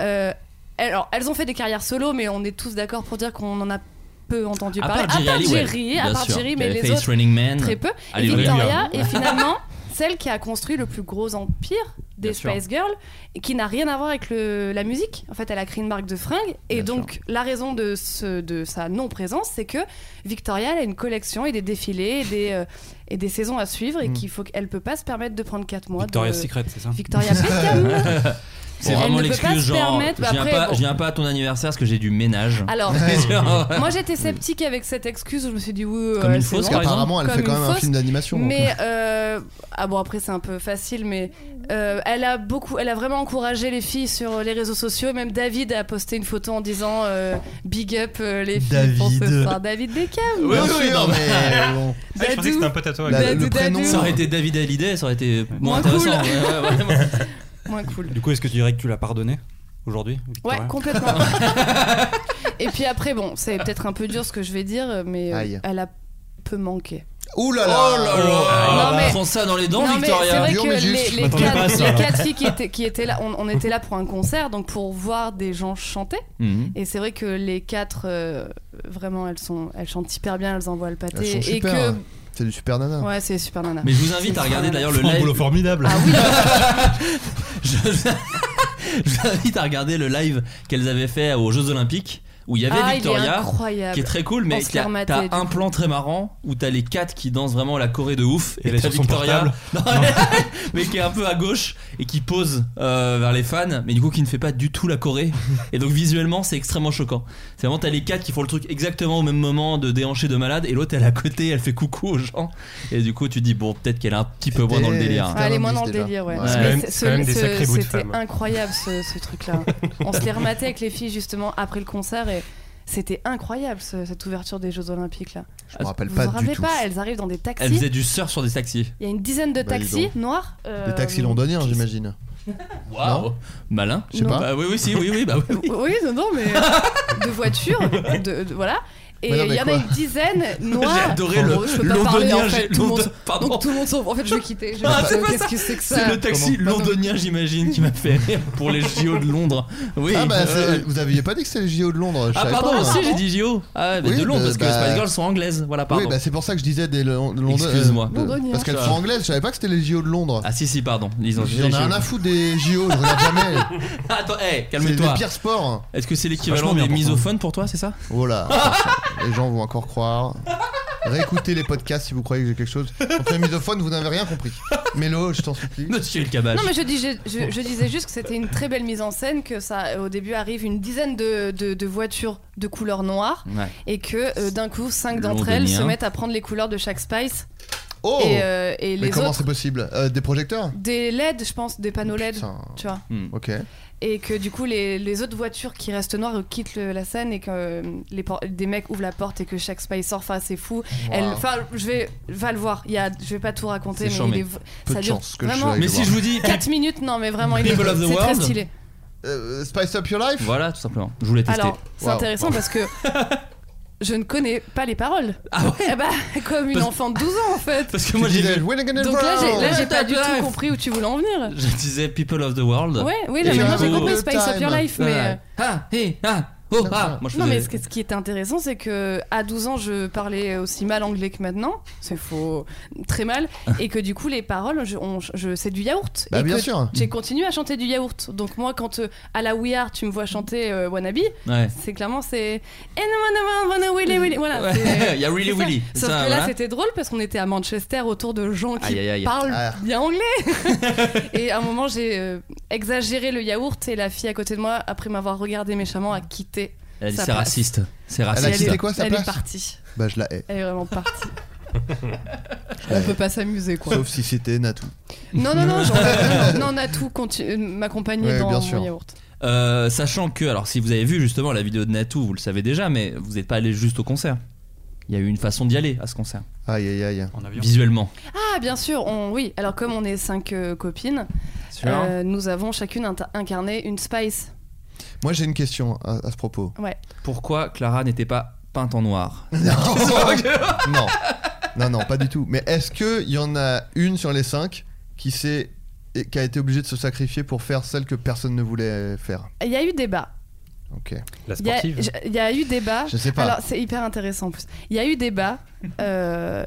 Speaker 12: euh, elles- alors, elles ont fait des carrières solo, mais on est tous d'accord pour dire qu'on en a peu entendu
Speaker 2: À
Speaker 12: parler.
Speaker 2: part Jerry Halliwell,
Speaker 12: Jerry, à
Speaker 2: bien
Speaker 12: part
Speaker 2: sûr.
Speaker 12: Jerry,
Speaker 2: Il y
Speaker 12: mais
Speaker 2: avait
Speaker 12: les
Speaker 2: Face
Speaker 12: autres,
Speaker 2: Running Man.
Speaker 12: très peu. Et
Speaker 2: Hallelujah.
Speaker 12: Victoria est finalement celle qui a construit le plus gros empire des
Speaker 2: Bien sûr.
Speaker 12: Space Girls, et qui n'a rien à voir avec le- la musique. En fait, elle a créé une marque de fringues, et donc la raison de, ce- de sa non-présence, c'est que Victoria elle a une collection et des défilés et des, euh, et des saisons à suivre, et
Speaker 1: Mm.
Speaker 12: qu'il faut qu'elle peut pas se permettre de prendre 4 mois.
Speaker 1: Victoria's
Speaker 12: de...
Speaker 1: Secret, c'est ça
Speaker 12: Victoria
Speaker 4: Ah,
Speaker 12: Beckham.
Speaker 2: C'est
Speaker 12: Elle
Speaker 2: vraiment
Speaker 12: ne peut pas se
Speaker 2: l'excuse genre
Speaker 12: permettre, bah,
Speaker 2: je, viens
Speaker 12: après,
Speaker 2: pas,
Speaker 12: bon.
Speaker 2: je viens pas à ton anniversaire parce que j'ai du ménage.
Speaker 12: Alors,
Speaker 2: Genre,
Speaker 12: moi j'étais sceptique avec cette excuse, je me suis dit oui,
Speaker 2: Comme
Speaker 12: euh,
Speaker 2: une
Speaker 12: c'est
Speaker 2: fausse,
Speaker 12: bon.
Speaker 2: par exemple.
Speaker 9: Apparemment, elle
Speaker 12: Comme
Speaker 9: fait quand
Speaker 12: une
Speaker 9: même un
Speaker 12: fausse.
Speaker 9: film d'animation. donc.
Speaker 12: Mais euh, ah bon après c'est un peu facile mais euh, elle a beaucoup elle a vraiment encouragé les filles sur les réseaux sociaux même David a posté une photo en disant euh, big up euh, les filles pour ce
Speaker 2: David.
Speaker 12: soir David Beckham.
Speaker 2: Oui, oui,
Speaker 9: Bien sûr,
Speaker 2: non,
Speaker 9: mais
Speaker 2: mais-
Speaker 9: bon.
Speaker 4: Ah, je pensais que c'était un pote à toi.
Speaker 9: La-
Speaker 4: Dadou,
Speaker 9: le prénom.
Speaker 12: Dadou.
Speaker 2: ça aurait été David Hallyday, ça aurait été
Speaker 12: Moins
Speaker 2: moins intéressant.
Speaker 12: cool.
Speaker 2: Ouais, ouais, vraiment.
Speaker 12: Moins cool.
Speaker 1: Du coup, est-ce que tu dirais que tu l'as pardonné aujourd'hui
Speaker 12: Ouais,
Speaker 1: Victoria
Speaker 12: complètement. Et puis après bon, c'est peut-être un peu dur ce que je vais dire mais euh,
Speaker 9: Aïe.
Speaker 12: elle a peu manqué.
Speaker 9: Ouh là là
Speaker 2: Oh là là
Speaker 12: Non, mais-
Speaker 2: Prends ça dans les dents,
Speaker 12: Non, mais c'est
Speaker 2: Victoria.
Speaker 12: vrai
Speaker 9: Dur,
Speaker 12: que
Speaker 9: Ah, mais
Speaker 12: les,
Speaker 9: juste.
Speaker 12: les
Speaker 9: Je m'attendais
Speaker 12: quatre,
Speaker 9: pas à ça,
Speaker 12: les
Speaker 9: là.
Speaker 12: quatre filles qui étaient, qui étaient là, on, on était là pour un concert, donc pour voir des gens chanter.
Speaker 2: Mhm.
Speaker 12: Et c'est vrai que les quatre, euh, vraiment, elles, sont, elles chantent hyper bien, elles envoient le pâté.
Speaker 9: Elles sont
Speaker 12: et
Speaker 9: super.
Speaker 12: que.
Speaker 9: hein. C'est du super nana.
Speaker 12: Ouais, c'est super nana.
Speaker 2: Mais je vous invite à regarder d'ailleurs le
Speaker 9: Font un
Speaker 2: live.
Speaker 9: boulot
Speaker 2: formidable.
Speaker 12: Ah oui,
Speaker 2: je, je vous invite à regarder le live qu'elles avaient fait aux Jeux Olympiques où il y avait
Speaker 12: Ah, il est
Speaker 2: Victoria
Speaker 12: incroyable.
Speaker 2: qui est très cool mais
Speaker 12: On se
Speaker 2: qui a-
Speaker 12: l'a rematé,
Speaker 2: t'as
Speaker 12: du
Speaker 2: un
Speaker 12: coup.
Speaker 2: plan très marrant où t'as les quatre qui dansent vraiment la Corée de ouf
Speaker 1: Et elle est
Speaker 2: t'as
Speaker 1: sur son
Speaker 2: Victoria
Speaker 1: portable.
Speaker 2: Non, mais qui est un peu à gauche et qui pose euh, vers les fans mais du coup qui ne fait pas du tout la Corée et donc visuellement c'est extrêmement choquant c'est vraiment t'as les quatre qui font le truc exactement au même moment de déhanché de malade et l'autre elle est à côté elle fait coucou aux gens et du coup tu dis bon peut-être qu'elle est un petit peu moins dans le
Speaker 9: C'était-
Speaker 2: délire
Speaker 9: c'était
Speaker 12: Ah, elle est
Speaker 9: un
Speaker 12: moins dans
Speaker 9: indice,
Speaker 12: le
Speaker 9: déjà.
Speaker 12: délire, ouais.
Speaker 2: Ouais.
Speaker 12: Mais
Speaker 2: C'est quand même-
Speaker 12: ce-
Speaker 4: c'est quand même des
Speaker 12: ce-
Speaker 4: sacrés bouts de
Speaker 12: C'était
Speaker 4: femmes.
Speaker 12: incroyable ce, ce truc-là. on se les rematait avec les filles justement après le concert et c'était incroyable ce- cette ouverture des Jeux Olympiques-là.
Speaker 9: Je me rappelle
Speaker 12: Vous
Speaker 9: pas
Speaker 12: vous
Speaker 9: du
Speaker 12: rappelez
Speaker 9: tout.
Speaker 12: pas, elles arrivent dans des
Speaker 2: Elle faisait
Speaker 12: taxis.
Speaker 2: du surf sur des taxis.
Speaker 12: Il y a une dizaine de
Speaker 9: Bah, dis
Speaker 12: taxis
Speaker 9: donc.
Speaker 12: noirs. euh,
Speaker 9: Des taxis londoniens, j'imagine.
Speaker 2: Waouh
Speaker 9: Non
Speaker 2: Malin
Speaker 9: Je sais pas.
Speaker 2: Bah oui, oui, si, oui, oui, bah oui.
Speaker 12: Oui, non, non, mais de voitures, de, de- voilà. Et
Speaker 9: Mais non,
Speaker 12: il
Speaker 9: mais
Speaker 12: y en
Speaker 9: quoi
Speaker 12: a une dizaine noires.
Speaker 2: J'ai adoré
Speaker 12: Bon,
Speaker 2: le-
Speaker 12: je peux pas parler,
Speaker 2: londonien,
Speaker 12: en fait,
Speaker 2: j'ai-
Speaker 12: tout le monde-
Speaker 2: london- pardon.
Speaker 12: Donc tout le monde s'en- En fait, je vais quitter. je-
Speaker 2: Ah, c'est pas
Speaker 12: Qu'est-ce
Speaker 2: ça.
Speaker 12: que c'est que ça
Speaker 2: C'est le taxi londonien, j'imagine, qui m'a fait rire pour les JO de Londres. Oui.
Speaker 9: Ah bah,
Speaker 2: euh,
Speaker 9: c'est- vous aviez pas dit que c'était les JO de Londres. je
Speaker 2: ah,
Speaker 9: savais
Speaker 2: pardon,
Speaker 9: pas,
Speaker 2: aussi,
Speaker 9: hein.
Speaker 2: j'ai dit JO. Ah, mais
Speaker 9: Oui,
Speaker 2: de Londres,
Speaker 9: bah,
Speaker 2: parce que les
Speaker 9: bah,
Speaker 2: Spice Girls sont anglaises. Voilà, pardon.
Speaker 9: Oui, bah c'est pour ça que je disais des Lo- Londres.
Speaker 2: Excuse-moi.
Speaker 9: euh, de-
Speaker 12: Londoniens.
Speaker 9: Parce qu'elles sont anglaises, je savais pas que c'était les JO de Londres.
Speaker 2: Ah, si, si, pardon. Ils ont
Speaker 9: J'en ai rien à foutre des JO, je regarde jamais.
Speaker 2: Attends, hé,
Speaker 9: C'est les
Speaker 2: calme-toi.
Speaker 9: pires sports.
Speaker 2: Est-ce que c'est
Speaker 1: Vachement bien
Speaker 2: l'équivalent des
Speaker 1: pour toi.
Speaker 2: misophones pour toi, c'est ça
Speaker 9: Voilà, les gens vont encore croire. Réécoutez les podcasts si vous croyez que j'ai quelque chose. Entre les misophones, vous n'avez rien compris. Mélo, je t'en supplie.
Speaker 2: Monsieur le cabage.
Speaker 12: Non, mais je, dis- je- je- je disais juste que c'était une très belle mise en scène, que ça, au début, arrive une dizaine de, de- de voitures de couleur noire,
Speaker 2: Ouais.
Speaker 12: et que euh, d'un coup, cinq d'entre elles se
Speaker 2: Londonien.
Speaker 12: mettent à prendre les couleurs de chaque Spice,
Speaker 9: Oh
Speaker 12: et, euh, et
Speaker 9: Mais
Speaker 12: les
Speaker 9: comment
Speaker 12: autres,
Speaker 9: c'est possible Euh, Des projecteurs Oh,
Speaker 12: des LED, je pense, des panneaux LED,
Speaker 9: Putain.
Speaker 12: tu vois.
Speaker 2: Hmm.
Speaker 9: Ok.
Speaker 12: Et que du coup, les, les autres voitures qui restent noires euh, quittent le- la scène et que euh, les por- des mecs ouvrent la porte et que chaque Spice sort. Enfin, c'est fou. Elle- Enfin, je vais, va le voir. Il y a, je vais pas tout raconter,
Speaker 2: C'est
Speaker 12: mais
Speaker 2: charmé.
Speaker 12: il est v-
Speaker 9: Peu
Speaker 12: ça
Speaker 9: de
Speaker 12: dure
Speaker 9: chance que je
Speaker 12: vraiment
Speaker 9: sois allé
Speaker 2: Mais si je vous dis.
Speaker 12: 4 minutes. Non, mais vraiment, il est,
Speaker 2: People of the
Speaker 12: c'est très
Speaker 2: world.
Speaker 12: stylé.
Speaker 9: Euh, Spice Up Your Life
Speaker 2: Voilà, tout simplement. Je voulais tester.
Speaker 12: Alors, c'est
Speaker 9: Wow.
Speaker 12: intéressant parce que je ne connais pas les paroles.
Speaker 2: Ah ouais
Speaker 12: Eh bah, comme une
Speaker 2: Parce-
Speaker 12: enfant de 12 ans en fait.
Speaker 2: Parce que moi, j'ai vu.
Speaker 12: Donc là, j'ai- là, j'ai pas du
Speaker 2: Life.
Speaker 12: tout compris où tu voulais en venir.
Speaker 2: Je disais People of the World.
Speaker 12: Ouais, oui,
Speaker 2: Et
Speaker 12: là,
Speaker 2: du
Speaker 12: maintenant j'ai
Speaker 2: coup-
Speaker 12: compris Spice Up Your Life, mais. euh,
Speaker 2: Ah, hé, ah,
Speaker 14: oh, ah Moi, je
Speaker 2: non, mais ce,
Speaker 14: faisais-
Speaker 2: que- ce qui était intéressant, c'est que à 12 ans, je parlais aussi mal anglais que maintenant. C'est faux. Très mal. Et que du coup, les paroles, je, on- je- c'est du yaourt.
Speaker 9: Bah,
Speaker 2: et
Speaker 9: bien
Speaker 2: que
Speaker 9: sûr.
Speaker 14: Mm.
Speaker 2: J'ai continué à chanter du yaourt. Donc, moi, quand euh, à la We Are, tu me vois chanter euh, Wannabe,
Speaker 14: Ouais.
Speaker 2: c'est clairement c'est. Eh, non, non, non, non, Willy, Willy. Voilà.
Speaker 14: Ouais,
Speaker 2: c'est-
Speaker 14: il y a Really
Speaker 2: c'est ça.
Speaker 14: Willy.
Speaker 2: Sauf
Speaker 14: Ça,
Speaker 2: que là,
Speaker 14: voilà.
Speaker 2: c'était drôle parce qu'on était à Manchester autour de gens qui
Speaker 14: Aïe, aïe, aïe.
Speaker 2: parlent
Speaker 14: Ah.
Speaker 2: bien anglais. et à un moment, j'ai euh, exagéré le yaourt et la fille à côté de moi, après m'avoir regardé méchamment, a quitté.
Speaker 14: Elle a dit
Speaker 2: sa
Speaker 14: c'est
Speaker 2: place.
Speaker 14: raciste. C'est
Speaker 9: Elle a
Speaker 14: raciste.
Speaker 9: quitté quoi sa
Speaker 2: Elle
Speaker 9: place
Speaker 2: est partie.
Speaker 9: Bah je la hais.
Speaker 2: Elle est vraiment partie. On peut pas s'amuser quoi.
Speaker 9: Sauf si c'était Natou.
Speaker 2: Non, non, non, genre, euh, non, Natou conti- euh, m'accompagnait
Speaker 14: Ouais,
Speaker 2: dans
Speaker 14: bien
Speaker 2: mon
Speaker 14: sûr.
Speaker 2: yaourt.
Speaker 14: Euh, sachant que, alors si vous avez vu justement la vidéo de Natou, vous le savez déjà, mais vous n'êtes pas allé juste au concert. Il y a eu une façon d'y aller à ce concert.
Speaker 9: Aïe aïe aïe.
Speaker 14: Visuellement.
Speaker 2: Ah, bien sûr, on, oui. Alors, comme on est cinq euh, copines,
Speaker 9: Sûr.
Speaker 2: euh, nous avons chacune inter- incarné une Spice.
Speaker 9: Moi j'ai une question à, à ce propos.
Speaker 2: Ouais.
Speaker 14: Pourquoi Clara n'était pas peinte en noir
Speaker 9: non. Non, non, pas du tout. Mais est-ce qu'il y en a une sur les cinq qui s'est et qui a été obligée de se sacrifier pour faire celle que personne ne voulait faire
Speaker 2: Il y a eu débat.
Speaker 9: Ok.
Speaker 15: La
Speaker 2: Il y a- je- Il y, a eu débat.
Speaker 9: Je sais pas.
Speaker 2: Alors, c'est hyper intéressant en plus. Il y a eu débat. euh,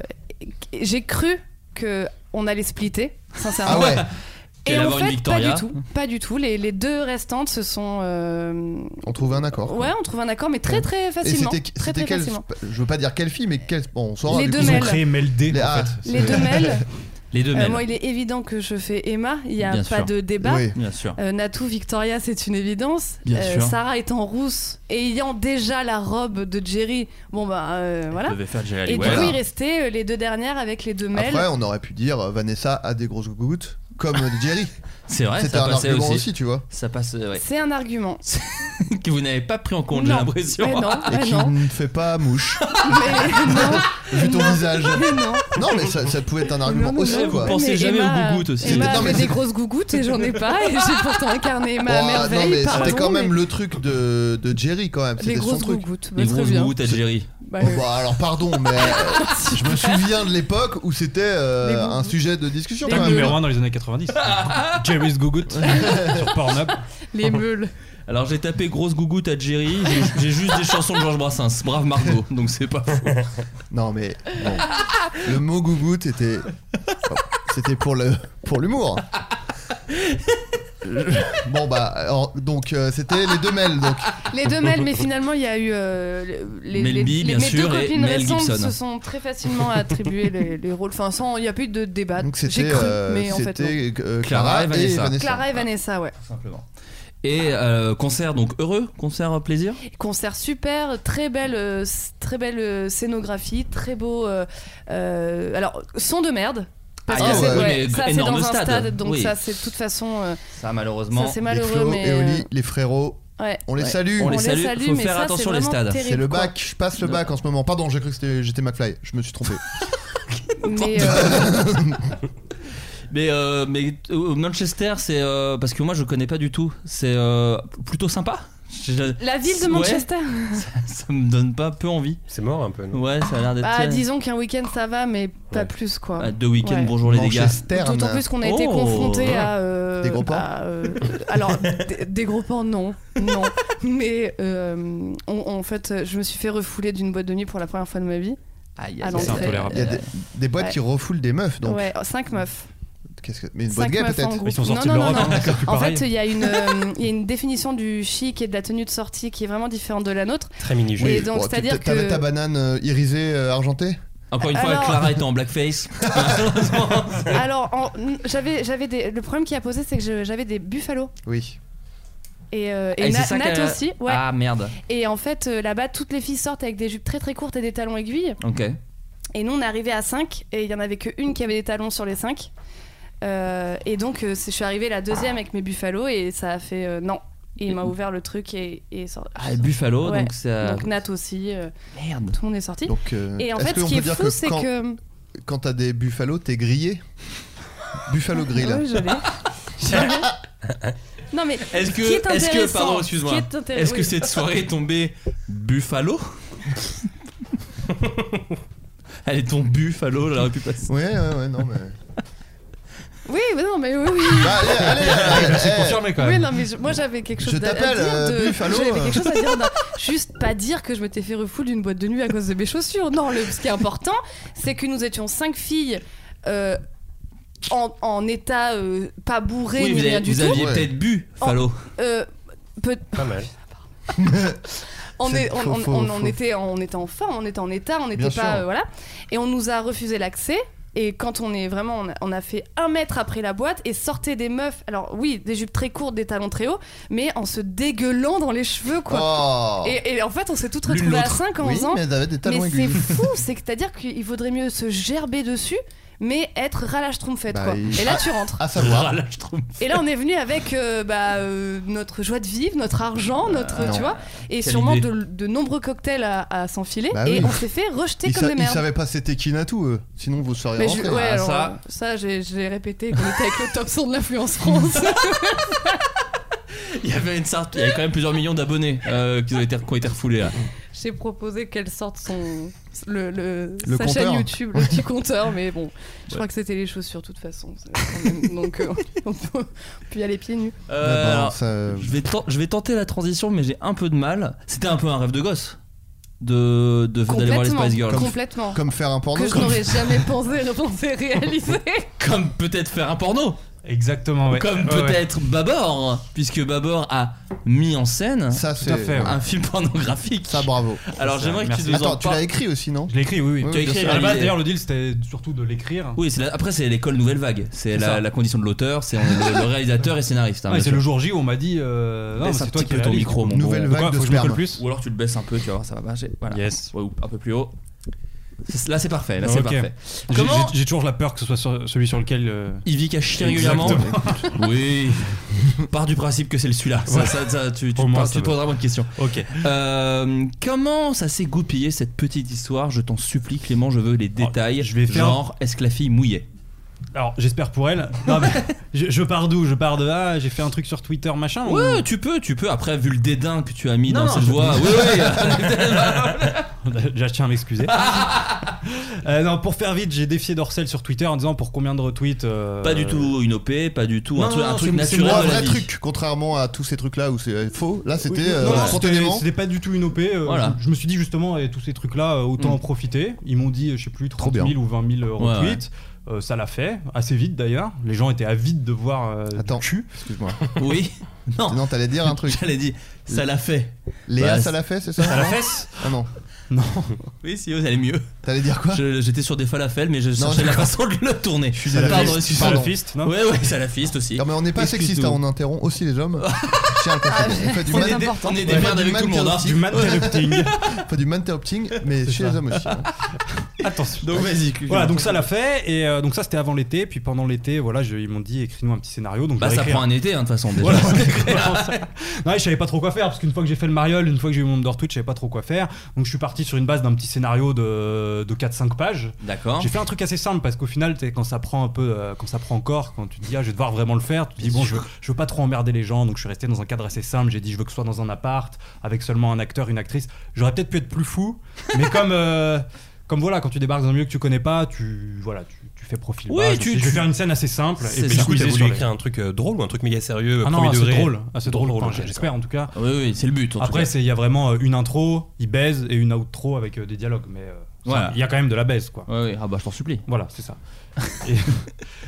Speaker 2: J'ai cru que on allait splitter, sincèrement.
Speaker 14: Ah ouais.
Speaker 2: Et
Speaker 14: Qu'elle
Speaker 2: en
Speaker 14: avoir une
Speaker 2: fait, pas
Speaker 14: Victoria.
Speaker 2: du tout. Pas du tout. Les, les deux restantes se sont. euh,
Speaker 9: On trouvait un accord. quoi.
Speaker 2: Ouais, on trouve un accord, mais très très facilement.
Speaker 9: Et c'était,
Speaker 2: très
Speaker 9: c'était
Speaker 2: très
Speaker 9: quelle-
Speaker 2: facilement.
Speaker 9: Je veux pas dire quelle fille, mais quelle. Bon, on saura.
Speaker 2: Les
Speaker 9: du
Speaker 2: deux
Speaker 9: coup.
Speaker 2: Ils ont mêles. créé
Speaker 9: Les, ah,
Speaker 2: Les deux mêles.
Speaker 14: Les deux
Speaker 2: Euh,
Speaker 14: mêmes.
Speaker 2: moi, il est évident que je fais Emma. Il n'y a
Speaker 14: Bien
Speaker 2: pas
Speaker 14: sûr.
Speaker 2: de débat.
Speaker 14: Oui. Bien sûr.
Speaker 2: Euh, Natou, Victoria, c'est une évidence. Euh,
Speaker 14: Bien sûr.
Speaker 2: Sarah étant rousse, ayant déjà la robe de Jerry. Bon bah euh, voilà.
Speaker 14: devait faire Jerry
Speaker 2: Et du
Speaker 9: Halliwell.
Speaker 2: coup, il restait euh, les deux dernières avec les deux mêles.
Speaker 9: Après, on aurait pu dire euh, Vanessa a des grosses gouttes, comme euh, Jerry.
Speaker 14: C'est vrai,
Speaker 9: C'était
Speaker 14: ça
Speaker 9: un
Speaker 14: passait
Speaker 9: argument aussi.
Speaker 14: aussi.
Speaker 9: tu vois.
Speaker 14: Ça passe, euh, ouais.
Speaker 2: C'est un argument.
Speaker 14: Que vous n'avez pas pris en compte, j'ai
Speaker 2: Non.
Speaker 14: l'impression.
Speaker 2: Mais non,
Speaker 9: Et
Speaker 2: mais
Speaker 9: qui
Speaker 2: Ah, non.
Speaker 9: ne fait pas mouche,
Speaker 2: Mais non.
Speaker 9: vu ton
Speaker 2: Non.
Speaker 9: visage.
Speaker 2: Mais non.
Speaker 9: Non, mais ça, ça pouvait être un argument
Speaker 2: Non, non,
Speaker 9: aussi,
Speaker 2: non.
Speaker 9: quoi.
Speaker 14: Vous pensez
Speaker 2: Mais
Speaker 14: jamais
Speaker 2: Emma-
Speaker 14: aux gougouttes aussi.
Speaker 9: Non,
Speaker 2: Emma
Speaker 9: mais
Speaker 2: avait
Speaker 9: c'est-
Speaker 2: des grosses gougouttes et j'en ai pas. Et j'ai pourtant incarné Emma à
Speaker 9: Ouah,
Speaker 2: merveille.
Speaker 9: non, mais
Speaker 2: pardon,
Speaker 9: c'était quand
Speaker 2: mais-
Speaker 9: même le truc de, de Jerry, quand même.
Speaker 2: Les
Speaker 9: C'était son
Speaker 2: grosses
Speaker 9: truc.
Speaker 2: gougouttes, bah,
Speaker 14: Les
Speaker 2: très
Speaker 14: grosses
Speaker 2: bien.
Speaker 14: gouttes à Jerry.
Speaker 2: Bah,
Speaker 9: Bon,
Speaker 2: euh,
Speaker 9: bah, alors pardon, mais euh, je me souviens de l'époque où c'était euh,
Speaker 2: Les gougouttes.
Speaker 9: un sujet de discussion.
Speaker 2: Les
Speaker 9: quand même.
Speaker 4: numéro 1 dans les années 90. Jerry's Gougout sur Pornhub.
Speaker 2: Les meules.
Speaker 14: Alors j'ai tapé grosse gougoute à Jerry, j'ai- j'ai juste des chansons de Georges Brassens, brave Margot, donc c'est pas faux.
Speaker 9: Non, mais bon. le mot gougoute était. oh, C'était pour le pour l'humour. Bon, bah, alors, donc euh, c'était les deux mêles. Donc.
Speaker 2: Les deux mêles, mais finalement, il y a eu. euh, le- les,
Speaker 9: Mel
Speaker 2: les-
Speaker 9: B,
Speaker 2: les-
Speaker 9: bien
Speaker 2: mes
Speaker 9: sûr,
Speaker 2: deux
Speaker 9: et
Speaker 2: copines
Speaker 9: Mel
Speaker 2: récentes
Speaker 9: Gibson.
Speaker 2: se sont très facilement attribuées les, les rôles. Enfin, sans, il n'y a pas eu de débat.
Speaker 9: Donc
Speaker 2: Ah, J'ai
Speaker 9: c'était
Speaker 2: cru,
Speaker 9: euh,
Speaker 2: mais en fait. non.
Speaker 9: c'était euh,
Speaker 14: Clara
Speaker 9: Clara
Speaker 14: et
Speaker 9: et
Speaker 14: Vanessa.
Speaker 9: Vanessa.
Speaker 2: Clara et Vanessa, ouais.
Speaker 14: Simplement. Et euh, concert donc heureux, concert euh, plaisir.
Speaker 2: Concert super, très belle, euh, s- très belle euh, scénographie, très beau. euh, euh, alors, son de merde. Parce
Speaker 14: Ah,
Speaker 2: que
Speaker 14: ouais,
Speaker 2: c'est
Speaker 14: ouais,
Speaker 2: ouais,
Speaker 14: mais
Speaker 2: ça, c'est
Speaker 14: énorme
Speaker 2: dans un
Speaker 14: stade.
Speaker 2: stade, donc
Speaker 14: Oui.
Speaker 2: ça, c'est de toute façon. euh,
Speaker 14: Ça malheureusement.
Speaker 2: Ça, c'est malheureux,
Speaker 9: Flo
Speaker 2: mais,
Speaker 9: et
Speaker 2: euh,
Speaker 9: Oli, les frérots.
Speaker 2: ouais.
Speaker 9: On les
Speaker 2: Ouais.
Speaker 9: salue.
Speaker 2: On les salue,
Speaker 14: faut mais faire ça, attention, c'est les vraiment stades. terrible,
Speaker 9: C'est le
Speaker 14: quoi.
Speaker 9: bac. Je passe le bac en ce moment. Pardon, j'ai cru que c'était- j'étais McFly. Je me suis trompé.
Speaker 2: mais, euh,
Speaker 14: Mais euh, mais euh, Manchester c'est euh, parce que moi je connais pas du tout, c'est euh, plutôt sympa. Je-
Speaker 2: la ville de
Speaker 14: Ouais,
Speaker 2: Manchester.
Speaker 14: ça me donne pas peu envie.
Speaker 15: C'est mort un peu. Non
Speaker 14: ouais, ça a l'air d'être.
Speaker 2: Bah,
Speaker 14: euh,
Speaker 2: disons qu'un week-end ça va, mais pas plus quoi.
Speaker 14: à deux week-ends,
Speaker 2: Ouais.
Speaker 14: bonjour les dégâts.
Speaker 9: Manchester.
Speaker 2: D'autant plus qu'on a été
Speaker 14: Oh.
Speaker 2: confronté à. euh,
Speaker 9: Des gros porcs
Speaker 2: à, euh, alors, des, des gros porcs, non. Non. Mais euh, on- on- en fait, je me suis fait refouler d'une boîte de nuit pour la première fois de ma vie.
Speaker 14: Aïe,
Speaker 2: à
Speaker 14: aïe,
Speaker 2: l'entrée.
Speaker 9: Il y a des, des boîtes
Speaker 2: Ouais.
Speaker 9: qui refoulent des meufs. Donc.
Speaker 2: Ouais, 5 meufs.
Speaker 9: Qu'est-ce que... Mais une boîte
Speaker 2: Cinq
Speaker 9: gay
Speaker 2: meufs en
Speaker 9: peut-être.
Speaker 2: groupe. Non, non, non, non. En fait, il y, a une, euh, il y a une définition du chic et de la tenue de sortie qui est vraiment différente de la nôtre.
Speaker 15: Très mini
Speaker 2: jeu. Et donc, c'est-à-dire
Speaker 9: T'avais
Speaker 2: que.
Speaker 9: ta banane euh, irisée euh, argentée
Speaker 14: Encore une fois,
Speaker 2: Alors-
Speaker 14: Clara était en blackface.
Speaker 2: Alors, en- j'avais, j'avais des... le problème qui a posé, c'est que je- j'avais des buffalo.
Speaker 9: Oui.
Speaker 2: Et, euh,
Speaker 14: Ah,
Speaker 2: et
Speaker 14: et
Speaker 2: Na-
Speaker 14: c'est ça
Speaker 2: Nat
Speaker 14: qu'elle a-
Speaker 2: aussi. Ouais.
Speaker 14: Ah merde.
Speaker 2: Et en fait, euh, là-bas, toutes les filles sortent avec des jupes très très courtes et des talons aiguilles.
Speaker 14: Ok.
Speaker 2: Et nous, on est arrivé à 5 et il y en avait que une qui avait des talons sur les 5. et donc, euh, c'est- je suis arrivée la deuxième avec mes buffalo et ça a fait euh, non. Et il m'a ouvert le truc et, et sort-
Speaker 14: Ah, et Buffalo,
Speaker 2: Ouais.
Speaker 14: donc ça.
Speaker 2: Donc Nat aussi. euh,
Speaker 14: Merde.
Speaker 2: Tout le monde est sorti.
Speaker 9: Donc, euh,
Speaker 2: et en
Speaker 9: est-ce
Speaker 2: fait,
Speaker 9: qu'on
Speaker 2: ce qui
Speaker 9: peut
Speaker 2: est
Speaker 9: dire
Speaker 2: fou,
Speaker 9: que
Speaker 2: c'est
Speaker 9: quand-
Speaker 2: que.
Speaker 9: Quand t'as des buffalo, t'es grillé Buffalo grill.
Speaker 2: Ouais, je l'ai. Je l'ai. non mais.
Speaker 14: Est-ce que,
Speaker 2: ce qui est
Speaker 14: est-ce que,
Speaker 2: intéressant-
Speaker 14: pardon,
Speaker 2: ce qui
Speaker 14: excuse-moi,
Speaker 2: est intér-
Speaker 14: est-ce que
Speaker 2: oui.
Speaker 14: cette soirée est tombée Buffalo Elle est ton Buffalo, j'aurais pu passer.
Speaker 9: Ouais, ouais, ouais, non, mais. Bah,
Speaker 2: Oui, mais non, mais oui, oui.
Speaker 9: c'est confirmé, quand même.
Speaker 16: Oui, non, mais je- moi j'avais quelque chose
Speaker 9: Je
Speaker 16: à, à
Speaker 9: t'appelle,
Speaker 16: dire.
Speaker 9: euh,
Speaker 16: de-
Speaker 9: Buff, allô
Speaker 16: j'avais quelque chose à dire. d'un- Juste pas dire que je m'étais fait refouler d'une boîte de nuit à cause de mes chaussures. Non, le, ce qui est important, c'est que nous étions cinq filles. euh, en, en état euh, pas bourré ni
Speaker 2: Oui, vous
Speaker 16: rien
Speaker 2: avez-
Speaker 16: du
Speaker 2: vous
Speaker 16: tout.
Speaker 2: aviez peut-être bu, Fallot.
Speaker 16: Euh, peut-
Speaker 17: Pas mal.
Speaker 16: on,
Speaker 2: C'est-
Speaker 16: est- on,
Speaker 2: faut-
Speaker 16: on-
Speaker 2: faut-
Speaker 16: on- on
Speaker 2: faut-
Speaker 16: était, en- on était en forme, on était en état, on
Speaker 2: Bien
Speaker 16: n'était
Speaker 2: sûr.
Speaker 16: pas. euh, voilà. Et on nous a refusé l'accès. Et quand on est vraiment. On a, on a fait un mètre après la boîte et sortaient des meufs. Alors oui, des jupes très courtes, des talons très hauts, mais en se dégueulant dans les cheveux, quoi.
Speaker 9: Oh.
Speaker 16: Et, et en fait, on s'est toutes
Speaker 9: L'une
Speaker 16: retrouvées à
Speaker 9: l'autre.
Speaker 16: 5 en
Speaker 9: Oui,
Speaker 16: disant.
Speaker 9: mais elles avaient des talons
Speaker 16: mais c'est
Speaker 9: aiguilles.
Speaker 16: fou, c'est-à-dire qu'il vaudrait mieux se gerber dessus, mais être ralage trompette,
Speaker 9: Bah,
Speaker 16: quoi.
Speaker 9: il-
Speaker 16: Et là,
Speaker 9: Ah,
Speaker 16: tu rentres.
Speaker 9: À savoir.
Speaker 16: Et là, on est venu avec euh, bah, euh, notre joie de vivre, notre argent, notre.
Speaker 9: Ah, non.
Speaker 16: tu vois Et
Speaker 9: Quelle
Speaker 16: sûrement
Speaker 9: idée.
Speaker 16: de, de nombreux cocktails à, à s'enfiler.
Speaker 9: Bah
Speaker 16: et
Speaker 9: oui.
Speaker 16: on s'est fait rejeter
Speaker 9: Ils,
Speaker 16: comme
Speaker 9: sa-
Speaker 16: des
Speaker 9: ils
Speaker 16: merdes.
Speaker 9: savaient pas c'était qui Natou, eux. Sinon, vous seriez
Speaker 16: Mais je-
Speaker 9: rentrés.
Speaker 16: ouais,
Speaker 2: Ah,
Speaker 16: alors, hein, ça, j'ai- je l'ai répété quand on était avec le top son de l'influence France.
Speaker 2: Il y avait une sorte, il y avait quand même plusieurs millions d'abonnés euh, qui, ont été- qui ont été refoulés là.
Speaker 16: j'ai proposé qu'elle sorte son. Le, le-
Speaker 2: Le
Speaker 16: sa
Speaker 2: compteur.
Speaker 16: chaîne YouTube, le petit compteur, mais bon, je crois que c'était les chaussures, de toute façon. c'est quand même- Donc, euh, on peut on peut y aller pieds nus.
Speaker 2: Euh,
Speaker 9: Ah bah,
Speaker 2: alors, je, vais ten- je vais tenter la transition, mais j'ai un peu de mal. C'était un peu un rêve de gosse de de- d'aller voir les Spice Girls.
Speaker 16: Complètement.
Speaker 9: Comme faire un porno.
Speaker 16: que je
Speaker 9: comme-
Speaker 16: n'aurais jamais pensé, repensé, réalisé.
Speaker 2: Comme peut-être faire un porno.
Speaker 4: Exactement, ouais.
Speaker 2: Comme
Speaker 4: Ouais, ouais.
Speaker 2: peut-être Babor, puisque Babor a mis en scène
Speaker 9: Ça, c'est- Tout à fait, ouais.
Speaker 2: un film pornographique. Ça,
Speaker 9: bravo.
Speaker 2: Alors j'aimerais que tu nous en
Speaker 9: Attends, tu l'as
Speaker 2: parles.
Speaker 9: écrit aussi, non
Speaker 4: Je l'ai écrit, oui, oui.
Speaker 2: Tu as écrit
Speaker 4: À la
Speaker 2: la
Speaker 4: base,
Speaker 2: idée.
Speaker 4: D'ailleurs, le deal, c'était surtout de l'écrire.
Speaker 2: Oui, c'est la- après c'est l'école nouvelle vague, c'est
Speaker 4: C'est
Speaker 2: la,
Speaker 4: ça.
Speaker 2: la condition de l'auteur, c'est le, le réalisateur et scénariste. hein,
Speaker 4: Ouais,
Speaker 2: bien
Speaker 4: c'est
Speaker 2: sûr.
Speaker 4: le jour J où on m'a dit euh, non, mais
Speaker 2: Baisse un
Speaker 4: c'est toi
Speaker 2: petit
Speaker 4: qui
Speaker 2: peu ton
Speaker 4: réalise.
Speaker 2: micro, mon bon.
Speaker 4: Pourquoi faut que je me colle plus
Speaker 2: Ou alors tu le baisses un peu, tu vas voir, ça va marcher. Voilà. Ouais, ou un peu plus haut. C'est- Là, c'est parfait. Là, c'est
Speaker 4: Ok.
Speaker 2: parfait.
Speaker 4: J'ai-
Speaker 2: Comment
Speaker 4: j'ai- J'ai toujours la peur que ce soit sur- celui sur lequel. euh,
Speaker 2: il vit qu'à chier régulièrement
Speaker 4: Exactement.
Speaker 2: Oui. Part du principe que c'est le celui-là. Ça,
Speaker 4: Ouais.
Speaker 2: ça- ça, tu, tu,
Speaker 4: Au
Speaker 2: te
Speaker 4: moins,
Speaker 2: poses-
Speaker 4: ça
Speaker 2: tu te
Speaker 4: va.
Speaker 2: poseras moins de questions.
Speaker 4: Ok.
Speaker 2: Euh, comment ça s'est goupillé cette petite histoire Je t'en supplie, Clément, je veux les détails. je vais
Speaker 4: Oh, faire-
Speaker 2: Genre, est-ce que la fille mouillait
Speaker 4: Alors, j'espère pour elle. Non, mais je, je pars d'où Je pars de ah, j'ai fait un truc sur Twitter, machin. ou-
Speaker 2: Ouais, tu peux, tu peux. Après, vu le dédain que tu as mis
Speaker 4: Oh. Non,
Speaker 2: dans
Speaker 4: non,
Speaker 2: cette
Speaker 4: je-
Speaker 2: voix, oui, oui.
Speaker 4: Déjà, je tiens à m'excuser. Euh, non, pour faire vite, j'ai défié Dorcel sur Twitter en disant pour combien de retweets. euh,
Speaker 2: Pas du tout une OP, pas du tout un
Speaker 4: Non,
Speaker 2: truc,
Speaker 4: non,
Speaker 2: un
Speaker 4: non,
Speaker 2: truc
Speaker 4: c'est-
Speaker 9: C'est
Speaker 2: naturel
Speaker 9: moi, un
Speaker 2: de la
Speaker 9: vrai
Speaker 2: vie.
Speaker 9: truc, contrairement à tous ces trucs-là où c'est euh, faux. Là, c'était
Speaker 4: Oui,
Speaker 9: euh,
Speaker 4: non, non, c'était,
Speaker 9: spontanément.
Speaker 4: c'était pas du tout une OP. euh,
Speaker 2: Voilà.
Speaker 4: je, je me suis dit justement, et tous ces trucs-là, euh, autant
Speaker 2: Mm.
Speaker 4: en profiter. Ils m'ont dit, euh, je sais plus, 30 000
Speaker 9: bien.
Speaker 4: ou 20 000
Speaker 2: Ouais,
Speaker 4: retweets. Euh, ça l'a fait, assez vite d'ailleurs. Les gens étaient avides de voir euh, du
Speaker 9: Attends.
Speaker 4: cul.
Speaker 9: Excuse-moi.
Speaker 2: Oui. Non.
Speaker 9: Non, t'allais dire un truc.
Speaker 2: J'allais dire, ça l'a fait.
Speaker 9: Léa,
Speaker 2: Bah,
Speaker 9: ça l'a fait, c'est ça
Speaker 4: Ça l'a
Speaker 9: non
Speaker 4: fesse
Speaker 9: Ah non.
Speaker 4: Non.
Speaker 2: Oui, si, vous allez mieux.
Speaker 9: T'allais dire quoi
Speaker 2: Je- J'étais sur des falafels, mais je
Speaker 9: Non,
Speaker 2: cherchais la
Speaker 9: d'accord.
Speaker 2: façon de le tourner. Je suis
Speaker 9: désolé.
Speaker 2: Pardon,
Speaker 9: Salafiste,
Speaker 2: excuse-moi.
Speaker 4: salafiste, non
Speaker 2: Ouais, ouais, salafiste aussi.
Speaker 9: Non, mais on n'est pas
Speaker 2: Excuse-nous.
Speaker 9: sexiste, hein, on interrompt aussi les hommes. Je Tiens, à le confirmer. on fait du
Speaker 2: On
Speaker 9: man-
Speaker 2: est des- on est des
Speaker 9: on fait
Speaker 2: merdes
Speaker 9: du
Speaker 2: avec tout le monde, hein.
Speaker 9: man-terrupting.
Speaker 4: Du man-terrupting.
Speaker 9: On fait du man-terrupting, mais chez
Speaker 4: ça.
Speaker 9: les hommes aussi. hein.
Speaker 4: Attention.
Speaker 2: Donc vas-y.
Speaker 4: Voilà, donc ça l'a fait, et euh, donc ça c'était avant l'été, puis pendant l'été, voilà, je- ils m'ont dit écris-nous un petit scénario. Donc
Speaker 2: Bah,
Speaker 4: j'ai
Speaker 2: ça
Speaker 4: écrit
Speaker 2: prend un été, hein, de toute façon, déjà.
Speaker 4: Voilà. non, je savais pas trop quoi faire parce qu'une fois que j'ai fait le mariole, une fois que j'ai eu mon Tweet, je savais pas trop quoi faire. Donc je suis parti sur une base d'un petit scénario de, de 4-5 pages.
Speaker 2: D'accord.
Speaker 4: J'ai fait un truc assez simple parce qu'au final, t'es- quand ça prend un peu, euh, quand ça prend encore, quand tu te dis ah je vais devoir vraiment le faire, tu te dis bon je veux, je veux pas trop emmerder les gens, donc je suis resté dans un cadre assez simple. J'ai dit je veux que ce soit dans un appart avec seulement un acteur, une actrice. J'aurais peut-être pu être plus fou, mais comme euh, comme voilà, quand tu débarques dans un milieu que tu connais pas, tu voilà, tu, tu fais profil. bas.
Speaker 2: Oui,
Speaker 4: Je me
Speaker 2: tu-
Speaker 4: suis dit, je vais
Speaker 2: tu-
Speaker 4: faire une scène assez simple
Speaker 2: C'est
Speaker 4: et puis je
Speaker 2: ça.
Speaker 17: Du coup, t'as
Speaker 4: misais
Speaker 17: voulu
Speaker 4: sur les-
Speaker 17: écrire un truc euh, drôle ou un truc méga sérieux,
Speaker 4: ah
Speaker 17: premier
Speaker 4: non, c'est
Speaker 17: degré
Speaker 4: drôle, Ah, c'est drôle.
Speaker 17: Drôle,
Speaker 4: enfin,
Speaker 17: ok,
Speaker 4: J'espère en tout cas.
Speaker 2: Oui, oui, c'est le but. en tout
Speaker 4: Après,
Speaker 2: cas.
Speaker 4: c'est il y a vraiment euh, une intro, il baise et une outro avec euh, des dialogues, mais euh, ça,
Speaker 2: Voilà.
Speaker 4: il y a quand même de la baise, quoi.
Speaker 2: Ouais, ouais, ah bah je t'en supplie.
Speaker 4: Voilà, c'est ça. Et,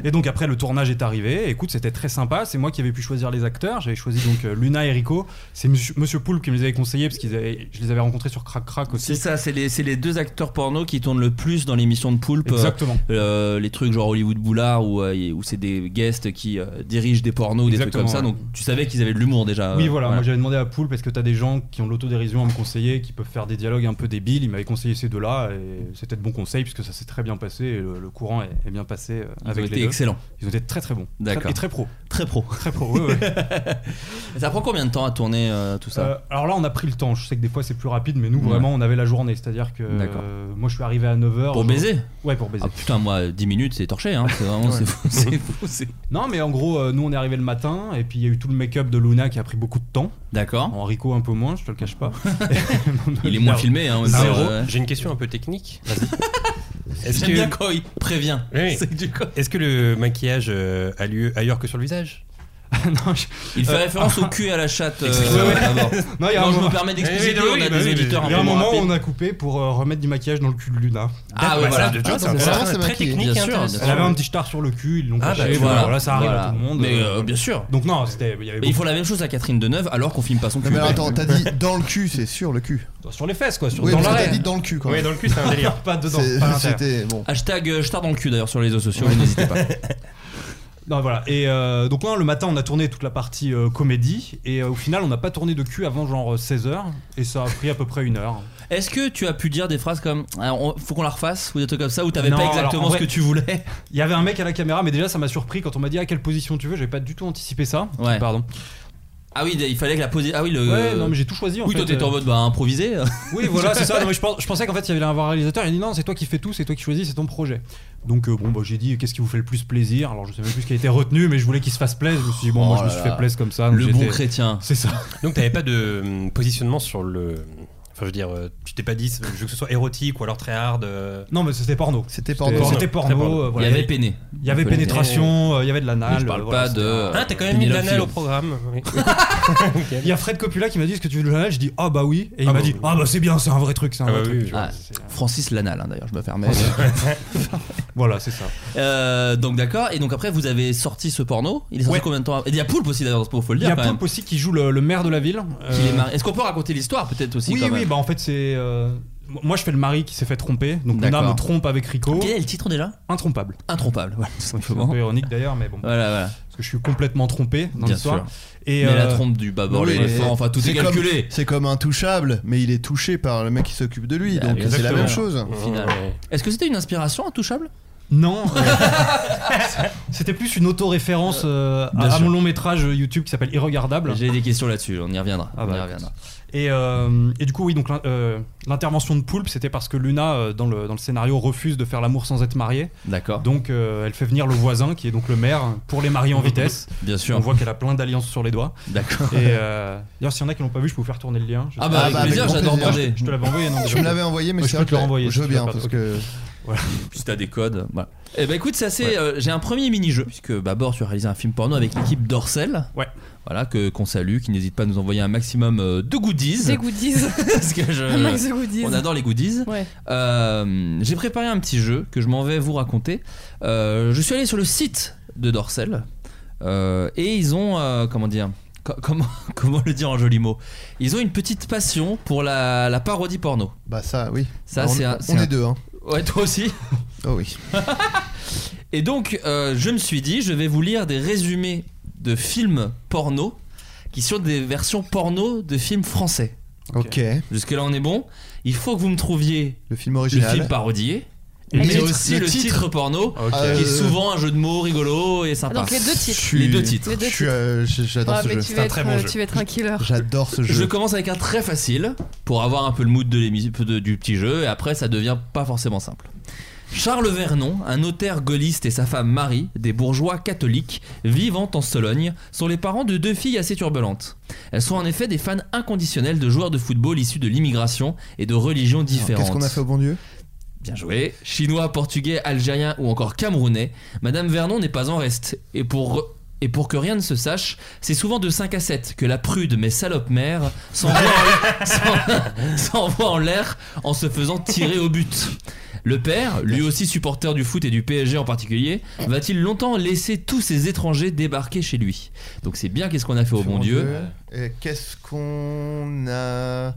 Speaker 4: et donc après, le tournage est arrivé. Écoute, c'était très sympa. C'est moi qui avais pu choisir les acteurs. J'avais choisi donc euh, Luna et Rico. C'est Monsieur, Monsieur Poulpe qui me les avait conseillés parce que je les avais rencontrés sur Crac Crac aussi.
Speaker 2: C'est ça, c'est les, c'est les deux acteurs porno qui tournent le plus dans l'émission de Poulpe. euh,
Speaker 4: Exactement.
Speaker 2: euh, les trucs genre Hollywood Boulard où, euh, y- où c'est des guests qui euh, dirigent des pornos, des trucs
Speaker 4: Exactement,
Speaker 2: comme ça.
Speaker 4: ouais.
Speaker 2: Donc tu savais qu'ils avaient de l'humour déjà.
Speaker 4: Oui,
Speaker 2: euh,
Speaker 4: voilà. Moi, j'avais demandé à Poulpe parce que t'as des gens qui ont de l'autodérision à me conseiller, qui peuvent faire des dialogues un peu débiles. Il m'avait conseillé ces deux-là et c'était de bons conseils puisque ça s'est très bien passé et le, le courant est, est bien passé euh,
Speaker 2: Ils
Speaker 4: avec
Speaker 2: ont
Speaker 4: les
Speaker 2: été
Speaker 4: deux.
Speaker 2: excellents.
Speaker 4: Ils ont été très très bons.
Speaker 2: D'accord.
Speaker 4: Et très pro.
Speaker 2: Très pro.
Speaker 4: Très pro, ouais, ouais.
Speaker 2: ça prend combien de temps à tourner euh, tout ça
Speaker 4: Euh, alors là, on a pris le temps. Je sais que des fois c'est plus rapide, mais nous
Speaker 2: Ouais.
Speaker 4: vraiment on avait la journée. C'est-à-dire que
Speaker 2: D'accord.
Speaker 4: euh, moi je suis arrivé à 9h.
Speaker 2: Pour baiser
Speaker 4: Ouais, pour euh, baiser.
Speaker 2: Ah putain, moi 10 minutes c'est torché. Hein. C'est vraiment. c'est fou, c'est fou, c'est-
Speaker 4: Non, mais en gros, euh, nous on est arrivé le matin et puis il y a eu tout le make-up de Luna qui a pris beaucoup de temps.
Speaker 2: D'accord.
Speaker 4: Enrico un peu moins, je te le cache pas.
Speaker 2: Il est moins filmé. Hein, en même temps,
Speaker 17: Zéro.
Speaker 2: euh,
Speaker 17: J'ai une question un peu technique. Vas-y.
Speaker 18: Est-ce
Speaker 2: J'aime
Speaker 18: que-
Speaker 2: bien quand il prévient.
Speaker 18: Oui. Est-ce que le maquillage euh, a lieu ailleurs que sur le visage
Speaker 2: Il fait
Speaker 18: Euh,
Speaker 2: référence
Speaker 18: ah.
Speaker 2: au cul et à la chatte. euh,
Speaker 18: Excuse-moi.
Speaker 2: d'abord.
Speaker 4: Non, il y a un
Speaker 2: je me
Speaker 4: moment-
Speaker 2: permets d'expliquer.
Speaker 4: Oui, oui,
Speaker 2: on a
Speaker 4: bah
Speaker 2: des
Speaker 4: oui,
Speaker 2: auditeurs un
Speaker 4: Il y
Speaker 2: peu
Speaker 4: a un
Speaker 2: moins
Speaker 4: moment où
Speaker 2: rapides.
Speaker 4: on a coupé pour euh, remettre du maquillage dans le cul de Luna.
Speaker 2: Ah, ouais, voilà.
Speaker 4: tu vois,
Speaker 2: Ah,
Speaker 4: c'est
Speaker 2: ça,
Speaker 4: intéressant.
Speaker 2: ça, c'est
Speaker 4: Très
Speaker 2: maquillé,
Speaker 4: technique
Speaker 2: bien
Speaker 4: et
Speaker 2: sûr, bien
Speaker 4: intéressant.
Speaker 2: sûr.
Speaker 4: Elle avait un petit star sur le cul, ils l'ont
Speaker 2: Ah, bah,
Speaker 4: caché.
Speaker 2: voilà,
Speaker 4: Voilà, ça arrive
Speaker 2: voilà.
Speaker 4: à tout le monde.
Speaker 2: Mais
Speaker 4: euh,
Speaker 2: euh, bien sûr.
Speaker 4: Donc non, c'était. il y avait
Speaker 2: Mais il faut
Speaker 4: beaucoup-
Speaker 2: la même chose à Catherine Deneuve alors qu'on filme pas son cul.
Speaker 9: Non, mais alors, attends, t'as dit dans le cul, c'est sur le cul.
Speaker 4: Sur les fesses, quoi. Sur,
Speaker 9: Oui,
Speaker 4: dans
Speaker 9: parce que
Speaker 4: l'arrêt.
Speaker 9: t'as dit dans le cul, quand même.
Speaker 4: pas dedans.
Speaker 9: C'est-
Speaker 4: pas à l'intérieur.
Speaker 9: C'était bon.
Speaker 2: Hashtag euh, je tarde dans le cul d'ailleurs sur les réseaux sociaux, n'hésitez pas.
Speaker 4: Non, voilà. Et euh, donc, là, le matin, on a tourné toute la partie euh, comédie. Et euh, au final, on n'a pas tourné de cul avant genre 16h. Et ça a pris à peu près une heure.
Speaker 2: Est-ce que tu as pu dire des phrases comme Ah, on- faut qu'on la refasse ou des trucs comme ça où t'avais
Speaker 4: Non,
Speaker 2: pas
Speaker 4: alors,
Speaker 2: exactement
Speaker 4: en vrai,
Speaker 2: ce que tu voulais
Speaker 4: Il y avait un mec à la caméra, mais déjà, ça m'a surpris quand on m'a dit à quelle position tu veux. J'avais pas du tout anticipé ça.
Speaker 2: Ouais.
Speaker 4: Pardon.
Speaker 2: Ah oui, il fallait que la poser. Ah oui, le.
Speaker 4: Ouais, non, mais j'ai tout choisi, en
Speaker 2: oui,
Speaker 4: fait,
Speaker 2: toi t'étais en
Speaker 4: euh.
Speaker 2: mode bah improvisé.
Speaker 4: Oui, voilà, c'est ça. Non, mais je, pense- je pensais qu'en fait, il y avait un réalisateur. Il a dit non, c'est toi qui fais tout, c'est toi qui choisis, c'est ton projet. Donc, euh, bon, bah, j'ai dit qu'est-ce qui vous fait le plus plaisir. Alors, je sais même plus ce qui a été retenu, mais je voulais qu'il se fasse plaisir. Je me suis dit, bon, moi, je
Speaker 2: Oh
Speaker 4: me suis fait plaisir comme ça. donc j'étais- C'est ça.
Speaker 18: Donc t'avais pas de hum, positionnement sur le. Enfin, je veux dire, euh, tu t'es pas dit, je veux que ce soit érotique ou alors très hard. euh.
Speaker 4: Non, mais c'était porno.
Speaker 9: C'était
Speaker 4: C'était
Speaker 18: Très
Speaker 4: porno. euh, voilà.
Speaker 2: Il y avait peiné.
Speaker 4: Il y avait pénétration, euh, il y avait de l'anal.
Speaker 2: Je parle
Speaker 4: euh, voilà,
Speaker 2: pas
Speaker 4: c'était-
Speaker 2: de.
Speaker 18: Ah, t'as quand même mis de
Speaker 2: pénélophile.
Speaker 18: l'anal au programme. oui.
Speaker 4: Il y a Fred Coppola qui m'a dit ce que tu veux de l'anal. Je dis ah bah oui. Et il
Speaker 18: Ah
Speaker 4: m'a
Speaker 18: bah
Speaker 4: dit
Speaker 18: oui.
Speaker 4: ah bah c'est bien, c'est un vrai truc, c'est un
Speaker 18: Ah
Speaker 4: vrai
Speaker 18: bah
Speaker 4: truc.
Speaker 18: oui,
Speaker 4: tu vois.
Speaker 2: Ah, Francis Lanal, hein, d'ailleurs, je me permets.
Speaker 4: Voilà, c'est ça.
Speaker 2: Euh, donc d'accord, et donc après vous avez sorti ce porno. Il est sorti
Speaker 4: Ouais.
Speaker 2: combien de temps après Il y a Poulpe aussi d'ailleurs, faut faut le
Speaker 4: Il y
Speaker 2: dire
Speaker 4: a
Speaker 2: quand même.
Speaker 4: Poulpe aussi qui joue le, le maire de la ville.
Speaker 2: Qu'il est
Speaker 4: Euh,
Speaker 2: marié. Est-ce qu'on peut raconter l'histoire peut-être aussi
Speaker 4: Oui,
Speaker 2: quand
Speaker 4: oui,
Speaker 2: même
Speaker 4: bah en fait, c'est. euh, Moi, je fais le mari qui s'est fait tromper. Donc, Luna
Speaker 2: D'accord.
Speaker 4: me trompe avec Rico.
Speaker 2: Quel est le titre déjà
Speaker 4: Intrompable.
Speaker 2: Intrompable, voilà, tout
Speaker 4: Un
Speaker 2: simplement.
Speaker 4: peu ironique d'ailleurs, mais bon.
Speaker 2: Voilà, voilà.
Speaker 4: Parce que je suis complètement trompé dans
Speaker 2: Bien
Speaker 4: l'histoire.
Speaker 2: sûr.
Speaker 4: Et,
Speaker 2: Mais la
Speaker 4: euh,
Speaker 2: trompe du bâbord,
Speaker 9: Oui,
Speaker 2: l'éléphant,
Speaker 9: mais
Speaker 2: enfin tout est,
Speaker 9: c'est comme-
Speaker 2: calculé.
Speaker 9: C'est comme intouchable, mais il est touché par le mec qui s'occupe de lui,
Speaker 2: Ah,
Speaker 9: donc c'est la
Speaker 2: exactement.
Speaker 9: même chose.
Speaker 2: Au final. Est-ce que c'était une inspiration intouchable
Speaker 4: Non. euh, C'était plus une autoréférence euh,
Speaker 2: bien
Speaker 4: à, à
Speaker 2: sûr.
Speaker 4: mon long métrage YouTube qui s'appelle Irregardable.
Speaker 2: J'ai des questions là-dessus, on y reviendra.
Speaker 4: Ah
Speaker 2: on
Speaker 4: bah,
Speaker 2: y reviendra.
Speaker 4: Et, euh, et du coup, oui, donc l'in- euh, l'intervention de Poulpe, c'était parce que Luna, euh, dans, le, dans le scénario, refuse de faire l'amour sans être mariée.
Speaker 2: D'accord.
Speaker 4: Donc euh, elle fait venir le voisin, qui est donc le maire, pour les marier en vitesse.
Speaker 2: Bien sûr.
Speaker 4: On voit qu'elle a plein d'alliances sur les doigts.
Speaker 2: D'accord.
Speaker 4: Et euh, d'ailleurs, s'il y en a qui l'ont pas vu, je peux vous faire tourner le lien. Je
Speaker 2: Ah
Speaker 4: sais
Speaker 2: bah,
Speaker 4: pas.
Speaker 2: avec plaisir,
Speaker 4: grand
Speaker 2: j'adore demander.
Speaker 4: Je, je te l'avais envoyé, non
Speaker 9: Tu
Speaker 4: déjà.
Speaker 9: me l'avais envoyé, mais
Speaker 4: Ouais,
Speaker 9: c'est
Speaker 4: je peux
Speaker 9: vrai
Speaker 4: te le
Speaker 9: que
Speaker 4: renvoyer.
Speaker 9: je
Speaker 4: si
Speaker 9: veux
Speaker 4: tu
Speaker 9: bien
Speaker 4: l'as pas.
Speaker 9: parce
Speaker 4: Ok.
Speaker 9: que
Speaker 4: Voilà.
Speaker 2: Si t'as des codes, voilà. Eh ben écoute, ça c'est. euh, J'ai un premier mini-jeu, puisque Babor, tu as réalisé un film porno avec l'équipe d'Orcel.
Speaker 4: Ouais.
Speaker 2: Voilà, que qu'on salue, qui n'hésite pas à nous envoyer un maximum euh, de goodies.
Speaker 12: Des goodies.
Speaker 2: Parce que je-
Speaker 12: Un max de goodies.
Speaker 2: Euh, On adore les goodies.
Speaker 12: Ouais.
Speaker 2: Euh, J'ai préparé un petit jeu que je m'en vais vous raconter. Euh, je suis allé sur le site de Dorcel euh, et ils ont euh, comment dire co- comment comment le dire en joli mot Ils ont une petite passion pour la, la parodie porno.
Speaker 9: bah ça, oui.
Speaker 2: Ça
Speaker 9: Bah, on-
Speaker 2: c'est un-
Speaker 9: on
Speaker 2: c'est
Speaker 9: est
Speaker 2: un-
Speaker 9: deux, hein.
Speaker 2: Ouais, toi aussi.
Speaker 9: Oh oui.
Speaker 2: Et donc, euh, je me suis dit, je vais vous lire des résumés de films porno qui sont des versions porno de films français.
Speaker 9: Ok.
Speaker 2: Jusque-là, on est bon. Il faut que vous me trouviez
Speaker 9: Le film original.
Speaker 2: le film parodié,
Speaker 9: Et
Speaker 2: mais
Speaker 9: le titre,
Speaker 2: aussi
Speaker 9: le
Speaker 2: le titre,
Speaker 9: titre.
Speaker 2: porno,
Speaker 9: Ok.
Speaker 2: qui est
Speaker 9: Euh,
Speaker 2: souvent un jeu de mots rigolo et sympa.
Speaker 12: Ah, donc les deux titres.
Speaker 9: Je suis-
Speaker 2: Les deux titres.
Speaker 12: Les deux
Speaker 9: je suis, euh, je- J'adore
Speaker 12: Ouais,
Speaker 9: ce
Speaker 12: mais
Speaker 9: jeu.
Speaker 12: tu vas, être, euh, tu vas être un killer.
Speaker 9: J'adore ce
Speaker 2: Je
Speaker 9: jeu.
Speaker 2: commence avec un très facile pour avoir un peu le mood de l'émission- de- du petit jeu et après ça devient pas forcément simple. Charles Vernon, un notaire gaulliste et sa femme Marie, des bourgeois catholiques vivant en Sologne, sont les parents de deux filles assez turbulentes. Elles sont en effet des fans inconditionnels de joueurs de football issus de l'immigration et de religions différentes.
Speaker 9: Qu'est-ce qu'on a fait au bon Dieu
Speaker 2: Bien joué. Chinois, portugais, algérien ou encore camerounais, Madame Vernon n'est pas en reste. Et pour, et pour que rien ne se sache, c'est souvent de 5 à 7 que la prude mais salope mère s'envoie en- s'en- s'envoie en l'air en se faisant tirer au but. Le père, lui aussi supporter du foot et du PSG en particulier, va-t-il longtemps laisser tous ces étrangers débarquer chez lui Donc c'est bien qu'est-ce qu'on a fait au bon Dieu.
Speaker 9: Et Qu'est-ce qu'on a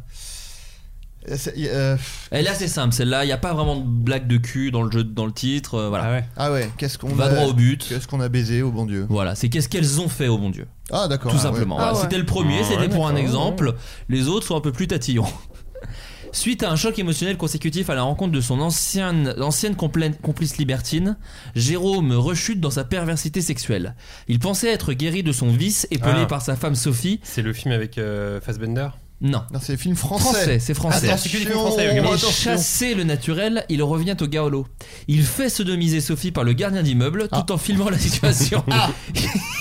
Speaker 9: C'est- y- euh,
Speaker 2: Elle est assez simple celle-là, il n'y a pas vraiment de blague de cul dans le jeu, dans le titre, euh, voilà.
Speaker 9: Ah ouais, qu'est-ce qu'on
Speaker 2: Va
Speaker 9: a
Speaker 2: droit au but.
Speaker 9: Qu'est-ce qu'on a baisé au bon Dieu
Speaker 2: Voilà, c'est qu'est-ce qu'elles ont fait au bon Dieu.
Speaker 9: Ah d'accord.
Speaker 2: Tout
Speaker 9: ah ouais.
Speaker 2: simplement. Voilà, C'était le premier,
Speaker 9: Ah,
Speaker 2: c'était
Speaker 9: ouais,
Speaker 2: pour un
Speaker 9: d'accord,
Speaker 2: exemple. Les autres sont un peu plus tatillons. Suite à un choc émotionnel consécutif à la rencontre de son ancienne, ancienne compla- complice libertine, Jérôme rechute dans sa perversité sexuelle. Il pensait être guéri de son vice, épelé
Speaker 18: Ah.
Speaker 2: par sa femme Sophie.
Speaker 18: C'est le film avec euh, Fassbender
Speaker 2: Non.
Speaker 9: Non, c'est film français.
Speaker 2: c'est français.
Speaker 9: Attention,
Speaker 18: C'est que du film français, ok.
Speaker 2: Et
Speaker 18: Attention.
Speaker 2: chassé le naturel, il revient au gaolo. Il fait
Speaker 9: Ah.
Speaker 2: sodomiser Sophie par le gardien d'immeuble tout en filmant la situation. Ah.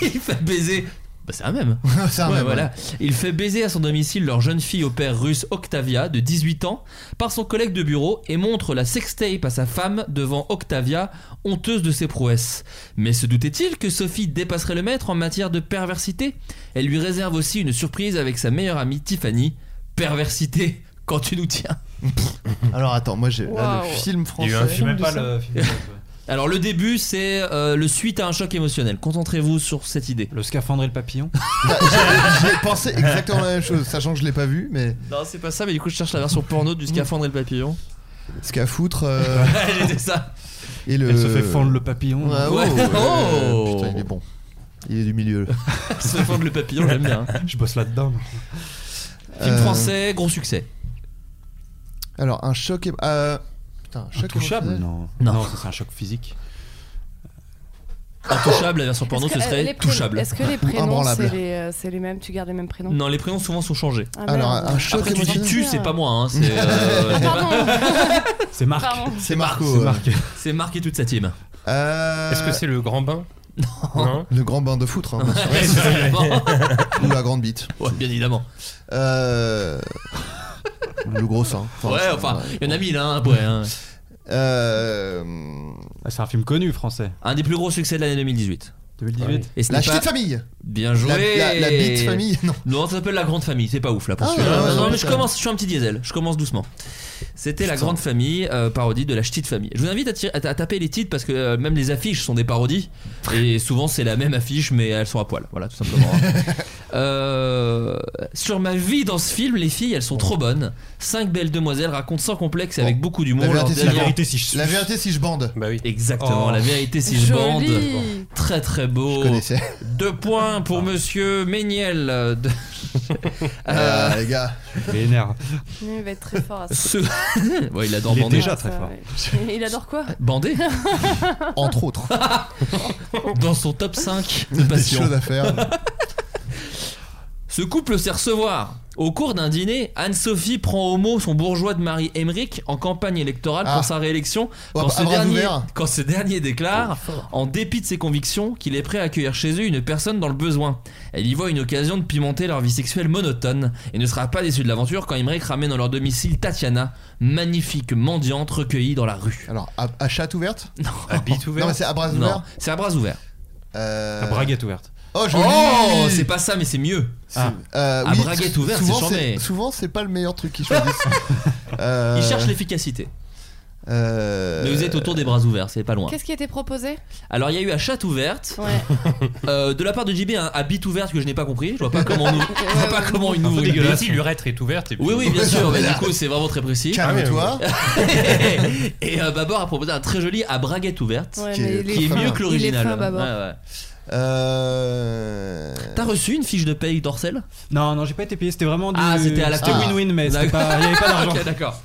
Speaker 2: il fait baiser Bah, c'est un même.
Speaker 9: C'est un
Speaker 2: Ouais,
Speaker 9: même,
Speaker 2: voilà.
Speaker 9: ouais.
Speaker 2: Il fait baiser à son domicile leur jeune fille au père russe Octavia, de 18 ans, par son collègue de bureau et montre la sextape à sa femme devant Octavia, honteuse de ses prouesses. Mais se doutait-il que Sophie dépasserait le maître en matière de perversité Elle lui réserve aussi une surprise avec sa meilleure amie Tiffany. Perversité quand tu nous tiens.
Speaker 9: Alors attends, moi j'ai là, le
Speaker 2: Waouh.
Speaker 9: film français.
Speaker 4: Il y a eu un film, même pas le film.
Speaker 2: Alors le début c'est euh, le suite à un choc émotionnel. Concentrez-vous sur cette idée.
Speaker 1: Le scaphandre et le papillon.
Speaker 9: J'ai pensé exactement la même chose, sachant que je l'ai pas vu, mais
Speaker 2: non c'est pas ça mais du coup je cherche la version porno du scaphandre et le papillon.
Speaker 9: ce qu'à foutre. euh,
Speaker 2: Ouais, j'ai dit ça.
Speaker 9: Et le...
Speaker 1: Elle se fait fendre le papillon.
Speaker 9: Ouais, oh,
Speaker 1: Euh, Ouais.
Speaker 9: euh,
Speaker 1: Oh.
Speaker 9: putain, il est bon. Il est du milieu.
Speaker 2: Se fendre le papillon j'aime bien.
Speaker 1: Je bosse là-dedans.
Speaker 2: Film
Speaker 9: Euh,
Speaker 2: français gros succès.
Speaker 9: Alors un choc. émo- euh, Putain, un choc
Speaker 1: Intouchable
Speaker 9: émotionnel.
Speaker 1: Non.
Speaker 2: Non.
Speaker 1: ça, c'est un choc physique.
Speaker 2: Intouchable la version porno
Speaker 12: Est-ce
Speaker 2: ce
Speaker 12: que, euh,
Speaker 2: serait
Speaker 12: les prénoms-
Speaker 2: touchable.
Speaker 12: Est-ce que les prénoms, c'est les, euh, c'est les mêmes Tu gardes les mêmes prénoms
Speaker 2: Non les prénoms souvent sont changés.
Speaker 12: Ah, merde. Alors, un choc
Speaker 2: Après tu dis
Speaker 12: émotionnel.
Speaker 2: tu c'est pas moi hein, c'est euh,
Speaker 12: Ah, pardon.
Speaker 1: C'est Marc.
Speaker 12: Pardon.
Speaker 9: C'est Marco.
Speaker 2: C'est
Speaker 9: ouais.
Speaker 2: Marc. C'est Marc et toute sa team.
Speaker 9: Euh,
Speaker 4: Est-ce que c'est le grand bain Non.
Speaker 9: le grand bain de foutre hein, bien sûr.
Speaker 2: Ouais,
Speaker 9: Ou la grande bite.
Speaker 2: Ouais, bien évidemment.
Speaker 9: Euh, Le gros sein.
Speaker 2: ouais,
Speaker 9: c'est-
Speaker 2: enfin, il y en a mille, hein, après. hein.
Speaker 9: Euh,
Speaker 1: Ah, C'est un film connu français.
Speaker 2: Un des plus gros succès de l'année 2018.
Speaker 1: 2018.
Speaker 2: Et ce
Speaker 9: La
Speaker 2: n'est
Speaker 9: ch'tite
Speaker 2: pas-
Speaker 9: famille.
Speaker 2: Bien joué.
Speaker 9: La- la- la bite famille, non.
Speaker 2: ça s'appelle la grande famille, c'est pas ouf là pour
Speaker 9: Ah,
Speaker 2: celui-là.
Speaker 9: ouais, ouais,
Speaker 2: non,
Speaker 9: ouais,
Speaker 2: mais je
Speaker 9: ça.
Speaker 2: commence, je suis un petit diesel, je commence doucement. C'était la
Speaker 9: Putain.
Speaker 2: grande famille, euh, parodie de la ch'tite famille. Je vous invite à, tirer- à- à taper les titres parce que euh, même les affiches sont des parodies et souvent c'est la même affiche mais elles sont à poil, voilà tout simplement. hein. Euh, sur ma vie dans ce film, les filles elles sont trop bonnes. Cinq belles demoiselles racontent sans complexe et avec beaucoup
Speaker 9: Oh. La
Speaker 2: d'humour leur
Speaker 9: vérité, si je
Speaker 2: délire.
Speaker 9: bande. La vérité, si je bande.
Speaker 4: Bah oui.
Speaker 2: Exactement,
Speaker 4: Oh.
Speaker 2: la vérité si je bande.
Speaker 12: Joli.
Speaker 2: Très très beau.
Speaker 9: Je Ah. connaissais.
Speaker 2: Deux points pour monsieur Méniel. euh, de- Euh,
Speaker 9: Ah, les gars.
Speaker 1: Il est énervé.
Speaker 12: Il va être très fort à ça.
Speaker 2: ce... ouais, il adore
Speaker 1: Il est
Speaker 2: bander.
Speaker 1: déjà très
Speaker 12: Ça,
Speaker 1: fort.
Speaker 12: ouais. Il adore quoi
Speaker 2: Bander
Speaker 9: Entre autres.
Speaker 2: dans son top 5 de
Speaker 9: Des
Speaker 2: passion.
Speaker 9: choses à faire.
Speaker 2: Ce couple sait recevoir. Au cours d'un dîner, Anne-Sophie prend au mot son bourgeois de Marie Emmerich en campagne électorale
Speaker 9: Ah.
Speaker 2: pour sa réélection.
Speaker 9: Oh,
Speaker 2: Quand
Speaker 9: à
Speaker 2: ce,
Speaker 9: bras
Speaker 2: dernier,
Speaker 9: ouverts.
Speaker 2: quand ce dernier déclare,
Speaker 9: Oh,
Speaker 2: en dépit de ses convictions, qu'il est prêt à accueillir chez eux une personne dans le besoin. Elle y voit une occasion de pimenter leur vie sexuelle monotone et ne sera pas déçue de l'aventure quand Emmerich ramène dans leur domicile Tatiana, magnifique mendiante recueillie dans la rue.
Speaker 9: Alors, à, à chatte ouverte
Speaker 4: À bite
Speaker 9: Non,
Speaker 4: ouverte
Speaker 9: mais c'est à bras
Speaker 2: Non,
Speaker 9: ouverts.
Speaker 2: c'est à bras ouverts.
Speaker 9: Euh,
Speaker 1: La braguette ouverte.
Speaker 9: Oh, joli
Speaker 2: Oh, c'est pas ça, mais c'est mieux.
Speaker 1: Ah.
Speaker 9: Euh,
Speaker 2: À
Speaker 9: oui,
Speaker 2: braguette
Speaker 9: sou-
Speaker 2: ouverte, c'est
Speaker 9: souvent,
Speaker 2: chambé.
Speaker 9: c'est Souvent, c'est pas le meilleur truc qu'ils choisissent. euh,
Speaker 2: Ils cherchent l'efficacité.
Speaker 9: euh,
Speaker 2: Mais vous êtes autour des bras ouverts, c'est pas loin.
Speaker 12: Qu'est-ce qui a été proposé
Speaker 2: Alors il y a eu à chatte ouverte.
Speaker 12: Ouais.
Speaker 2: Euh, de la part de JB, un à bite ouverte que je n'ai pas compris. Je vois pas comment, nous, je vois pas comment il nous
Speaker 4: Enfin,
Speaker 2: rigole.
Speaker 4: Si l'urètre est ouverte et puis.
Speaker 2: Oui, oui, bien
Speaker 9: Ouais,
Speaker 2: sûr,
Speaker 9: non,
Speaker 2: mais
Speaker 9: mais
Speaker 2: du
Speaker 9: là-
Speaker 2: coup, c'est vraiment très précis.
Speaker 9: Calme-toi.
Speaker 2: Ah, Et euh, Babor a proposé un très joli à braguette ouverte,
Speaker 12: Ouais,
Speaker 9: Qui est-
Speaker 12: mais il
Speaker 2: qui est
Speaker 9: fin.
Speaker 2: mieux
Speaker 12: fin.
Speaker 2: que l'original.
Speaker 12: Il est fin, Babor.
Speaker 2: Ouais, ouais.
Speaker 9: Euh,
Speaker 2: T'as reçu une fiche de paye d'Orcel
Speaker 1: Non, non, j'ai pas été payé. C'était vraiment du.
Speaker 2: Ah, c'était à la
Speaker 1: C'était
Speaker 2: con.
Speaker 1: win-win, mais c'était
Speaker 2: D'accord.
Speaker 1: pas- il n'y avait pas d'argent.
Speaker 2: Ok, d'accord.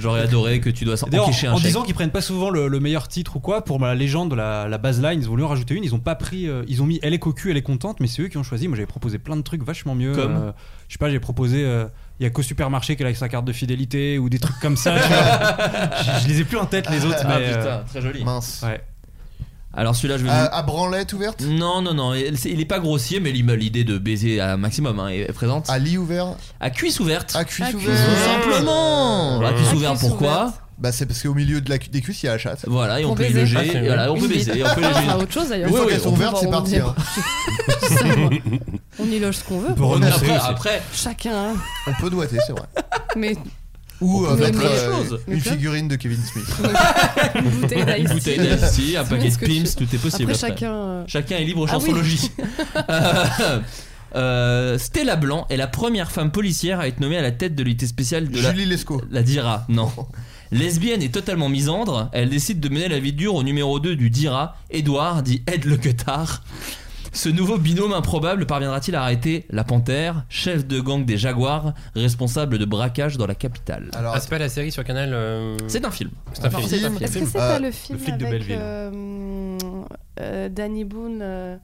Speaker 2: J'aurais adoré que tu dois s'en-
Speaker 1: D'ailleurs,
Speaker 2: encaisser
Speaker 1: en,
Speaker 2: un
Speaker 1: en
Speaker 2: chèque.
Speaker 1: disant qu'ils prennent pas souvent le, le meilleur titre ou quoi, pour la légende, de la, la baseline, ils ont voulu en rajouter une. Ils ont pas pris, euh, ils ont mis Elle est cocu, elle est contente, mais c'est eux qui ont choisi. Moi, j'avais proposé plein de trucs vachement mieux.
Speaker 2: Comme
Speaker 1: Euh, je sais pas, j'ai proposé. euh, il y a qu'au supermarché qu'elle a sa carte de fidélité ou des trucs comme ça. tu vois. je, je les ai plus en tête les autres.
Speaker 2: Ah
Speaker 1: mais, euh,
Speaker 2: putain, très joli.
Speaker 9: Mince. Ah, Euh,
Speaker 1: ouais.
Speaker 2: Alors celui-là, je vais
Speaker 9: À, à branlette ouverte
Speaker 2: vous- Non, non, non, il c'est- il est pas grossier, mais l'im- l'idée de baiser à un maximum hein, est est présente.
Speaker 9: À lit ouvert
Speaker 2: À cuisse ouverte.
Speaker 9: À cuisse
Speaker 12: À
Speaker 9: ouverte
Speaker 12: cuisse
Speaker 2: Tout simplement. À cuisse
Speaker 12: À
Speaker 2: ouverte,
Speaker 12: cuisse
Speaker 2: pourquoi
Speaker 12: ouverte.
Speaker 9: Bah, c'est parce qu'au milieu de la, cu- des cuisses, il y a la chatte.
Speaker 2: Voilà, et on
Speaker 12: Pour
Speaker 2: peut les
Speaker 12: baiser.
Speaker 2: loger,
Speaker 4: Ah, c'est
Speaker 2: et voilà, on
Speaker 12: Une
Speaker 2: peut
Speaker 12: bite.
Speaker 2: baiser, et on peut les
Speaker 12: Ah,
Speaker 2: loger.
Speaker 12: à autre chose d'ailleurs.
Speaker 9: Une fois
Speaker 12: On
Speaker 9: qu'elles sont
Speaker 12: peut
Speaker 9: ouvertes, c'est
Speaker 12: voir où
Speaker 9: parti.
Speaker 12: on
Speaker 9: hein.
Speaker 12: est. Ça, moi. On y loge ce qu'on veut.
Speaker 1: On peut renoncer
Speaker 2: après,
Speaker 1: aussi.
Speaker 2: après,
Speaker 12: Chacun. hein.
Speaker 9: On peut doiter, c'est vrai.
Speaker 12: Mais
Speaker 9: Ou euh,
Speaker 12: peut
Speaker 9: mettre
Speaker 12: mettre des
Speaker 9: euh,
Speaker 2: choses.
Speaker 9: une figurine de Kevin Smith.
Speaker 12: une bouteille
Speaker 2: une
Speaker 12: d'ice
Speaker 2: bouteille
Speaker 12: tea.
Speaker 2: d'Ice-Tea, un
Speaker 12: C'est
Speaker 2: paquet de
Speaker 12: ce que tu
Speaker 2: Pimps,
Speaker 12: fais.
Speaker 2: tout est possible.
Speaker 12: Après
Speaker 2: après.
Speaker 12: chacun. euh,
Speaker 2: Chacun est libre aux
Speaker 12: Ah oui.
Speaker 2: chansologies. Euh, euh, Stella Blanc est la première femme policière à être nommée à la tête de l'unité spéciale de la,
Speaker 9: Julie Lescaut.
Speaker 2: la DIRA. Non. Lesbienne et totalement misandre, elle décide de mener la vie dure au numéro 2 du DIRA, Edouard, dit Ed le Guettard. Ce nouveau binôme improbable parviendra-t-il à arrêter la panthère, chef de gang des Jaguars, responsable de braquage dans la capitale
Speaker 9: Alors,
Speaker 4: Ah, c'est pas la série sur Canal. euh,
Speaker 9: Mmh.
Speaker 2: C'est un film.
Speaker 4: C'est un
Speaker 9: un
Speaker 4: film.
Speaker 9: film.
Speaker 4: C'est un
Speaker 12: Est-ce
Speaker 4: film.
Speaker 12: que c'est
Speaker 9: Euh,
Speaker 12: pas le film
Speaker 1: flic de
Speaker 12: avec
Speaker 1: Belleville.
Speaker 12: euh, euh, Danny Boone euh,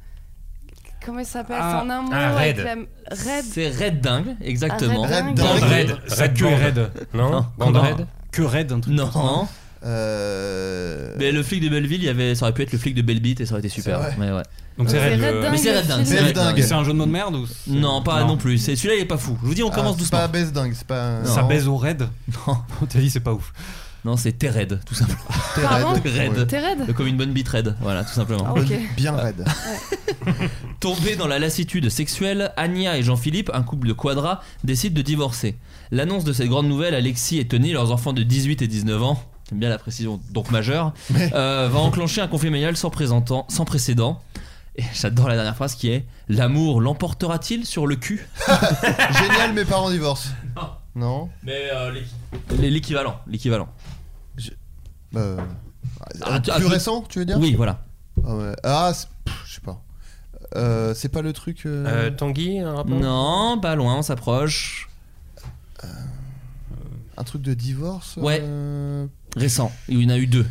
Speaker 12: Comment il s'appelle C'est
Speaker 1: Ah,
Speaker 12: en un mot
Speaker 4: ah,
Speaker 12: avec
Speaker 4: Red.
Speaker 12: la- Red.
Speaker 2: C'est Red Dingue, exactement.
Speaker 12: Ah, Red
Speaker 9: Red
Speaker 12: Dingue.
Speaker 9: Dingue.
Speaker 4: Red.
Speaker 1: Sa queue est raide.
Speaker 4: Non
Speaker 2: Non.
Speaker 4: Bande
Speaker 1: Comme
Speaker 4: raide
Speaker 1: Que raide, un truc.
Speaker 2: Non.
Speaker 9: Euh,
Speaker 2: Mais le flic de Belleville, il y avait, ça aurait pu être le flic de Belleville et ça aurait été super.
Speaker 9: C'est vrai.
Speaker 2: Mais ouais.
Speaker 9: Donc c'est C'est Red- Red Dingue,
Speaker 2: Mais c'est Red
Speaker 9: le
Speaker 2: Dingue,
Speaker 9: film.
Speaker 2: Red
Speaker 9: Red Dingue.
Speaker 2: Dingue.
Speaker 9: C'est un jeu de mots de
Speaker 1: merde ou
Speaker 2: Non, pas non,
Speaker 1: Non.
Speaker 2: plus. C'est celui-là, il est pas fou. Je vous dis, on commence
Speaker 9: ah,
Speaker 2: doucement.
Speaker 9: C'est pas baisse dingue, c'est pas. un-
Speaker 1: Ça baise au raid
Speaker 2: Non.
Speaker 1: T'as dit, c'est pas ouf.
Speaker 2: Non, c'est T-Red, tout simplement.
Speaker 9: Pardon
Speaker 2: T-Red.
Speaker 12: T-Red
Speaker 2: Comme une bonne bite raide, voilà, tout simplement.
Speaker 12: Ah, ok.
Speaker 9: Bien raide.
Speaker 2: Tombés dans la lassitude sexuelle, Anya et Jean-Philippe, un couple de quadras, décident de divorcer. L'annonce de cette grande nouvelle, Alexis et Tony, leurs enfants de 18 et 19 ans, j'aime bien la précision, donc majeure, euh, va enclencher un conflit médial sans, présentant- sans précédent. Et j'adore la dernière phrase qui est L'amour l'emportera-t-il sur le cul
Speaker 9: Génial, mes parents divorcent. Non.
Speaker 2: Mais l'équivalent, l'équivalent.
Speaker 9: Euh,
Speaker 2: Ah,
Speaker 9: plus
Speaker 2: tu- ah, tu-
Speaker 9: récent, tu veux dire
Speaker 2: Oui, voilà.
Speaker 9: Ah, ouais. Ah, c'est- pff, je sais pas. Euh, c'est pas le truc. euh,
Speaker 2: Tanguy, un rapport Non, pas loin, on s'approche.
Speaker 9: Un truc de divorce
Speaker 2: Ouais.
Speaker 9: euh,
Speaker 2: Récent, il y en a eu deux.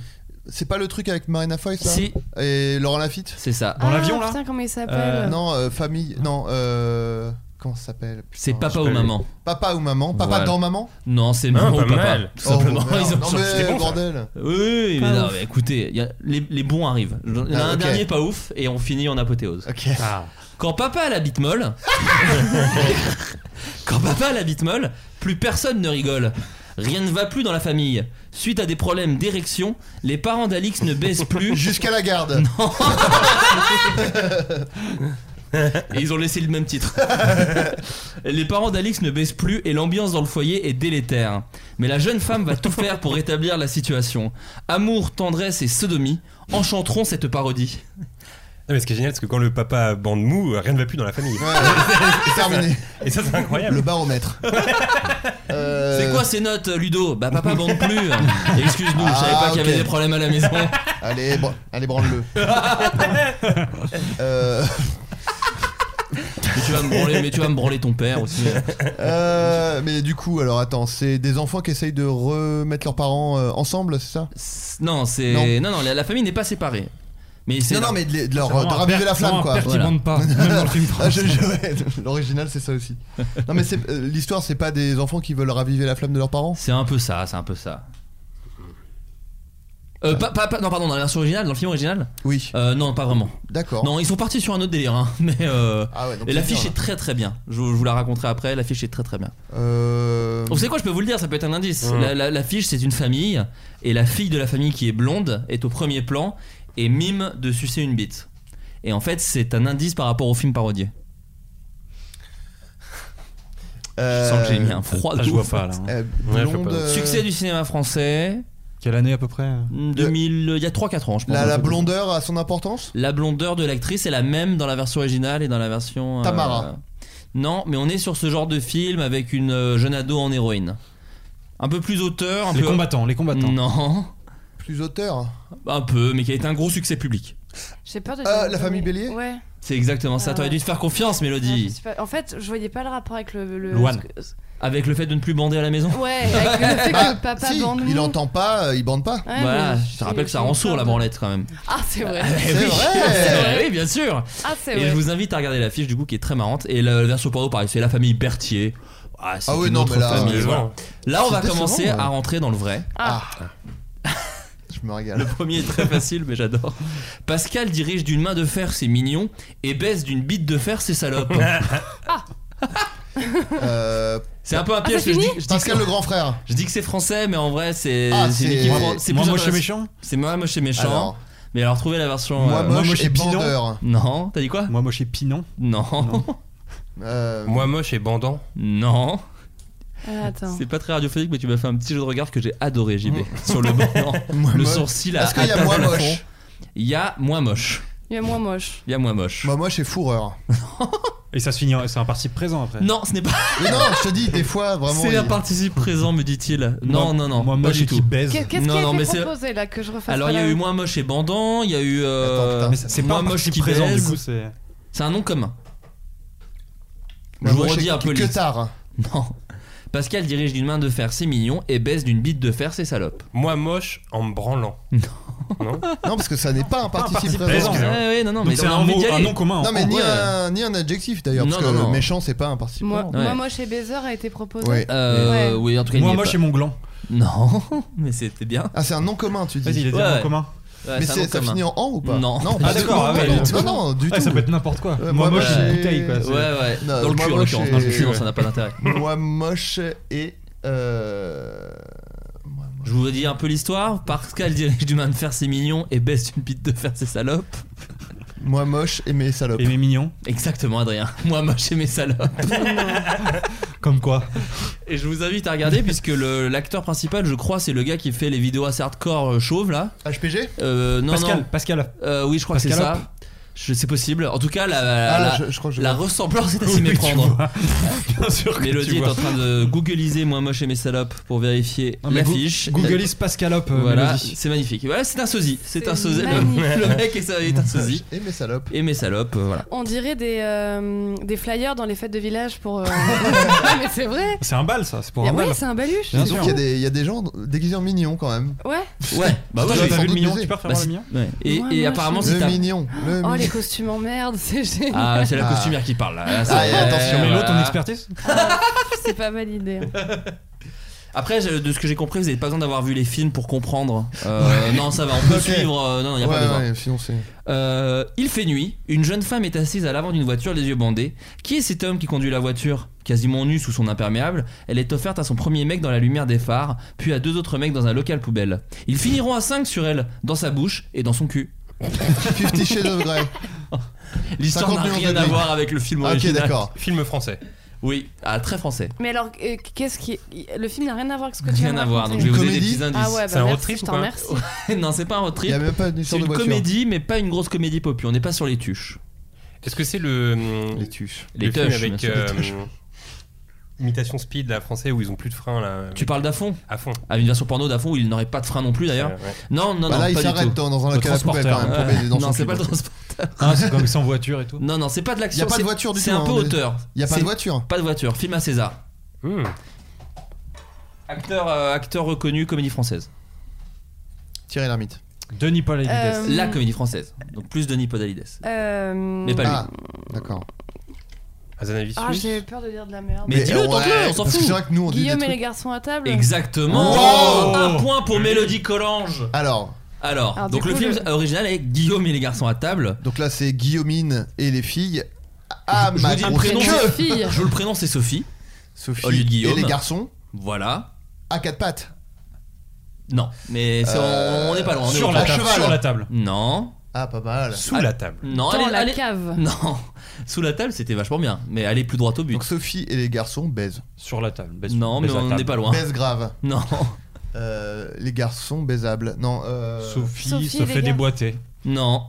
Speaker 9: C'est pas le truc avec Marina Foy, ça
Speaker 2: Si.
Speaker 9: Et Laurent Lafitte
Speaker 2: C'est ça.
Speaker 12: Dans Ah, l'avion, là putain, comment il s'appelle Euh,
Speaker 9: Non, euh, famille. Non, euh, Comment ça s'appelle Putain,
Speaker 2: C'est papa
Speaker 9: je sais
Speaker 2: ou
Speaker 9: Ah, pas
Speaker 2: maman.
Speaker 9: lui. Papa ou maman Papa
Speaker 2: Voilà.
Speaker 9: dans maman
Speaker 2: Non, c'est
Speaker 9: Ah,
Speaker 2: maman
Speaker 9: pas
Speaker 2: ou papa.
Speaker 9: mal.
Speaker 2: Tout
Speaker 9: Oh,
Speaker 2: simplement,
Speaker 9: merde.
Speaker 2: ils ont
Speaker 9: Non,
Speaker 2: changé.
Speaker 9: mais,
Speaker 2: C'était
Speaker 9: bordel.
Speaker 2: Oui, oui,
Speaker 9: Pas
Speaker 2: mais non,
Speaker 9: ouf.
Speaker 2: mais écoutez, y a- les, les bons arrivent. Il y en a
Speaker 9: Ah,
Speaker 2: un
Speaker 9: ok.
Speaker 2: dernier pas ouf et on finit en apothéose. Quand papa a la bite molle, quand papa a la bite molle, plus personne ne rigole. Rien ne va plus dans la famille. Suite à des problèmes d'érection, les parents d'Alix ne baissent plus.
Speaker 9: Jusqu'à la garde.
Speaker 2: Non. Et ils ont laissé le même titre. Les parents d'Alix ne baissent plus et l'ambiance dans le foyer est délétère. Mais la jeune femme va tout faire pour rétablir la situation. Amour, tendresse et sodomie enchanteront cette parodie.
Speaker 4: Non, mais ce qui est génial, c'est que quand le papa bande mou, euh, rien ne va plus dans la famille.
Speaker 9: C'est terminé.
Speaker 4: Et ça, c'est incroyable.
Speaker 9: Le baromètre. Euh,
Speaker 2: C'est quoi ces notes, Ludo Bah papa bande plus. Excuse-nous, je savais pas
Speaker 9: Ah,
Speaker 2: qu'il y avait
Speaker 9: ok.
Speaker 2: des problèmes à la maison.
Speaker 9: Allez, bra- allez branle-le. Euh,
Speaker 2: Mais tu vas me branler, mais tu vas me branler ton père aussi.
Speaker 9: euh, mais du coup, alors attends, c'est des enfants qui essayent de remettre leurs parents euh, ensemble, c'est ça
Speaker 2: Non, c'est non non, la, la famille n'est pas séparée. Mais c'est
Speaker 9: Non, non, mais de, les- de leur,
Speaker 2: C'est vraiment
Speaker 9: de
Speaker 2: un
Speaker 9: raviver
Speaker 2: père-
Speaker 9: la flamme,
Speaker 2: vraiment
Speaker 9: quoi.
Speaker 2: un père qui Voilà. bande pas, même dans le film
Speaker 9: Ah, je- je- ouais, L'original, c'est ça aussi. Non, mais c'est- euh, l'histoire, c'est pas des enfants qui veulent raviver la flamme de leurs parents
Speaker 2: C'est un peu ça, c'est un peu ça. Euh, pas- pas- pas- non, pardon, dans la version originale, dans le film original Euh,
Speaker 9: Oui.
Speaker 2: non, pas vraiment.
Speaker 9: D'accord.
Speaker 2: Non, ils sont partis sur un autre délire, hein, mais. euh,
Speaker 9: Ah ouais, donc
Speaker 2: et
Speaker 9: c'est
Speaker 2: l'affiche
Speaker 9: bien,
Speaker 2: est très très bien. Je, je vous la raconterai après, l'affiche est très très bien.
Speaker 9: Euh,
Speaker 2: Vous savez quoi, je peux vous le dire, ça peut être un indice.
Speaker 9: Mmh.
Speaker 2: La- la- L'affiche, c'est une famille, et la fille de la famille qui est blonde est au premier plan et mime de sucer une bite. Et en fait, c'est un indice par rapport au film parodié.
Speaker 9: euh,
Speaker 2: Je sens que j'ai mis
Speaker 4: Euh,
Speaker 2: un froid de
Speaker 1: Ah, je vois
Speaker 2: ouf.
Speaker 1: pas, là, hein. Euh, Ouais, je vois pas. blonde, euh,
Speaker 2: Succès du cinéma français.
Speaker 1: Quelle année à peu près euh
Speaker 2: 2000, il y a 3-4 ans, je pense.
Speaker 9: La,
Speaker 2: un
Speaker 9: la
Speaker 2: truc comme ça.
Speaker 9: blondeur a son importance
Speaker 2: La blondeur de l'actrice est la même dans la version originale et dans la version. euh,
Speaker 9: Tamara.
Speaker 2: Non, mais on est sur ce genre de film avec une euh, jeune ado en héroïne. Un peu plus auteur, un
Speaker 1: Les
Speaker 2: peu.
Speaker 1: combattants, les combattants.
Speaker 2: Non,
Speaker 9: Plus auteur Euh,
Speaker 2: un peu, mais qui a été un gros succès public.
Speaker 12: J'ai peur de.
Speaker 9: Ah, la famille Bélier
Speaker 12: Ouais.
Speaker 2: C'est exactement ça.
Speaker 12: Ah.
Speaker 2: T'aurais dû te faire confiance,
Speaker 12: Je
Speaker 2: Mélodie.
Speaker 12: sais pas- En fait, je voyais pas le rapport avec le. le-
Speaker 2: Louane. Avec le fait de ne plus bander à la maison
Speaker 12: Ouais, avec le fait
Speaker 9: Bah,
Speaker 12: que papa
Speaker 9: si,
Speaker 12: bande
Speaker 9: il
Speaker 12: mou.
Speaker 9: entend pas, euh, il bande pas.
Speaker 12: Ouais,
Speaker 2: Voilà,
Speaker 12: mais
Speaker 2: je te
Speaker 12: c'est-
Speaker 2: rappelle que ça
Speaker 12: c'est
Speaker 2: rend
Speaker 12: une
Speaker 2: sourd la
Speaker 12: sorte de-
Speaker 2: branlette quand même.
Speaker 12: Ah, c'est vrai.
Speaker 2: Eh oui, c'est vrai, oui, bien sûr.
Speaker 12: Ah, c'est
Speaker 2: Et
Speaker 12: vrai.
Speaker 2: je vous invite à regarder l'affiche du coup qui est très marrante. Et la, la version porno, pareil, c'est la famille Berthier. Ah, c'est
Speaker 9: Ah oui,
Speaker 2: une
Speaker 9: non,
Speaker 2: autre
Speaker 9: mais là,
Speaker 2: famille.
Speaker 9: euh,
Speaker 2: voilà. Là, on
Speaker 9: c'est
Speaker 2: va
Speaker 9: décevant,
Speaker 2: commencer
Speaker 9: ouais.
Speaker 2: à rentrer dans le vrai.
Speaker 9: Ah. Je me
Speaker 2: Le
Speaker 9: régale.
Speaker 2: premier est très facile, mais j'adore. Pascal dirige d'une main de fer ses mignons et baisse d'une bite de fer ses salopes.
Speaker 9: Euh,
Speaker 2: C'est un peu un
Speaker 9: Ah,
Speaker 2: piège
Speaker 9: c'est
Speaker 2: que je dis.
Speaker 9: fini
Speaker 2: je dis
Speaker 9: Pascal
Speaker 2: que-
Speaker 9: le grand frère.
Speaker 2: Je dis que c'est français, mais en vrai, c'est
Speaker 9: Ah,
Speaker 2: c'est
Speaker 9: c'est-
Speaker 2: l'équivalent-
Speaker 9: Moi-
Speaker 2: c'est
Speaker 9: moi
Speaker 2: plus
Speaker 9: moche et
Speaker 2: intéressant.
Speaker 9: méchant
Speaker 2: C'est moi moche et méchant.
Speaker 9: Alors.
Speaker 2: Mais alors, trouvez la version.
Speaker 9: Moi moche et
Speaker 2: pinon.
Speaker 9: bandeur.
Speaker 2: Non, t'as dit quoi
Speaker 1: Moi, moi, chez Pinon.
Speaker 2: Non.
Speaker 9: Euh,
Speaker 4: Moi moche et bandant.
Speaker 2: Non.
Speaker 12: Ah, attends.
Speaker 2: C'est pas très radiophonique, mais tu m'as fait un petit jeu de regard que j'ai adoré, JB. Sur le banc,
Speaker 9: Moi
Speaker 2: le
Speaker 9: moche.
Speaker 2: sourcil à
Speaker 9: Est-ce qu'il y a
Speaker 2: à
Speaker 9: moi
Speaker 2: table à
Speaker 9: moche
Speaker 2: fond. Il y a moi moche.
Speaker 12: Il est moins moche.
Speaker 2: Il y a moi moche.
Speaker 9: Moi moche et fourreur.
Speaker 1: Et ça se finit, en- c'est un participe présent après.
Speaker 2: Non, ce n'est pas.
Speaker 9: Mais non, je te dis, des fois, vraiment.
Speaker 2: C'est
Speaker 9: il-
Speaker 2: un participe présent, me dit-il.
Speaker 1: Moi-
Speaker 2: Non, non, non.
Speaker 1: moi
Speaker 2: pas
Speaker 1: moche
Speaker 2: du
Speaker 1: et qui
Speaker 2: tout.
Speaker 1: baise.
Speaker 12: Qu'est- Qu'est-ce
Speaker 2: Non,
Speaker 12: qui
Speaker 2: non,
Speaker 12: a
Speaker 2: mais
Speaker 12: été
Speaker 2: c'est-
Speaker 12: proposé là que je refasse
Speaker 2: Alors,
Speaker 12: pas
Speaker 2: il y a
Speaker 12: la-
Speaker 2: eu moins moche et bandant, il y a eu.
Speaker 9: Attends,
Speaker 2: Euh,
Speaker 9: putain. Mais ça,
Speaker 1: c'est pas
Speaker 2: moi
Speaker 1: un
Speaker 2: moche
Speaker 1: participe
Speaker 2: qui
Speaker 1: présent,
Speaker 2: baise.
Speaker 1: du coup, c'est-
Speaker 2: C'est un nom commun.
Speaker 9: Moi
Speaker 2: Je vous
Speaker 9: moche et
Speaker 2: redis un peu
Speaker 9: que
Speaker 2: les.
Speaker 9: tard.
Speaker 2: Non. Pascal dirige d'une main de fer ses mignons et baisse d'une bite de fer ses salopes.
Speaker 4: Moi moche en me branlant. Non.
Speaker 9: Non, parce que ça n'est pas un participe
Speaker 4: participe
Speaker 9: présent.
Speaker 4: présent.
Speaker 2: Ah Ouais, ouais, non, non,
Speaker 1: Donc
Speaker 2: mais
Speaker 1: c'est
Speaker 2: on a
Speaker 1: un
Speaker 2: envie
Speaker 1: mot-
Speaker 2: d'y
Speaker 1: un
Speaker 2: aller.
Speaker 1: nom commun. hein.
Speaker 9: Non, mais ni
Speaker 2: Ouais.
Speaker 9: un, ni un adjectif d'ailleurs,
Speaker 2: euh, Non,
Speaker 9: parce
Speaker 2: non,
Speaker 9: que
Speaker 2: non.
Speaker 9: méchant, c'est pas un participe
Speaker 12: Moi,
Speaker 9: présent.
Speaker 12: moi
Speaker 2: Ouais.
Speaker 12: moche et baiser a été proposé.
Speaker 9: Ouais.
Speaker 2: Euh,
Speaker 12: Ouais.
Speaker 2: Oui, en tout cas, il
Speaker 1: Moi,
Speaker 2: n'y est
Speaker 1: moi,
Speaker 2: pas.
Speaker 1: chez mon gland.
Speaker 2: Non, mais c'était bien.
Speaker 9: Ah, c'est un nom commun, tu dis.
Speaker 2: Vas-y, il a dit un nom commun. Ouais,
Speaker 9: mais
Speaker 2: bah, c'est un
Speaker 9: c'est-
Speaker 2: nom
Speaker 9: ça
Speaker 2: commun.
Speaker 9: finit en an ou pas
Speaker 2: Non.
Speaker 9: Non,
Speaker 2: Ah,
Speaker 9: pas du
Speaker 2: d'accord,
Speaker 9: tout.
Speaker 2: ah ouais,
Speaker 9: Non,
Speaker 2: du
Speaker 9: non,
Speaker 2: tout.
Speaker 9: non, du
Speaker 1: Ouais,
Speaker 9: tout.
Speaker 1: ça peut être n'importe quoi.
Speaker 9: Ouais,
Speaker 1: Moi, moche,
Speaker 9: moche
Speaker 1: c'est une
Speaker 9: et-
Speaker 1: bouteille, quoi, c'est-
Speaker 2: Ouais, ouais.
Speaker 9: Non,
Speaker 2: Dans le
Speaker 9: moi
Speaker 2: cul, en
Speaker 9: moche
Speaker 2: l'occurrence, parce que
Speaker 9: et-
Speaker 2: sinon, ça n'a pas d'intérêt.
Speaker 9: Moi moche et. euh,
Speaker 2: Je vous dis un peu l'histoire. Pascal dirige du man de fer, c'est mignon. Et baisse une bite de fer, c'est salope.
Speaker 9: Moi moche et mes salopes.
Speaker 1: Et mes mignons.
Speaker 2: Exactement, Adrien. Moi moche et mes salopes.
Speaker 1: Comme quoi.
Speaker 2: Et je vous invite à regarder puisque le- l'acteur principal, je crois, c'est le gars qui fait les vidéos assez hardcore euh, chauve là.
Speaker 9: HPG
Speaker 2: euh, Non,
Speaker 1: Pascal,
Speaker 2: non.
Speaker 1: Pascal.
Speaker 2: Euh, oui, je crois que c'est
Speaker 1: Pascal Hop.
Speaker 2: ça. Je- C'est possible. En tout cas, la,
Speaker 1: Ah,
Speaker 2: la,
Speaker 1: là, je- je crois que je
Speaker 2: la
Speaker 1: vois.
Speaker 2: ressemblance est à
Speaker 1: Oui,
Speaker 2: s'y
Speaker 1: tu
Speaker 2: méprendre.
Speaker 1: vois. Bien sûr que
Speaker 2: Mélodie
Speaker 1: tu
Speaker 2: est
Speaker 1: vois.
Speaker 2: en train de googliser moi moche et mes salopes pour vérifier
Speaker 1: mais Goo-
Speaker 2: l'affiche.
Speaker 1: Googleise Pascalope, euh,
Speaker 2: Voilà,
Speaker 1: Mélodie.
Speaker 2: c'est magnifique. Voilà, c'est un sosie. C'est
Speaker 12: C'est
Speaker 2: un sosie.
Speaker 12: magnifique.
Speaker 2: Le, le mec est, est un sosie.
Speaker 9: Et mes salopes.
Speaker 2: Et mes salopes, euh, voilà.
Speaker 12: On dirait des, euh, des flyers dans les fêtes de village pour. euh, mais c'est vrai
Speaker 1: C'est un bal, Ah, ça, c'est
Speaker 2: Eh
Speaker 12: pour un Ah ouais, bal. c'est un baluche. Bien
Speaker 9: Dis donc,
Speaker 12: sûr.
Speaker 9: Il y a des- il y, a des gens déguisés en mignons quand même.
Speaker 2: Ah,
Speaker 12: Ouais.
Speaker 2: Ouais, bah
Speaker 9: Toi,
Speaker 2: ouais,
Speaker 9: j'ai
Speaker 2: mais-
Speaker 9: sans doute
Speaker 2: mignon,
Speaker 9: baisé.
Speaker 2: tu peux refaire Bah, voir le si- mignon ouais. Et-
Speaker 12: Moi,
Speaker 2: et
Speaker 12: moche.
Speaker 2: apparemment, si
Speaker 9: le
Speaker 2: t'as-
Speaker 9: mignon. Le
Speaker 12: Oh,
Speaker 9: mignon.
Speaker 12: les costumes en merde, c'est génial.
Speaker 2: Ah, c'est la
Speaker 9: Ah.
Speaker 2: costumière qui parle. là. Là,
Speaker 9: Ah,
Speaker 2: c'est-
Speaker 1: Euh,
Speaker 9: et attention.
Speaker 2: Ouais,
Speaker 9: Mais l'autre,
Speaker 2: voilà.
Speaker 9: on expertise
Speaker 12: C'est pas validé.
Speaker 2: Après, je- de ce que j'ai compris, vous n'avez pas besoin d'avoir vu les films pour comprendre. Euh,
Speaker 9: Ouais.
Speaker 2: Non, ça va, on peut
Speaker 9: Ok.
Speaker 2: suivre. euh, non, il n'y a
Speaker 9: ouais,
Speaker 2: pas besoin.
Speaker 9: ouais, sinon c'est.
Speaker 2: Euh, il fait nuit. Une jeune femme est assise à l'avant d'une voiture, les yeux bandés. Qui est cet homme qui conduit la voiture Quasiment nu sous son imperméable, elle est offerte à son premier mec dans la lumière des phares, puis à deux autres mecs dans un local poubelle. Ils finiront à 5 sur elle, dans sa bouche et dans son cul.
Speaker 9: Fifty Shades of Grey. Ah,
Speaker 2: L'histoire
Speaker 9: 50
Speaker 2: n'a
Speaker 9: millions
Speaker 2: rien
Speaker 9: de
Speaker 2: à
Speaker 9: vues.
Speaker 2: voir avec le film
Speaker 9: Ah, ok,
Speaker 2: original.
Speaker 9: d'accord.
Speaker 2: Film français. Oui, ah, très français.
Speaker 12: Mais alors, euh, qu'est-ce qui. Le film n'a rien à voir avec ce que tu viens
Speaker 2: Rien
Speaker 12: de
Speaker 2: à voir,
Speaker 12: raconter.
Speaker 2: donc je vais vous donner des petits indices.
Speaker 12: Ah ouais, bah merci, je t'en remercie.
Speaker 2: Ouais, Non, c'est pas un road trip.
Speaker 9: Y a même pas une
Speaker 2: c'est
Speaker 9: histoire
Speaker 2: une
Speaker 9: de voiture.
Speaker 2: comédie, mais pas une grosse comédie popu. On n'est pas sur les tuches.
Speaker 4: Est-ce que c'est le. hum,
Speaker 9: Les tuches.
Speaker 4: le
Speaker 2: Les
Speaker 4: film
Speaker 2: tuches, bien
Speaker 4: avec.
Speaker 2: sûr, les
Speaker 4: euh,
Speaker 2: tuches.
Speaker 4: hum, Imitation speed, là, français, où ils ont plus de frein, là.
Speaker 2: Tu parles d'à fond
Speaker 4: À fond.
Speaker 2: À une version porno d'à fond où il n'aurait pas de frein non plus d'ailleurs.
Speaker 4: Ouais, ouais.
Speaker 2: Non, non,
Speaker 9: Bah
Speaker 2: non.
Speaker 9: là, il
Speaker 2: pas du
Speaker 9: s'arrête
Speaker 2: tout.
Speaker 9: dans- dans un
Speaker 2: Le
Speaker 9: local à poubelle, quand même, pour
Speaker 2: transporteur.
Speaker 9: baiser dans
Speaker 2: Non,
Speaker 9: son
Speaker 2: c'est
Speaker 9: cul,
Speaker 2: pas le
Speaker 9: quoi.
Speaker 2: transporteur.
Speaker 1: Ah, c'est comme sans voiture et tout.
Speaker 2: Non, non, c'est pas de l'action.
Speaker 9: Y a pas de
Speaker 2: c'est-
Speaker 9: voiture du
Speaker 2: C'est
Speaker 9: tout,
Speaker 2: un peu
Speaker 9: hein, on est-
Speaker 2: hauteur.
Speaker 9: Y a pas de
Speaker 2: C'est-
Speaker 9: voiture.
Speaker 2: Pas de voiture. Film à César.
Speaker 4: Hmm.
Speaker 2: Acteur, euh, acteur reconnu, comédie française.
Speaker 9: Thierry Lhermitte.
Speaker 1: Denis Paul
Speaker 12: Euh,
Speaker 2: La comédie française. Donc plus Denis Podalides.
Speaker 12: Euh,
Speaker 2: Mais pas
Speaker 9: Ah, d'accord.
Speaker 2: lui.
Speaker 12: Ah, j'ai peur de dire de la merde.
Speaker 2: Mais dis-le,
Speaker 9: euh, ouais,
Speaker 2: tente-le, on s'en
Speaker 9: parce que
Speaker 2: fout.
Speaker 9: c'est vrai que nous, on dit
Speaker 12: Guillaume
Speaker 9: des
Speaker 12: et les
Speaker 9: trucs-
Speaker 12: garçons à table
Speaker 2: Exactement.
Speaker 9: Wow.
Speaker 2: Un point pour Mélodie Collange.
Speaker 9: Alors,
Speaker 2: Alors,
Speaker 12: Alors,
Speaker 2: donc
Speaker 12: du
Speaker 2: le
Speaker 12: coup,
Speaker 2: film
Speaker 12: je-
Speaker 2: original est Guillaume et les garçons à table.
Speaker 9: donc là, c'est Guillaumine et les filles. Ah,
Speaker 2: Je
Speaker 9: ma
Speaker 2: vous dis le
Speaker 9: grosse
Speaker 2: prénom.
Speaker 9: queue.
Speaker 12: Fille.
Speaker 2: Je vous le prénom, c'est Sophie.
Speaker 9: Sophie
Speaker 2: Au lieu de
Speaker 9: et
Speaker 2: Guillaume.
Speaker 9: les garçons
Speaker 2: Voilà.
Speaker 9: à quatre pattes.
Speaker 2: Non, mais c'est-
Speaker 9: Euh,
Speaker 2: on n'est pas loin. on est
Speaker 9: sur
Speaker 2: au-
Speaker 9: la
Speaker 2: à
Speaker 9: table,
Speaker 2: cheval.
Speaker 9: sur la
Speaker 1: table.
Speaker 2: Non.
Speaker 9: Ah, pas mal.
Speaker 4: Sous
Speaker 2: Ah.
Speaker 4: la table.
Speaker 12: Dans
Speaker 2: Non, allez,
Speaker 12: la
Speaker 2: allez-
Speaker 12: cave.
Speaker 2: Non, sous la table c'était vachement bien, mais allez plus droit au but.
Speaker 9: Donc Sophie et les garçons baisent.
Speaker 1: Sur la table. Bah, baisse-
Speaker 2: non, mais
Speaker 1: baisse la
Speaker 2: on
Speaker 1: table.
Speaker 2: n'est pas loin.
Speaker 9: Baisent grave.
Speaker 2: Non,
Speaker 9: Euh, les garçons baisables. Non, euh...
Speaker 1: Sophie,
Speaker 12: Sophie et
Speaker 1: se
Speaker 12: les
Speaker 1: fait
Speaker 12: gars.
Speaker 1: déboîter.
Speaker 2: non,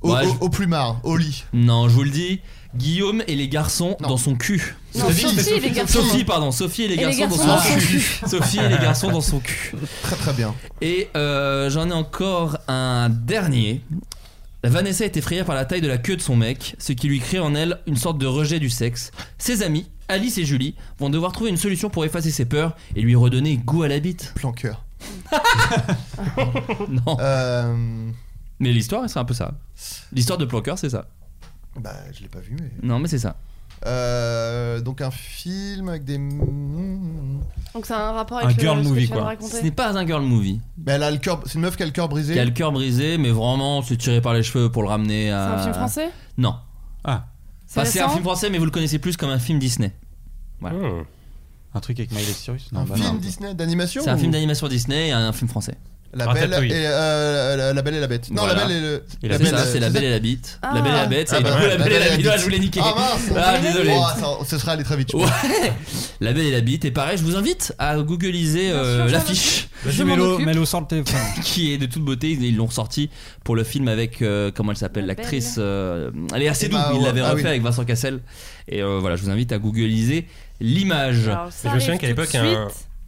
Speaker 9: au,
Speaker 2: Ouais,
Speaker 9: au-
Speaker 2: je-
Speaker 9: au plumard, au lit.
Speaker 2: non, je vous le dis, Guillaume et les garçons
Speaker 9: Non.
Speaker 2: dans son cul.
Speaker 12: Non, Sophie, et les garçons.
Speaker 2: Sophie, pardon, Sophie et les
Speaker 12: Et
Speaker 2: garçons, dans son cul. Sophie et les garçons dans son cul.
Speaker 9: Très très bien.
Speaker 2: Et euh, j'en ai encore un dernier. Vanessa est effrayée par la taille de la queue de son mec, ce qui lui crée en elle une sorte de rejet du sexe. Ses amis, Alice et Julie, vont devoir trouver une solution pour effacer ses peurs et lui redonner goût à la bite.
Speaker 9: Planqueur.
Speaker 2: Non.
Speaker 9: Euh...
Speaker 2: Mais l'histoire, c'est un peu ça. L'histoire de Planqueur, c'est ça.
Speaker 9: Bah, je l'ai pas vu, mais.
Speaker 2: Non, mais c'est ça.
Speaker 9: Euh, donc un film avec des. Mais
Speaker 12: Donc ça a un rapport
Speaker 1: Un
Speaker 12: avec le-
Speaker 1: girl
Speaker 12: ce que
Speaker 1: movie,
Speaker 12: tu viens de
Speaker 1: quoi.
Speaker 12: raconter.
Speaker 2: Ce n'est pas un girl movie.
Speaker 9: elle a le cœur. C'est une meuf qui a le cœur brisé.
Speaker 2: Qui a le cœur brisé, mais vraiment, se tirer par les cheveux pour le ramener
Speaker 12: C'est
Speaker 2: à.
Speaker 12: un film
Speaker 4: Euh.
Speaker 12: français
Speaker 2: Non.
Speaker 1: Ah,
Speaker 12: C'est
Speaker 2: Enfin, C'est un
Speaker 12: récent
Speaker 2: film français, mais vous le connaissez plus comme un film Disney.
Speaker 4: Hum.
Speaker 1: un truc avec Miley Cyrus Non,
Speaker 9: Un
Speaker 1: bah
Speaker 9: film
Speaker 1: non.
Speaker 9: Disney d'animation.
Speaker 2: C'est un
Speaker 9: ou-
Speaker 2: film d'animation Disney et un film français.
Speaker 9: La belle
Speaker 4: Ratatouille.
Speaker 9: et euh, la, la Belle et la Bête. Non,
Speaker 2: Voilà.
Speaker 9: la Belle et le.
Speaker 1: Et
Speaker 2: C'est ça, c'est La Belle et la Bite.
Speaker 12: Ah.
Speaker 2: La Belle et la Bête, c'est
Speaker 9: bah,
Speaker 2: du coup, La Belle et la Bite. Ah, Je voulais niquer.
Speaker 9: Ah mince.
Speaker 2: Ah, désolé.
Speaker 9: Oh, ça, ce serait allé très vite. je pense.
Speaker 2: Ouais. La Belle et la Bite. Et pareil, je vous invite à googliser euh,
Speaker 12: Bien sûr,
Speaker 2: l'affiche
Speaker 12: Je
Speaker 1: Vas-y,
Speaker 12: m'en
Speaker 1: Mélo,
Speaker 12: occupe.
Speaker 1: Mélo, sors le téléphone.
Speaker 2: qui est de toute beauté. Ils l'ont sorti pour le film avec euh, comment elle s'appelle
Speaker 12: La belle.
Speaker 2: l'actrice. euh, elle est assez douce.
Speaker 9: Emma
Speaker 2: Il l'avait
Speaker 9: Howard. Ah
Speaker 2: refait
Speaker 9: oui.
Speaker 2: avec Vincent Cassel. Et euh, voilà, je vous invite à googliser l'image.
Speaker 12: Alors, ça
Speaker 4: Je me souviens
Speaker 12: arrive
Speaker 4: qu'à
Speaker 12: tout
Speaker 4: l'époque,
Speaker 12: de
Speaker 4: il y a un-
Speaker 12: suite.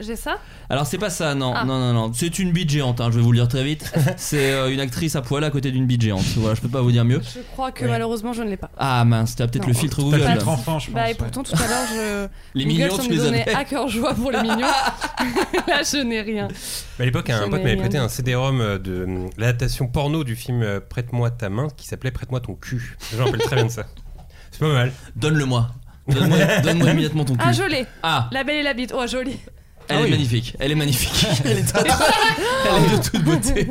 Speaker 12: J'ai ça
Speaker 2: Alors c'est pas ça, non,
Speaker 12: Ah.
Speaker 2: non, non, non. C'est une bite géante. hein, je vais vous le dire très vite. C'est euh, une actrice à poil à côté d'une bite géante. Voilà, je peux pas vous dire mieux.
Speaker 12: Je crois que
Speaker 4: Ouais.
Speaker 12: malheureusement je ne l'ai pas.
Speaker 2: Ah mince, t'as peut-être
Speaker 12: Non.
Speaker 2: le filtre
Speaker 1: T'as le
Speaker 2: Google.
Speaker 1: filtre enfant, je pense.
Speaker 12: Bah et
Speaker 1: ouais.
Speaker 12: pourtant tout à l'heure je.
Speaker 2: Les
Speaker 12: Google,
Speaker 2: mignons,
Speaker 12: ça
Speaker 2: tu
Speaker 12: me
Speaker 2: les
Speaker 12: donnait
Speaker 2: avais.
Speaker 12: à cœur joie pour les mignons. Là je n'ai rien.
Speaker 4: Mais à l'époque, un
Speaker 12: Je
Speaker 4: pote
Speaker 12: n'ai
Speaker 4: m'avait
Speaker 12: rien
Speaker 4: prêté
Speaker 12: dit.
Speaker 4: un CD-ROM euh, de hum, l'adaptation porno du film euh, Prête-moi ta main qui s'appelait Prête-moi ton cul. Je me rappelle très bien de ça. C'est pas mal.
Speaker 2: Donne-le-moi. Donne-moi donne-moi immédiatement ton cul.
Speaker 12: Ah je l'ai.
Speaker 2: Ah,
Speaker 12: La belle et la bite. Oh joli.
Speaker 2: Elle
Speaker 12: Ah
Speaker 2: est
Speaker 12: oui.
Speaker 2: magnifique. Elle est magnifique. elle, est totale. Elle est de toute beauté.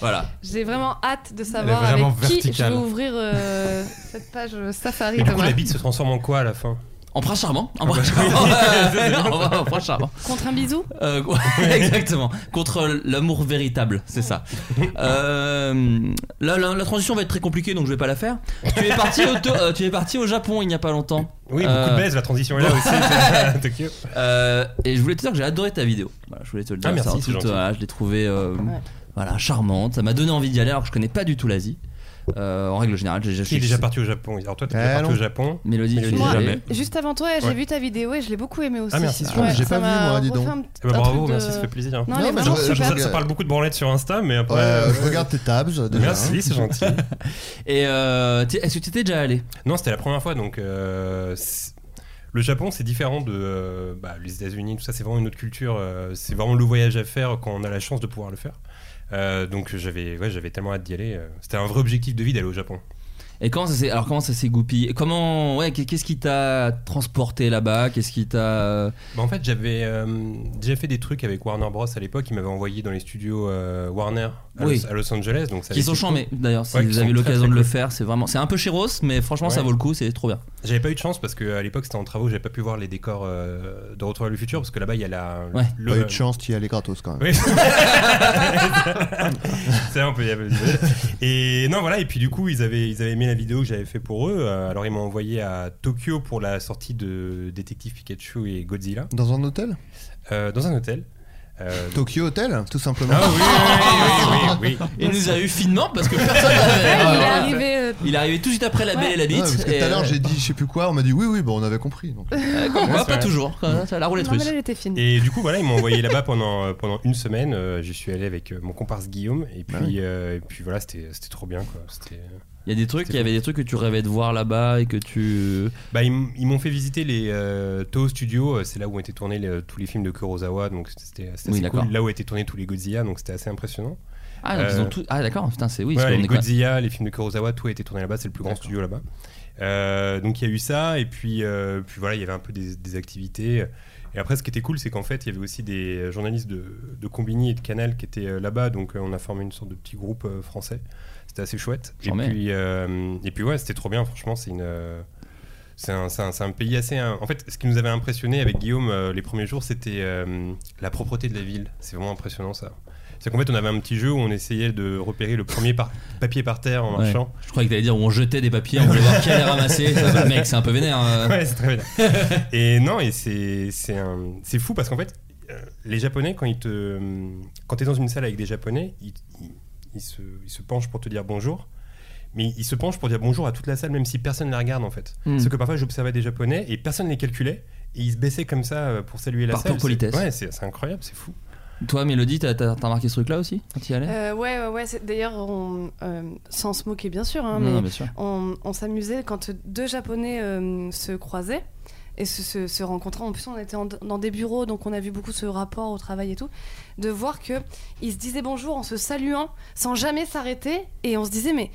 Speaker 2: Voilà.
Speaker 12: J'ai vraiment hâte de
Speaker 4: est
Speaker 12: savoir avec
Speaker 4: vraiment
Speaker 12: qui je vais
Speaker 4: verticale.
Speaker 12: ouvrir euh, cette page Safari.
Speaker 4: Mais du coup,
Speaker 12: Thomas.
Speaker 4: la bite se transforme en quoi à la fin
Speaker 2: En prince charmant. En
Speaker 4: prince
Speaker 2: Non, en prince charmant.
Speaker 12: Contre un bisou
Speaker 2: Euh, quoi- exactement. Contre l'amour véritable, c'est ça. Euh, la, la- la transition va être très compliquée, donc je vais pas la faire. Tu es parti au, to- euh, tu es parti au Japon il n'y a pas longtemps.
Speaker 4: Oui, beaucoup
Speaker 12: Euh.
Speaker 4: de baise, la transition est là aussi, à Tokyo.
Speaker 2: Euh, et je voulais te dire que j'ai adoré ta vidéo. Voilà, je voulais te le dire.
Speaker 4: Ah, merci,
Speaker 2: Ça, en
Speaker 4: c'est
Speaker 2: toute,
Speaker 4: gentil.
Speaker 2: voilà, je l'ai trouvée euh, voilà, charmante. Ça m'a donné envie d'y aller alors que je connais pas du tout l'Asie. Euh, en règle générale, j'ai
Speaker 4: Qui est déjà parti au Japon Alors toi, t'es déjà
Speaker 2: Eh,
Speaker 4: parti
Speaker 2: non.
Speaker 4: au Japon
Speaker 2: Mélodie, tu es
Speaker 12: Moi,
Speaker 2: déjà allée
Speaker 12: Juste avant toi, j'ai
Speaker 4: Ouais.
Speaker 12: vu ta vidéo et je l'ai beaucoup aimé aussi.
Speaker 4: Ah merci,
Speaker 12: Ouais,
Speaker 4: j'ai
Speaker 12: ça
Speaker 4: pas
Speaker 12: m'a
Speaker 4: vu moi, dis
Speaker 12: refait
Speaker 4: donc.
Speaker 12: un-
Speaker 4: Eh ben,
Speaker 12: un
Speaker 4: bravo,
Speaker 12: truc de-
Speaker 4: merci, ça fait plaisir.
Speaker 12: Non, elle est vraiment
Speaker 4: ça,
Speaker 12: super.
Speaker 4: ça- ça parle beaucoup de branlettes sur Insta, mais après.
Speaker 9: Ouais,
Speaker 4: euh,
Speaker 9: je regarde tes tabs. Déjà, hein.
Speaker 4: Merci, c'est gentil.
Speaker 2: Et est-ce que tu t'es déjà allé
Speaker 4: Non, c'était la première fois, donc. euh, c'est- le Japon, c'est différent de euh, bah, les États-Unis, tout ça, c'est vraiment une autre culture. euh, c'est vraiment le voyage à faire quand on a la chance de pouvoir le faire. Euh, donc j'avais ouais, j'avais tellement hâte d'y aller. euh, C'était un vrai objectif de vie d'aller au Japon.
Speaker 2: Et comment ça s'est alors comment ça s'est goupillé Comment ouais qu'est- qu'est-ce qui t'a transporté là-bas Qu'est-ce qui t'a
Speaker 4: Bah, en fait, j'avais euh, déjà fait des trucs avec Warner Bros à l'époque. Ils m'avaient envoyé dans les studios euh, Warner à,
Speaker 2: Oui.
Speaker 4: Los, à Los Angeles. Donc ça
Speaker 2: qui
Speaker 4: avait
Speaker 2: sont
Speaker 4: été
Speaker 2: chambés
Speaker 4: cool.
Speaker 2: d'ailleurs si
Speaker 4: Ouais, qui
Speaker 2: vous
Speaker 4: sont
Speaker 2: avez
Speaker 4: très,
Speaker 2: l'occasion
Speaker 4: très
Speaker 2: de le
Speaker 4: cool.
Speaker 2: faire c'est vraiment c'est un peu chéros mais franchement ça
Speaker 4: Ouais.
Speaker 2: vaut le coup c'est trop bien
Speaker 4: J'avais pas eu de chance parce que à l'époque c'était en travaux, j'avais pas pu voir les décors euh, de Retour à le futur parce que là-bas il y a la.
Speaker 2: Ouais.
Speaker 4: le-
Speaker 9: Pas eu de chance, tu y allais gratos quand même.
Speaker 4: Oui. C'est vrai, on peut y aller. Et non, voilà. Et puis du coup, ils avaient, ils avaient aimé la vidéo que j'avais fait pour eux. euh, Alors ils m'ont envoyé à Tokyo pour la sortie de Détective Pikachu et Godzilla.
Speaker 9: Dans un hôtel
Speaker 4: Euh, dans un hôtel. Euh,
Speaker 9: Tokyo Hotel, tout simplement.
Speaker 4: Ah oui, oui, oui, oui, oui, oui.
Speaker 2: Il nous a eu finement parce que personne n'avait-
Speaker 9: Ouais, il est
Speaker 12: arrivé, euh,
Speaker 2: Ah, Il est arrivé tout de suite après La Belle et la
Speaker 9: Ouais,
Speaker 2: Bite.
Speaker 9: parce que
Speaker 2: et,
Speaker 9: tout à l'heure
Speaker 2: euh,
Speaker 9: j'ai dit je sais plus quoi, on m'a dit oui, oui, bon, on avait compris. donc.
Speaker 2: euh, comme quoi,
Speaker 4: Ouais, c'est
Speaker 2: pas
Speaker 4: vrai.
Speaker 2: toujours quoi, ça la roulette
Speaker 12: Non, mais
Speaker 2: russe.
Speaker 12: là, elle était fine.
Speaker 4: Et du coup, voilà, ils m'ont envoyé là-bas pendant, euh, pendant une semaine. Euh, je suis allé avec euh, mon comparse Guillaume. Et puis,
Speaker 2: Ah oui.
Speaker 4: euh, et puis voilà, c'était c'était trop bien. quoi. C'était.
Speaker 2: Il y a des trucs il y avait des trucs que tu rêvais de voir là-bas et que tu
Speaker 4: Bah, ils m- ils m'ont fait visiter les euh, Toho Studios, euh, c'est là où ont été tournés les- tous les films de Kurosawa, donc c'était c'était
Speaker 2: Oui,
Speaker 4: assez
Speaker 2: d'accord.
Speaker 4: cool. Là où ont été tournés tous les Godzilla, donc c'était assez impressionnant.
Speaker 2: Ah, donc ils ont tout- ah, d'accord, putain, c'est- oui,
Speaker 4: voilà,
Speaker 2: parce qu'on
Speaker 4: les
Speaker 2: est quoi-
Speaker 4: Godzilla, les films de Kurosawa, tout a été tourné là-bas, c'est le plus grand studio là-bas. Euh, donc il y a eu ça, et puis, euh, puis voilà, il y avait un peu des, des activités. Et après, ce qui était cool, c'est qu'en fait, il y avait aussi des journalistes de, de Combini et de Canal qui étaient euh, là-bas, donc euh, on a formé une sorte de petit groupe euh, français. C'était assez chouette. Et
Speaker 2: J'en mets.
Speaker 4: puis, euh, et puis ouais, c'était trop bien, franchement, c'est une... euh, c'est un, c'est un- c'est un pays assez. hein, En fait, ce qui nous avait impressionné avec Guillaume euh, les premiers jours, c'était euh, la propreté de la ville. C'est vraiment impressionnant ça. C'est qu'en fait, on avait un petit jeu où on essayait de repérer le premier par- papier par terre en
Speaker 2: Ouais.
Speaker 4: marchant.
Speaker 2: Je croyais que t'allais dire où on jetait des papiers, on voulait voir qui allait ramasser. Ça, bah, mec, c'est un peu vénère. euh.
Speaker 4: Ouais, c'est très vénère. et non, et c'est c'est un- c'est fou parce qu'en fait, euh, les Japonais, quand ils te quand t'es dans une salle avec des Japonais, ils, ils- ils se, ils se penchent pour te dire bonjour. Mais ils se penchent pour dire bonjour à toute la salle, même si personne ne les regarde en fait.
Speaker 2: Mm.
Speaker 4: Ce que parfois j'observais des Japonais et personne ne les calculait et ils se baissaient comme ça euh, pour saluer la
Speaker 2: Par
Speaker 4: salle.
Speaker 2: pure
Speaker 4: C'est-
Speaker 2: politesse.
Speaker 4: Ouais, c'est c'est incroyable, c'est fou.
Speaker 2: Toi, Mélodie, t'as t'as- t'as remarqué ce truc-là aussi quand tu y allais
Speaker 12: Euh, ouais, ouais, ouais. c'est- D'ailleurs, on, euh, sans se moquer, bien sûr, hein,
Speaker 2: Non,
Speaker 12: mais
Speaker 2: non, bien sûr.
Speaker 12: on, on s'amusait quand deux Japonais euh, se croisaient et se, se, se rencontraient. En plus, on était en- dans des bureaux, donc on a vu beaucoup ce rapport au travail et tout, de voir que ils se disaient bonjour en se saluant, sans jamais s'arrêter, et on se disait mais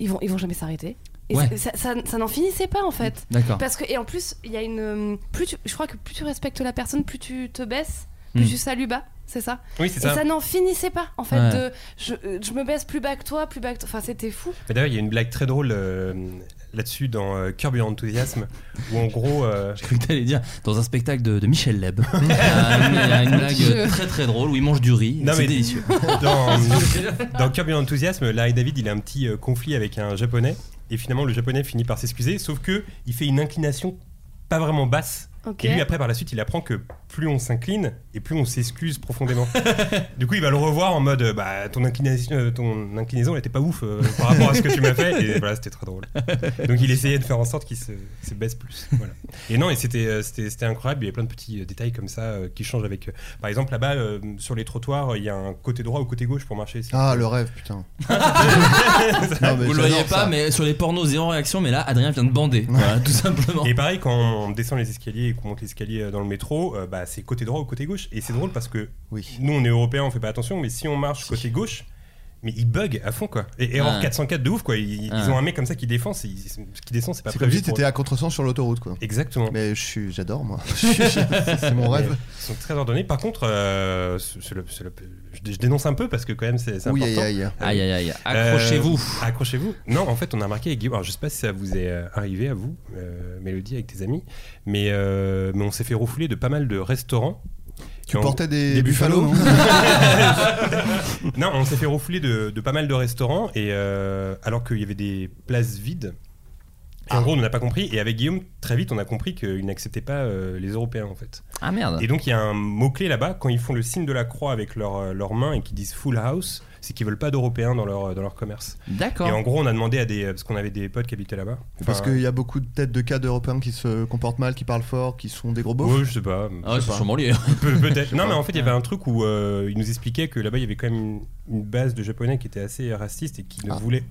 Speaker 12: ils vont, ils vont jamais s'arrêter. Et
Speaker 2: Ouais.
Speaker 12: ça, ça, ça n'en finissait pas en fait.
Speaker 2: D'accord.
Speaker 12: Parce que et en plus, il y a une euh, plus tu- je crois que plus tu respectes la personne, plus tu te baisses, plus
Speaker 2: Hmm.
Speaker 12: tu salues bas, c'est ça.
Speaker 4: Oui, c'est
Speaker 12: Et
Speaker 4: ça.
Speaker 12: n'en finissait pas en fait.
Speaker 4: Ouais.
Speaker 12: De, je, euh, je me baisse plus bas que toi, plus bas que toi. Enfin, c'était fou.
Speaker 4: Mais D'ailleurs, il y a une blague très drôle euh, là-dessus dans euh, Curb Your Enthusiasm, où en gros. euh,
Speaker 2: Je croyais que t'allais dire dans un spectacle de, de Michel Leb. Euh, Il y a une blague très très drôle où il mange du riz.
Speaker 4: Non,
Speaker 2: C'est
Speaker 4: mais
Speaker 2: délicieux.
Speaker 4: Dans, dans Curb Your Enthusiasm, Larry David, il a un petit euh, conflit avec un japonais. Et finalement, le japonais finit par s'excuser, sauf que il fait une inclination pas vraiment basse.
Speaker 12: Ok.
Speaker 4: Et lui, après, par la suite, il apprend que plus on s'incline et plus on s'excuse profondément. du coup, il va le revoir en mode euh, bah, ton, inclination, euh, ton inclinaison, elle était pas ouf euh, par rapport à ce que tu m'as fait. Et voilà, c'était très drôle. Donc, il essayait de faire en sorte qu'il se, se baisse plus. Voilà. Et non, et c'était, euh, c'était, c'était incroyable. Il y a plein de petits euh, détails comme ça euh, qui changent avec. euh, par exemple, là-bas, euh, sur les trottoirs, il y a un côté droit ou côté gauche pour marcher. si-
Speaker 9: Ah, le rêve, putain.
Speaker 4: Non, mais
Speaker 2: Vous le voyez
Speaker 4: j'adore
Speaker 2: pas,
Speaker 4: ça.
Speaker 2: mais sur les pornos zéro réaction, mais là Adrien vient de bander. Voilà, tout simplement.
Speaker 4: Et pareil, quand on descend les escaliers et qu'on monte l'escalier euh, dans le métro, euh, bah, c'est côté droit ou côté gauche. Et c'est drôle parce que nous, on est européens, on fait pas attention, mais si on marche côté gauche, mais il bug à fond quoi. Et Error
Speaker 9: Ah.
Speaker 4: 404 de ouf quoi. Ils,
Speaker 9: Ah.
Speaker 4: ils ont un mec comme ça qui défend, c'est- ils- ce qui descend c'est pas
Speaker 9: C'est comme
Speaker 4: prévu.
Speaker 9: si
Speaker 4: pour-
Speaker 9: t'étais à contresens sur l'autoroute, quoi.
Speaker 4: Exactement.
Speaker 9: Mais je suis, j'adore moi. c'est mon
Speaker 4: Mais
Speaker 9: rêve.
Speaker 4: Ils sont très ordonnés. Par contre, euh, c'est- c'est le- c'est le- je, dé- je dénonce un peu parce que quand même c'est c'est
Speaker 9: Oui,
Speaker 4: important.
Speaker 9: aïe, aïe.
Speaker 4: Euh,
Speaker 2: Aïe, aïe, aïe. Accrochez-vous.
Speaker 4: euh, Accrochez-vous. Non, en fait, on a remarqué avec Guillaume. Alors, je sais pas si ça vous est euh, arrivé à vous, euh, Mélodie, avec tes amis, mais, euh, mais on s'est fait refouler de pas mal de restaurants.
Speaker 9: Tu
Speaker 4: Et on-
Speaker 9: portais des, buffalos, non
Speaker 4: hein. non, on s'est fait refouler de, de pas mal de restaurants et euh, alors qu'il y avait des places vides. Et
Speaker 9: Ah.
Speaker 4: En gros, on n'a pas compris. Et avec Guillaume, très vite, on a compris qu'ils n'acceptaient pas euh, les Européens, en fait.
Speaker 2: Ah, merde.
Speaker 4: Et donc, il y a un mot-clé là-bas. Quand ils font le signe de la croix avec leur- euh, leurs mains et qu'ils disent full house, c'est qu'ils veulent pas d'Européens dans leur, euh, dans leur commerce.
Speaker 2: D'accord.
Speaker 4: Et en gros, on a demandé à des. euh, Parce qu'on avait des potes qui habitaient là-bas.
Speaker 9: Parce
Speaker 4: Enfin,
Speaker 9: qu'il y a beaucoup de têtes de cas d'Européens qui se comportent mal, qui parlent fort, qui sont des gros beaufs.
Speaker 4: Ouais, je sais pas.
Speaker 2: Ah ouais,
Speaker 4: Je sais
Speaker 2: c'est
Speaker 4: pas.
Speaker 2: sûrement lié.
Speaker 4: Peu-
Speaker 2: Je
Speaker 4: Peut-être.
Speaker 2: sais
Speaker 4: Non,
Speaker 2: pas.
Speaker 4: mais en fait, il y avait un truc où euh, il nous expliquait que là-bas, il y avait quand même une, une base de japonais qui était assez raciste et qui ne voulait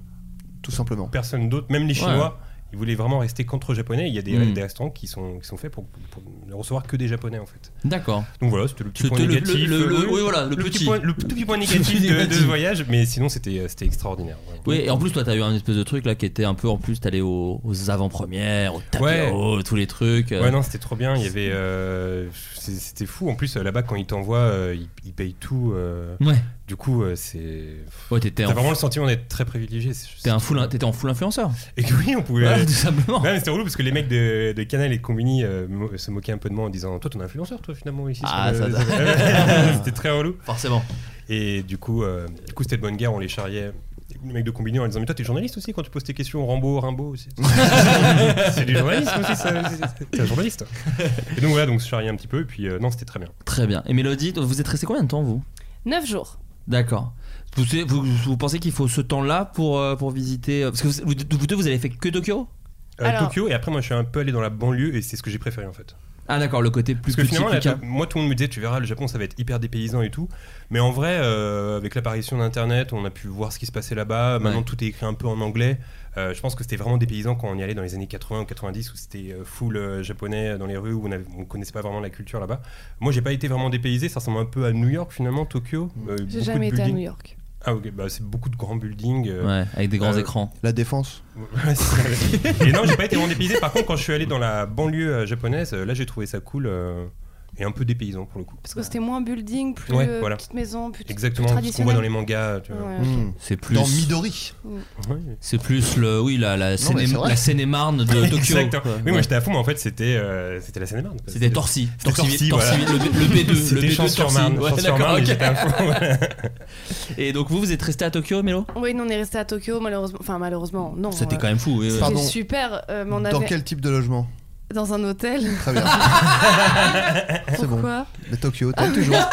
Speaker 9: tout simplement
Speaker 4: personne d'autre, même les
Speaker 9: Ouais.
Speaker 4: Chinois. Ils voulaient vraiment rester contre japonais. Il y a des,
Speaker 2: Mm.
Speaker 4: des restaurants qui sont, qui sont faits pour, pour ne recevoir que des japonais, en fait.
Speaker 2: D'accord.
Speaker 4: Donc voilà, c'était le petit
Speaker 2: C'était
Speaker 4: point
Speaker 2: le-
Speaker 4: négatif.
Speaker 2: le- le-
Speaker 4: Euh,
Speaker 2: le- oui, voilà, le petit.
Speaker 4: point- le tout petit point
Speaker 2: Le
Speaker 4: négatif
Speaker 2: petit
Speaker 4: de, de
Speaker 2: négatif.
Speaker 4: ce voyage, mais sinon, c'était euh, c'était extraordinaire. ouais.
Speaker 2: Oui, et en plus, toi, t'as eu un espèce de truc là qui était un peu en plus, t'allais aux, aux avant-premières, aux taperos, tous les trucs. euh.
Speaker 4: Ouais, non, c'était trop bien. Il y avait. euh, c'est- c'était fou. En plus, euh, là-bas, quand ils t'envoient, euh, ils, ils payent tout. euh,
Speaker 2: Ouais.
Speaker 4: Du coup, euh, c'est.
Speaker 2: Ouais, t'étais
Speaker 4: T'as
Speaker 2: en-
Speaker 4: vraiment le sentiment d'être très privilégié. c'est-
Speaker 2: T'es un Ah, full, t'étais en full influenceur.
Speaker 4: Et que oui, on pouvait.
Speaker 2: Ouais, tout simplement.
Speaker 4: Ouais, mais c'était relou parce que les mecs de, de Canal et de Combini euh, mo- se moquaient un peu de moi en disant Toi, t'es un influenceur, toi, finalement, ici. sur
Speaker 2: Ah,
Speaker 4: le-
Speaker 2: ça-
Speaker 4: c'était très relou.
Speaker 2: Forcément.
Speaker 4: Et du coup, euh, du coup, c'était de bonne guerre, on les charriait. Les mecs de Combini en leur disant Mais toi, t'es journaliste aussi quand tu poses tes questions Rambo, Rimbaud aussi. c'est des journalistes aussi, ça, c'est- c'est- t'es un journaliste. Et donc, voilà, donc, je charriais un petit peu, et puis euh, non, c'était très bien.
Speaker 2: Très bien. Et Mélodie, vous êtes resté combien de temps, vous
Speaker 12: 9 jours.
Speaker 2: D'accord. Vous, vous, vous pensez qu'il faut ce temps-là pour, euh, pour visiter euh, Parce que vous, vous- vous deux, vous avez fait que Tokyo
Speaker 4: Euh, Tokyo, et après, moi, je suis un peu allé dans la banlieue, et c'est ce que j'ai préféré en fait.
Speaker 2: Ah, d'accord, le côté
Speaker 4: Parce
Speaker 2: plus
Speaker 4: que
Speaker 2: petit,
Speaker 4: finalement,
Speaker 2: plus
Speaker 4: la-
Speaker 2: calme.
Speaker 4: moi tout le monde me disait, tu verras, le Japon ça va être hyper dépaysant et tout. Mais en vrai, euh, avec l'apparition d'Internet, on a pu voir ce qui se passait là-bas. Maintenant
Speaker 2: Ouais.
Speaker 4: tout est écrit un peu en anglais. Euh, je pense que c'était vraiment dépaysant quand on y allait dans les années 80 ou 90 où c'était euh, full euh, japonais dans les rues, où on, avait- on connaissait pas vraiment la culture là-bas. Moi j'ai pas été vraiment dépaysé, ça ressemble un peu à New York finalement, Tokyo. Euh, beaucoup
Speaker 12: J'ai
Speaker 4: de
Speaker 12: jamais été à
Speaker 4: buildings.
Speaker 12: New York.
Speaker 4: Ah ok, bah, c'est beaucoup de grands buildings. euh,
Speaker 2: Ouais, avec des grands
Speaker 4: euh,
Speaker 2: écrans.
Speaker 9: La défense.
Speaker 4: Ouais, c'est vrai. et non, j'ai pas été vraiment dépaysé. Par contre, quand je suis allé dans la banlieue euh, japonaise, euh, là j'ai trouvé ça cool euh, et un peu dépaysant pour le coup.
Speaker 12: Parce que c'était moins building, plus
Speaker 4: Ouais,
Speaker 12: euh,
Speaker 4: voilà.
Speaker 12: petite maison, plus,
Speaker 4: Exactement,
Speaker 12: plus
Speaker 4: ce qu'on voit
Speaker 12: traditionnel.
Speaker 4: dans les mangas. tu vois.
Speaker 12: Ouais, ok.
Speaker 9: Mm.
Speaker 2: C'est plus.
Speaker 9: Dans Midori.
Speaker 2: C'est plus le, oui, la, la,
Speaker 9: mais
Speaker 2: Seine-
Speaker 9: c'est vrai.
Speaker 2: la Seine-et-Marne de Tokyo.
Speaker 4: Exactement.
Speaker 2: quoi.
Speaker 4: Oui,
Speaker 2: Ouais.
Speaker 4: moi j'étais à fond, mais en fait c'était euh, c'était la Seine-et-Marne. quoi.
Speaker 2: C'était Torcy.
Speaker 4: C'était Torcy,
Speaker 2: Torcy- Torcy,
Speaker 4: voilà.
Speaker 2: le- le B2, le
Speaker 4: C'était
Speaker 2: B2
Speaker 4: Champs-sur-Marne.
Speaker 2: Torcy. Ouais,
Speaker 4: Champs-sur-Marne,
Speaker 2: d'accord,
Speaker 4: et
Speaker 2: ok.
Speaker 4: j'étais à fond, voilà.
Speaker 2: Et donc, vous, vous êtes resté à Tokyo, Mélo
Speaker 12: Oui, nous on est resté à Tokyo, malheureusement. Enfin, malheureusement, non.
Speaker 2: C'était
Speaker 12: euh,
Speaker 2: quand même fou, oui, oui.
Speaker 12: c'était
Speaker 2: Pardon.
Speaker 12: super. euh, mais on
Speaker 9: Dans
Speaker 12: avait-
Speaker 9: quel type de logement
Speaker 12: Dans un hôtel.
Speaker 9: Très bien. C'est bon.
Speaker 12: Pourquoi
Speaker 9: Mais Tokyo,
Speaker 12: Ah,
Speaker 9: t'as toujours.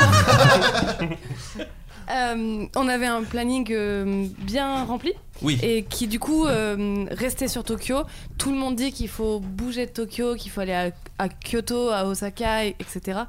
Speaker 12: Euh, on avait un planning euh, bien rempli
Speaker 2: Oui.
Speaker 12: et qui du coup euh, restait sur Tokyo. Tout le monde dit qu'il faut bouger de Tokyo, qu'il faut aller à, à Kyoto, à Osaka, et- etc.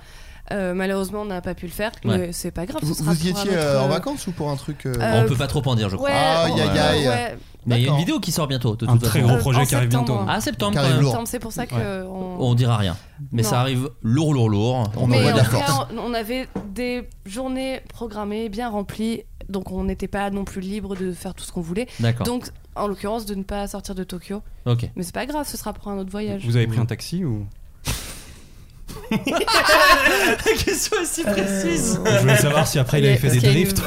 Speaker 12: Euh, malheureusement, on n'a pas pu le faire,
Speaker 2: Ouais.
Speaker 12: mais c'est pas grave. ce
Speaker 9: vous,
Speaker 12: sera
Speaker 9: vous y
Speaker 12: pour un
Speaker 9: étiez
Speaker 12: autre,
Speaker 9: euh, en
Speaker 12: euh,
Speaker 9: vacances ou pour un truc euh,
Speaker 12: Euh,
Speaker 2: On peut pas trop en dire, je crois.
Speaker 12: ouais,
Speaker 9: Aïe,
Speaker 12: on-
Speaker 9: aïe, aïe.
Speaker 12: ouais.
Speaker 2: Mais il y a une vidéo qui sort bientôt. De
Speaker 1: Un
Speaker 2: toute
Speaker 1: très
Speaker 2: façon.
Speaker 1: gros projet qui arrive bientôt. hein.
Speaker 12: septembre.
Speaker 2: Ah, septembre,
Speaker 12: Qui
Speaker 2: quand
Speaker 12: arrive
Speaker 2: même.
Speaker 12: lourd. C'est pour ça que
Speaker 2: Ouais.
Speaker 12: on-
Speaker 2: on... dira rien. Mais
Speaker 12: Non.
Speaker 2: ça arrive lourd, lourd, lourd. On
Speaker 12: Mais
Speaker 2: envoie de
Speaker 12: en
Speaker 2: la
Speaker 12: tout cas,
Speaker 2: force.
Speaker 12: on- on avait des journées programmées, bien remplies, donc on n'était pas non plus libre de faire tout ce qu'on voulait.
Speaker 2: D'accord.
Speaker 12: Donc, en l'occurrence, de ne pas sortir de Tokyo.
Speaker 2: Ok.
Speaker 12: Mais c'est pas grave, ce sera pour un autre voyage.
Speaker 1: Vous avez pris un taxi ou
Speaker 2: question aussi précise.
Speaker 1: Euh, Je voulais savoir si après Ah, il avait fait des drifts.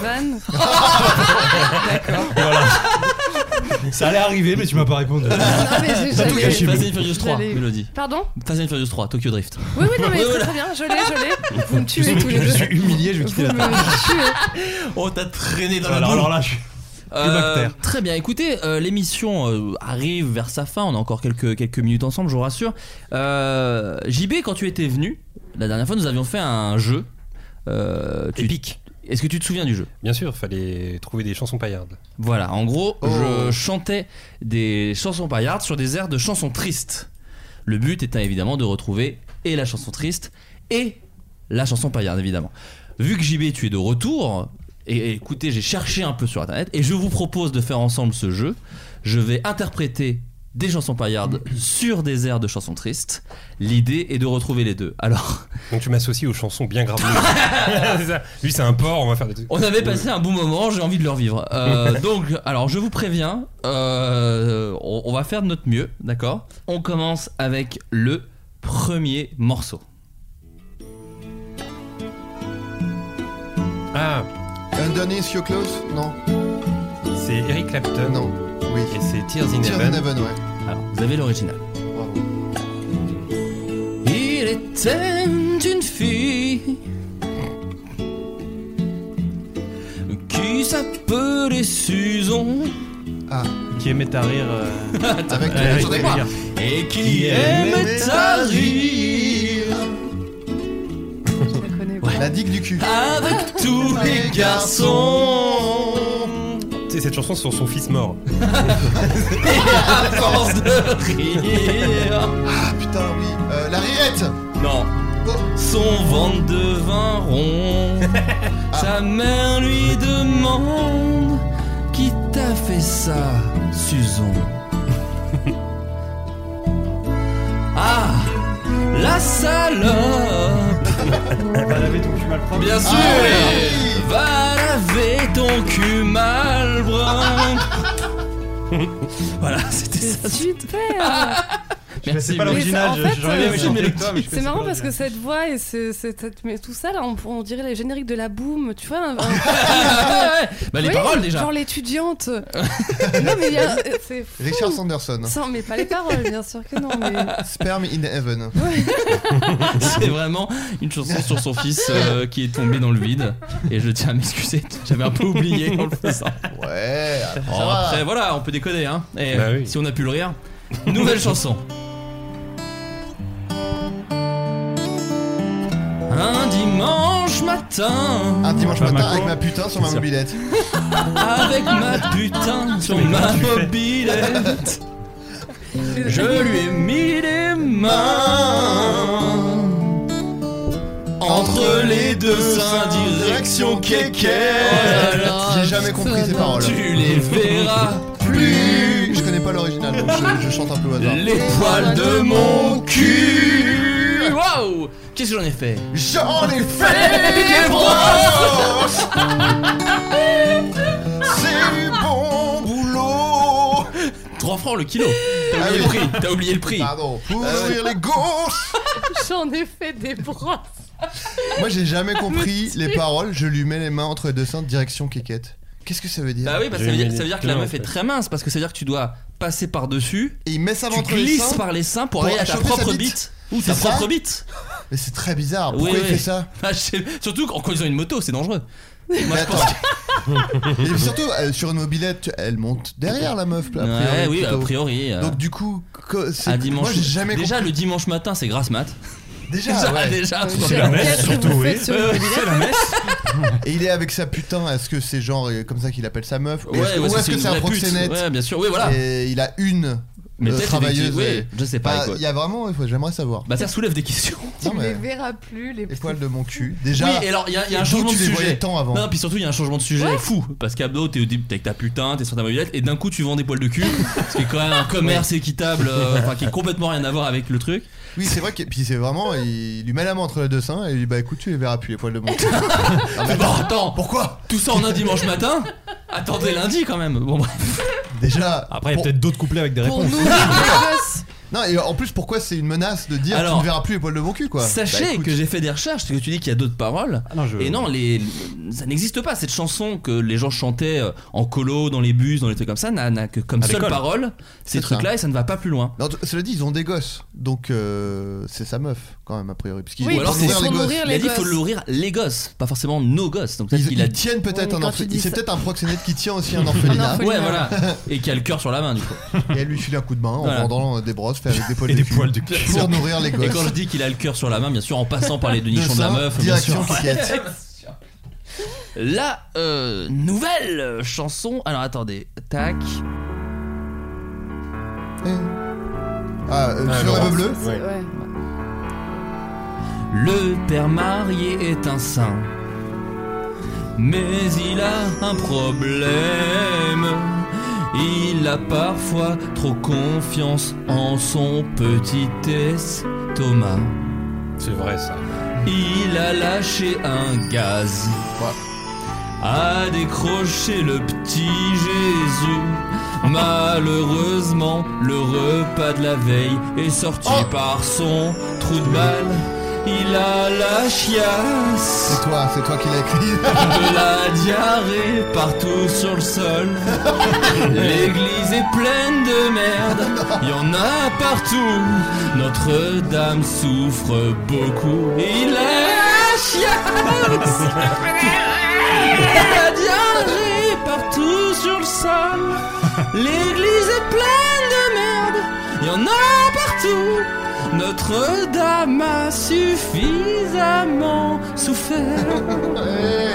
Speaker 1: Voilà. Ça allait arriver, mais tu m'as pas répondu.
Speaker 12: mais j'ai
Speaker 2: Fast
Speaker 12: jamais-
Speaker 2: and Furious 3,
Speaker 12: J'allais-
Speaker 2: Mélodie.
Speaker 12: Pardon
Speaker 2: Fast and Furious 3, Tokyo Drift.
Speaker 12: Oui, oui, non, mais très, très bien, je l'ai, je l'ai. Vous me tuez tous les deux.
Speaker 1: humilié, je vais quitter la
Speaker 12: Vous me tuez.
Speaker 2: Oh, t'as traîné dans la
Speaker 1: Alors,
Speaker 2: boue.
Speaker 1: alors là, je suis.
Speaker 2: Euh,
Speaker 1: bactère.
Speaker 2: très bien, écoutez, euh, l'émission euh, arrive vers sa fin, on a encore quelques, quelques minutes ensemble, je vous rassure. Euh, JB, quand tu étais venu, la dernière fois, nous avions fait un jeu. Euh, tu- Est-ce que tu te souviens du jeu
Speaker 4: Bien sûr, fallait trouver des chansons paillardes.
Speaker 2: Voilà, en gros, je chantais des chansons paillardes sur des airs de chansons tristes. Le but étant évidemment de retrouver et la chanson triste et la chanson paillarde, évidemment. Vu que JB, tu es de retour, et, et écoutez, j'ai cherché un peu sur internet et je vous propose de faire ensemble ce jeu. Je vais interpréter des chansons paillardes sur des airs de chansons tristes. L'idée est de retrouver les deux. Alors.
Speaker 4: Donc tu m'associes aux chansons bien graves. C'est ça. Lui, c'est un porc, on va faire des trucs.
Speaker 2: On avait passé un bon moment, j'ai envie de le revivre. Euh, donc, alors je vous préviens, euh, on, on va faire de notre mieux, d'accord On commence avec le premier morceau.
Speaker 4: Ah
Speaker 9: Underneath Your Clothes Non.
Speaker 4: C'est Eric Clapton.
Speaker 9: Non. Oui.
Speaker 4: Et c'est Tears in
Speaker 9: Tears
Speaker 4: Heaven.
Speaker 9: in Heaven, ouais.
Speaker 2: Alors, vous avez l'original. Il était une fille qui s'appelait Susan.
Speaker 9: Ah.
Speaker 1: Qui aimait à rire. euh,
Speaker 9: Avec
Speaker 1: euh,
Speaker 9: attendez,
Speaker 1: Eric
Speaker 9: quoi
Speaker 1: Clapton.
Speaker 2: Et
Speaker 1: Qui
Speaker 2: qui
Speaker 1: aimait
Speaker 2: aimait à rire
Speaker 9: La digue du cul.
Speaker 2: avec tous les garçons.
Speaker 4: Tu sais, cette chanson c'est sur son fils mort.
Speaker 2: À force de rire.
Speaker 9: Ah putain, oui. Euh, la rirette
Speaker 2: Non. Son ventre devint rond. Sa mère lui demande Qui t'a fait ça, Susan Ah La salope
Speaker 1: Bah, l'avait tout, je mal prendre.
Speaker 2: Bien sûr
Speaker 1: Ah
Speaker 2: Va laver ton cul malbrun Voilà, c'était ça.
Speaker 12: Super
Speaker 1: Je sais pas
Speaker 12: mais
Speaker 1: l'original,
Speaker 12: en
Speaker 1: je-
Speaker 12: fait,
Speaker 1: j'aurais bien
Speaker 12: euh,
Speaker 1: aimé chanter avec toi, mais je
Speaker 12: C'est
Speaker 1: connaissais
Speaker 12: marrant
Speaker 1: pas
Speaker 12: parce que
Speaker 1: l'original.
Speaker 12: cette voix et c'est- c'est- cette- mais tout ça là, on, on dirait les génériques de la boom, tu vois. un- un-
Speaker 2: Bah, les
Speaker 12: Oui,
Speaker 2: paroles, déjà.
Speaker 12: Genre l'étudiante. non mais il y a- c'est fou.
Speaker 9: Richard Sanderson.
Speaker 12: Sans- mais pas les paroles, bien sûr que non. Mais...
Speaker 9: Sperm in Heaven.
Speaker 2: C'est vraiment une chanson sur son fils euh, qui est tombé dans le vide. Et je tiens à m'excuser, j'avais un peu oublié en le faisant.
Speaker 9: Ouais. ah, ça
Speaker 2: Oh,
Speaker 9: va.
Speaker 2: après, voilà, on peut déconner, hein. Et
Speaker 4: Bah oui.
Speaker 2: si on a pu le rire, nouvelle chanson. Un dimanche matin,
Speaker 9: Un dimanche
Speaker 1: Pas
Speaker 9: matin
Speaker 1: Macron.
Speaker 9: avec ma putain sur ma
Speaker 1: C'est ça.
Speaker 9: mobilette.
Speaker 2: avec ma putain sur
Speaker 1: Mais comment
Speaker 2: ma
Speaker 1: tu fais
Speaker 2: mobilette, je lui ai mis les mains. Entre les deux seins, direction
Speaker 9: Oh là
Speaker 2: kékette.
Speaker 9: là, J'ai jamais compris ces paroles.
Speaker 2: Tu les verras plus
Speaker 9: Je connais pas l'original, donc je, je chante un peu au hasard.
Speaker 2: Les poils de mon cul Waouh Qu'est-ce que j'en ai fait
Speaker 9: J'en ai fait des brosses C'est du bon boulot
Speaker 2: 3 francs le kilo T'as
Speaker 9: Ah
Speaker 2: oublié
Speaker 9: oui.
Speaker 2: le prix T'as oublié le prix
Speaker 9: Pardon, pour ouvrir les gauches
Speaker 12: J'en ai fait des bras.
Speaker 9: Moi j'ai jamais compris les paroles, je lui mets les mains entre les deux seins, direction kékette. Qu'est-ce que ça veut dire
Speaker 2: Bah oui, parce que ça veut dire, ça veut dire que la meuf est très mince, parce que ça veut dire que tu dois passer par-dessus,
Speaker 9: Et il met ça
Speaker 2: tu
Speaker 9: entre les
Speaker 2: glisses
Speaker 9: seins
Speaker 2: par les seins pour,
Speaker 9: Pour
Speaker 2: aller à ta
Speaker 9: choper sa
Speaker 2: propre
Speaker 9: bite.
Speaker 2: bite. Ou
Speaker 9: C'est
Speaker 2: ta
Speaker 9: ça
Speaker 2: propre bite
Speaker 9: Mais c'est très bizarre,
Speaker 2: Oui,
Speaker 9: pourquoi il
Speaker 2: oui.
Speaker 9: fait ça
Speaker 2: Ah, je sais- Surtout en conduisant une moto, c'est dangereux. Moi
Speaker 9: Mais
Speaker 2: je pense
Speaker 9: attends. Et surtout, euh, sur une mobilette, tu- elle monte derrière la meuf. a
Speaker 2: Ouais,
Speaker 9: priori,
Speaker 2: oui, a
Speaker 9: plutôt.
Speaker 2: priori. euh,
Speaker 9: Donc du coup, co- c'est-
Speaker 2: à
Speaker 9: moi
Speaker 2: dimanche.
Speaker 9: j'ai jamais
Speaker 2: déjà, le dimanche matin, c'est grasse mat.
Speaker 9: compris. Déjà, ouais.
Speaker 2: déjà, tout
Speaker 12: C'est
Speaker 2: simplement.
Speaker 12: la messe, surtout, oui. Sur
Speaker 2: Euh,
Speaker 12: une mobilette.
Speaker 9: Et il est avec sa putain, est-ce que c'est genre euh, comme ça qu'il appelle sa meuf Ou
Speaker 2: Ouais,
Speaker 9: est-ce que-
Speaker 2: ouais,
Speaker 9: ou est-ce que
Speaker 2: une
Speaker 9: c'est un
Speaker 2: vraie pute.
Speaker 9: proxénète
Speaker 2: Ouais, bien sûr, oui, voilà.
Speaker 9: Et il a une
Speaker 2: Mais
Speaker 9: euh,
Speaker 2: peut-être
Speaker 9: travailleuse.
Speaker 2: effectivement,
Speaker 9: et-
Speaker 2: oui, je sais pas.
Speaker 9: Bah,
Speaker 2: quoi.
Speaker 9: il y a vraiment, ouais, j'aimerais savoir.
Speaker 2: Bah, ça soulève des questions.
Speaker 12: Tu
Speaker 9: Non,
Speaker 12: ne
Speaker 9: mais-
Speaker 12: les verras plus les
Speaker 9: Les
Speaker 12: petits-
Speaker 9: poils de mon cul. Déjà,
Speaker 2: oui, et alors il y, a- il y a un
Speaker 9: d'où
Speaker 2: changement
Speaker 9: tu
Speaker 2: de
Speaker 9: les
Speaker 2: sujet.
Speaker 9: voyais tant avant
Speaker 2: Non, puis surtout il y a un changement de sujet fou parce qu'Abdo, t'es au début t'es avec ta putain, t'es sur ta mobilette et d'un coup tu vends des poils de cul, ce qui est quand même un commerce équitable, euh, enfin qui est complètement rien à voir avec le truc.
Speaker 9: Oui, c'est vrai que puis c'est vraiment il lui met la main entre les deux seins et il dit bah écoute, tu les verras plus les poils de mon cul. Ah, mais
Speaker 2: Mais bon,
Speaker 9: attends,
Speaker 2: attends,
Speaker 9: pourquoi
Speaker 2: tout ça en un dimanche matin Attendez lundi quand même. Bon bref.
Speaker 9: Déjà
Speaker 1: Après, il y a
Speaker 9: pour-
Speaker 1: peut-être d'autres couplets avec des
Speaker 12: Pour
Speaker 1: réponses.
Speaker 12: nourrir les gosses.
Speaker 9: Non, et en plus pourquoi c'est une menace de dire
Speaker 2: Alors,
Speaker 9: tu ne verras plus les poils de mon cul quoi.
Speaker 2: Sachez
Speaker 9: Bah, écoute,
Speaker 2: que j'ai fait des recherches, parce que tu dis qu'il y a d'autres paroles.
Speaker 1: Ah non, je-
Speaker 2: Et non, les, ça n'existe pas. Cette chanson que les gens chantaient euh, en colo, dans les bus, dans les trucs comme ça, n'a n'a que comme
Speaker 1: À
Speaker 2: seule
Speaker 1: l'école.
Speaker 2: parole
Speaker 9: C'est
Speaker 2: ces
Speaker 9: ça.
Speaker 2: trucs-là et ça ne va pas plus loin.
Speaker 9: Non, t- cela dit, ils ont des gosses, donc euh, c'est sa meuf quand même a priori. Parce qu'ils
Speaker 12: Oui,
Speaker 9: vont
Speaker 2: alors
Speaker 9: nourrir
Speaker 2: c'est-
Speaker 9: les
Speaker 12: pour
Speaker 9: gosses.
Speaker 12: nourrir
Speaker 2: Il a
Speaker 12: les
Speaker 2: dit il faut
Speaker 12: gosses.
Speaker 2: nourrir les gosses, pas forcément nos gosses. Donc peut-être
Speaker 9: Ils,
Speaker 2: qu'il a
Speaker 9: ils tiennent peut-être
Speaker 12: Oui,
Speaker 9: un
Speaker 12: quand tu dis
Speaker 9: orphelinat. C'est
Speaker 12: ça-
Speaker 9: peut-être un proxénète qui tient aussi un orphelinat.
Speaker 12: orphelinat.
Speaker 2: Ouais, voilà. Et qui a le cœur sur la main, du coup.
Speaker 9: Et elle lui file un coup de main en
Speaker 2: Voilà.
Speaker 9: vendant des brosses faites avec des poils
Speaker 1: Et
Speaker 9: de
Speaker 1: des
Speaker 9: cul
Speaker 1: poils de cul.
Speaker 9: pour nourrir les
Speaker 2: Et quand je
Speaker 9: gosses.
Speaker 2: dis qu'il a le cœur sur la main, bien sûr, en passant par les deux
Speaker 9: De
Speaker 2: nichons de la
Speaker 9: ça,
Speaker 2: meuf, bien
Speaker 9: direction
Speaker 2: sûr.
Speaker 9: Kikette.
Speaker 2: Ouais, bien sûr. La euh, nouvelle chanson. Alors attendez, tac.
Speaker 9: Eh. Ah, euh,
Speaker 4: Ah,
Speaker 9: sur
Speaker 4: Laurent.
Speaker 9: rêve bleu.
Speaker 4: Ouais.
Speaker 12: Ouais.
Speaker 2: Le père marié est un saint, mais il a un problème. Il a parfois trop confiance en son petit estomac.
Speaker 4: C'est vrai ça.
Speaker 2: Il a lâché un gaz. A décroché le petit Jésus. Malheureusement, le repas de la veille est sorti par son trou de balle. Il a la chiasse.
Speaker 9: C'est toi, c'est toi qui l'as écrit.
Speaker 2: De la diarrhée partout sur le sol. L'église est pleine de merde. Il y en a partout. Notre-Dame souffre beaucoup. Il a la chiasse. De la diarrhée partout sur le sol. L'église est pleine de merde. Il y en a partout. Notre-Dame a suffisamment souffert.
Speaker 9: Eh.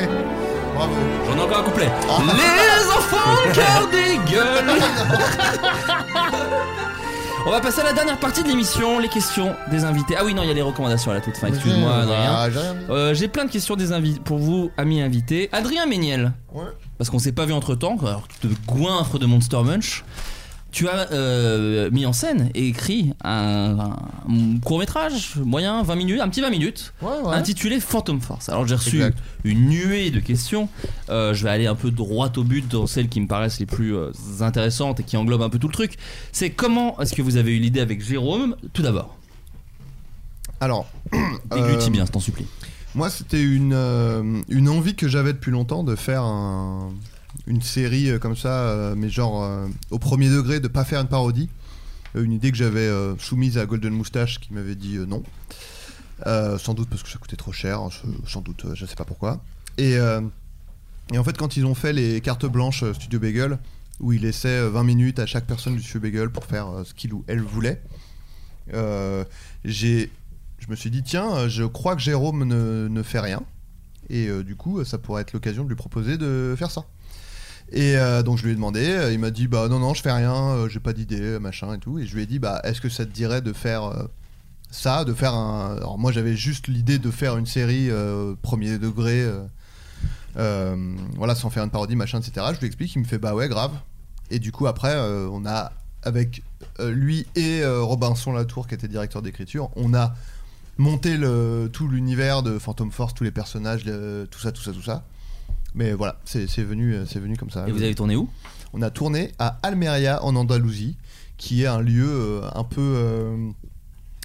Speaker 9: Bravo.
Speaker 2: J'en ai encore un couplet. Les enfants, le cœur des gueules. On va passer à la dernière partie de l'émission, les questions des invités. Ah oui, non, il y a les recommandations à la toute fin. Excuse-moi,
Speaker 9: Ah, j'ai
Speaker 2: Adrien.
Speaker 9: rien dit.
Speaker 2: Euh, J'ai plein de questions des invités pour vous, amis invités. Adrien Méniel.
Speaker 9: Ouais.
Speaker 2: Parce qu'on s'est pas vu entre temps, alors que tu te goinfres de Monster Munch. Tu as euh, mis en scène et écrit un, court métrage moyen, 20 minutes, un petit 20 minutes,
Speaker 9: ouais.
Speaker 2: intitulé Phantom Force. Alors j'ai reçu
Speaker 9: Exact.
Speaker 2: une nuée de questions. Euh, je vais aller un peu droit au but dans celles qui me paraissent les plus euh, intéressantes et qui englobent un peu tout le truc. C'est comment est-ce que vous avez eu l'idée avec Jérôme Tout d'abord,
Speaker 9: Alors. euh,
Speaker 2: déglutis bien, je t'en supplie.
Speaker 9: Moi, c'était une, euh, une envie que j'avais depuis longtemps de faire un- une série euh, comme ça, euh, mais genre euh, au premier degré, de pas faire une parodie. Euh, Une idée que j'avais euh, soumise à Golden Moustache qui m'avait dit euh, non. Euh, sans doute parce que ça coûtait trop cher, hein, je- sans doute, euh, je sais pas pourquoi. Et, euh, et en fait, quand ils ont fait les cartes blanches euh, Studio Bagel, où ils laissaient euh, 20 minutes à chaque personne du Studio Bagel pour faire euh, ce qu'il ou elle voulait, euh, j'ai je me suis dit tiens euh, je crois que Jérôme ne, ne fait rien et euh, du coup euh, ça pourrait être l'occasion de lui proposer de faire ça et euh, donc je lui ai demandé euh, il m'a dit bah non non je fais rien euh, j'ai pas d'idée euh, machin et tout et je lui ai dit bah est-ce que ça te dirait de faire euh, ça de faire un alors moi j'avais juste l'idée de faire une série euh, premier degré euh, euh, voilà sans faire une parodie machin etc je lui explique il me fait bah ouais grave et du coup après euh, on a avec euh, lui et euh, Robinson Latour qui était directeur d'écriture on a monté le, tout l'univers de Phantom Force tous les personnages le- tout ça tout ça tout ça mais voilà c'est c'est venu euh, c'est venu comme ça
Speaker 2: Et vous avez tourné où
Speaker 9: on a tourné à Almeria en Andalousie qui est un lieu euh, un peu euh,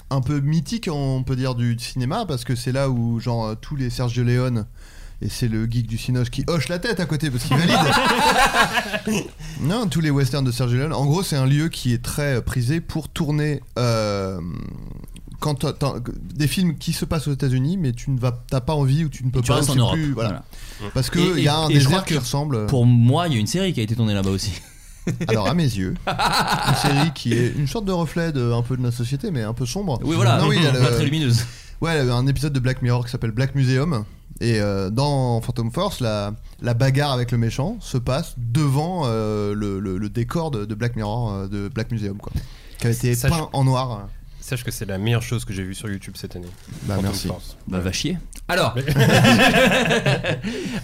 Speaker 9: un peu mythique, on peut dire, du cinéma, parce que c'est là où, genre, euh, tous les Sergio Leone, et c'est le geek du Cinoche qui hoche la tête à côté parce qu'il valide. non, tous les westerns de Sergio Leone. En gros, c'est un lieu qui est très euh, prisé pour tourner euh, quand t'as- t'as- des films qui se passent aux États-Unis, mais tu ne vas, t'as pas envie ou tu ne peux
Speaker 2: Et tu
Speaker 9: pas.
Speaker 2: restes
Speaker 9: ou
Speaker 2: en
Speaker 9: tu bah, sais
Speaker 2: Europe.
Speaker 9: plus, voilà.
Speaker 2: Voilà.
Speaker 9: Parce que
Speaker 2: Et-
Speaker 9: il y a un
Speaker 2: et- et je crois
Speaker 9: désert
Speaker 2: que
Speaker 9: qui ressemble. euh,
Speaker 2: Pour moi, il y a une série qui a été tournée là-bas aussi.
Speaker 9: Alors à mes yeux, une série qui est une sorte de reflet de, un peu de notre société, mais un peu sombre.
Speaker 2: Oui, voilà,
Speaker 9: Non, oui, il y a le-
Speaker 2: pas très lumineuse.
Speaker 9: Ouais, il y avait un épisode de Black Mirror qui s'appelle Black Museum. Et euh, dans Phantom Force, la, la bagarre avec le méchant se passe devant euh, le, le- le décor de, de Black Mirror, euh, de Black Museum, quoi. Qui a été
Speaker 4: Sache-
Speaker 9: peint en noir.
Speaker 4: Sache que c'est la meilleure chose que j'ai vue sur YouTube cette année.
Speaker 9: Bah,
Speaker 4: Quand on
Speaker 9: merci.
Speaker 4: y pense.
Speaker 2: Bah va chier. Alors.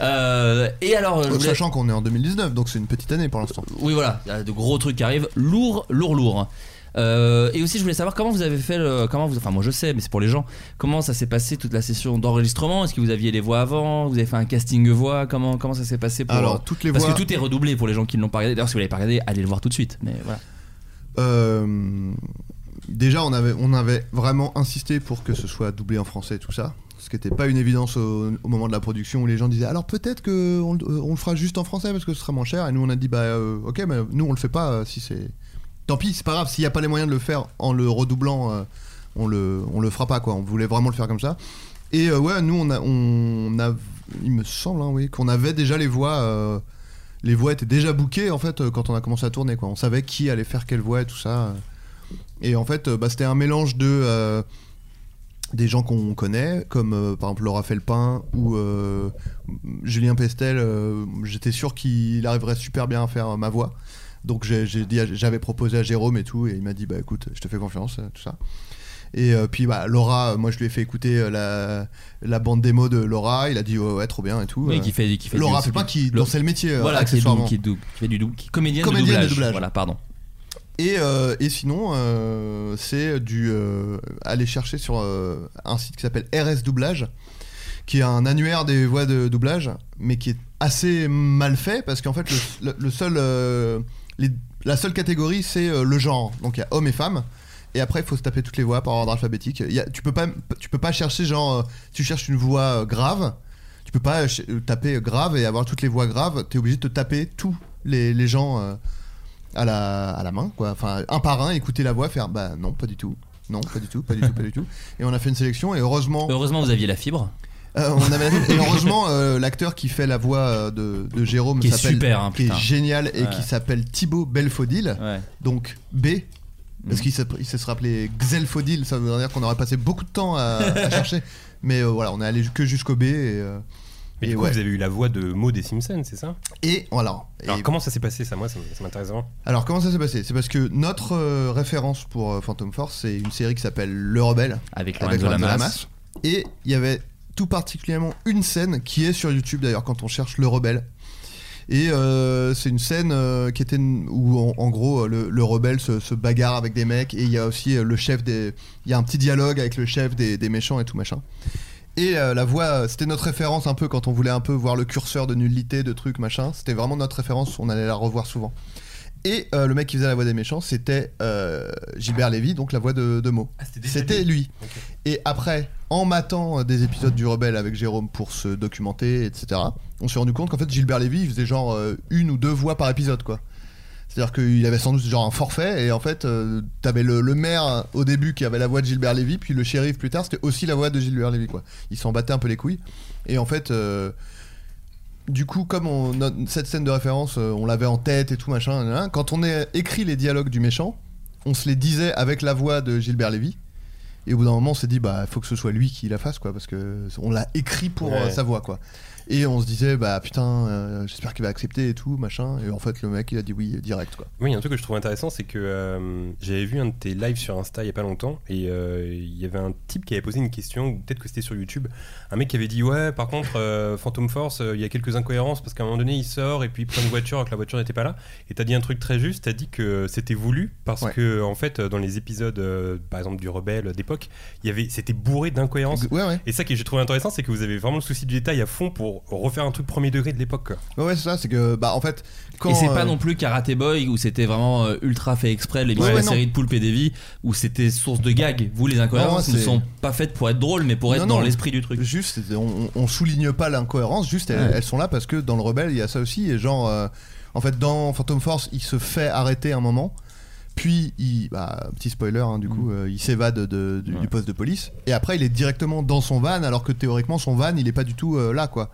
Speaker 2: Euh, et alors, je voulais-
Speaker 9: Sachant qu'on est en 2019, donc c'est une petite année pour l'instant.
Speaker 2: oui voilà, il y a de gros trucs qui arrivent, lourd, lourd, lourd. Euh, et aussi, je voulais savoir comment vous avez fait, le, comment vous, enfin moi je sais, mais c'est pour les gens. Comment ça s'est passé toute la session d'enregistrement Est-ce que vous aviez les voix avant Vous avez fait un casting voix Comment comment ça s'est passé pour euh,
Speaker 9: Alors, toutes les
Speaker 2: Parce
Speaker 9: voix-
Speaker 2: que tout est redoublé pour les gens qui ne l'ont pas regardé. D'ailleurs, si vous l'avez pas regardé, allez le voir tout de suite. Mais voilà.
Speaker 9: Euh, déjà, on avait, on avait vraiment insisté pour que ce soit doublé en français, tout ça. Ce qui n'était pas une évidence au, au moment de la production où les gens disaient alors peut-être qu'on on le fera juste en français parce que ce sera moins cher. Et nous, on a dit bah euh, ok, mais nous, on le fait pas euh, si c'est. Tant pis, c'est pas grave. S'il n'y a pas les moyens de le faire en le redoublant, euh, on, le, on le fera pas quoi. On voulait vraiment le faire comme ça. Et euh, ouais, nous, on a, on a. Il me semble, hein, oui, qu'on avait déjà les voix. euh, les voix étaient déjà bookées en fait euh, quand on a commencé à tourner quoi. On savait qui allait faire quelle voix et tout ça. euh. Et en fait, euh, bah, c'était un mélange de euh, des gens qu'on connaît, comme euh, par exemple Laura Felpin ou euh, Julien Pestel. euh, J'étais sûr qu'il arriverait super bien à faire euh, ma voix. Donc j'ai- j'ai dit à- j'avais proposé à Jérôme et tout, et il m'a dit bah écoute, je te fais confiance, euh, tout ça. Et euh, puis bah, Laura, euh, moi je lui ai fait écouter euh, la, la bande démo de Laura, il a dit ouais, ouais, trop bien et tout.
Speaker 2: Oui,
Speaker 9: Euh,
Speaker 2: qui fait, qui fait
Speaker 9: Laura
Speaker 2: du-
Speaker 9: fait pas qui
Speaker 2: Le-
Speaker 9: dans c'est le métier euh,
Speaker 2: Voilà, qui, est double,
Speaker 9: accessoirement.
Speaker 2: qui, est double, qui fait du double, qui est comédienne,
Speaker 9: Comédienne de
Speaker 2: de, doublage.
Speaker 9: doublage.
Speaker 2: Voilà, pardon.
Speaker 9: Et, euh, et sinon, euh, c'est du euh, aller chercher sur euh, un site qui s'appelle RS Doublage, qui est un annuaire des voix de doublage, mais qui est assez mal fait parce qu'en fait, le, le- le seul, euh, les- la seule catégorie, c'est euh, le genre. Donc il y a hommes et femmes. Et après, il faut se taper toutes les voix par ordre alphabétique. Il y a- tu peux pas, tu peux pas chercher genre, euh, si tu cherches une voix euh, grave, tu peux pas euh, ch- euh, taper grave et avoir toutes les voix graves. T'es obligé de te taper tous les, les gens. euh, à la, à la main, quoi. Enfin, un par un, écouter la voix, faire bah non, pas du tout. Non, pas du tout, pas du tout, pas du tout. Et on a fait une sélection et heureusement.
Speaker 2: Heureusement, vous aviez la fibre.
Speaker 9: Euh, on avait la- et heureusement, euh, l'acteur qui fait la voix euh, de, de Jérôme
Speaker 2: Qui est
Speaker 9: s'appelle-
Speaker 2: super, hein,
Speaker 9: qui
Speaker 2: putain.
Speaker 9: est génial et
Speaker 2: Ouais.
Speaker 9: qui s'appelle Thibaut Belfodil. Donc B.
Speaker 2: Mm.
Speaker 9: Parce qu'il s'app- il se serait appelé Xelfodil, ça veut dire qu'on aurait passé beaucoup de temps à, à chercher. Mais euh, voilà, on est allé que jusqu'au B. Et, euh,
Speaker 4: Mais
Speaker 9: et
Speaker 4: du coup,
Speaker 9: ouais.
Speaker 4: vous avez eu la voix de Maud des Simpsons, c'est ça
Speaker 9: Et voilà.
Speaker 4: Alors, comment ça s'est passé, ça Moi, ça m- ça m'intéresse vraiment.
Speaker 9: Alors comment ça s'est passé C'est parce que notre euh, référence pour euh, Phantom Force, c'est une série qui s'appelle Le Rebelle
Speaker 2: Avec Lorenzo Lamas.
Speaker 9: Et il y avait tout particulièrement une scène qui est sur YouTube d'ailleurs quand on cherche Le Rebelle. Et euh, c'est une scène euh, qui était une- où en, en gros euh, le, le rebelle se, se bagarre avec des mecs et il y a aussi euh, le chef des il y a un petit dialogue avec le chef des, des méchants et tout machin. Et euh, la voix, euh, c'était notre référence un peu quand on voulait un peu voir le curseur de nullité, de trucs, machin. C'était vraiment notre référence, on allait la revoir souvent. Et euh, le mec qui faisait la voix des méchants, c'était euh, Gilbert Lévy, donc la voix de, de Mo. Ah, c'était lui. Et après, en matant euh, des épisodes du Rebelle avec Jérôme pour se documenter, etc., on s'est rendu compte qu'en fait, Gilbert Lévy, il faisait genre euh, une ou deux voix par épisode, quoi. C'est-à-dire qu'il avait sans doute genre un forfait et en fait euh, t'avais le, le maire euh, au début qui avait la voix de Gilbert Lévy puis le shérif plus tard c'était aussi la voix de Gilbert Lévy quoi. Ils s'en battaient un peu les couilles et en fait euh, du coup comme on, no- cette scène de référence euh, on l'avait en tête et tout machin nan, nan, quand on a écrit les dialogues du méchant on se les disait avec la voix de Gilbert Lévy et au bout d'un moment on s'est dit bah faut que ce soit lui qui la fasse quoi parce que on l'a écrit pour
Speaker 4: Ouais.
Speaker 9: euh, sa voix quoi. Et on se disait bah putain euh, j'espère qu'il va accepter et tout machin et en fait le mec il a dit oui direct quoi.
Speaker 4: Oui, il y a un truc que je trouve intéressant, c'est que euh, j'avais vu un de tes lives sur Insta il y a pas longtemps, et euh, il y avait un type qui avait posé une question, ou peut-être que c'était sur YouTube, un mec qui avait dit ouais, par contre, euh, Phantom Force, euh, il y a quelques incohérences parce qu'à un moment donné, il sort et puis il prend une voiture alors que la voiture n'était pas là. Et t'as dit un truc très juste, t'as dit que c'était voulu parce
Speaker 9: Ouais.
Speaker 4: que en fait, dans les épisodes, euh, par exemple du Rebelle d'époque, il y avait, c'était bourré d'incohérences.
Speaker 9: Ouais, ouais.
Speaker 4: Et ça que j'ai trouvé intéressant, c'est que vous avez vraiment le souci du détail à fond pour refaire un truc premier degré de l'époque. quoi.
Speaker 9: Ouais, ouais, c'est ça, c'est que bah en fait quand
Speaker 2: et c'est pas
Speaker 9: euh,
Speaker 2: non plus Karate Boy où c'était vraiment euh, ultra fait exprès, les
Speaker 9: Ouais,
Speaker 2: la
Speaker 9: ouais, non.
Speaker 2: série de Poulpe et Davy où c'était source de gags. Vous, les incohérences
Speaker 9: Non,
Speaker 2: ne
Speaker 9: c'est-
Speaker 2: sont pas faites pour être drôles, mais pour être
Speaker 9: non,
Speaker 2: dans
Speaker 9: non,
Speaker 2: l'esprit du truc.
Speaker 9: Juste, c'est- on, on souligne pas l'incohérence, juste elles,
Speaker 2: Ouais.
Speaker 9: elles sont là parce que dans le rebelle il y a ça aussi et genre euh, en fait dans Phantom Force il se fait arrêter un moment. Puis, il, bah, petit spoiler, hein, du coup, euh, il s'évade de- du, du poste de police. Et après, il est directement dans son van, alors que théoriquement, son van, il est pas du tout euh, là, quoi.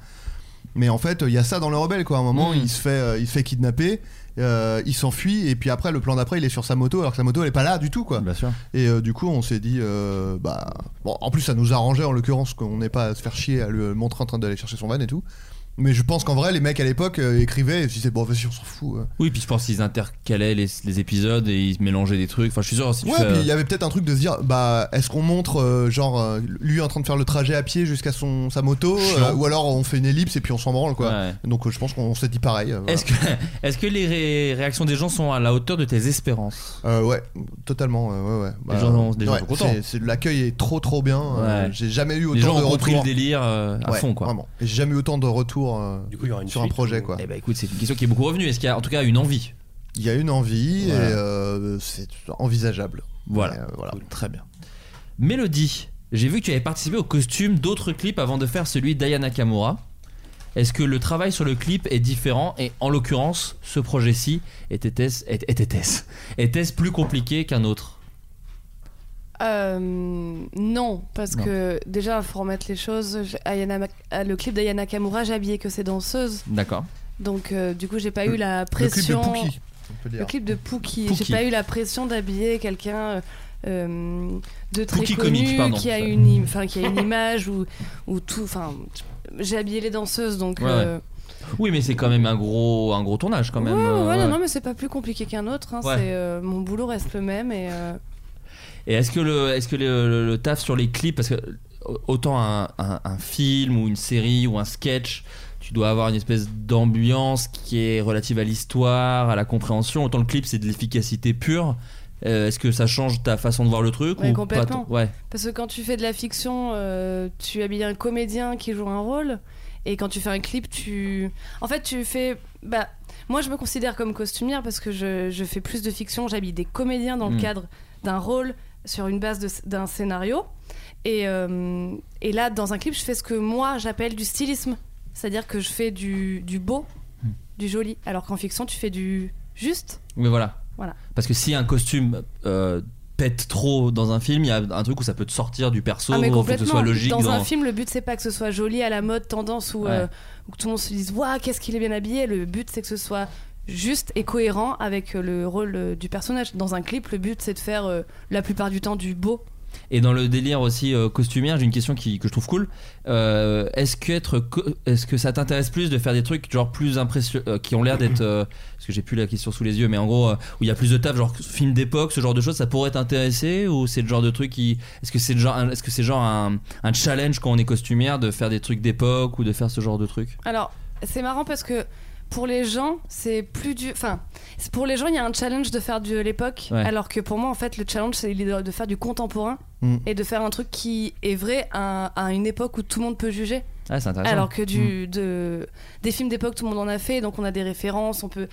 Speaker 9: Mais en fait, il y a ça dans le rebelle, quoi. À un moment, il se fait, euh, il se fait kidnapper, euh, il s'enfuit, et puis après, le plan d'après, il est sur sa moto, alors que sa moto, elle est pas là du tout,
Speaker 2: Bah
Speaker 9: quoi. Et euh, du coup, on s'est dit, euh, bah, bon, en plus, ça nous arrangeait en l'occurrence qu'on n'ait pas à se faire chier à le montrer en train d'aller chercher son van et tout. Mais je pense qu'en vrai, les mecs à l'époque euh, écrivaient et se disaient, bon, vas-y, on s'en fout. euh.
Speaker 2: Oui, puis je pense qu'ils intercalaient les, les épisodes et ils mélangeaient des trucs. Enfin, je suis sûr, si tu
Speaker 9: Ouais,
Speaker 2: fais,
Speaker 9: puis
Speaker 2: euh,
Speaker 9: il y avait peut-être un truc de se dire, bah, est-ce qu'on montre, euh, genre, euh, lui en train de faire le trajet à pied jusqu'à son, sa moto,
Speaker 2: Chiant.
Speaker 9: euh, ou alors on fait une ellipse et puis on s'en branle, quoi.
Speaker 2: Ouais.
Speaker 9: Donc euh, je pense qu'on s'est dit pareil. euh, voilà.
Speaker 2: Est-ce que, est-ce que les ré- réactions des gens sont à la hauteur de tes espérances
Speaker 9: Euh, ouais, totalement. euh, ouais, ouais.
Speaker 2: Les gens ont- les gens
Speaker 9: ouais,
Speaker 2: sont contents.
Speaker 9: c'est- c'est- L'accueil est trop trop bien. euh,
Speaker 2: Ouais.
Speaker 9: J'ai jamais eu autant
Speaker 2: Les gens
Speaker 9: de
Speaker 2: ont compris
Speaker 9: retours.
Speaker 2: le délire euh, à
Speaker 9: Ouais,
Speaker 2: fond, quoi.
Speaker 9: Vraiment. Et J'ai jamais eu autant de retours euh, sur un projet, quoi.
Speaker 2: Eh ben, écoute, c'est une question qui est beaucoup revenue. Est-ce qu'il y a en tout cas une envie
Speaker 9: Il y a une envie
Speaker 2: Voilà.
Speaker 9: et euh, c'est envisageable.
Speaker 2: Voilà.
Speaker 9: Mais, euh, voilà.
Speaker 2: Très bien. Mélodie, j'ai vu que tu avais participé au costume d'autres clips avant de faire celui d'Ayana Nakamura. Est-ce que le travail sur le clip est différent et en l'occurrence, ce projet-ci était-ce était- était-ce- était-ce plus compliqué qu'un autre
Speaker 12: Euh, non, parce
Speaker 2: Non.
Speaker 12: que déjà, il faut remettre les choses. J'ai- Ayana Mac- ah, le clip d'Ayana Kamura, j'ai habillé que ses danseuses.
Speaker 2: D'accord.
Speaker 12: Donc, euh, du coup, j'ai pas
Speaker 2: Le-
Speaker 12: eu la
Speaker 2: le clip de
Speaker 12: pression.
Speaker 2: Pookie,
Speaker 9: on peut dire.
Speaker 12: Le clip de Pookie.
Speaker 2: Pookie.
Speaker 12: J'ai pas eu la pression d'habiller quelqu'un euh, de très
Speaker 2: Pookie
Speaker 12: connu
Speaker 2: comique, pardon.
Speaker 12: qui a une, im- enfin, qui a une image ou ou tout. Enfin, j'ai habillé les danseuses, donc.
Speaker 2: Ouais, ouais.
Speaker 12: euh,
Speaker 2: Oui, mais c'est quand même un gros, un gros tournage quand même.
Speaker 12: ouais,
Speaker 2: euh,
Speaker 12: ouais,
Speaker 2: ouais.
Speaker 12: non, non, mais c'est pas plus compliqué qu'un autre. hein,
Speaker 2: Ouais.
Speaker 12: c'est, euh, mon boulot reste le même et. euh,
Speaker 2: Et est-ce que, le, est-ce que le, le- le taf sur les clips, parce que autant un, un- un film ou une série ou un sketch, tu dois avoir une espèce d'ambiance qui est relative à l'histoire, à la compréhension, autant le clip c'est de l'efficacité pure. Euh, est-ce que ça change ta façon de voir le truc
Speaker 12: Ouais,
Speaker 2: ou pas
Speaker 12: complètement.
Speaker 2: t- ouais.
Speaker 12: Parce que quand tu fais de la fiction, euh, tu habilles un comédien qui joue un rôle. Et quand tu fais un clip, tu. En fait, tu fais. Bah, moi, je me considère comme costumière parce que je, je fais plus de fiction. J'habille des comédiens dans
Speaker 2: Hmm.
Speaker 19: Mm.
Speaker 12: le cadre d'un rôle sur une base de sc- d'un scénario. Et, euh, et là, dans un clip, je fais ce que moi, j'appelle du stylisme. C'est-à-dire que je fais du, du beau, du joli. Alors qu'en fiction, tu fais du juste.
Speaker 2: Mais voilà.
Speaker 12: Voilà.
Speaker 2: Parce que si un costume euh, pète trop dans un film, il y a un truc où ça peut te sortir du perso,
Speaker 12: Ah, mais
Speaker 2: faut que ce
Speaker 12: complètement.
Speaker 2: soit logique.
Speaker 12: dans, un film, le but c'est pas que ce soit joli à la mode, tendance ou
Speaker 2: Ouais.
Speaker 12: euh, ou que tout le monde se dise waouh qu'est-ce qu'il est bien habillé. Le but c'est que ce soit juste et cohérent avec euh, le rôle euh, du personnage. Dans un clip, le but c'est de faire euh, la plupart du temps du beau.
Speaker 2: Et dans le délire aussi euh, costumière, j'ai une question qui, que je trouve cool. Euh, est-ce que être, co- est-ce que ça t'intéresse plus de faire des trucs genre plus impressionnants, qui ont l'air d'être, euh, parce que j'ai plus la question sous les yeux, mais en gros euh, où il y a plus de taf, genre film d'époque, ce genre de choses, ça pourrait t'intéresser ou c'est le genre de truc qui, est-ce que c'est le genre, un- est-ce que c'est genre un, un challenge quand on est costumière de faire des trucs d'époque ou de faire ce genre de trucs
Speaker 12: Alors c'est marrant parce que pour les gens c'est plus du, enfin c'est- pour les gens il y a un challenge de faire de l'époque,
Speaker 2: Ouais.
Speaker 12: alors que pour moi en fait le challenge c'est de de faire du contemporain
Speaker 2: Mm.
Speaker 12: et de faire un truc qui est vrai à, à une époque où tout le monde peut juger.
Speaker 2: Ah, c'est intéressant.
Speaker 12: Alors que du, de, des films d'époque, tout le monde en a fait, donc on a des références, on peut.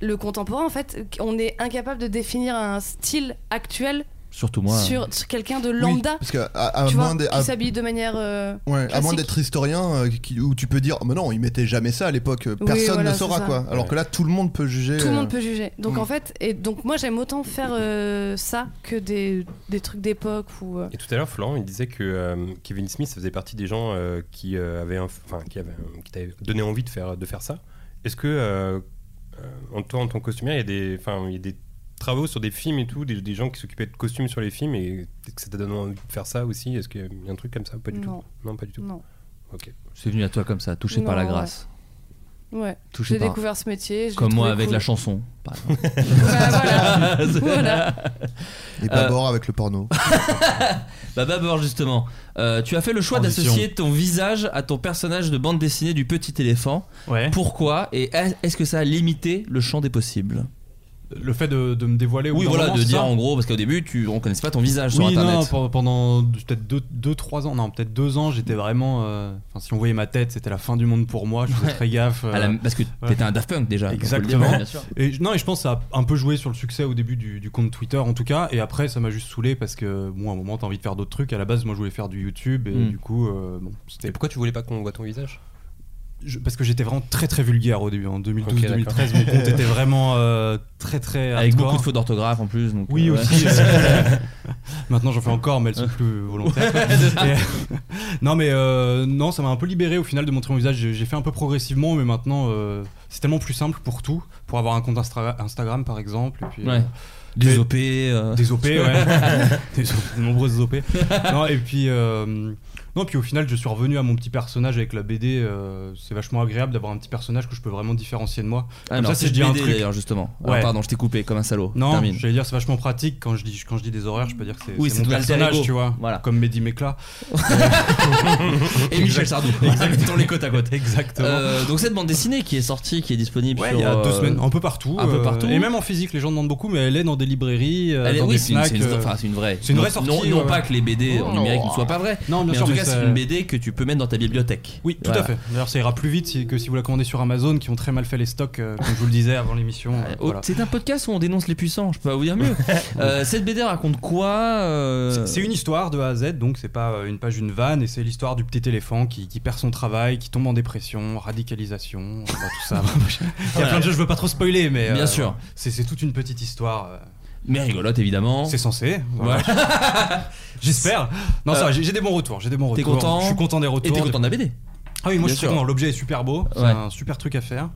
Speaker 12: Le contemporain, en fait, on est incapable de définir un style actuel
Speaker 2: Surtout moi.
Speaker 12: sur, sur quelqu'un de lambda.
Speaker 9: Parce que à, à
Speaker 12: tu vois,
Speaker 9: moins d'être-
Speaker 12: qui
Speaker 9: à-
Speaker 12: s'habille de manière. euh,
Speaker 9: ouais, à
Speaker 12: classique.
Speaker 9: moins d'être historien, euh, qui- où tu peux dire, oh, mais non, ils mettaient jamais ça à l'époque. Personne
Speaker 12: voilà,
Speaker 9: ne
Speaker 12: c'est
Speaker 9: saura
Speaker 12: ça.
Speaker 9: quoi. Alors que là, tout le monde peut juger.
Speaker 12: Tout le
Speaker 9: euh,
Speaker 12: monde peut juger. Donc
Speaker 9: Mm.
Speaker 12: en fait, et donc moi j'aime autant faire euh, ça que des, des trucs d'époque ou. euh,
Speaker 4: Et tout à l'heure, Florent, il disait que euh, Kevin Smith faisait partie des gens euh, qui euh, avaient, un- enfin, qui avaient, euh, qui t'avaient donné envie de faire, de faire ça. Est-ce que, euh, euh, en toi, en tant que costumier, il y a des, enfin, il y a des travaux sur des films et tout, des, des gens qui s'occupaient de costumes sur les films et peut-être que ça t'a donné envie de faire ça aussi. Est-ce qu'il y a un truc comme ça ou Pas du
Speaker 12: Non.
Speaker 4: tout. Non, pas du tout.
Speaker 12: Non.
Speaker 4: Ok.
Speaker 2: C'est venu à toi comme ça, touché par
Speaker 12: Non,
Speaker 2: la
Speaker 12: ouais.
Speaker 2: grâce.
Speaker 12: Ouais.
Speaker 2: Touché
Speaker 12: J'ai
Speaker 2: par-
Speaker 12: découvert ce métier. je l'ai
Speaker 2: Comme moi
Speaker 12: trouvé
Speaker 2: avec
Speaker 12: cool.
Speaker 2: la chanson, par exemple.
Speaker 12: Bah, voilà. Voilà.
Speaker 9: Et pas
Speaker 2: Euh,
Speaker 9: bord avec le porno.
Speaker 2: Bah d'abord justement, euh, tu as fait le choix
Speaker 9: Transition.
Speaker 2: d'associer ton visage à ton personnage de bande dessinée du petit éléphant. Pourquoi Et est- est-ce que ça a limité le champ des possibles
Speaker 1: Le fait de, de me dévoiler. au bout
Speaker 2: Oui
Speaker 1: d'un
Speaker 2: voilà,
Speaker 1: moment,
Speaker 2: de
Speaker 1: c'est
Speaker 2: dire
Speaker 1: ça
Speaker 2: en gros, parce qu'au début tu, on connaissait pas ton visage sur
Speaker 1: oui,
Speaker 2: internet.
Speaker 1: non, pe- pendant peut-être 2-3 ans, non, peut-être 2 ans, j'étais vraiment. euh, Enfin, si on voyait ma tête, c'était la fin du monde pour moi, je faisais
Speaker 2: Ouais.
Speaker 1: très gaffe.
Speaker 2: À la- parce que t'étais un Daft Punk, déjà, faut le dire,
Speaker 1: Exactement.
Speaker 2: bien sûr.
Speaker 1: Et je- non, et je pense que ça a un peu joué sur le succès au début du, du compte Twitter en tout cas, et après ça m'a juste saoulé parce que, bon, à un moment t'as envie de faire d'autres trucs, à la base moi je voulais faire du YouTube, et
Speaker 4: Mm.
Speaker 1: du coup, euh, bon, c'était.
Speaker 4: Et pourquoi tu voulais pas qu'on voit ton visage
Speaker 1: Je- parce que j'étais vraiment très très vulgaire au début. En 2012-2013,
Speaker 4: Ok, d'accord.
Speaker 1: mon compte était vraiment euh, très très.
Speaker 2: Avec
Speaker 1: hardcore.
Speaker 2: beaucoup de fautes d'orthographe en plus. donc,
Speaker 1: Oui,
Speaker 2: euh, ouais.
Speaker 1: aussi. euh, Maintenant, j'en fais encore, mais elles sont plus volontaires. quoi. Et, euh, non, mais euh, non, ça m'a un peu libéré au final de montrer mon visage. J'ai j'ai fait un peu progressivement, mais maintenant, euh, c'est tellement plus simple pour tout. Pour avoir un compte Instra- Instagram, par exemple. Et puis, euh,
Speaker 2: Ouais. Des OP, euh.
Speaker 1: Des OP, ouais. des, de nombreuses OP. non, et puis. euh, non, puis au final, je suis revenu à mon petit personnage avec la BD. euh, c'est vachement agréable d'avoir un petit personnage que je peux vraiment différencier de moi.
Speaker 2: Ah,
Speaker 1: Comme
Speaker 2: alors,
Speaker 1: si
Speaker 2: c'est
Speaker 1: je dis un
Speaker 2: BD,
Speaker 1: truc-
Speaker 2: d'ailleurs, justement. Alors, pardon, je t'ai coupé comme un salaud.
Speaker 1: Non,
Speaker 2: Termine.
Speaker 1: j'allais dire c'est vachement pratique quand je dis quand je dis des horaires, je peux dire que c'est
Speaker 2: Oui,
Speaker 1: c'est
Speaker 2: c'est
Speaker 1: mon
Speaker 2: ton alter
Speaker 1: personnage,
Speaker 2: ego.
Speaker 1: tu vois,
Speaker 2: Voilà.
Speaker 1: comme Mehdi Mekla. Euh,
Speaker 2: Et Michel Sardou.
Speaker 1: Exactement.
Speaker 2: Exactement. les côte à côte.
Speaker 1: Exactement.
Speaker 2: Euh, donc cette bande dessinée qui est sortie, qui est disponible
Speaker 1: Ouais,
Speaker 2: sur,
Speaker 1: il y a deux
Speaker 2: euh,
Speaker 1: semaines, un peu partout.
Speaker 2: Un peu
Speaker 1: euh,
Speaker 2: partout.
Speaker 1: Et même en physique, les gens demandent beaucoup, mais elle est dans des librairies, euh,
Speaker 2: Elle est-
Speaker 1: dans
Speaker 2: oui,
Speaker 1: des
Speaker 2: c'est une,
Speaker 1: snacks.
Speaker 2: c'est une-
Speaker 1: euh,
Speaker 2: enfin, c'est une vraie.
Speaker 1: C'est une
Speaker 2: Non-
Speaker 1: vraie sortie.
Speaker 2: Non, non
Speaker 1: ouais,
Speaker 2: pas
Speaker 1: ouais.
Speaker 2: que les BD
Speaker 1: Oh,
Speaker 2: en numérique ne soient pas vraies.
Speaker 1: Non, bien
Speaker 2: mais
Speaker 1: sûr,
Speaker 2: en tout
Speaker 1: mais
Speaker 2: cas,
Speaker 1: ça-
Speaker 2: c'est une BD que tu peux mettre dans ta bibliothèque.
Speaker 1: Oui, tout
Speaker 2: Voilà.
Speaker 1: à fait. D'ailleurs, ça ira plus vite si- que si vous la commandez sur Amazon, qui ont très mal fait les stocks, euh, comme je vous le disais avant l'émission. euh,
Speaker 2: Oh,
Speaker 1: voilà.
Speaker 2: C'est un podcast où on dénonce les puissants, je peux pas vous dire mieux. Euh, cette BD raconte quoi euh,
Speaker 1: C'est- C'est une histoire de A à Z, donc c'est pas euh, une page, une vanne, et c'est l'histoire du petit éléphant qui, qui perd son travail, qui tombe en dépression, radicalisation, euh, bah, tout ça. Il y a plein de jeux, je veux pas trop spoiler, mais.
Speaker 2: Bien
Speaker 1: euh,
Speaker 2: sûr.
Speaker 1: C'est c'est toute une petite histoire. euh,
Speaker 2: Mais rigolote évidemment.
Speaker 1: C'est censé. voilà. J'espère. Non, ça,
Speaker 2: Euh,
Speaker 1: va, j'ai j'ai des bons retours. J'ai des bons
Speaker 2: t'es
Speaker 1: retours.
Speaker 2: content
Speaker 1: Je suis content des retours.
Speaker 2: Et t'es content de la BD
Speaker 1: Ah oui, moi je
Speaker 2: Bien
Speaker 1: suis
Speaker 2: sûr.
Speaker 1: content. L'objet est super beau. C'est
Speaker 2: Ouais.
Speaker 1: un super truc à faire.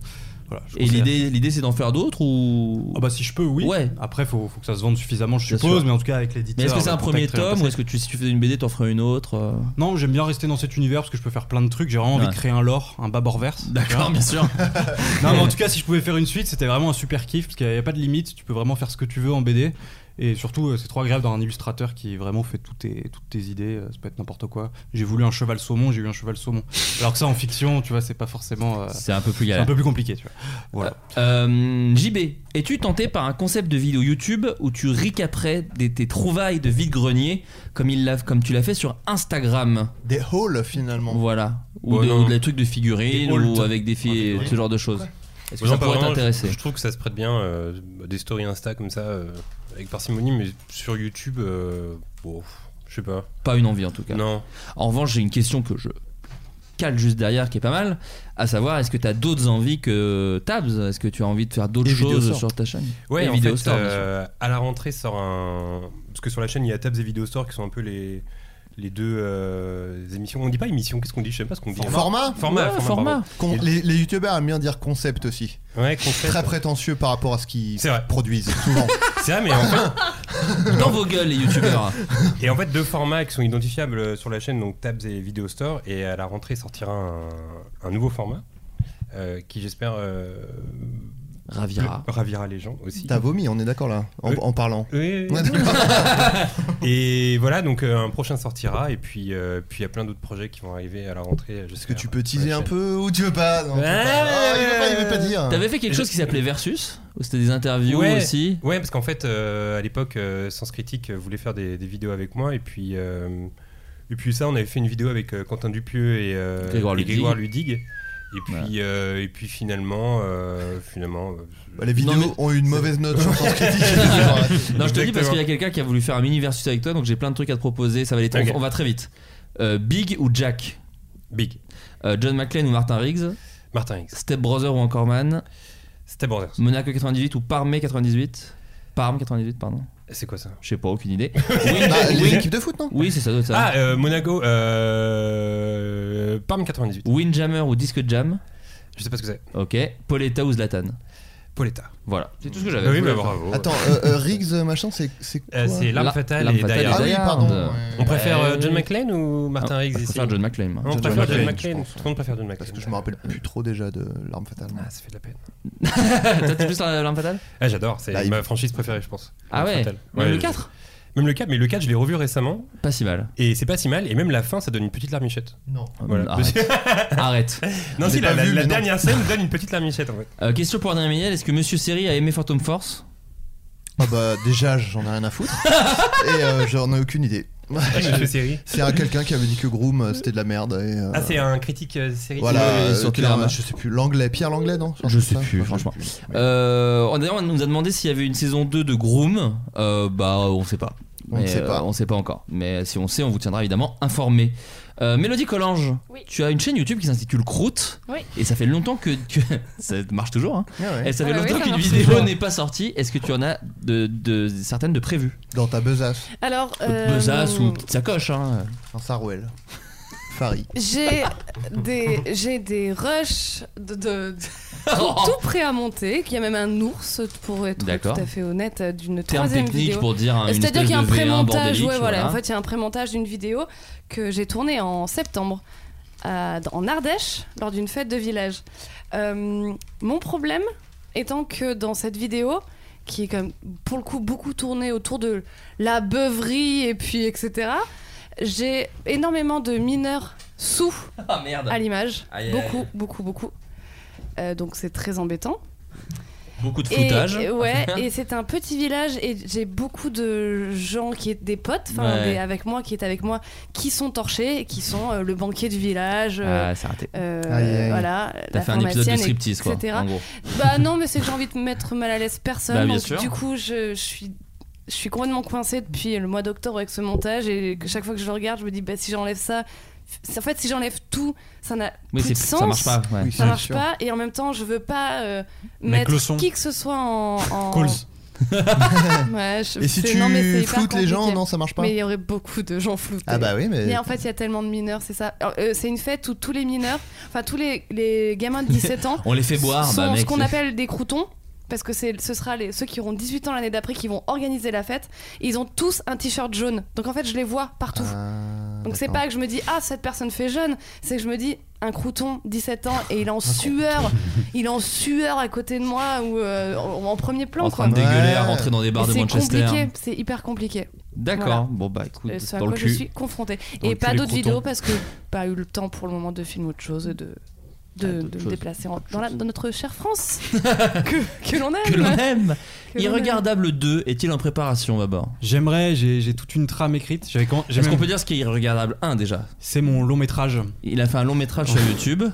Speaker 1: Voilà, je
Speaker 2: Et
Speaker 1: conseille.
Speaker 2: l'idée, l'idée, c'est d'en faire d'autres ou
Speaker 1: Ah bah si je peux, oui.
Speaker 2: Ouais.
Speaker 1: Après, faut, faut que ça se vende suffisamment, je
Speaker 2: Bien
Speaker 1: suppose,
Speaker 2: sûr.
Speaker 1: mais en tout cas avec l'éditeur.
Speaker 2: Mais est-ce que c'est
Speaker 1: le
Speaker 2: un premier
Speaker 1: contact très bien
Speaker 2: tome
Speaker 1: passé.
Speaker 2: ou est-ce que tu- si tu faisais une BD, t'en ferais une autre euh
Speaker 1: Non, j'aime bien rester dans cet univers parce que je peux faire plein de trucs. J'ai vraiment envie
Speaker 2: Ouais.
Speaker 1: de créer un lore, un Baborverse.
Speaker 2: D'accord,
Speaker 1: Tu vois
Speaker 2: bien sûr.
Speaker 1: non, mais en tout cas, si je pouvais faire une suite, c'était vraiment un super kiff parce qu'il n'y a pas de limite. Tu peux vraiment faire ce que tu veux en BD. Et Et surtout, euh, c'est trop agréable d'avoir un illustrateur qui vraiment fait toutes tes, toutes tes idées. euh, Ça peut être n'importe quoi. J'ai voulu un cheval saumon, j'ai eu un cheval saumon. Alors que ça, en fiction, tu vois, c'est pas forcément. euh,
Speaker 2: C'est un peu plus galère.
Speaker 1: C'est un peu plus compliqué, tu vois. Voilà.
Speaker 2: Euh, JB, es-tu tenté par un concept de vidéo YouTube où tu ricaperais des, tes trouvailles de vide-grenier comme, il l'a- comme tu l'as fait sur Instagram
Speaker 9: Des hauls finalement.
Speaker 2: Voilà. Ou
Speaker 9: Ouais,
Speaker 2: de-
Speaker 9: non.
Speaker 2: des trucs de figurines
Speaker 9: Des halls.
Speaker 2: ou avec des filles,
Speaker 9: Ouais.
Speaker 2: ce genre de choses. Est-ce que
Speaker 4: Non,
Speaker 2: ça
Speaker 4: pas
Speaker 2: pourrait
Speaker 4: vraiment,
Speaker 2: t'intéresser
Speaker 4: je, je trouve que ça se prête bien euh, des stories Insta comme ça euh, avec parcimonie, mais sur YouTube, euh, bon, je sais pas.
Speaker 2: Pas une envie en tout cas.
Speaker 4: Non.
Speaker 2: En revanche, j'ai une question que je cale juste derrière qui est pas mal, à savoir est-ce que tu as d'autres envies que Tabs Est-ce que tu as envie de faire d'autres
Speaker 9: Et vidéo
Speaker 2: choses
Speaker 9: sort.
Speaker 2: sur ta chaîne
Speaker 4: Ouais,
Speaker 2: Et
Speaker 4: en
Speaker 2: vidéo
Speaker 4: fait,
Speaker 2: sort, bien sûr.
Speaker 4: euh, à la rentrée sort un. Parce que sur la chaîne, il y a Tabs et Vidéo Store qui sont un peu les, les deux euh, émissions. On dit pas émission, qu'est-ce qu'on dit Je sais pas ce qu'on dit.
Speaker 9: Format
Speaker 4: Format, format.
Speaker 9: Con-
Speaker 4: pardon.
Speaker 9: les, les youtubeurs aiment bien dire concept aussi.
Speaker 4: Ouais, concept.
Speaker 9: Très prétentieux par rapport à ce qu'ils produisent souvent.
Speaker 4: C'est vrai, mais en fait,
Speaker 2: Dans vos gueules, les youtubeurs.
Speaker 4: Et en fait, deux formats qui sont identifiables euh, sur la chaîne, donc Tabs et Video Store. Et à la rentrée, sortira un, un nouveau format euh, qui, j'espère, euh,
Speaker 2: Ravira.
Speaker 4: le- ravira les gens aussi.
Speaker 9: T'as vomi, on est d'accord là, en,
Speaker 4: Oui.
Speaker 9: en parlant.
Speaker 4: Oui, oui, oui.
Speaker 9: Ouais, d'accord.
Speaker 4: et voilà, donc euh, un prochain sortira. Et puis, euh, puis il y a plein d'autres projets qui vont arriver à la rentrée. Est-ce
Speaker 9: que tu peux teaser un peu ou tu veux pas Non, tu veux
Speaker 4: Ouais,
Speaker 9: pas. Ah, il veut pas, il veut pas
Speaker 4: ouais,
Speaker 9: dire.
Speaker 2: T'avais fait quelque chose qui s'appelait Versus Où c'était des interviews
Speaker 4: ouais,
Speaker 2: aussi
Speaker 4: Ouais, parce qu'en fait, euh, à l'époque, euh, Sens Critique euh, voulait faire des, des vidéos avec moi. Et puis, euh, et puis ça, on avait fait une vidéo avec euh, Quentin Dupieux et, euh,
Speaker 2: Grégoire
Speaker 4: et
Speaker 2: Ludig.
Speaker 4: Grégoire Ludig. Et puis, euh, et puis finalement, euh, finalement euh,
Speaker 9: Bah, les vidéos ont eu une mauvaise note sur Sens Critique.
Speaker 2: non, je te dis parce qu'il y a quelqu'un qui a voulu faire un mini versus avec toi, donc j'ai plein de trucs à te proposer. Ça va aller très-
Speaker 4: Ok.
Speaker 2: On va très vite. Euh, Big ou Jack Euh,
Speaker 4: Big.
Speaker 2: John McClane ou Martin Riggs
Speaker 4: Martin Riggs.
Speaker 2: Step Brother ou encore Man
Speaker 4: Step Brothers.
Speaker 2: Monaco 98 ou Parme 98 Parme 98, pardon.
Speaker 4: C'est quoi ça
Speaker 2: Je sais pas, aucune idée.
Speaker 9: Bah, les
Speaker 2: Win-
Speaker 9: équipes de foot, non
Speaker 2: Ah, Oui, c'est ça, doit être ça.
Speaker 4: Ah, euh, Monaco, euh, Parme 98.
Speaker 2: Windjammer ou Disque Jam
Speaker 4: Je sais pas ce que c'est.
Speaker 2: Ok. Poletta ou Zlatan
Speaker 4: Poletta.
Speaker 2: Voilà, c'est tout ce que j'avais.
Speaker 4: Oui, bah, bravo.
Speaker 9: Attends, euh, euh, Riggs euh, machin, c'est c'est quoi
Speaker 4: Euh, c'est L'Arme
Speaker 2: La-
Speaker 4: Fatale
Speaker 2: L'Arme
Speaker 4: et
Speaker 2: Fatale
Speaker 4: Die
Speaker 2: et
Speaker 4: Hard.
Speaker 2: Die
Speaker 9: Ah oui,
Speaker 2: Hard.
Speaker 9: pardon, ouais.
Speaker 4: On préfère euh, John
Speaker 2: Euh,
Speaker 4: McClane ou Martin
Speaker 2: Ah,
Speaker 4: Riggs
Speaker 2: je
Speaker 4: ici
Speaker 2: préfère John McClane, moi.
Speaker 4: On
Speaker 2: John
Speaker 4: préfère John
Speaker 2: McClane,
Speaker 4: McClane.
Speaker 2: je
Speaker 4: Tout le monde préfère John McClane.
Speaker 9: Parce que je me rappelle plus trop déjà de l'arme fatale.
Speaker 4: Ah, ça fait de la peine.
Speaker 2: Ah, Toi, t'es plus la l'arme fatale
Speaker 4: Ah, j'adore, c'est
Speaker 9: Live.
Speaker 4: ma franchise préférée, je pense.
Speaker 2: Ah ouais,
Speaker 4: Fatale.
Speaker 2: même le
Speaker 4: je-
Speaker 2: 4?
Speaker 4: Même le 4, mais le 4, je l'ai revu récemment.
Speaker 2: Pas si mal.
Speaker 4: Et c'est pas si mal, et même la fin, ça donne une petite larmichette.
Speaker 9: Non.
Speaker 4: Voilà.
Speaker 2: Arrête. Arrête.
Speaker 4: Non,
Speaker 2: Je
Speaker 4: si,
Speaker 2: l'ai
Speaker 4: la,
Speaker 2: pas
Speaker 4: la-
Speaker 2: vu,
Speaker 4: la
Speaker 2: mais non.
Speaker 4: dernière scène donne une petite larmichette en fait.
Speaker 2: Euh, question pour Adrien Méniel est-ce que Monsieur Seri a aimé Phantom Force
Speaker 9: Ah bah déjà j'en ai rien à foutre et euh, j'en ai aucune idée.
Speaker 2: Ah,
Speaker 4: Monsieur Seri.
Speaker 9: C'est un quelqu'un qui avait dit que Groom euh, c'était de la merde. Et, euh,
Speaker 4: Ah, c'est un critique euh, série.
Speaker 9: Voilà, euh,
Speaker 2: sur
Speaker 9: quel-
Speaker 2: Télérama.
Speaker 9: je sais plus, l'anglais, Pierre l'anglais non
Speaker 2: Je sais plus, franchement. Euh, on- D'ailleurs, on nous a demandé s'il y avait une saison 2 de Groom. Euh, bah, on sait pas.
Speaker 9: On ne
Speaker 2: Mais,
Speaker 9: sait
Speaker 2: euh,
Speaker 9: pas.
Speaker 2: on sait pas encore. Mais si on sait, on vous tiendra évidemment informé. Euh, Mélodie Collange, tu as une chaîne YouTube qui s'intitule Croûte.
Speaker 12: Oui.
Speaker 2: Et ça fait longtemps que. que- ça marche toujours, hein.
Speaker 9: Ah ouais.
Speaker 2: Et ça fait
Speaker 12: Ouais, ouais,
Speaker 2: longtemps
Speaker 12: ça
Speaker 2: qu'une
Speaker 12: marche
Speaker 2: vidéo
Speaker 12: toujours.
Speaker 2: n'est pas sortie. Est-ce que tu en as de, de- certaines de prévues
Speaker 9: Dans ta besace.
Speaker 12: Alors, euh,
Speaker 2: Besace ou petite sacoche, hein.
Speaker 9: Dans Sarouel. Farid.
Speaker 12: J'ai des, j'ai des rushs de, de- tout, tout prêt à monter. Il y a même un ours, pour être
Speaker 2: D'accord.
Speaker 12: tout à fait honnête, d'une
Speaker 2: Terme
Speaker 12: troisième
Speaker 2: technique
Speaker 12: vidéo.
Speaker 2: pour dire un- une
Speaker 12: C'est-à-dire
Speaker 2: espèce
Speaker 12: qu'il y a un
Speaker 2: de V1
Speaker 12: pré-montage,
Speaker 2: bordélique,
Speaker 12: ouais, voilà.
Speaker 2: voilà.
Speaker 12: En fait, il y a un pré-montage d'une vidéo que j'ai tournée en septembre à- en Ardèche lors d'une fête de village. Euh, mon problème étant que dans cette vidéo, qui est quand même pour le coup beaucoup tournée autour de la beuverie et puis etc. J'ai énormément de mineurs sous
Speaker 2: Ah, merde.
Speaker 12: à l'image,
Speaker 2: Aïe, aïe,
Speaker 12: beaucoup,
Speaker 2: aïe.
Speaker 12: beaucoup, beaucoup. Euh, donc c'est très embêtant.
Speaker 2: Beaucoup de
Speaker 12: Et-
Speaker 2: foutage.
Speaker 12: et ouais, et c'est un petit village et j'ai beaucoup de gens qui étaient des potes, enfin
Speaker 2: Ouais.
Speaker 12: des- avec moi, qui étaient avec moi, qui sont torchés, et qui sont euh, le banquier du village.
Speaker 2: Ah, c'est raté.
Speaker 12: euh,
Speaker 2: Aïe, aïe, aïe.
Speaker 12: Voilà,
Speaker 2: T'as
Speaker 12: la
Speaker 2: fait un épisode de
Speaker 12: pharmacienne,
Speaker 2: striptease, quoi,
Speaker 12: etc..
Speaker 2: en gros.
Speaker 12: Bah non, mais c'est que j'ai envie de mettre mal à l'aise personne.
Speaker 2: Bah, bien
Speaker 12: donc,
Speaker 2: sûr.
Speaker 12: Du coup, je, je suis. Je suis complètement coincée depuis le mois d'octobre avec ce montage et que chaque fois que je le regarde, je me dis bah, si j'enlève ça, f- en fait si j'enlève tout, ça n'a
Speaker 2: Oui,
Speaker 12: plus de
Speaker 2: c'est-
Speaker 12: sens.
Speaker 2: ça marche pas, ouais. Oui,
Speaker 12: Ça
Speaker 2: c'est
Speaker 12: marche
Speaker 2: sûr.
Speaker 12: pas et en même temps je veux pas euh,
Speaker 2: Mettre
Speaker 12: mettre
Speaker 2: le son.
Speaker 12: qui que ce soit en, en-
Speaker 9: Calls.
Speaker 12: Ouais, je-
Speaker 9: Et si
Speaker 12: c'est-
Speaker 9: tu
Speaker 12: non, mais c'est hyper
Speaker 9: floutes les gens,
Speaker 12: compliqué.
Speaker 9: non, ça marche pas
Speaker 12: Mais il y aurait beaucoup de gens floutés.
Speaker 9: Ah bah oui, mais-
Speaker 12: en fait, il y a tellement de mineurs, c'est ça. Alors, euh, c'est une fête où tous les mineurs, enfin tous les, les gamins de 17 ans,
Speaker 2: On les fait boire,
Speaker 12: sont
Speaker 2: bah,
Speaker 12: ce
Speaker 2: mec,
Speaker 12: qu'on
Speaker 2: c'est-
Speaker 12: appelle des croutons. Parce que c'est, ce sera les, ceux qui auront 18 ans l'année d'après qui vont organiser la fête. Et ils ont tous un t-shirt jaune. Donc en fait, je les vois partout. Donc c'est
Speaker 9: euh, d'accord.
Speaker 12: pas que je me dis ah cette personne fait jeune, c'est que je me dis un crouton, 17 ans, et il est en sueur, il est en sueur à côté de moi ou euh, en en premier plan.
Speaker 2: En train de
Speaker 12: quoi.
Speaker 2: dégueuler à rentrer dans des bars
Speaker 12: Et
Speaker 2: de
Speaker 12: c'est
Speaker 2: Manchester.
Speaker 12: compliqué, C'est hyper compliqué.
Speaker 2: D'accord.
Speaker 12: Voilà.
Speaker 2: Bon bah écoute,
Speaker 12: Euh, ce à
Speaker 2: dans le
Speaker 12: quoi
Speaker 2: cul.
Speaker 12: je suis confrontée.
Speaker 2: Dans
Speaker 12: et
Speaker 2: le cul,
Speaker 12: pas
Speaker 2: les
Speaker 12: d'autres
Speaker 2: croutons.
Speaker 12: vidéos parce que pas eu le temps pour le moment de filmer autre chose et de. De,
Speaker 2: Ah, d'autres
Speaker 12: de me
Speaker 2: choses.
Speaker 12: déplacer en- dans, la- dans notre chère France que, que l'on aime.
Speaker 2: Que l'on aime.
Speaker 12: Que l'on
Speaker 2: Irregardable 2 est-il en préparation, Babar
Speaker 1: J'aimerais, j'ai j'ai toute une trame écrite. J'avais quand- j'ai
Speaker 2: Est-ce qu'on
Speaker 1: même-
Speaker 2: peut dire ce qui est Irregardable 1 déjà
Speaker 1: C'est mon long métrage.
Speaker 2: Il a fait un long métrage sur YouTube.
Speaker 1: Oh.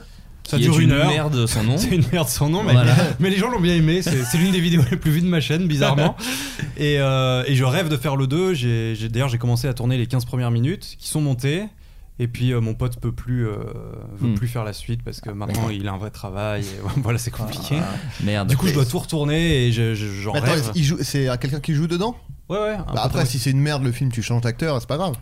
Speaker 1: Ça
Speaker 2: qui
Speaker 1: dure
Speaker 2: est
Speaker 1: une heure.
Speaker 2: merde sans nom.
Speaker 1: C'est une merde sans nom, mais,
Speaker 2: Voilà.
Speaker 1: mais les gens l'ont bien aimé. C'est c'est l'une des vidéos les plus vues de ma chaîne, bizarrement. Et, euh, et je rêve de faire le 2. J'ai- j'ai- D'ailleurs, j'ai commencé à tourner les 15 premières minutes qui sont montées. Et puis euh, mon pote peut plus, euh, veut
Speaker 2: Hmm.
Speaker 1: plus faire la suite parce que maintenant
Speaker 2: d'accord.
Speaker 1: il a un vrai travail. Et voilà, c'est compliqué.
Speaker 2: Ah, merde.
Speaker 1: Du coup, je dois tout retourner et je- je- j'en
Speaker 9: Mais attends,
Speaker 1: rêve.
Speaker 9: il joue- c'est à quelqu'un qui joue dedans
Speaker 1: Ouais, ouais. un
Speaker 9: Bah
Speaker 1: peu
Speaker 9: après,
Speaker 1: près.
Speaker 9: si c'est une merde, le film, tu changes d'acteur, c'est pas grave.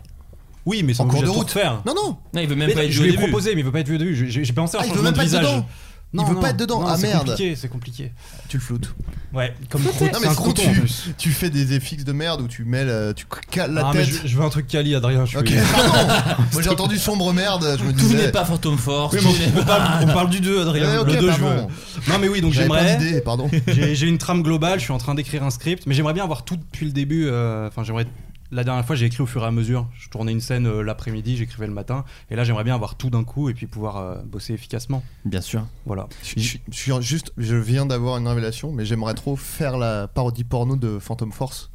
Speaker 1: Oui, mais sans
Speaker 9: en cours
Speaker 1: bouger
Speaker 9: de
Speaker 1: à tout
Speaker 9: route.
Speaker 1: refaire.
Speaker 9: Non, non.
Speaker 2: Non, il veut même
Speaker 1: Mais
Speaker 2: pas être
Speaker 1: je
Speaker 2: joué au
Speaker 1: lui ai
Speaker 2: début.
Speaker 1: proposé, mais il veut pas être vu au début. J'ai- J'ai j'ai pensé à un
Speaker 9: Ah, il veut
Speaker 1: changement
Speaker 9: même
Speaker 1: de
Speaker 9: pas être
Speaker 1: visage.
Speaker 9: dedans. Il veut pas être dedans. Ah,
Speaker 1: C'est
Speaker 9: merde.
Speaker 1: compliqué, c'est compliqué.
Speaker 9: Tu le floutes.
Speaker 1: Ouais, comme
Speaker 9: Non,
Speaker 1: croûte,
Speaker 9: mais
Speaker 1: c'est un
Speaker 9: sinon,
Speaker 1: crouton en
Speaker 9: tu,
Speaker 1: plus.
Speaker 9: tu fais des effets de merde où tu mets le- tu cales la
Speaker 1: Ah, mais
Speaker 9: tête.
Speaker 1: je, je veux un truc quali, Adrien. Je suis...
Speaker 9: Ok, pardon. Moi j'ai entendu sombre merde, je me
Speaker 2: Tout
Speaker 9: disais.
Speaker 2: n'est pas Phantom Force.
Speaker 1: Oui, mais
Speaker 2: tout n'est
Speaker 1: on, on
Speaker 2: pas-
Speaker 1: parle, on parle du 2, Adrien.
Speaker 9: Ouais, ok,
Speaker 1: le 2, je veux.
Speaker 9: pardon.
Speaker 1: Non, mais oui, donc
Speaker 9: J'avais
Speaker 1: j'aimerais.
Speaker 9: pas d'idée, pardon.
Speaker 1: J'ai j'ai une trame globale, je suis en train d'écrire un script, mais j'aimerais bien avoir tout depuis le début. euh, Enfin, j'aimerais. La dernière fois, j'ai écrit au fur et à mesure. Je tournais une scène euh, l'après-midi, j'écrivais le matin. Et là, j'aimerais bien avoir tout d'un coup et puis pouvoir euh, bosser efficacement.
Speaker 2: Bien sûr.
Speaker 1: Voilà.
Speaker 9: Je, je- je suis en- juste, je viens d'avoir une révélation, mais j'aimerais trop faire la parodie porno de Phantom Force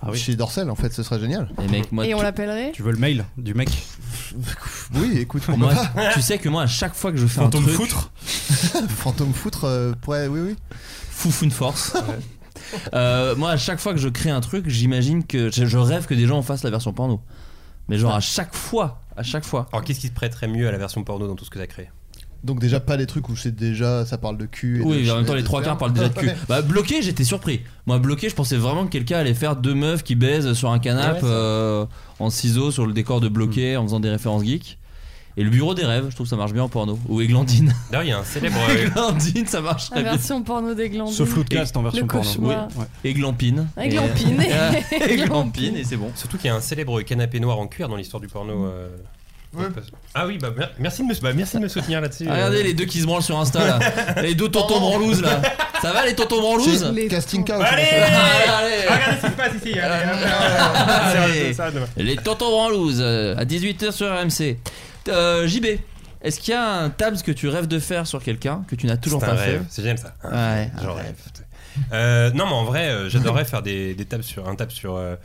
Speaker 1: Ah oui.
Speaker 9: chez Dorcel. En fait, ce serait génial.
Speaker 2: Et mec, moi,
Speaker 12: Et on
Speaker 2: tout-
Speaker 12: l'appellerait
Speaker 1: Tu veux le mail du mec
Speaker 9: Oui, écoute,
Speaker 2: moi,
Speaker 9: pourquoi pas
Speaker 2: tu sais que moi, à chaque fois que je fais
Speaker 1: Fantôme
Speaker 2: un truc,
Speaker 1: foutre
Speaker 9: Fantôme foutre, euh, pourrait- oui, oui.
Speaker 2: foufoune force. Euh, moi, à chaque fois que je crée un truc, j'imagine que je, je rêve que des gens en fassent la version porno. Mais
Speaker 1: Ah.
Speaker 2: genre à chaque fois, à chaque fois.
Speaker 4: Alors qu'est-ce qui se prêterait mieux à la version porno dans tout ce que t'as créé
Speaker 9: Donc déjà pas les trucs où c'est déjà ça parle de cul. Et
Speaker 2: Oui,
Speaker 9: de
Speaker 2: mais en même temps,
Speaker 9: et
Speaker 2: les
Speaker 9: de
Speaker 2: trois quarts
Speaker 9: sperme.
Speaker 2: parlent déjà de cul.
Speaker 9: Ouais.
Speaker 2: Bah, bloqué, j'étais surpris. Moi, bloqué, je pensais vraiment que quelqu'un allait faire deux meufs qui baisent sur un canapé
Speaker 4: Ouais, ouais, ça-
Speaker 2: euh, en ciseaux sur le décor de bloqué
Speaker 9: Mm.
Speaker 2: en faisant des références geeks. Et le bureau des rêves, je trouve que ça marche bien en porno. Ou Églantine.
Speaker 9: Bah
Speaker 4: D'ailleurs,
Speaker 9: hein,
Speaker 4: il y a un célèbre.
Speaker 2: Églantine, ça marche
Speaker 12: La
Speaker 4: Ah,
Speaker 2: très bien.
Speaker 12: version porno des glandines.
Speaker 1: Ce floodcast en version
Speaker 12: Le
Speaker 1: porno.
Speaker 12: cauchemar.
Speaker 1: Oui, ouais.
Speaker 2: Églantine.
Speaker 12: Avec Lampine.
Speaker 2: Et- Églantine, et c'est bon.
Speaker 4: Surtout qu'il y a un célèbre canapé noir en cuir dans l'histoire du porno. euh,
Speaker 9: Ouais.
Speaker 4: Ah oui, bah mer- merci de me, bah, merci de me soutenir là-dessus.
Speaker 2: Ah, regardez les deux qui se branlent sur Insta là. les deux tontons branlouses là. Ça va les tontons branlouses
Speaker 9: C'est Casting couch.
Speaker 2: Allez, allez.
Speaker 4: Regardez ce qui se passe ici. hein.
Speaker 2: Allez. Les tontons branlouses euh, à 18h sur RMC. Euh, JB, est-ce qu'il y a un tabs que tu rêves de faire sur quelqu'un que tu n'as toujours
Speaker 4: C'est un
Speaker 2: pas
Speaker 4: rêve. C'est- J'aime ça.
Speaker 2: fait Ah Ouais.
Speaker 4: J'en rêve. Euh, non, mais en vrai, euh, j'adorerais faire des, des tables sur un table sur. euh,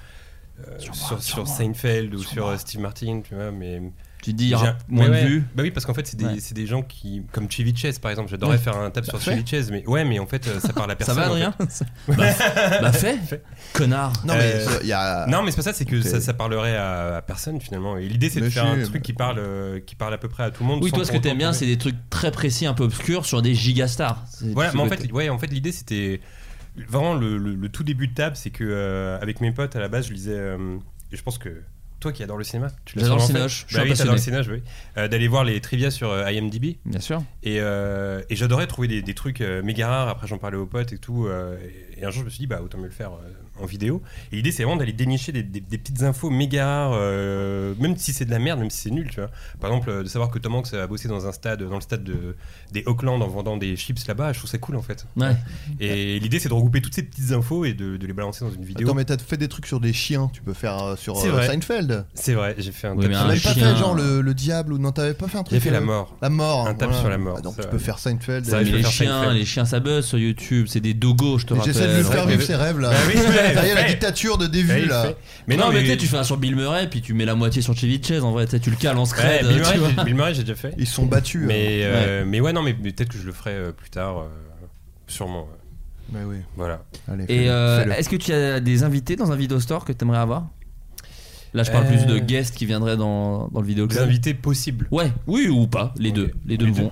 Speaker 4: euh, sur, sur Seinfeld ou sur, euh, Steve Martin, tu vois, mais.
Speaker 2: Tu te dis il y aura
Speaker 4: J'ai un-
Speaker 2: moins
Speaker 4: mais
Speaker 2: de
Speaker 4: ouais.
Speaker 2: vues.
Speaker 4: Bah oui, parce qu'en fait, c'est des,
Speaker 2: Ouais.
Speaker 4: c'est des gens qui. Comme Chevy par exemple, j'adorerais faire un table sur Chevy mais ouais, mais en fait, euh, ça parle à
Speaker 2: Bah, Ça
Speaker 4: personne.
Speaker 2: va
Speaker 4: en fait.
Speaker 2: Adrien bah, bah fais Connard
Speaker 9: Non mais
Speaker 4: Euh,
Speaker 9: il y a.
Speaker 4: Non, mais c'est pas ça, c'est que
Speaker 9: Ok.
Speaker 4: ça, ça parlerait à, à personne finalement. Et l'idée, c'est de
Speaker 9: Mais
Speaker 4: faire
Speaker 9: si,
Speaker 4: un
Speaker 9: mais-
Speaker 4: truc qui parle, euh, qui parle à peu près à tout le monde.
Speaker 2: Oui
Speaker 4: sans
Speaker 2: toi ce que
Speaker 4: pour autant
Speaker 2: t'aimes bien c'est des trucs très précis un peu obscurs sur des gigastars. C'est-
Speaker 4: Voilà,
Speaker 2: c'est
Speaker 4: mais en
Speaker 2: que
Speaker 4: fait, ouais, en fait l'idée, c'était. Vraiment, le, le- le tout début de table, c'est que euh, avec mes potes, à la base, je lisais. euh, et je pense que toi qui adore le cinéma, tu l'as
Speaker 2: J'adore le
Speaker 4: sûrement fait.
Speaker 2: cinoche, je suis
Speaker 4: Bah
Speaker 2: un
Speaker 4: oui, t'adores le
Speaker 2: passionné.
Speaker 4: cinoche, oui. Euh, D'aller voir les trivia sur euh, IMDb.
Speaker 2: Bien sûr.
Speaker 4: Et, euh, et j'adorais trouver des, des trucs euh, méga rares. Après, j'en parlais aux potes et tout. euh, et, et un jour, je me suis dit, bah, autant mieux le faire euh, en vidéo. Et l'idée, c'est vraiment d'aller dénicher des, des- des petites infos méga rares, euh, même si c'est de la merde, même si c'est nul, tu vois. Par exemple, euh, de savoir que Tom Hanks a bossé dans un stade, dans le stade de, des Auckland en vendant des chips là-bas, je trouve ça cool en fait.
Speaker 2: Ouais.
Speaker 4: Et l'idée, c'est de regrouper toutes ces petites infos et de, de les balancer dans une vidéo.
Speaker 9: Attends mais t'as fait des trucs sur des chiens, tu peux faire euh, sur
Speaker 4: C'est
Speaker 9: euh,
Speaker 4: vrai.
Speaker 9: Seinfeld.
Speaker 4: C'est vrai, j'ai fait un
Speaker 2: Oui,
Speaker 4: tap
Speaker 2: mais
Speaker 9: T'as
Speaker 4: sur-
Speaker 2: un
Speaker 9: même pas
Speaker 2: chien.
Speaker 9: fait genre le, le diable ou non t'avais pas fait un truc.
Speaker 4: J'ai fait la
Speaker 9: euh,
Speaker 4: mort.
Speaker 9: La mort.
Speaker 4: Un tape sur la mort,
Speaker 9: Ah, donc
Speaker 4: c'est
Speaker 9: tu
Speaker 4: vrai.
Speaker 9: peux faire Seinfeld.
Speaker 4: Ça,
Speaker 9: et-
Speaker 2: Mais
Speaker 4: je vais
Speaker 2: les
Speaker 4: faire
Speaker 2: chiens,
Speaker 4: Seinfeld.
Speaker 2: les chiens ça buzz sur YouTube, c'est des dogos, je te
Speaker 9: Mais
Speaker 2: rappelle.
Speaker 9: J'essaie de lui faire
Speaker 4: Ouais,
Speaker 9: vivre
Speaker 4: mais-
Speaker 9: ses rêves là.
Speaker 4: Ah oui,
Speaker 9: Ça y est, la
Speaker 4: ouais.
Speaker 9: dictature de
Speaker 4: Ouais,
Speaker 9: Dévu
Speaker 4: il
Speaker 9: là.
Speaker 4: fait. Mais non, mais,
Speaker 2: tu sais, tu fais un sur Bill Murray, puis tu mets la moitié sur Chevy Chase, en vrai, tu sais, tu le cales en
Speaker 4: Ouais,
Speaker 2: scred.
Speaker 4: Bill
Speaker 2: tu
Speaker 4: Murray,
Speaker 2: vois.
Speaker 4: j'ai- Bill Murray, j'ai déjà fait.
Speaker 9: Ils sont battus. hein.
Speaker 4: Mais, euh, mais ouais, non, mais peut-être que je le ferai euh, plus tard, euh, sûrement. ouais.
Speaker 9: Mais Bah oui.
Speaker 4: Voilà.
Speaker 9: Allez,
Speaker 2: Et
Speaker 9: fais-le,
Speaker 2: euh,
Speaker 9: fais-le.
Speaker 2: est-ce que tu as des invités dans un vidéo store que t'aimerais avoir Là, je parle plus de
Speaker 4: Euh.
Speaker 2: guests qui viendraient dans, dans le vidéo
Speaker 4: Les invités possibles.
Speaker 2: Ouais, oui ou pas, les
Speaker 4: Ok.
Speaker 2: deux. Les deux
Speaker 4: Les
Speaker 2: me vont.
Speaker 4: deux.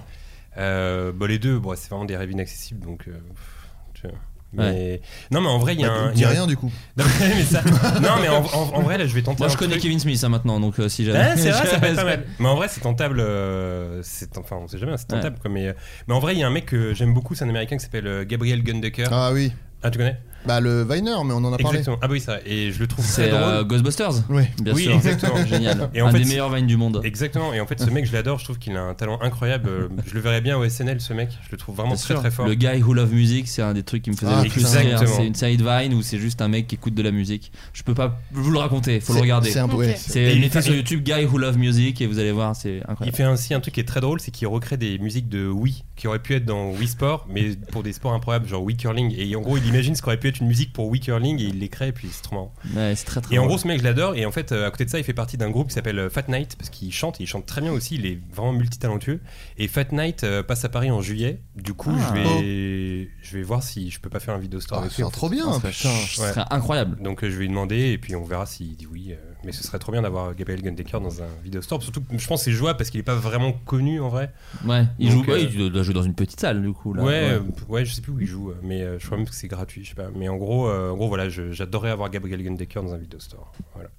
Speaker 4: Euh, bon, les deux, bon, c'est vraiment des rêves inaccessibles, donc. euh, pff, tu vois. Mais... Non, mais en vrai, il y a
Speaker 9: Bah,
Speaker 4: un. il
Speaker 9: dis
Speaker 4: y a un-
Speaker 9: rien du coup.
Speaker 4: Non, mais, ça- non, mais en, en- en vrai, là, je vais tenter.
Speaker 2: Moi,
Speaker 4: un
Speaker 2: je connais
Speaker 4: truc.
Speaker 2: Kevin Smith hein, maintenant, donc euh, si jamais.
Speaker 4: Ouais, c'est vrai, ça peut être pas mal. Mais en vrai, c'est tentable. euh, c'est enfin, on sait jamais, c'est tentable. Quoi, mais, euh, mais en vrai, il y a un mec que j'aime beaucoup, c'est un américain qui s'appelle euh, Gabriel Gundecker.
Speaker 9: Ah oui.
Speaker 4: Ah, tu connais
Speaker 9: Bah, le Viner, mais on en a parlé.
Speaker 4: Exactement. Ah, bah oui, ça. Et je le trouve
Speaker 2: C'est
Speaker 4: très drôle.
Speaker 2: euh, Ghostbusters
Speaker 9: Oui,
Speaker 2: bien
Speaker 4: oui,
Speaker 2: sûr.
Speaker 4: exactement.
Speaker 2: Génial. Un des meilleurs vines du monde.
Speaker 4: Exactement. Et en fait, ce mec, je l'adore. Je trouve qu'il a un talent incroyable. Euh, Je le verrais bien au SNL, ce mec. Je le trouve vraiment
Speaker 2: Bien
Speaker 4: très
Speaker 2: sûr.
Speaker 4: très fort.
Speaker 2: Le Guy Who Love Music, c'est un des trucs qui me faisait
Speaker 4: Ah,
Speaker 2: le plus rire.
Speaker 4: exactement.
Speaker 2: C'est une side vine où c'est juste un mec qui écoute de la musique. Je peux pas vous le raconter, faut le
Speaker 9: C'est-
Speaker 2: regarder.
Speaker 9: c'est un- ouais, Ok. c'est-
Speaker 2: C'est
Speaker 4: Et il
Speaker 2: mettez
Speaker 4: fait-
Speaker 2: sur YouTube Guy Who Love Music et vous allez voir, c'est
Speaker 4: Il
Speaker 2: incroyable.
Speaker 4: fait ainsi un truc qui est très drôle, c'est qu'il recrée des musiques de Wii qui auraient pu être dans Wii Sport, mais pour des sports improbables, genre Wii Curling. Et en gros, il imagine ce qu'aurait pu être une musique pour Wii Curling et il les crée, et puis c'est trop marrant.
Speaker 2: Ouais, c'est très très
Speaker 4: Et en
Speaker 2: drôle.
Speaker 4: gros, ce mec, je l'adore. Et en fait, euh, à côté de ça, il fait partie d'un groupe qui s'appelle euh, Fat Night parce qu'il chante. et Il chante très bien aussi. Il est vraiment multitalentueux. Et Fat Night euh, passe à Paris en juillet. Du coup, je
Speaker 2: Ah.
Speaker 4: vais, je vais voir si je peux pas faire un vidéo store.
Speaker 9: Ah,
Speaker 4: avec
Speaker 9: ce
Speaker 4: lui, en
Speaker 9: serait trop
Speaker 4: fait.
Speaker 9: bien,
Speaker 4: Ah, ce serait-
Speaker 9: putain, ce
Speaker 4: ouais.
Speaker 2: serait incroyable.
Speaker 4: Donc, euh, je vais lui demander et puis on verra s'il dit oui. euh, Mais ce serait trop bien d'avoir Gabriel Gundecker dans un vidéo store. Surtout, que je pense que c'est jouable parce qu'il est pas vraiment connu en vrai.
Speaker 2: Ouais, il
Speaker 4: Donc,
Speaker 2: joue, ouais,
Speaker 4: euh,
Speaker 2: il doit jouer dans une petite salle du coup. Là.
Speaker 4: ouais, euh, ouais, je sais plus où il joue, euh, mais euh, je crois même que c'est gratuit, je sais pas. Mais en gros, euh, en gros voilà, je- j'adorerais avoir Gabriel Gundecker dans un vidéo store. Voilà.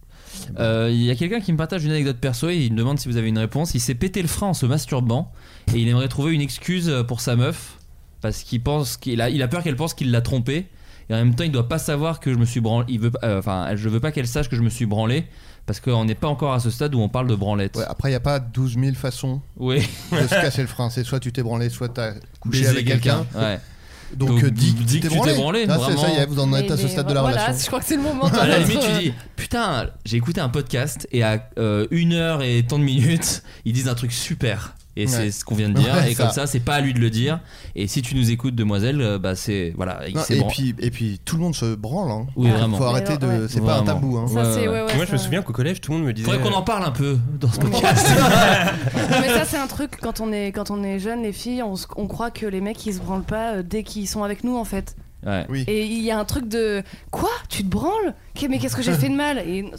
Speaker 2: Euh, Il y a quelqu'un qui me partage une anecdote perso et il me demande si vous avez une réponse. Il s'est pété le frein en se masturbant et il aimerait trouver une excuse pour sa meuf parce qu'il pense qu'il a, il a peur qu'elle pense qu'il l'a trompé et en même temps il doit pas savoir que je me suis branlé. Il veut, pas- euh, enfin, elle- je veux pas qu'elle sache que je me suis branlé parce qu'on n'est pas encore à ce stade où on parle de branlette.
Speaker 9: Ouais, après, il n'y a pas 12 000 façons
Speaker 2: Oui.
Speaker 9: de se casser le frein. C'est soit tu t'es branlé, soit t'as couché
Speaker 2: Baiser
Speaker 9: avec quelqu'un.
Speaker 2: ouais.
Speaker 9: Donc, euh, dis que tu t'es branlé. Ah, c'est-
Speaker 2: vraiment.
Speaker 9: ça y est, vous en êtes à ce stade de la
Speaker 12: voilà,
Speaker 9: relation.
Speaker 12: je crois que c'est le moment.
Speaker 2: À la
Speaker 12: de-
Speaker 2: limite, tu dis Putain, j'ai écouté un podcast et à euh, une heure et tant de minutes, ils disent un truc super. Et c'est
Speaker 9: Ouais.
Speaker 2: ce qu'on vient de dire.
Speaker 9: Ouais,
Speaker 2: et
Speaker 9: ça.
Speaker 2: comme ça, c'est pas à lui de le dire. Et si tu nous écoutes, demoiselle, euh, bah c'est. Voilà. il
Speaker 9: Non,
Speaker 2: s'est
Speaker 9: et,
Speaker 2: bran-
Speaker 9: puis, et puis tout le monde se branle. Hein.
Speaker 2: Oui, vraiment.
Speaker 9: Faut arrêter de. C'est pas un
Speaker 2: Vraiment.
Speaker 9: tabou. Hein.
Speaker 2: Ouais, ouais.
Speaker 4: Moi, je me souviens qu'au collège, tout le monde me disait. euh,
Speaker 2: Faudrait qu'on en parle un peu dans ce podcast.
Speaker 12: Non, mais ça c'est un truc quand on est quand on est jeune les filles on, se- on croit que les mecs ils se branlent pas euh, dès qu'ils sont avec nous en fait.
Speaker 2: Ouais.
Speaker 12: Et il y a un truc de quoi tu te branles Qu'est- Mais qu'est-ce que j'ai fait de mal Et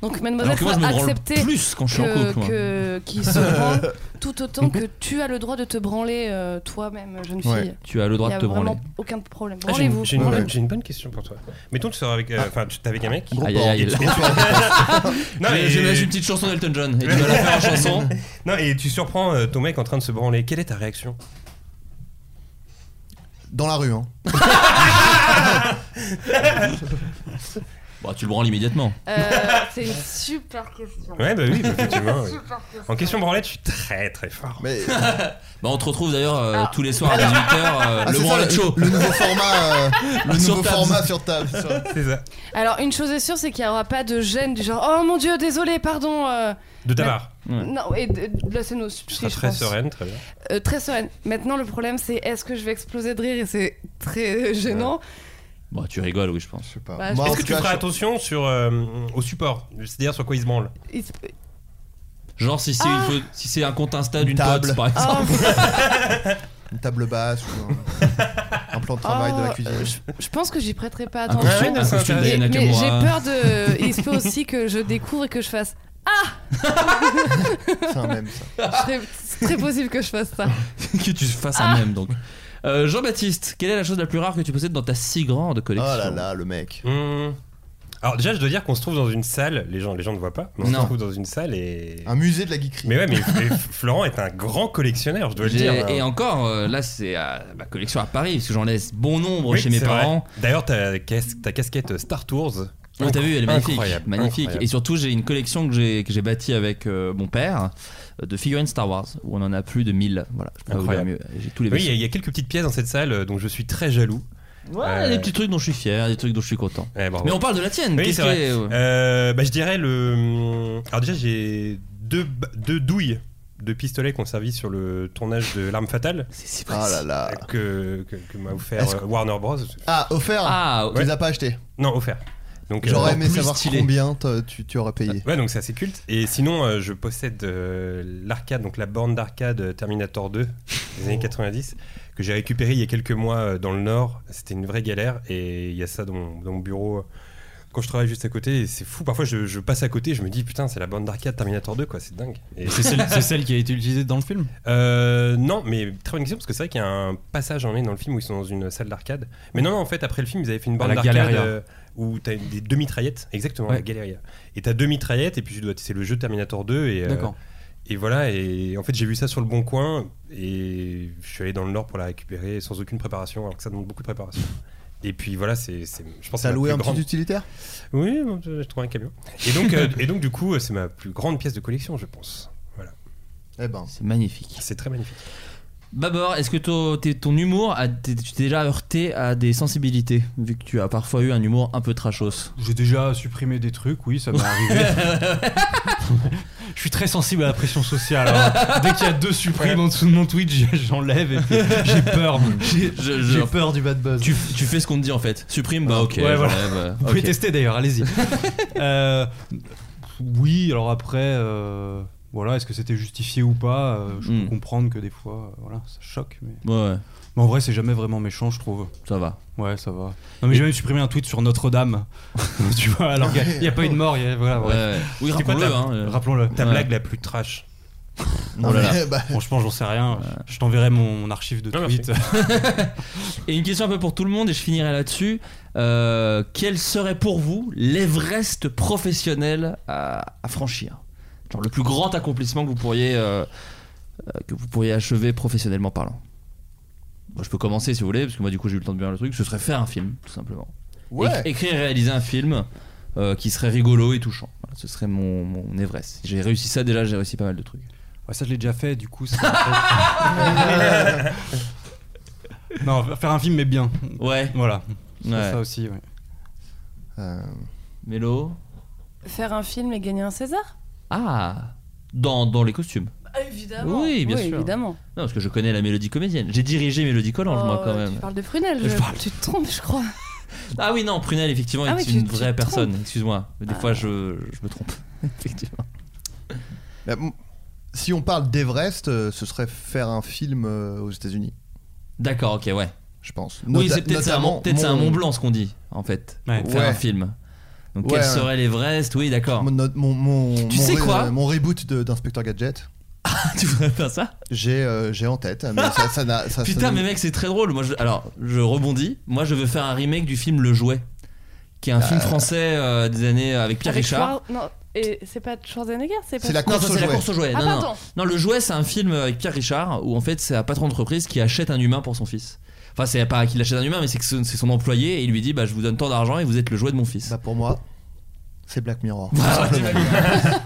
Speaker 12: donc mademoiselle
Speaker 2: Alors que moi, je
Speaker 12: faut
Speaker 2: me branle
Speaker 12: accepter
Speaker 2: plus quand je suis en
Speaker 12: que-
Speaker 2: couple, moi.
Speaker 12: que- qu'il se branle tout autant que tu as le droit de te branler euh, toi-même jeune fille.
Speaker 2: Ouais. Tu as le droit
Speaker 12: Il y
Speaker 2: de te
Speaker 12: a vraiment
Speaker 2: branler.
Speaker 12: Aucun problème.
Speaker 4: Ah, j'ai une-
Speaker 12: Branlez-vous.
Speaker 4: j'ai une,
Speaker 12: branlez-vous.
Speaker 4: bonne- j'ai une bonne question pour toi. Mettons que tu sors avec,
Speaker 2: Ah,
Speaker 4: euh, enfin, tu t'es avec un mec.
Speaker 2: Gros Aïe, porc. aïe, aïe.
Speaker 4: Et tu-
Speaker 2: Gros porc.
Speaker 4: Non,
Speaker 2: Mais
Speaker 4: et-
Speaker 2: j'imagine une petite chanson d'Elton John, et tu vas la faire en chanson.
Speaker 4: Non, et tu surprends euh, ton mec en train de se branler. Quelle est ta réaction
Speaker 9: Dans la rue. Hein.
Speaker 2: Bah, tu le branles immédiatement.
Speaker 12: Euh, c'est une super question.
Speaker 4: Ouais, bah oui, bah, effectivement. oui.
Speaker 12: Super question.
Speaker 4: En question branlette, je suis très très fort.
Speaker 9: Mais
Speaker 2: Bah, on te retrouve d'ailleurs euh,
Speaker 12: Ah.
Speaker 2: tous les soirs à 18h.
Speaker 9: Ah,
Speaker 2: le
Speaker 9: c'est ça,
Speaker 2: branlette show.
Speaker 9: le nouveau format, euh, le
Speaker 2: Sur
Speaker 9: nouveau
Speaker 2: table.
Speaker 9: format sur table. Bah, sur-
Speaker 4: c'est ça.
Speaker 12: Alors une chose est sûre, c'est qu'il n'y aura pas de gêne du genre oh mon dieu désolé pardon. euh,
Speaker 4: De ta part.
Speaker 12: Non et de, de la scène au sushi,
Speaker 4: Tu seras
Speaker 12: je
Speaker 4: très
Speaker 12: pense.
Speaker 4: sereine, très bien.
Speaker 12: Euh, très sereine. Maintenant le problème c'est est-ce que je vais exploser de rire et c'est très euh, gênant.
Speaker 2: Bah, tu rigoles, oui, je pense.
Speaker 12: Bah,
Speaker 4: Est-ce que tu feras attention sur, euh, au support C'est-à-dire sur quoi il se branle
Speaker 12: il se-
Speaker 2: Genre, si c'est
Speaker 12: Ah.
Speaker 2: une faute- si c'est un compte Insta d'une
Speaker 9: Table.
Speaker 2: pote, par exemple.
Speaker 9: Une table basse ou un, un plan de travail de la
Speaker 2: Ah,
Speaker 12: Oh,
Speaker 9: cuisine.
Speaker 12: euh, je, je pense que j'y prêterai pas
Speaker 2: Un costume-
Speaker 12: attention.
Speaker 2: un costume
Speaker 12: Et-
Speaker 2: d'Ayana
Speaker 12: mais j'ai
Speaker 2: Kamura.
Speaker 12: peur de. Il se peut aussi que je découvre et que je fasse.
Speaker 9: C'est un même ça.
Speaker 12: Je serais- C'est très possible que je fasse ça.
Speaker 2: que tu fasses un même, donc. Euh, Jean-Baptiste, quelle est la chose la plus rare que tu possèdes dans ta si grande collection
Speaker 9: Oh là là, le mec.
Speaker 4: Hmm. Alors déjà, je dois dire qu'on se trouve dans une salle. Les gens, les gens ne voient pas. Mais on
Speaker 2: Non.
Speaker 4: se trouve dans une salle et.
Speaker 9: Un musée de la geekerie.
Speaker 4: Mais ouais, mais mais Florent est un grand collectionneur, je dois le
Speaker 2: J'ai-
Speaker 4: dire.
Speaker 2: Et encore, euh, là, c'est à ma collection à Paris, parce que j'en laisse bon nombre
Speaker 4: Oui,
Speaker 2: chez mes
Speaker 4: c'est vrai.
Speaker 2: parents.
Speaker 4: D'ailleurs, ta, cas- ta casquette Star Tours.
Speaker 2: Oh, T'as vu, elle est magnifique,
Speaker 4: Incroyable,
Speaker 2: magnifique.
Speaker 4: incroyable.
Speaker 2: Et surtout, j'ai une collection que j'ai que j'ai bâtie avec euh, mon père euh, de figurines Star Wars, où on en a plus de 1000 Voilà, je peux pas vous dire
Speaker 4: Incroyable.
Speaker 2: mieux. J'ai tous les
Speaker 4: Oui, il y
Speaker 2: vaisseaux.
Speaker 4: a- il y, a quelques petites pièces dans cette salle, euh, donc je suis très jaloux.
Speaker 2: Ouais,
Speaker 4: Euh,
Speaker 2: des petits trucs dont je suis fier, des trucs dont je suis content.
Speaker 4: ouais, bravo.
Speaker 2: Mais on parle de la tienne.
Speaker 4: Oh. Oui,
Speaker 2: qu'est-ce
Speaker 4: c'est vrai.
Speaker 2: que-
Speaker 4: Euh, bah, je dirais le. hum, Alors déjà, j'ai deux, ba- deux douilles de pistolets qu'on servit sur le tournage de L'Arme Fatale.
Speaker 2: C'est si
Speaker 9: Ah là là.
Speaker 4: Que, que, que m'a offert
Speaker 9: Est-ce
Speaker 4: euh,
Speaker 9: que-
Speaker 4: Warner Bros.
Speaker 9: Ah, offert
Speaker 2: Ah,
Speaker 9: Tu
Speaker 4: ouais.
Speaker 9: les as pas achetés.
Speaker 4: Non, offert. Donc,
Speaker 9: J'aurais
Speaker 4: euh,
Speaker 9: aimé
Speaker 2: plus
Speaker 9: savoir
Speaker 2: stylé. Ah,
Speaker 9: combien t'as- tu, tu aurais payé.
Speaker 4: Ouais, donc c'est assez culte. Et sinon, euh, je possède euh, l'arcade, donc la borne d'arcade euh, Terminator 2 des
Speaker 9: Oh.
Speaker 4: années 90, que j'ai récupérée il y a quelques mois euh, dans le Nord. C'était une vraie galère. Et il y a ça dans mon, dans mon bureau euh, quand je travaille juste à côté. Et c'est fou. Parfois, je, je passe à côté, je me dis, putain, c'est la borne d'arcade Terminator 2, quoi. C'est dingue. Et
Speaker 1: C'est celle, c'est celle qui a été utilisée dans le film
Speaker 4: euh, non, mais très bonne question parce que c'est vrai qu'il y a un passage en est dans le film où ils sont dans une salle d'arcade. Mais non, non, en fait, après le film, ils avaient fait une borne
Speaker 1: la
Speaker 4: d'arcade
Speaker 1: Galeria.
Speaker 4: euh, où t'as des deux mitraillettes, exactement,
Speaker 1: Ouais.
Speaker 4: la Galeria. Et t'as deux mitraillettes et puis tu dois, c'est le jeu Terminator 2 et. euh,
Speaker 1: D'accord.
Speaker 4: et voilà, et en fait j'ai vu ça sur le bon coin et je suis allé dans le nord pour la récupérer sans aucune préparation, alors que ça demande beaucoup de préparation.
Speaker 18: Et puis voilà, c'est, c'est- je pense. que
Speaker 9: T'as
Speaker 18: c'est ma
Speaker 9: loué
Speaker 18: plus
Speaker 9: un petit
Speaker 18: grande-
Speaker 9: utilitaire
Speaker 18: Oui, bon, j'ai trouvé un camion. Et donc, euh, et donc du coup, euh, c'est ma plus grande pièce de collection, je pense. Voilà.
Speaker 9: Eh ben.
Speaker 2: C'est magnifique.
Speaker 18: C'est très magnifique.
Speaker 2: Babor, est-ce que ton, t'es- ton humour, a- t'es- tu t'es déjà heurté à des sensibilités, vu que tu as parfois eu un humour un peu trashos
Speaker 4: J'ai déjà supprimé des trucs, oui, ça m'est arrivé. Je suis très sensible à la pression sociale. hein. Dès qu'il y a deux supprimes en dessous de mon tweet, j- j'enlève et puis j'ai peur. J'ai
Speaker 2: Je- je-
Speaker 4: j'ai peur du bad buzz.
Speaker 2: Tu, tu fais ce qu'on te dit en fait. Supprime, bah ok.
Speaker 4: Ouais, voilà.
Speaker 2: j'enlève, euh,
Speaker 4: Vous pouvez
Speaker 2: ok.
Speaker 4: tester d'ailleurs, allez-y. Euh, oui, alors après, euh, voilà, est-ce que c'était justifié ou pas Euh, Je
Speaker 2: Hmm.
Speaker 4: peux comprendre que des fois, euh, voilà, ça choque. Mais...
Speaker 2: Ouais.
Speaker 4: Mais en vrai, c'est jamais vraiment méchant, je trouve.
Speaker 2: Ça va.
Speaker 4: Ouais, ça va. Non, mais j'ai même supprimé un tweet sur Notre-Dame. tu vois, alors qu'il n'y a pas eu de mort. il y a- voilà, bref.
Speaker 2: Ouais, ouais. Oui,
Speaker 4: C'était quoi
Speaker 2: Euh, rappelons-le,
Speaker 4: ta-
Speaker 2: hein, euh.
Speaker 4: rappelons-le.
Speaker 2: Ta Ouais. blague
Speaker 18: la plus trash.
Speaker 2: Non, mais-
Speaker 9: Eh ben,
Speaker 2: bah.
Speaker 4: Franchement, j'en sais rien. Je t'enverrai mon, mon archive de
Speaker 2: Ah,
Speaker 4: tweets.
Speaker 2: Et une question un peu pour tout le monde, et je finirai là-dessus. Euh, quel serait pour vous l'Everest professionnel à, à franchir Genre le plus grand accomplissement que vous pourriez, euh, euh, que vous pourriez achever professionnellement parlant Bon, Je peux commencer si vous voulez, parce que moi du coup j'ai eu le temps de bien le truc. Ce serait faire un film, tout simplement.
Speaker 9: Ouais.
Speaker 2: Éc- écrire et réaliser un film euh, qui serait rigolo et touchant. Voilà, ce serait mon, mon Everest. J'ai réussi ça déjà, j'ai réussi pas mal de trucs.
Speaker 4: Ouais, ça, je l'ai déjà fait, du coup. c'est- non, faire un film, mais bien.
Speaker 2: Ouais.
Speaker 4: Voilà. C'est
Speaker 2: Ouais.
Speaker 4: Ça aussi, ouais.
Speaker 9: euh,
Speaker 2: Mélo
Speaker 1: Faire un film et gagner un César
Speaker 2: Ah dans, dans les costumes
Speaker 1: Ah, Évidemment.
Speaker 2: Oui, bien sûr.
Speaker 1: évidemment.
Speaker 2: Non, parce que je connais la mélodie comédienne. J'ai dirigé Mélodie Collange,
Speaker 1: Oh,
Speaker 2: moi, quand même.
Speaker 1: Tu parles de prunelle, je- tu te trompes, je crois.
Speaker 2: Ah oui, non, Prunel, effectivement,
Speaker 1: Ah oui,
Speaker 2: c'est
Speaker 1: tu-
Speaker 2: une
Speaker 1: tu
Speaker 2: vraie
Speaker 1: te
Speaker 2: personne.
Speaker 1: trompes. Ah.
Speaker 2: Excuse-moi. Des fois, je, je me trompe. effectivement.
Speaker 9: Bah, m- si on parle d'Everest, euh, ce serait faire un film euh, aux États-Unis.
Speaker 2: D'accord, ok, ouais.
Speaker 9: Je pense.
Speaker 2: oui,
Speaker 9: Nota-
Speaker 2: c'est peut-être ça,
Speaker 9: notamment
Speaker 2: peut
Speaker 9: mon-
Speaker 2: un Mont Blanc, ce qu'on dit, en fait.
Speaker 9: Ouais.
Speaker 2: Pour faire
Speaker 9: Ouais.
Speaker 2: un film. Donc,
Speaker 9: Ouais,
Speaker 2: quel
Speaker 9: ouais.
Speaker 2: serait l'Everest Oui, d'accord.
Speaker 9: Mon, note- mon, mon-
Speaker 2: Tu
Speaker 9: mon
Speaker 2: sais
Speaker 9: re-
Speaker 2: quoi
Speaker 9: euh, Mon reboot de- d'Inspecteur Gadget.
Speaker 2: tu voudrais faire ça
Speaker 9: J'ai euh, j'ai en tête, mais ça, ça n'a- ça- ça
Speaker 2: Putain,
Speaker 9: n'a-
Speaker 2: mais mec, c'est très drôle. Moi, je- alors, je rebondis. Moi, je veux faire un remake du film Le Jouet, qui est un
Speaker 9: Euh,
Speaker 2: film français euh, des années avec Pierre
Speaker 1: Avec
Speaker 2: Richard.
Speaker 1: Schwar- Non, et c'est pas Schwarzenegger, c'est pas.
Speaker 2: Non, ça, c'est la course au jouet.
Speaker 1: Ah,
Speaker 2: non, non.
Speaker 1: pardon.
Speaker 2: non, le jouet, c'est un film euh, avec Pierre Richard où en fait, c'est un patron d'entreprise qui achète un humain pour son fils. Enfin, c'est pas qu'il achète un humain, mais c'est que son- c'est son employé et il lui dit Bah, je vous donne tant d'argent et vous êtes le jouet de mon fils.
Speaker 9: Bah, pour moi, c'est Black Mirror.
Speaker 2: Bah,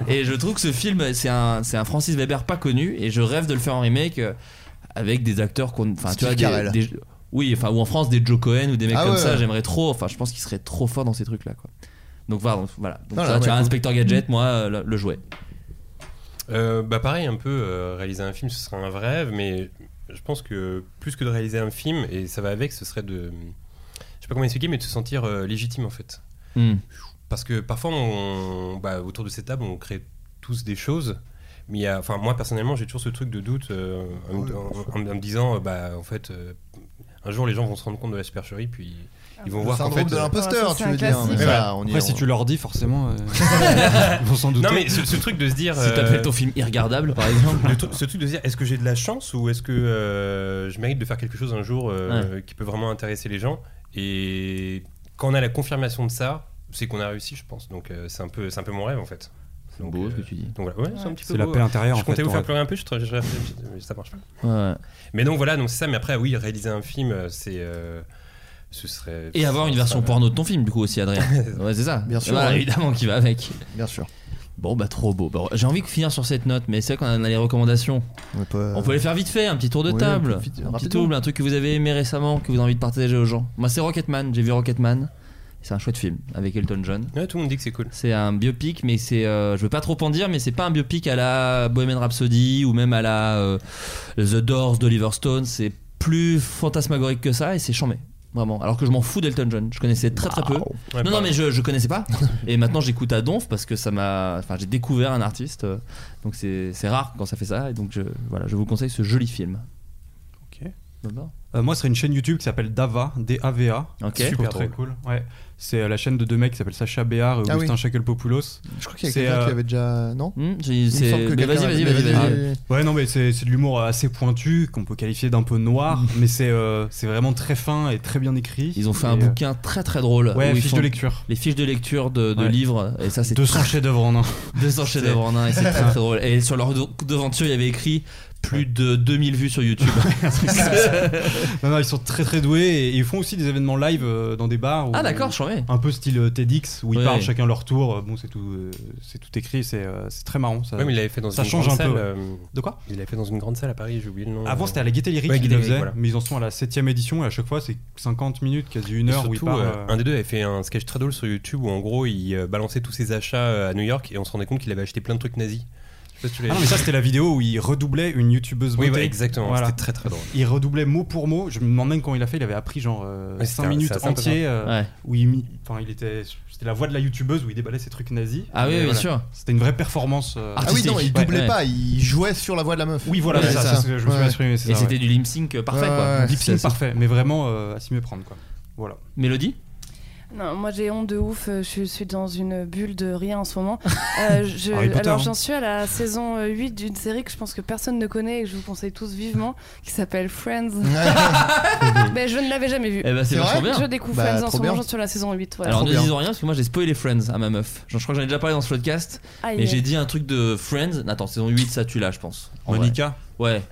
Speaker 2: et je trouve que ce film, c'est un, c'est un Francis Weber pas connu et je rêve de le faire en remake euh, avec des acteurs qu'on. Enfin, tu
Speaker 9: Steve
Speaker 2: vois, des,
Speaker 9: Carell.
Speaker 2: des- Oui, enfin, ou en France, des Joe Cohen ou des mecs
Speaker 9: Ah
Speaker 2: comme
Speaker 9: ouais,
Speaker 2: ça,
Speaker 9: ouais.
Speaker 2: j'aimerais trop. Enfin, je pense qu'il serait trop fort dans ces trucs-là, quoi. Donc, voilà. donc, voilà. Donc,
Speaker 18: Voilà,
Speaker 2: toi, tu
Speaker 18: ouais,
Speaker 2: as
Speaker 18: cool.
Speaker 2: Inspector Gadget, moi, euh, le- le jouet.
Speaker 18: Euh, bah pareil un peu euh, réaliser un film ce serait un vrai rêve mais je pense que plus que de réaliser un film et ça va avec ce serait de je sais pas comment expliquer mais de se sentir euh, légitime en fait
Speaker 2: Hmm.
Speaker 18: parce que parfois on, bah, autour de cette table on crée tous des choses mais il y a- enfin moi personnellement j'ai toujours ce truc de doute euh, en, me- en- en- en me disant euh, bah en fait euh, un jour les gens vont se rendre compte de la supercherie puis ils vont
Speaker 9: Le
Speaker 18: voir qu'en
Speaker 9: syndrome
Speaker 18: fait
Speaker 9: de
Speaker 18: euh,
Speaker 9: l'imposteur, Ah, ça, tu c'est veux un dire, mais classique. ça, on y
Speaker 4: Après,
Speaker 9: est,
Speaker 4: si
Speaker 9: on-
Speaker 4: tu leur dis, forcément, euh, ils vont s'en douter.
Speaker 18: non mais ce, ce truc de se dire. euh,
Speaker 2: Si
Speaker 4: euh,
Speaker 2: t'appelles ton film irregardable, par exemple.
Speaker 18: Le truc- ce truc de se dire, est-ce que j'ai de la chance ou est-ce que euh, je mérite de faire quelque chose un jour euh, qui peut vraiment intéresser les gens Et quand on a la confirmation de ça, c'est qu'on a réussi, je pense. Donc euh, c'est un peu, c'est un peu mon rêve en fait. C'est
Speaker 2: beau ce que tu dis.
Speaker 18: Donc voilà, ouais, c'est un petit peu
Speaker 4: C'est la
Speaker 18: beau,
Speaker 4: paix
Speaker 18: hein.
Speaker 4: intérieure,
Speaker 18: Je
Speaker 4: en
Speaker 18: comptais
Speaker 4: fait,
Speaker 18: vous
Speaker 4: ton
Speaker 18: faire
Speaker 4: rêve.
Speaker 18: pleurer un peu, je, je- je- mais ça marche pas.
Speaker 2: Ouais.
Speaker 18: Mais donc voilà, donc c'est ça. Mais après, oui, réaliser un film, euh, c'est, euh, ce serait.
Speaker 2: Et avoir une version porno de ton film, du coup, aussi, Adrien. Ouais, c'est ça.
Speaker 9: Bien sûr,
Speaker 2: Voilà,
Speaker 9: ouais.
Speaker 2: évidemment, qui va avec.
Speaker 9: Bien sûr.
Speaker 2: Bon, bah, trop beau. Bah, J'ai envie de finir sur cette note, mais c'est vrai qu'on a les recommandations.
Speaker 9: On peut,
Speaker 2: On peut les faire vite fait, un petit tour de
Speaker 9: Oui,
Speaker 2: table.
Speaker 9: vite-
Speaker 2: un petit
Speaker 9: rapidement.
Speaker 2: double, un truc que vous avez aimé récemment, que vous avez envie de partager aux gens. Moi, c'est Rocketman. J'ai vu Rocketman. C'est un chouette film avec Elton John.
Speaker 18: Ouais, tout le monde dit que c'est cool.
Speaker 2: C'est un biopic, mais c'est. euh, je veux pas trop en dire, mais c'est pas un biopic à la Bohemian Rhapsody ou même à la euh, The Doors d'Oliver Stone. C'est plus fantasmagorique que ça et c'est chambé. Vraiment. Alors que je m'en fous d'Elton John. Je connaissais très très peu. non, non,
Speaker 18: pareil.
Speaker 2: mais je, je connaissais pas. et maintenant j'écoute à Donf parce que ça m'a. Enfin, j'ai découvert un artiste. euh, Donc c'est c'est rare quand ça fait ça. Et donc je, voilà, je vous conseille ce joli film.
Speaker 4: Ok.
Speaker 2: Baba
Speaker 4: Euh, moi, ce serait une chaîne YouTube qui s'appelle Dava, D-A-V-A.
Speaker 2: Ok.
Speaker 4: Super
Speaker 2: Super
Speaker 4: très cool.
Speaker 2: drôle.
Speaker 4: Ouais. C'est euh, la chaîne de deux mecs qui s'appellent Sacha Béard et
Speaker 9: Ah
Speaker 4: Augustin
Speaker 9: oui.
Speaker 4: Shackle-Popoulos.
Speaker 9: Je crois qu'il y a quelqu'un qui avait déjà. Non
Speaker 2: Hmm, j'ai-
Speaker 9: Il me
Speaker 2: euh, c'est-
Speaker 9: semble que
Speaker 2: mais
Speaker 9: quelqu'un
Speaker 2: vas-y,
Speaker 9: avait-
Speaker 2: vas-y, vas-y,
Speaker 9: Ah,
Speaker 2: vas-y.
Speaker 9: oui, oui.
Speaker 4: Ouais, non, mais c'est c'est de l'humour assez pointu, qu'on peut qualifier d'un peu noir, mais c'est euh, c'est vraiment très fin et très bien écrit.
Speaker 2: Ils ont fait
Speaker 4: Et,
Speaker 2: un
Speaker 4: euh,
Speaker 2: bouquin très très drôle.
Speaker 4: Ouais,
Speaker 2: où ils
Speaker 4: fiche
Speaker 2: font
Speaker 4: de lecture.
Speaker 2: Les fiches de lecture de, de
Speaker 4: Ouais.
Speaker 2: livres. Et ça, c'est
Speaker 4: 200
Speaker 2: très-
Speaker 4: chefs-d'œuvre en un.
Speaker 2: 200 chefs-d'œuvre en un. Et c'est très très drôle. Et sur leur de- devanture, il y avait écrit plus de 2000 vues sur YouTube.
Speaker 1: Non, non, ils sont très très doués et, et ils font aussi des événements live euh, dans des bars.
Speaker 2: Ah,
Speaker 1: où-
Speaker 2: d'accord, je savais.
Speaker 1: Un peu style euh, TEDx où ils
Speaker 2: Ouais.
Speaker 1: parlent chacun leur tour. Euh, Bon, c'est tout, euh, c'est tout écrit, c'est euh, c'est très marrant. Ça,
Speaker 4: Ouais, mais il l'avait fait dans
Speaker 1: ça
Speaker 4: une
Speaker 1: change
Speaker 4: grande
Speaker 1: un peu.
Speaker 4: salle, euh,
Speaker 1: De quoi
Speaker 4: Il l'avait fait dans une grande salle à Paris, j'ai oublié le nom.
Speaker 1: Avant, c'était à la Gaieté Lyrique
Speaker 4: Ouais,
Speaker 1: qu'ils
Speaker 4: Gaieté
Speaker 1: le
Speaker 4: Lyrique,
Speaker 1: faisaient,
Speaker 4: voilà.
Speaker 1: mais ils en sont à la 7 édition et à chaque fois, c'est 50 minutes, quasi une
Speaker 4: Et
Speaker 1: heure où ils
Speaker 4: surtout,
Speaker 1: parlent.
Speaker 4: euh,
Speaker 1: euh,
Speaker 4: un des deux avait fait un sketch très drôle sur YouTube où en gros il euh, balançait tous ses achats euh, à New York et on se rendait compte qu'il avait acheté plein de trucs nazis. Je sais pas si tu l'as
Speaker 1: Ah non,
Speaker 4: vu.
Speaker 1: mais ça, c'était la vidéo où il redoublait une youtubeuse
Speaker 4: Oui,
Speaker 1: beauté.
Speaker 4: ouais, exactement, c'était très, très drôle.
Speaker 1: Il redoublait mot pour mot. Je me demande même quand il a fait, il avait appris genre
Speaker 4: Ouais, c'était
Speaker 1: 5
Speaker 4: un-
Speaker 1: minutes
Speaker 4: c'est assez
Speaker 1: entières
Speaker 4: impressionnant.
Speaker 1: euh,
Speaker 4: Ouais.
Speaker 1: où il, mi- enfin, il était. C'était la voix de la youtubeuse où il déballait ses trucs nazis.
Speaker 2: Ah oui,
Speaker 1: Et
Speaker 2: bien sûr.
Speaker 1: C'était une vraie performance. euh,
Speaker 9: Ah oui, non, il doublait
Speaker 1: Ouais.
Speaker 9: pas, il jouait sur la voix de la meuf.
Speaker 1: Oui, voilà,
Speaker 9: Ouais,
Speaker 1: c'est ça, c'est ce que je me suis
Speaker 9: Ouais.
Speaker 1: exprimé, c'est ça, ouais. Lip sync parfait, mais vraiment euh, à s'y méprendre quoi. Voilà.
Speaker 2: Mélodie
Speaker 12: Non, moi j'ai honte de ouf, euh, je suis- je suis dans une bulle de rien en ce moment. Euh, je-
Speaker 1: Harry Potter,
Speaker 12: alors
Speaker 1: hein.
Speaker 12: j'en suis à la saison euh, 8 d'une série que je pense que personne ne connaît et que je vous conseille tous vivement, qui s'appelle Friends. Mais je ne l'avais jamais vue.
Speaker 2: Eh ben, c'est C'est vachement vrai bien.
Speaker 12: Je découvre
Speaker 2: Bah,
Speaker 12: Friends en
Speaker 2: trop
Speaker 12: ce moment,
Speaker 2: bien.
Speaker 12: j'en suis à la saison 8. voilà.
Speaker 2: Alors ne disons rien parce que moi j'ai spoilé Friends à ma meuf. Genre, je crois que j'en ai déjà parlé dans ce podcast.
Speaker 12: Aïe.
Speaker 2: Mais j'ai dit un truc de Friends. Attends, saison 8, ça tu l'as, je pense. En
Speaker 1: Monica
Speaker 2: vrai. Ouais.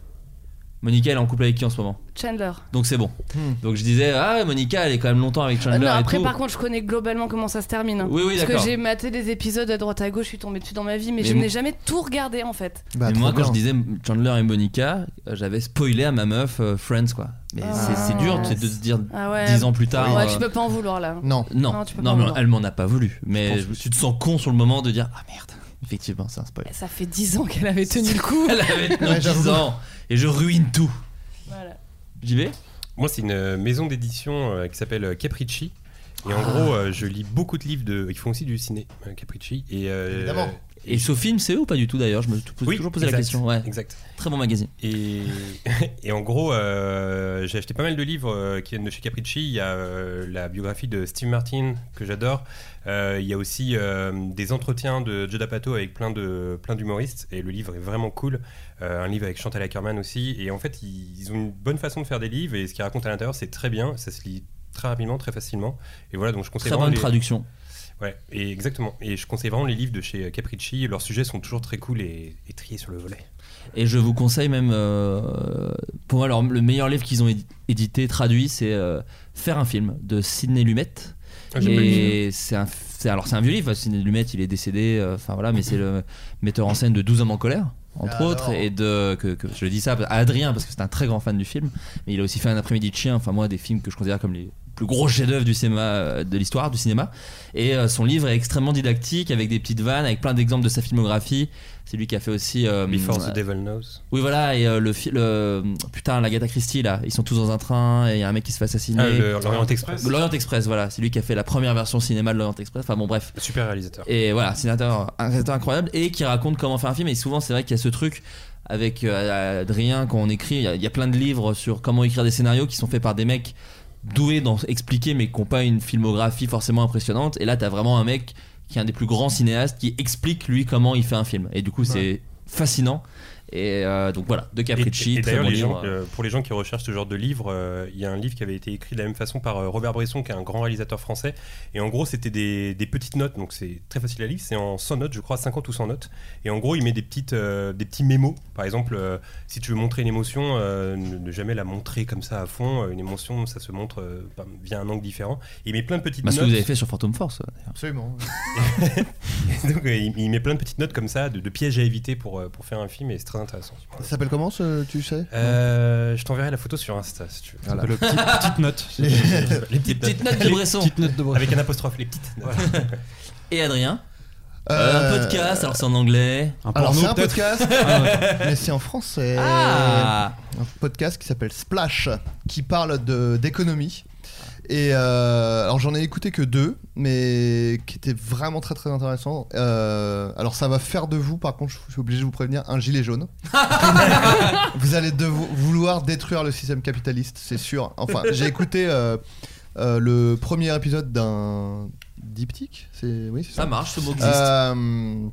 Speaker 2: Monica, elle est en couple avec qui en ce moment
Speaker 12: Chandler.
Speaker 2: Donc c'est bon.
Speaker 12: Hmm.
Speaker 2: Donc je disais, ah, Monica, elle est quand même longtemps avec
Speaker 12: Euh,
Speaker 2: Chandler.
Speaker 12: non,
Speaker 2: et
Speaker 12: après,
Speaker 2: tout.
Speaker 12: par contre, je connais globalement comment ça se termine. hein.
Speaker 2: Oui, oui,
Speaker 12: Parce
Speaker 2: d'accord.
Speaker 12: que j'ai maté des épisodes à droite à gauche, je suis tombée dessus dans ma vie, mais,
Speaker 2: Mais
Speaker 12: je
Speaker 2: mon-
Speaker 12: n'ai jamais tout regardé en fait.
Speaker 2: Mais moi, quand je disais Chandler et Monica, euh, j'avais spoilé à ma meuf euh, Friends, quoi. Mais
Speaker 12: Ah.
Speaker 2: c'est- c'est dur c'est de se dire
Speaker 12: Ah ouais.
Speaker 2: 10 ans plus tard.
Speaker 12: Ouais,
Speaker 2: euh,
Speaker 12: tu peux pas en vouloir là.
Speaker 2: Non, non,
Speaker 12: tu peux
Speaker 2: non,
Speaker 12: pas en
Speaker 2: mais
Speaker 12: vouloir.
Speaker 2: elle m'en a pas voulu. Mais je- tu te sens con sur le moment de dire Ah merde, effectivement, c'est un spoil.
Speaker 12: Ça fait 10 ans qu'elle avait tenu le coup.
Speaker 2: Elle avait tenu 10 ans et je ruine tout. J'y vais
Speaker 4: Moi, c'est une euh, maison d'édition euh, qui s'appelle euh, Capricci. Et en
Speaker 2: Ah.
Speaker 4: gros, euh, je lis beaucoup de livres de. Ils font aussi du ciné, euh, Capricci. Et, euh,
Speaker 2: Évidemment. Et Sofilm, c'est eux E ou pas du tout d'ailleurs Je me pose
Speaker 4: Oui,
Speaker 2: toujours posé la
Speaker 4: exact,
Speaker 2: question. Ouais.
Speaker 4: Exact.
Speaker 2: Très bon magazine.
Speaker 4: Et, et en gros, euh, j'ai acheté pas mal de livres euh, qui viennent de chez Capricci. Il y a euh, la biographie de Steve Martin que j'adore. Euh, il y a aussi euh, des entretiens de Joe D'Apato avec plein de plein d'humoristes. Et le livre est vraiment cool. Euh, un livre avec Chantal Ackerman aussi. Et en fait, ils, ils ont une bonne façon de faire des livres. Et ce qu'ils racontent à l'intérieur, c'est très bien. Ça se lit très rapidement, très facilement. Et voilà, donc je conseille
Speaker 2: Très
Speaker 4: vraiment
Speaker 2: bonne
Speaker 4: les-
Speaker 2: traduction.
Speaker 4: Ouais, et exactement. Et je conseille vraiment les livres de chez euh, Capricci. Leurs sujets sont toujours très cool et, et triés sur le volet.
Speaker 2: Et je vous conseille même, euh, pour moi, leur- le meilleur livre qu'ils ont édi- édité, traduit, c'est euh, Faire un film de Sidney Lumet.
Speaker 4: Ah, j'ai pas lu
Speaker 2: et c'est un, c'est- alors c'est un vieux livre. Sidney Lumet, il est décédé. euh, Enfin voilà, mais c'est le metteur en scène de 12 hommes en colère, entre
Speaker 4: Ah,
Speaker 9: Alors.
Speaker 2: autres, et de que, que- je dis ça à Adrien parce que c'est un très grand fan du film. Mais il a aussi fait un après-midi de chien. Enfin moi, des films que je considère comme les plus gros chefs-d'œuvre du cinéma, euh, de l'histoire du cinéma. Et euh, son livre est extrêmement didactique, avec des petites vannes, avec plein d'exemples de sa filmographie. C'est lui qui a fait aussi euh,
Speaker 4: Before
Speaker 2: euh,
Speaker 4: the Devil Knows.
Speaker 2: oui, voilà, et euh, le, fi- le. Putain, l'Agatha Christie, là, ils sont tous dans un train et il y a un mec qui se fait assassiner.
Speaker 4: Ah, le- l'Orient Express.
Speaker 2: L'Orient Express, voilà, c'est lui qui a fait la première version cinéma de l'Orient Express. Enfin bon, bref.
Speaker 4: Super réalisateur.
Speaker 2: Et voilà, c'est un acteur, un acteur incroyable et qui raconte comment faire un film. Et souvent, c'est vrai qu'il y a ce truc avec euh, Adrien, quand on écrit, il y a- il y, a plein de livres sur comment écrire des scénarios qui sont faits par des mecs doués dans expliquer, mais qui n'ont pas une filmographie forcément impressionnante. Et là, t'as vraiment un mec qui est un des plus grands cinéastes qui explique lui comment il fait un film. Et du coup, c'est fascinant. Et euh, donc voilà, de Capricci,
Speaker 4: Et- et
Speaker 2: très
Speaker 4: d'ailleurs,
Speaker 2: bon
Speaker 4: les gens,
Speaker 2: livre.
Speaker 4: euh, pour les gens qui recherchent ce genre de livre, euh, il y a un livre qui avait été écrit de la même façon par euh, Robert Bresson, qui est un grand réalisateur français. Et en gros, c'était des, des petites notes, donc c'est très facile à lire. C'est en 100 notes, je crois, 50 ou 100 notes. Et en gros, il met des, petites, euh, des petits mémos. Par exemple, euh, si tu veux montrer une émotion, euh, ne, ne jamais la montrer comme ça à fond. Euh, Une émotion, ça se montre euh, par- via un angle différent. Et il met plein de petites
Speaker 2: Bah, ce
Speaker 4: notes.
Speaker 2: que vous avez fait sur Phantom Force. ouais, d'ailleurs.
Speaker 9: Absolument.
Speaker 4: Donc, euh, il, il met plein de petites notes comme ça, de, de pièges à éviter pour, euh, pour faire un film. Et c'est très intéressant.
Speaker 9: Ça s'appelle comment, ce, tu sais
Speaker 4: Euh, je t'enverrai la photo sur Insta si tu veux.
Speaker 9: Voilà.
Speaker 4: Ça s'appelle
Speaker 9: Petit-
Speaker 4: petites notes.
Speaker 9: Les-
Speaker 4: Les
Speaker 2: Les petites notes de
Speaker 4: Les
Speaker 2: Bresson.
Speaker 4: petites notes de Bresson. Avec un apostrophe, les petites notes.
Speaker 2: Et Adrien
Speaker 9: Euh,
Speaker 2: Un podcast, alors c'est en anglais.
Speaker 9: Alors, c'est un Ah podcast, mais c'est en français.
Speaker 2: Ah.
Speaker 9: Un podcast qui s'appelle Splash, qui parle de- d'économie. Et euh, alors j'en ai écouté que deux, mais qui étaient vraiment très très intéressants. Euh, alors ça va faire de vous, par contre, je suis obligé de vous prévenir, un gilet jaune. vous allez devo- vouloir détruire le système capitaliste, c'est sûr. Enfin, j'ai écouté euh, euh, le premier épisode d'un diptyque. C'est oui, c'est
Speaker 2: Ça marche, ce mot existe.
Speaker 9: Euh,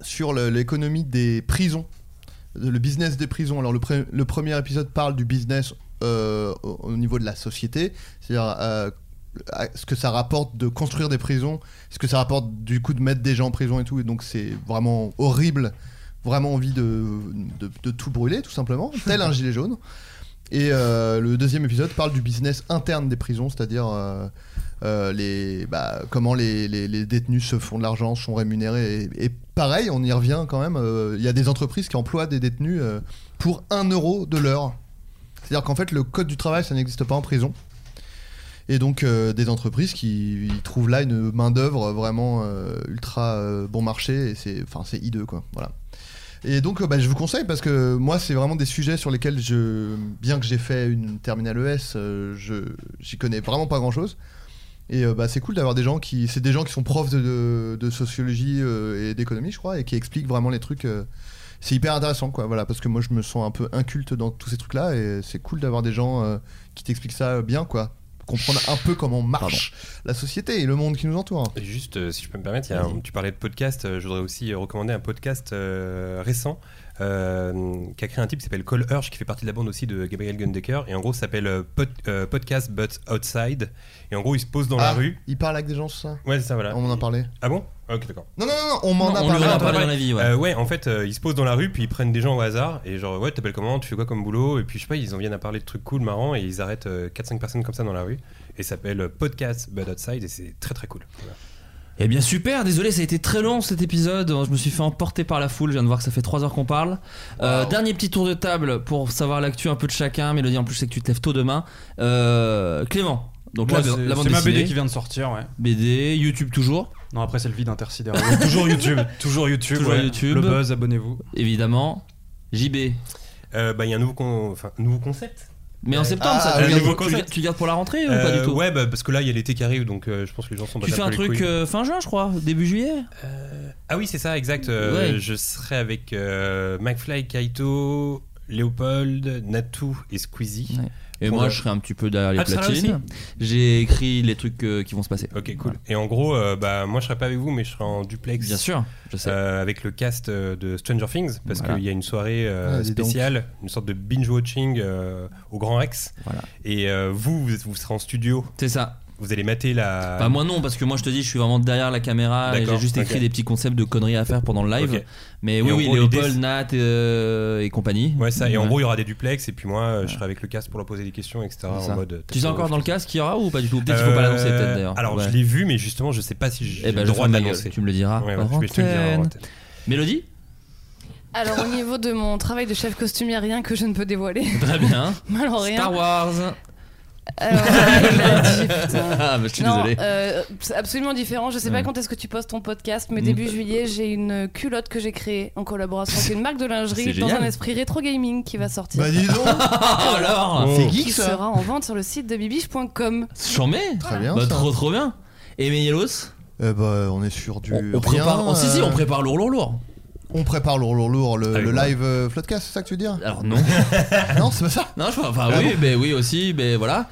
Speaker 9: sur le- l'économie des prisons, le business des prisons. Alors le, pre- le premier épisode parle du business euh, au, au niveau de la société, c'est-à-dire euh, à- ce que ça rapporte de construire des prisons, ce que ça rapporte du coup de mettre des gens en prison et tout. Et donc c'est vraiment horrible, vraiment envie de, de, de tout brûler tout simplement, tel un gilet jaune. Et euh, le deuxième épisode parle du business interne des prisons, c'est-à-dire euh, euh, les, bah, comment les, les- les détenus se font de l'argent, sont rémunérés. Et, et pareil, on y revient quand même. euh, Il y a des entreprises qui emploient des détenus euh, pour 1 euro de l'heure. C'est-à-dire qu'en fait, le code du travail, ça n'existe pas en prison. Et donc euh, des entreprises qui ils trouvent là une main d'œuvre vraiment euh, ultra euh, bon marché et c'est enfin c'est hideux quoi voilà. Et donc euh, bah, je vous conseille parce que moi c'est vraiment des sujets sur lesquels je bien que j'ai fait une terminale ES euh, je j'y connais vraiment pas grand chose. Et euh, bah, c'est cool d'avoir des gens qui c'est des gens qui sont profs de, de- de sociologie euh, et d'économie je crois et qui expliquent vraiment les trucs. euh, c'est hyper intéressant quoi voilà parce que moi je me sens un peu inculte dans tous ces trucs là et c'est cool d'avoir des gens euh, qui t'expliquent ça euh, bien quoi comprendre un peu comment marche la société et le monde qui nous entoure.
Speaker 4: Et Juste, euh, si je peux me permettre, il y a un- tu parlais de podcast, euh, je voudrais aussi euh, recommander un podcast euh, récent euh, qu'a créé un type qui s'appelle Cole Hirsch, qui fait partie de la bande aussi de Gabriel Gundecker, et en gros, ça s'appelle euh, Pod- euh, Podcast But Outside, et en gros, il se pose dans la
Speaker 9: Ah,
Speaker 4: rue.
Speaker 9: Il parle avec des gens, c'est ça
Speaker 4: Ouais, c'est ça, voilà.
Speaker 9: On en a parlé.
Speaker 4: Ah bon Ok, d'accord.
Speaker 9: Non, non, non, non, on m'en a parlé.
Speaker 4: Euh, ouais, en fait, euh, ils se posent dans la rue, puis ils prennent des gens au hasard, et genre, ouais, t'appelles comment, tu fais quoi comme boulot, et puis je sais pas, ils en viennent à parler de trucs cool, marrants, et ils arrêtent 4-5 personnes comme ça dans la rue, et ça s'appelle euh, Podcast But Outside, et c'est très très cool. Voilà.
Speaker 2: Eh bien super, désolé, ça a été très long cet épisode. Je me suis fait emporter par la foule. Je viens de voir que ça fait 3 heures qu'on parle. Euh, dernier petit tour de table pour savoir l'actu un peu de chacun. Mélodie, en plus, c'est que tu te lèves tôt demain. Euh, Clément, donc
Speaker 1: Moi,
Speaker 2: la-
Speaker 1: c'est-
Speaker 2: la bande
Speaker 1: c'est ma
Speaker 2: dessinée.
Speaker 1: BD qui vient de sortir, ouais.
Speaker 2: BD, YouTube toujours.
Speaker 1: Non, après, c'est le vide intersidéral. toujours YouTube. Toujours YouTube.
Speaker 2: Toujours
Speaker 1: ouais.
Speaker 2: YouTube.
Speaker 1: Le buzz, abonnez-vous.
Speaker 2: Évidemment. JB.
Speaker 4: Euh, bah, il y a un nouveau, con- enfin, un nouveau concept.
Speaker 2: Mais en septembre, ça,
Speaker 4: un Ah,
Speaker 2: tu,
Speaker 4: nouveau
Speaker 2: gardes, tu,
Speaker 4: concept.
Speaker 2: gardes- tu gardes pour la rentrée ou pas
Speaker 4: Euh,
Speaker 2: du tout
Speaker 4: Ouais, bah, parce que là, il y a l'été qui arrive, donc euh, je pense que les gens sont
Speaker 2: Tu
Speaker 4: déjà
Speaker 2: fais un
Speaker 4: peu les
Speaker 2: truc
Speaker 4: couilles.
Speaker 2: euh, fin juin, je crois, début juillet
Speaker 4: Ah oui, c'est ça, exact. Euh,
Speaker 2: Ouais.
Speaker 4: Je serai avec euh, McFly, Kaito, Léopold, Natou et Squeezie.
Speaker 2: Et
Speaker 4: Pour,
Speaker 2: moi,
Speaker 4: euh,
Speaker 2: je serai un petit peu derrière les
Speaker 4: Ah, tu seras là
Speaker 2: platines.
Speaker 4: aussi
Speaker 2: J'ai écrit les trucs euh, qui vont se passer.
Speaker 4: Ok, cool. Et en gros, euh, bah, moi je serai pas avec vous, mais je serai en duplex.
Speaker 2: Bien sûr, je sais.
Speaker 4: Euh, avec le cast euh, de Stranger Things, parce
Speaker 2: Voilà.
Speaker 4: qu'il y a une soirée euh,
Speaker 2: Ah, dis donc.
Speaker 4: spéciale, une sorte de binge-watching euh, au Grand Rex.
Speaker 2: Voilà.
Speaker 4: Et euh, vous, vous, êtes- vous serez en studio.
Speaker 2: C'est ça.
Speaker 4: Vous allez mater la.
Speaker 2: Bah moi non parce que moi je te dis je suis vraiment derrière la caméra et
Speaker 4: D'accord,
Speaker 2: j'ai juste écrit
Speaker 4: ok.
Speaker 2: des petits concepts de conneries à faire pendant le live
Speaker 4: Ok.
Speaker 2: mais
Speaker 4: Et
Speaker 2: oui
Speaker 4: en
Speaker 2: oui
Speaker 4: gros, l'idée,
Speaker 2: Léopold
Speaker 4: c'est-
Speaker 2: Nat euh, et compagnie
Speaker 4: Ouais, ça. Et en
Speaker 2: Ouais.
Speaker 4: gros, il y aura des duplex, et puis moi, euh, je serai avec le cast pour leur poser des questions, etc.
Speaker 2: C'est
Speaker 4: En
Speaker 2: ça.
Speaker 4: mode. euh,
Speaker 2: tu sais
Speaker 4: tape-
Speaker 2: encore dans le casque qu'il y aura ou pas du tout peut-être qu'il faut pas l'annoncer
Speaker 4: Euh,
Speaker 2: peut-être d'ailleurs
Speaker 4: Alors
Speaker 2: Ouais.
Speaker 4: je l'ai vu, mais justement, je sais pas si j'ai
Speaker 2: Eh ben,
Speaker 4: le
Speaker 2: je
Speaker 4: droit de
Speaker 2: ferme ma gueule,
Speaker 4: l'annoncer.
Speaker 2: tu me le diras
Speaker 4: Ouais, ouais,
Speaker 2: hors
Speaker 4: je vais te le dire en
Speaker 2: antenne.
Speaker 4: antenne.
Speaker 2: Mélodie
Speaker 12: Alors, au niveau de mon travail de chef costumier, rien que je ne peux dévoiler.
Speaker 2: très bien
Speaker 12: Alors, rien.
Speaker 2: Star Wars
Speaker 12: Alors, Euh, il a dit, putain.
Speaker 2: Ah, bah, je suis
Speaker 12: Non,
Speaker 2: désolé
Speaker 12: euh, c'est absolument différent. Je sais pas quand est-ce que tu postes ton podcast, mais
Speaker 2: Mm.
Speaker 12: début juillet, j'ai une culotte que j'ai créée en collaboration avec une marque de
Speaker 2: C'est
Speaker 12: lingerie dans
Speaker 2: génial. Ah,
Speaker 12: un esprit rétro gaming qui va sortir.
Speaker 9: Bah, dis donc.
Speaker 2: alors C'est geek,
Speaker 12: Qui
Speaker 2: ça.
Speaker 12: sera en vente sur le site de bibiche.com.
Speaker 2: j'en mets
Speaker 9: Très bien,
Speaker 2: Bah,
Speaker 9: ça.
Speaker 2: trop trop bien et Menielos
Speaker 9: Eh bah, on est sur du.
Speaker 2: on
Speaker 9: rien,
Speaker 2: prépare oh, si si
Speaker 9: euh,
Speaker 2: on prépare lourd lourd lourd
Speaker 9: On prépare lourd, lourd, lourd le,
Speaker 2: Avec
Speaker 9: le
Speaker 2: moi.
Speaker 9: live euh, Floodcast, c'est ça que tu veux dire
Speaker 2: alors non
Speaker 9: Non, c'est pas ça.
Speaker 2: Non, je enfin
Speaker 9: Ah
Speaker 2: oui,
Speaker 9: bon
Speaker 2: ben oui aussi, ben voilà.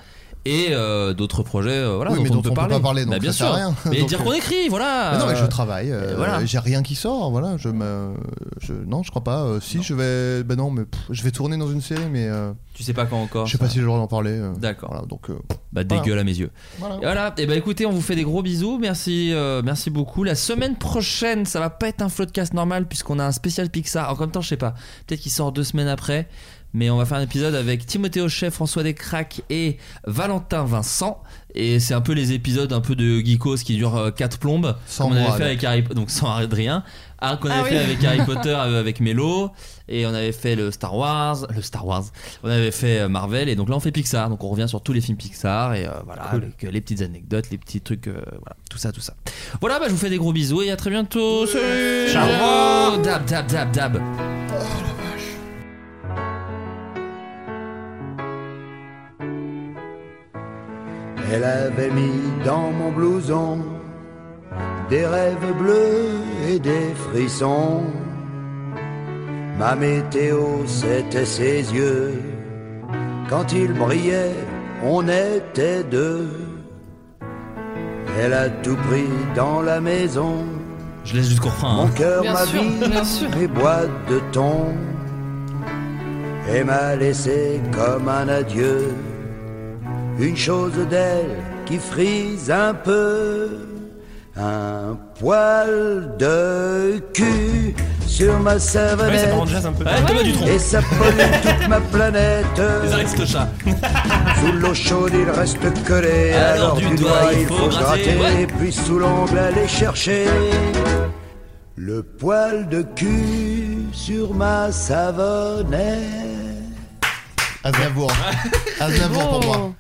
Speaker 2: Et euh, d'autres projets, euh, voilà,
Speaker 9: Oui, mais
Speaker 2: dont
Speaker 9: dont
Speaker 2: on peut
Speaker 9: on peut
Speaker 2: parler.
Speaker 9: pas parler, donc
Speaker 2: Bah, bien
Speaker 9: ça sert
Speaker 2: sûr.
Speaker 9: à rien.
Speaker 2: Mais
Speaker 9: Donc,
Speaker 2: dire qu'on
Speaker 9: euh,
Speaker 2: écrit, voilà.
Speaker 9: Mais non, mais je
Speaker 2: euh,
Speaker 9: travaille. euh,
Speaker 2: et voilà.
Speaker 9: J'ai rien qui sort, voilà. Je me. je- non, je crois pas. euh, si, je vais. Ben non, mais pff, je vais tourner dans une série, mais. euh,
Speaker 2: Tu sais pas quand encore.
Speaker 9: je sais
Speaker 2: ça.
Speaker 9: pas si j'ai le droit d'en parler. euh,
Speaker 2: D'accord.
Speaker 9: voilà, donc. euh,
Speaker 2: Bah
Speaker 9: voilà.
Speaker 2: dégueule à mes yeux.
Speaker 9: Voilà.
Speaker 2: Et Voilà, et bah écoutez, on vous fait des gros bisous, merci, euh, merci beaucoup. La semaine prochaine, ça va pas être un floodcast normal puisqu'on a un spécial Pixar. En même temps, je sais pas, peut-être qu'il sort deux semaines après, mais on va faire un épisode avec Timothée Hochet, François Descraques et Valentin Vincent. Et c'est un peu les épisodes un peu de geekos qui durent euh, quatre plombes.
Speaker 9: Sans
Speaker 2: comme on avait
Speaker 9: moi,
Speaker 2: fait
Speaker 9: donc.
Speaker 2: avec Harry, donc sans Adrien, Ah, qu'on
Speaker 9: Ah
Speaker 2: avait fait
Speaker 9: oui.
Speaker 2: avec Harry Potter euh, avec Mélo, et on avait fait le Star Wars, le Star Wars. On avait fait euh, Marvel, et donc là on fait Pixar. Donc on revient sur tous les films Pixar et euh, voilà
Speaker 1: Cool.
Speaker 2: avec euh, les petites anecdotes, les petits trucs, euh, voilà, tout ça, tout ça. Voilà, bah, je vous fais des gros bisous et à très bientôt. Salut.
Speaker 1: Ciao.
Speaker 2: Ciao. Dab, dab, dab, dab.
Speaker 19: Elle avait mis dans mon blouson des rêves bleus et des frissons. Ma météo, c'était ses yeux. Quand il brillait, on était deux. Elle a tout pris dans la maison.
Speaker 2: Je laisse jusqu'au refrain. hein.
Speaker 19: Mon cœur,
Speaker 2: Bien
Speaker 19: ma
Speaker 2: sûr,
Speaker 19: vie,
Speaker 2: bien sûr.
Speaker 19: mes boîtes de thon. Et m'a laissé comme un adieu. Une chose d'elle qui frise un peu.
Speaker 4: un poil de cul sur ma
Speaker 20: Ouais, ça
Speaker 4: cervelle.
Speaker 20: prend déjà un peu. Ouais,
Speaker 2: Thomas Dutronc.
Speaker 4: Ah, Et ça pollue toute ma planète.
Speaker 2: Les aristochats.
Speaker 4: Sous l'eau chaude, il reste collé.
Speaker 2: Ah,
Speaker 4: Alors, du, doigt, il faut gratter.
Speaker 2: ouais.
Speaker 4: Puis sous l'ongle, aller chercher. Le poil de cul sur ma savonnette.
Speaker 9: Aznavour. Aznavour pour moi.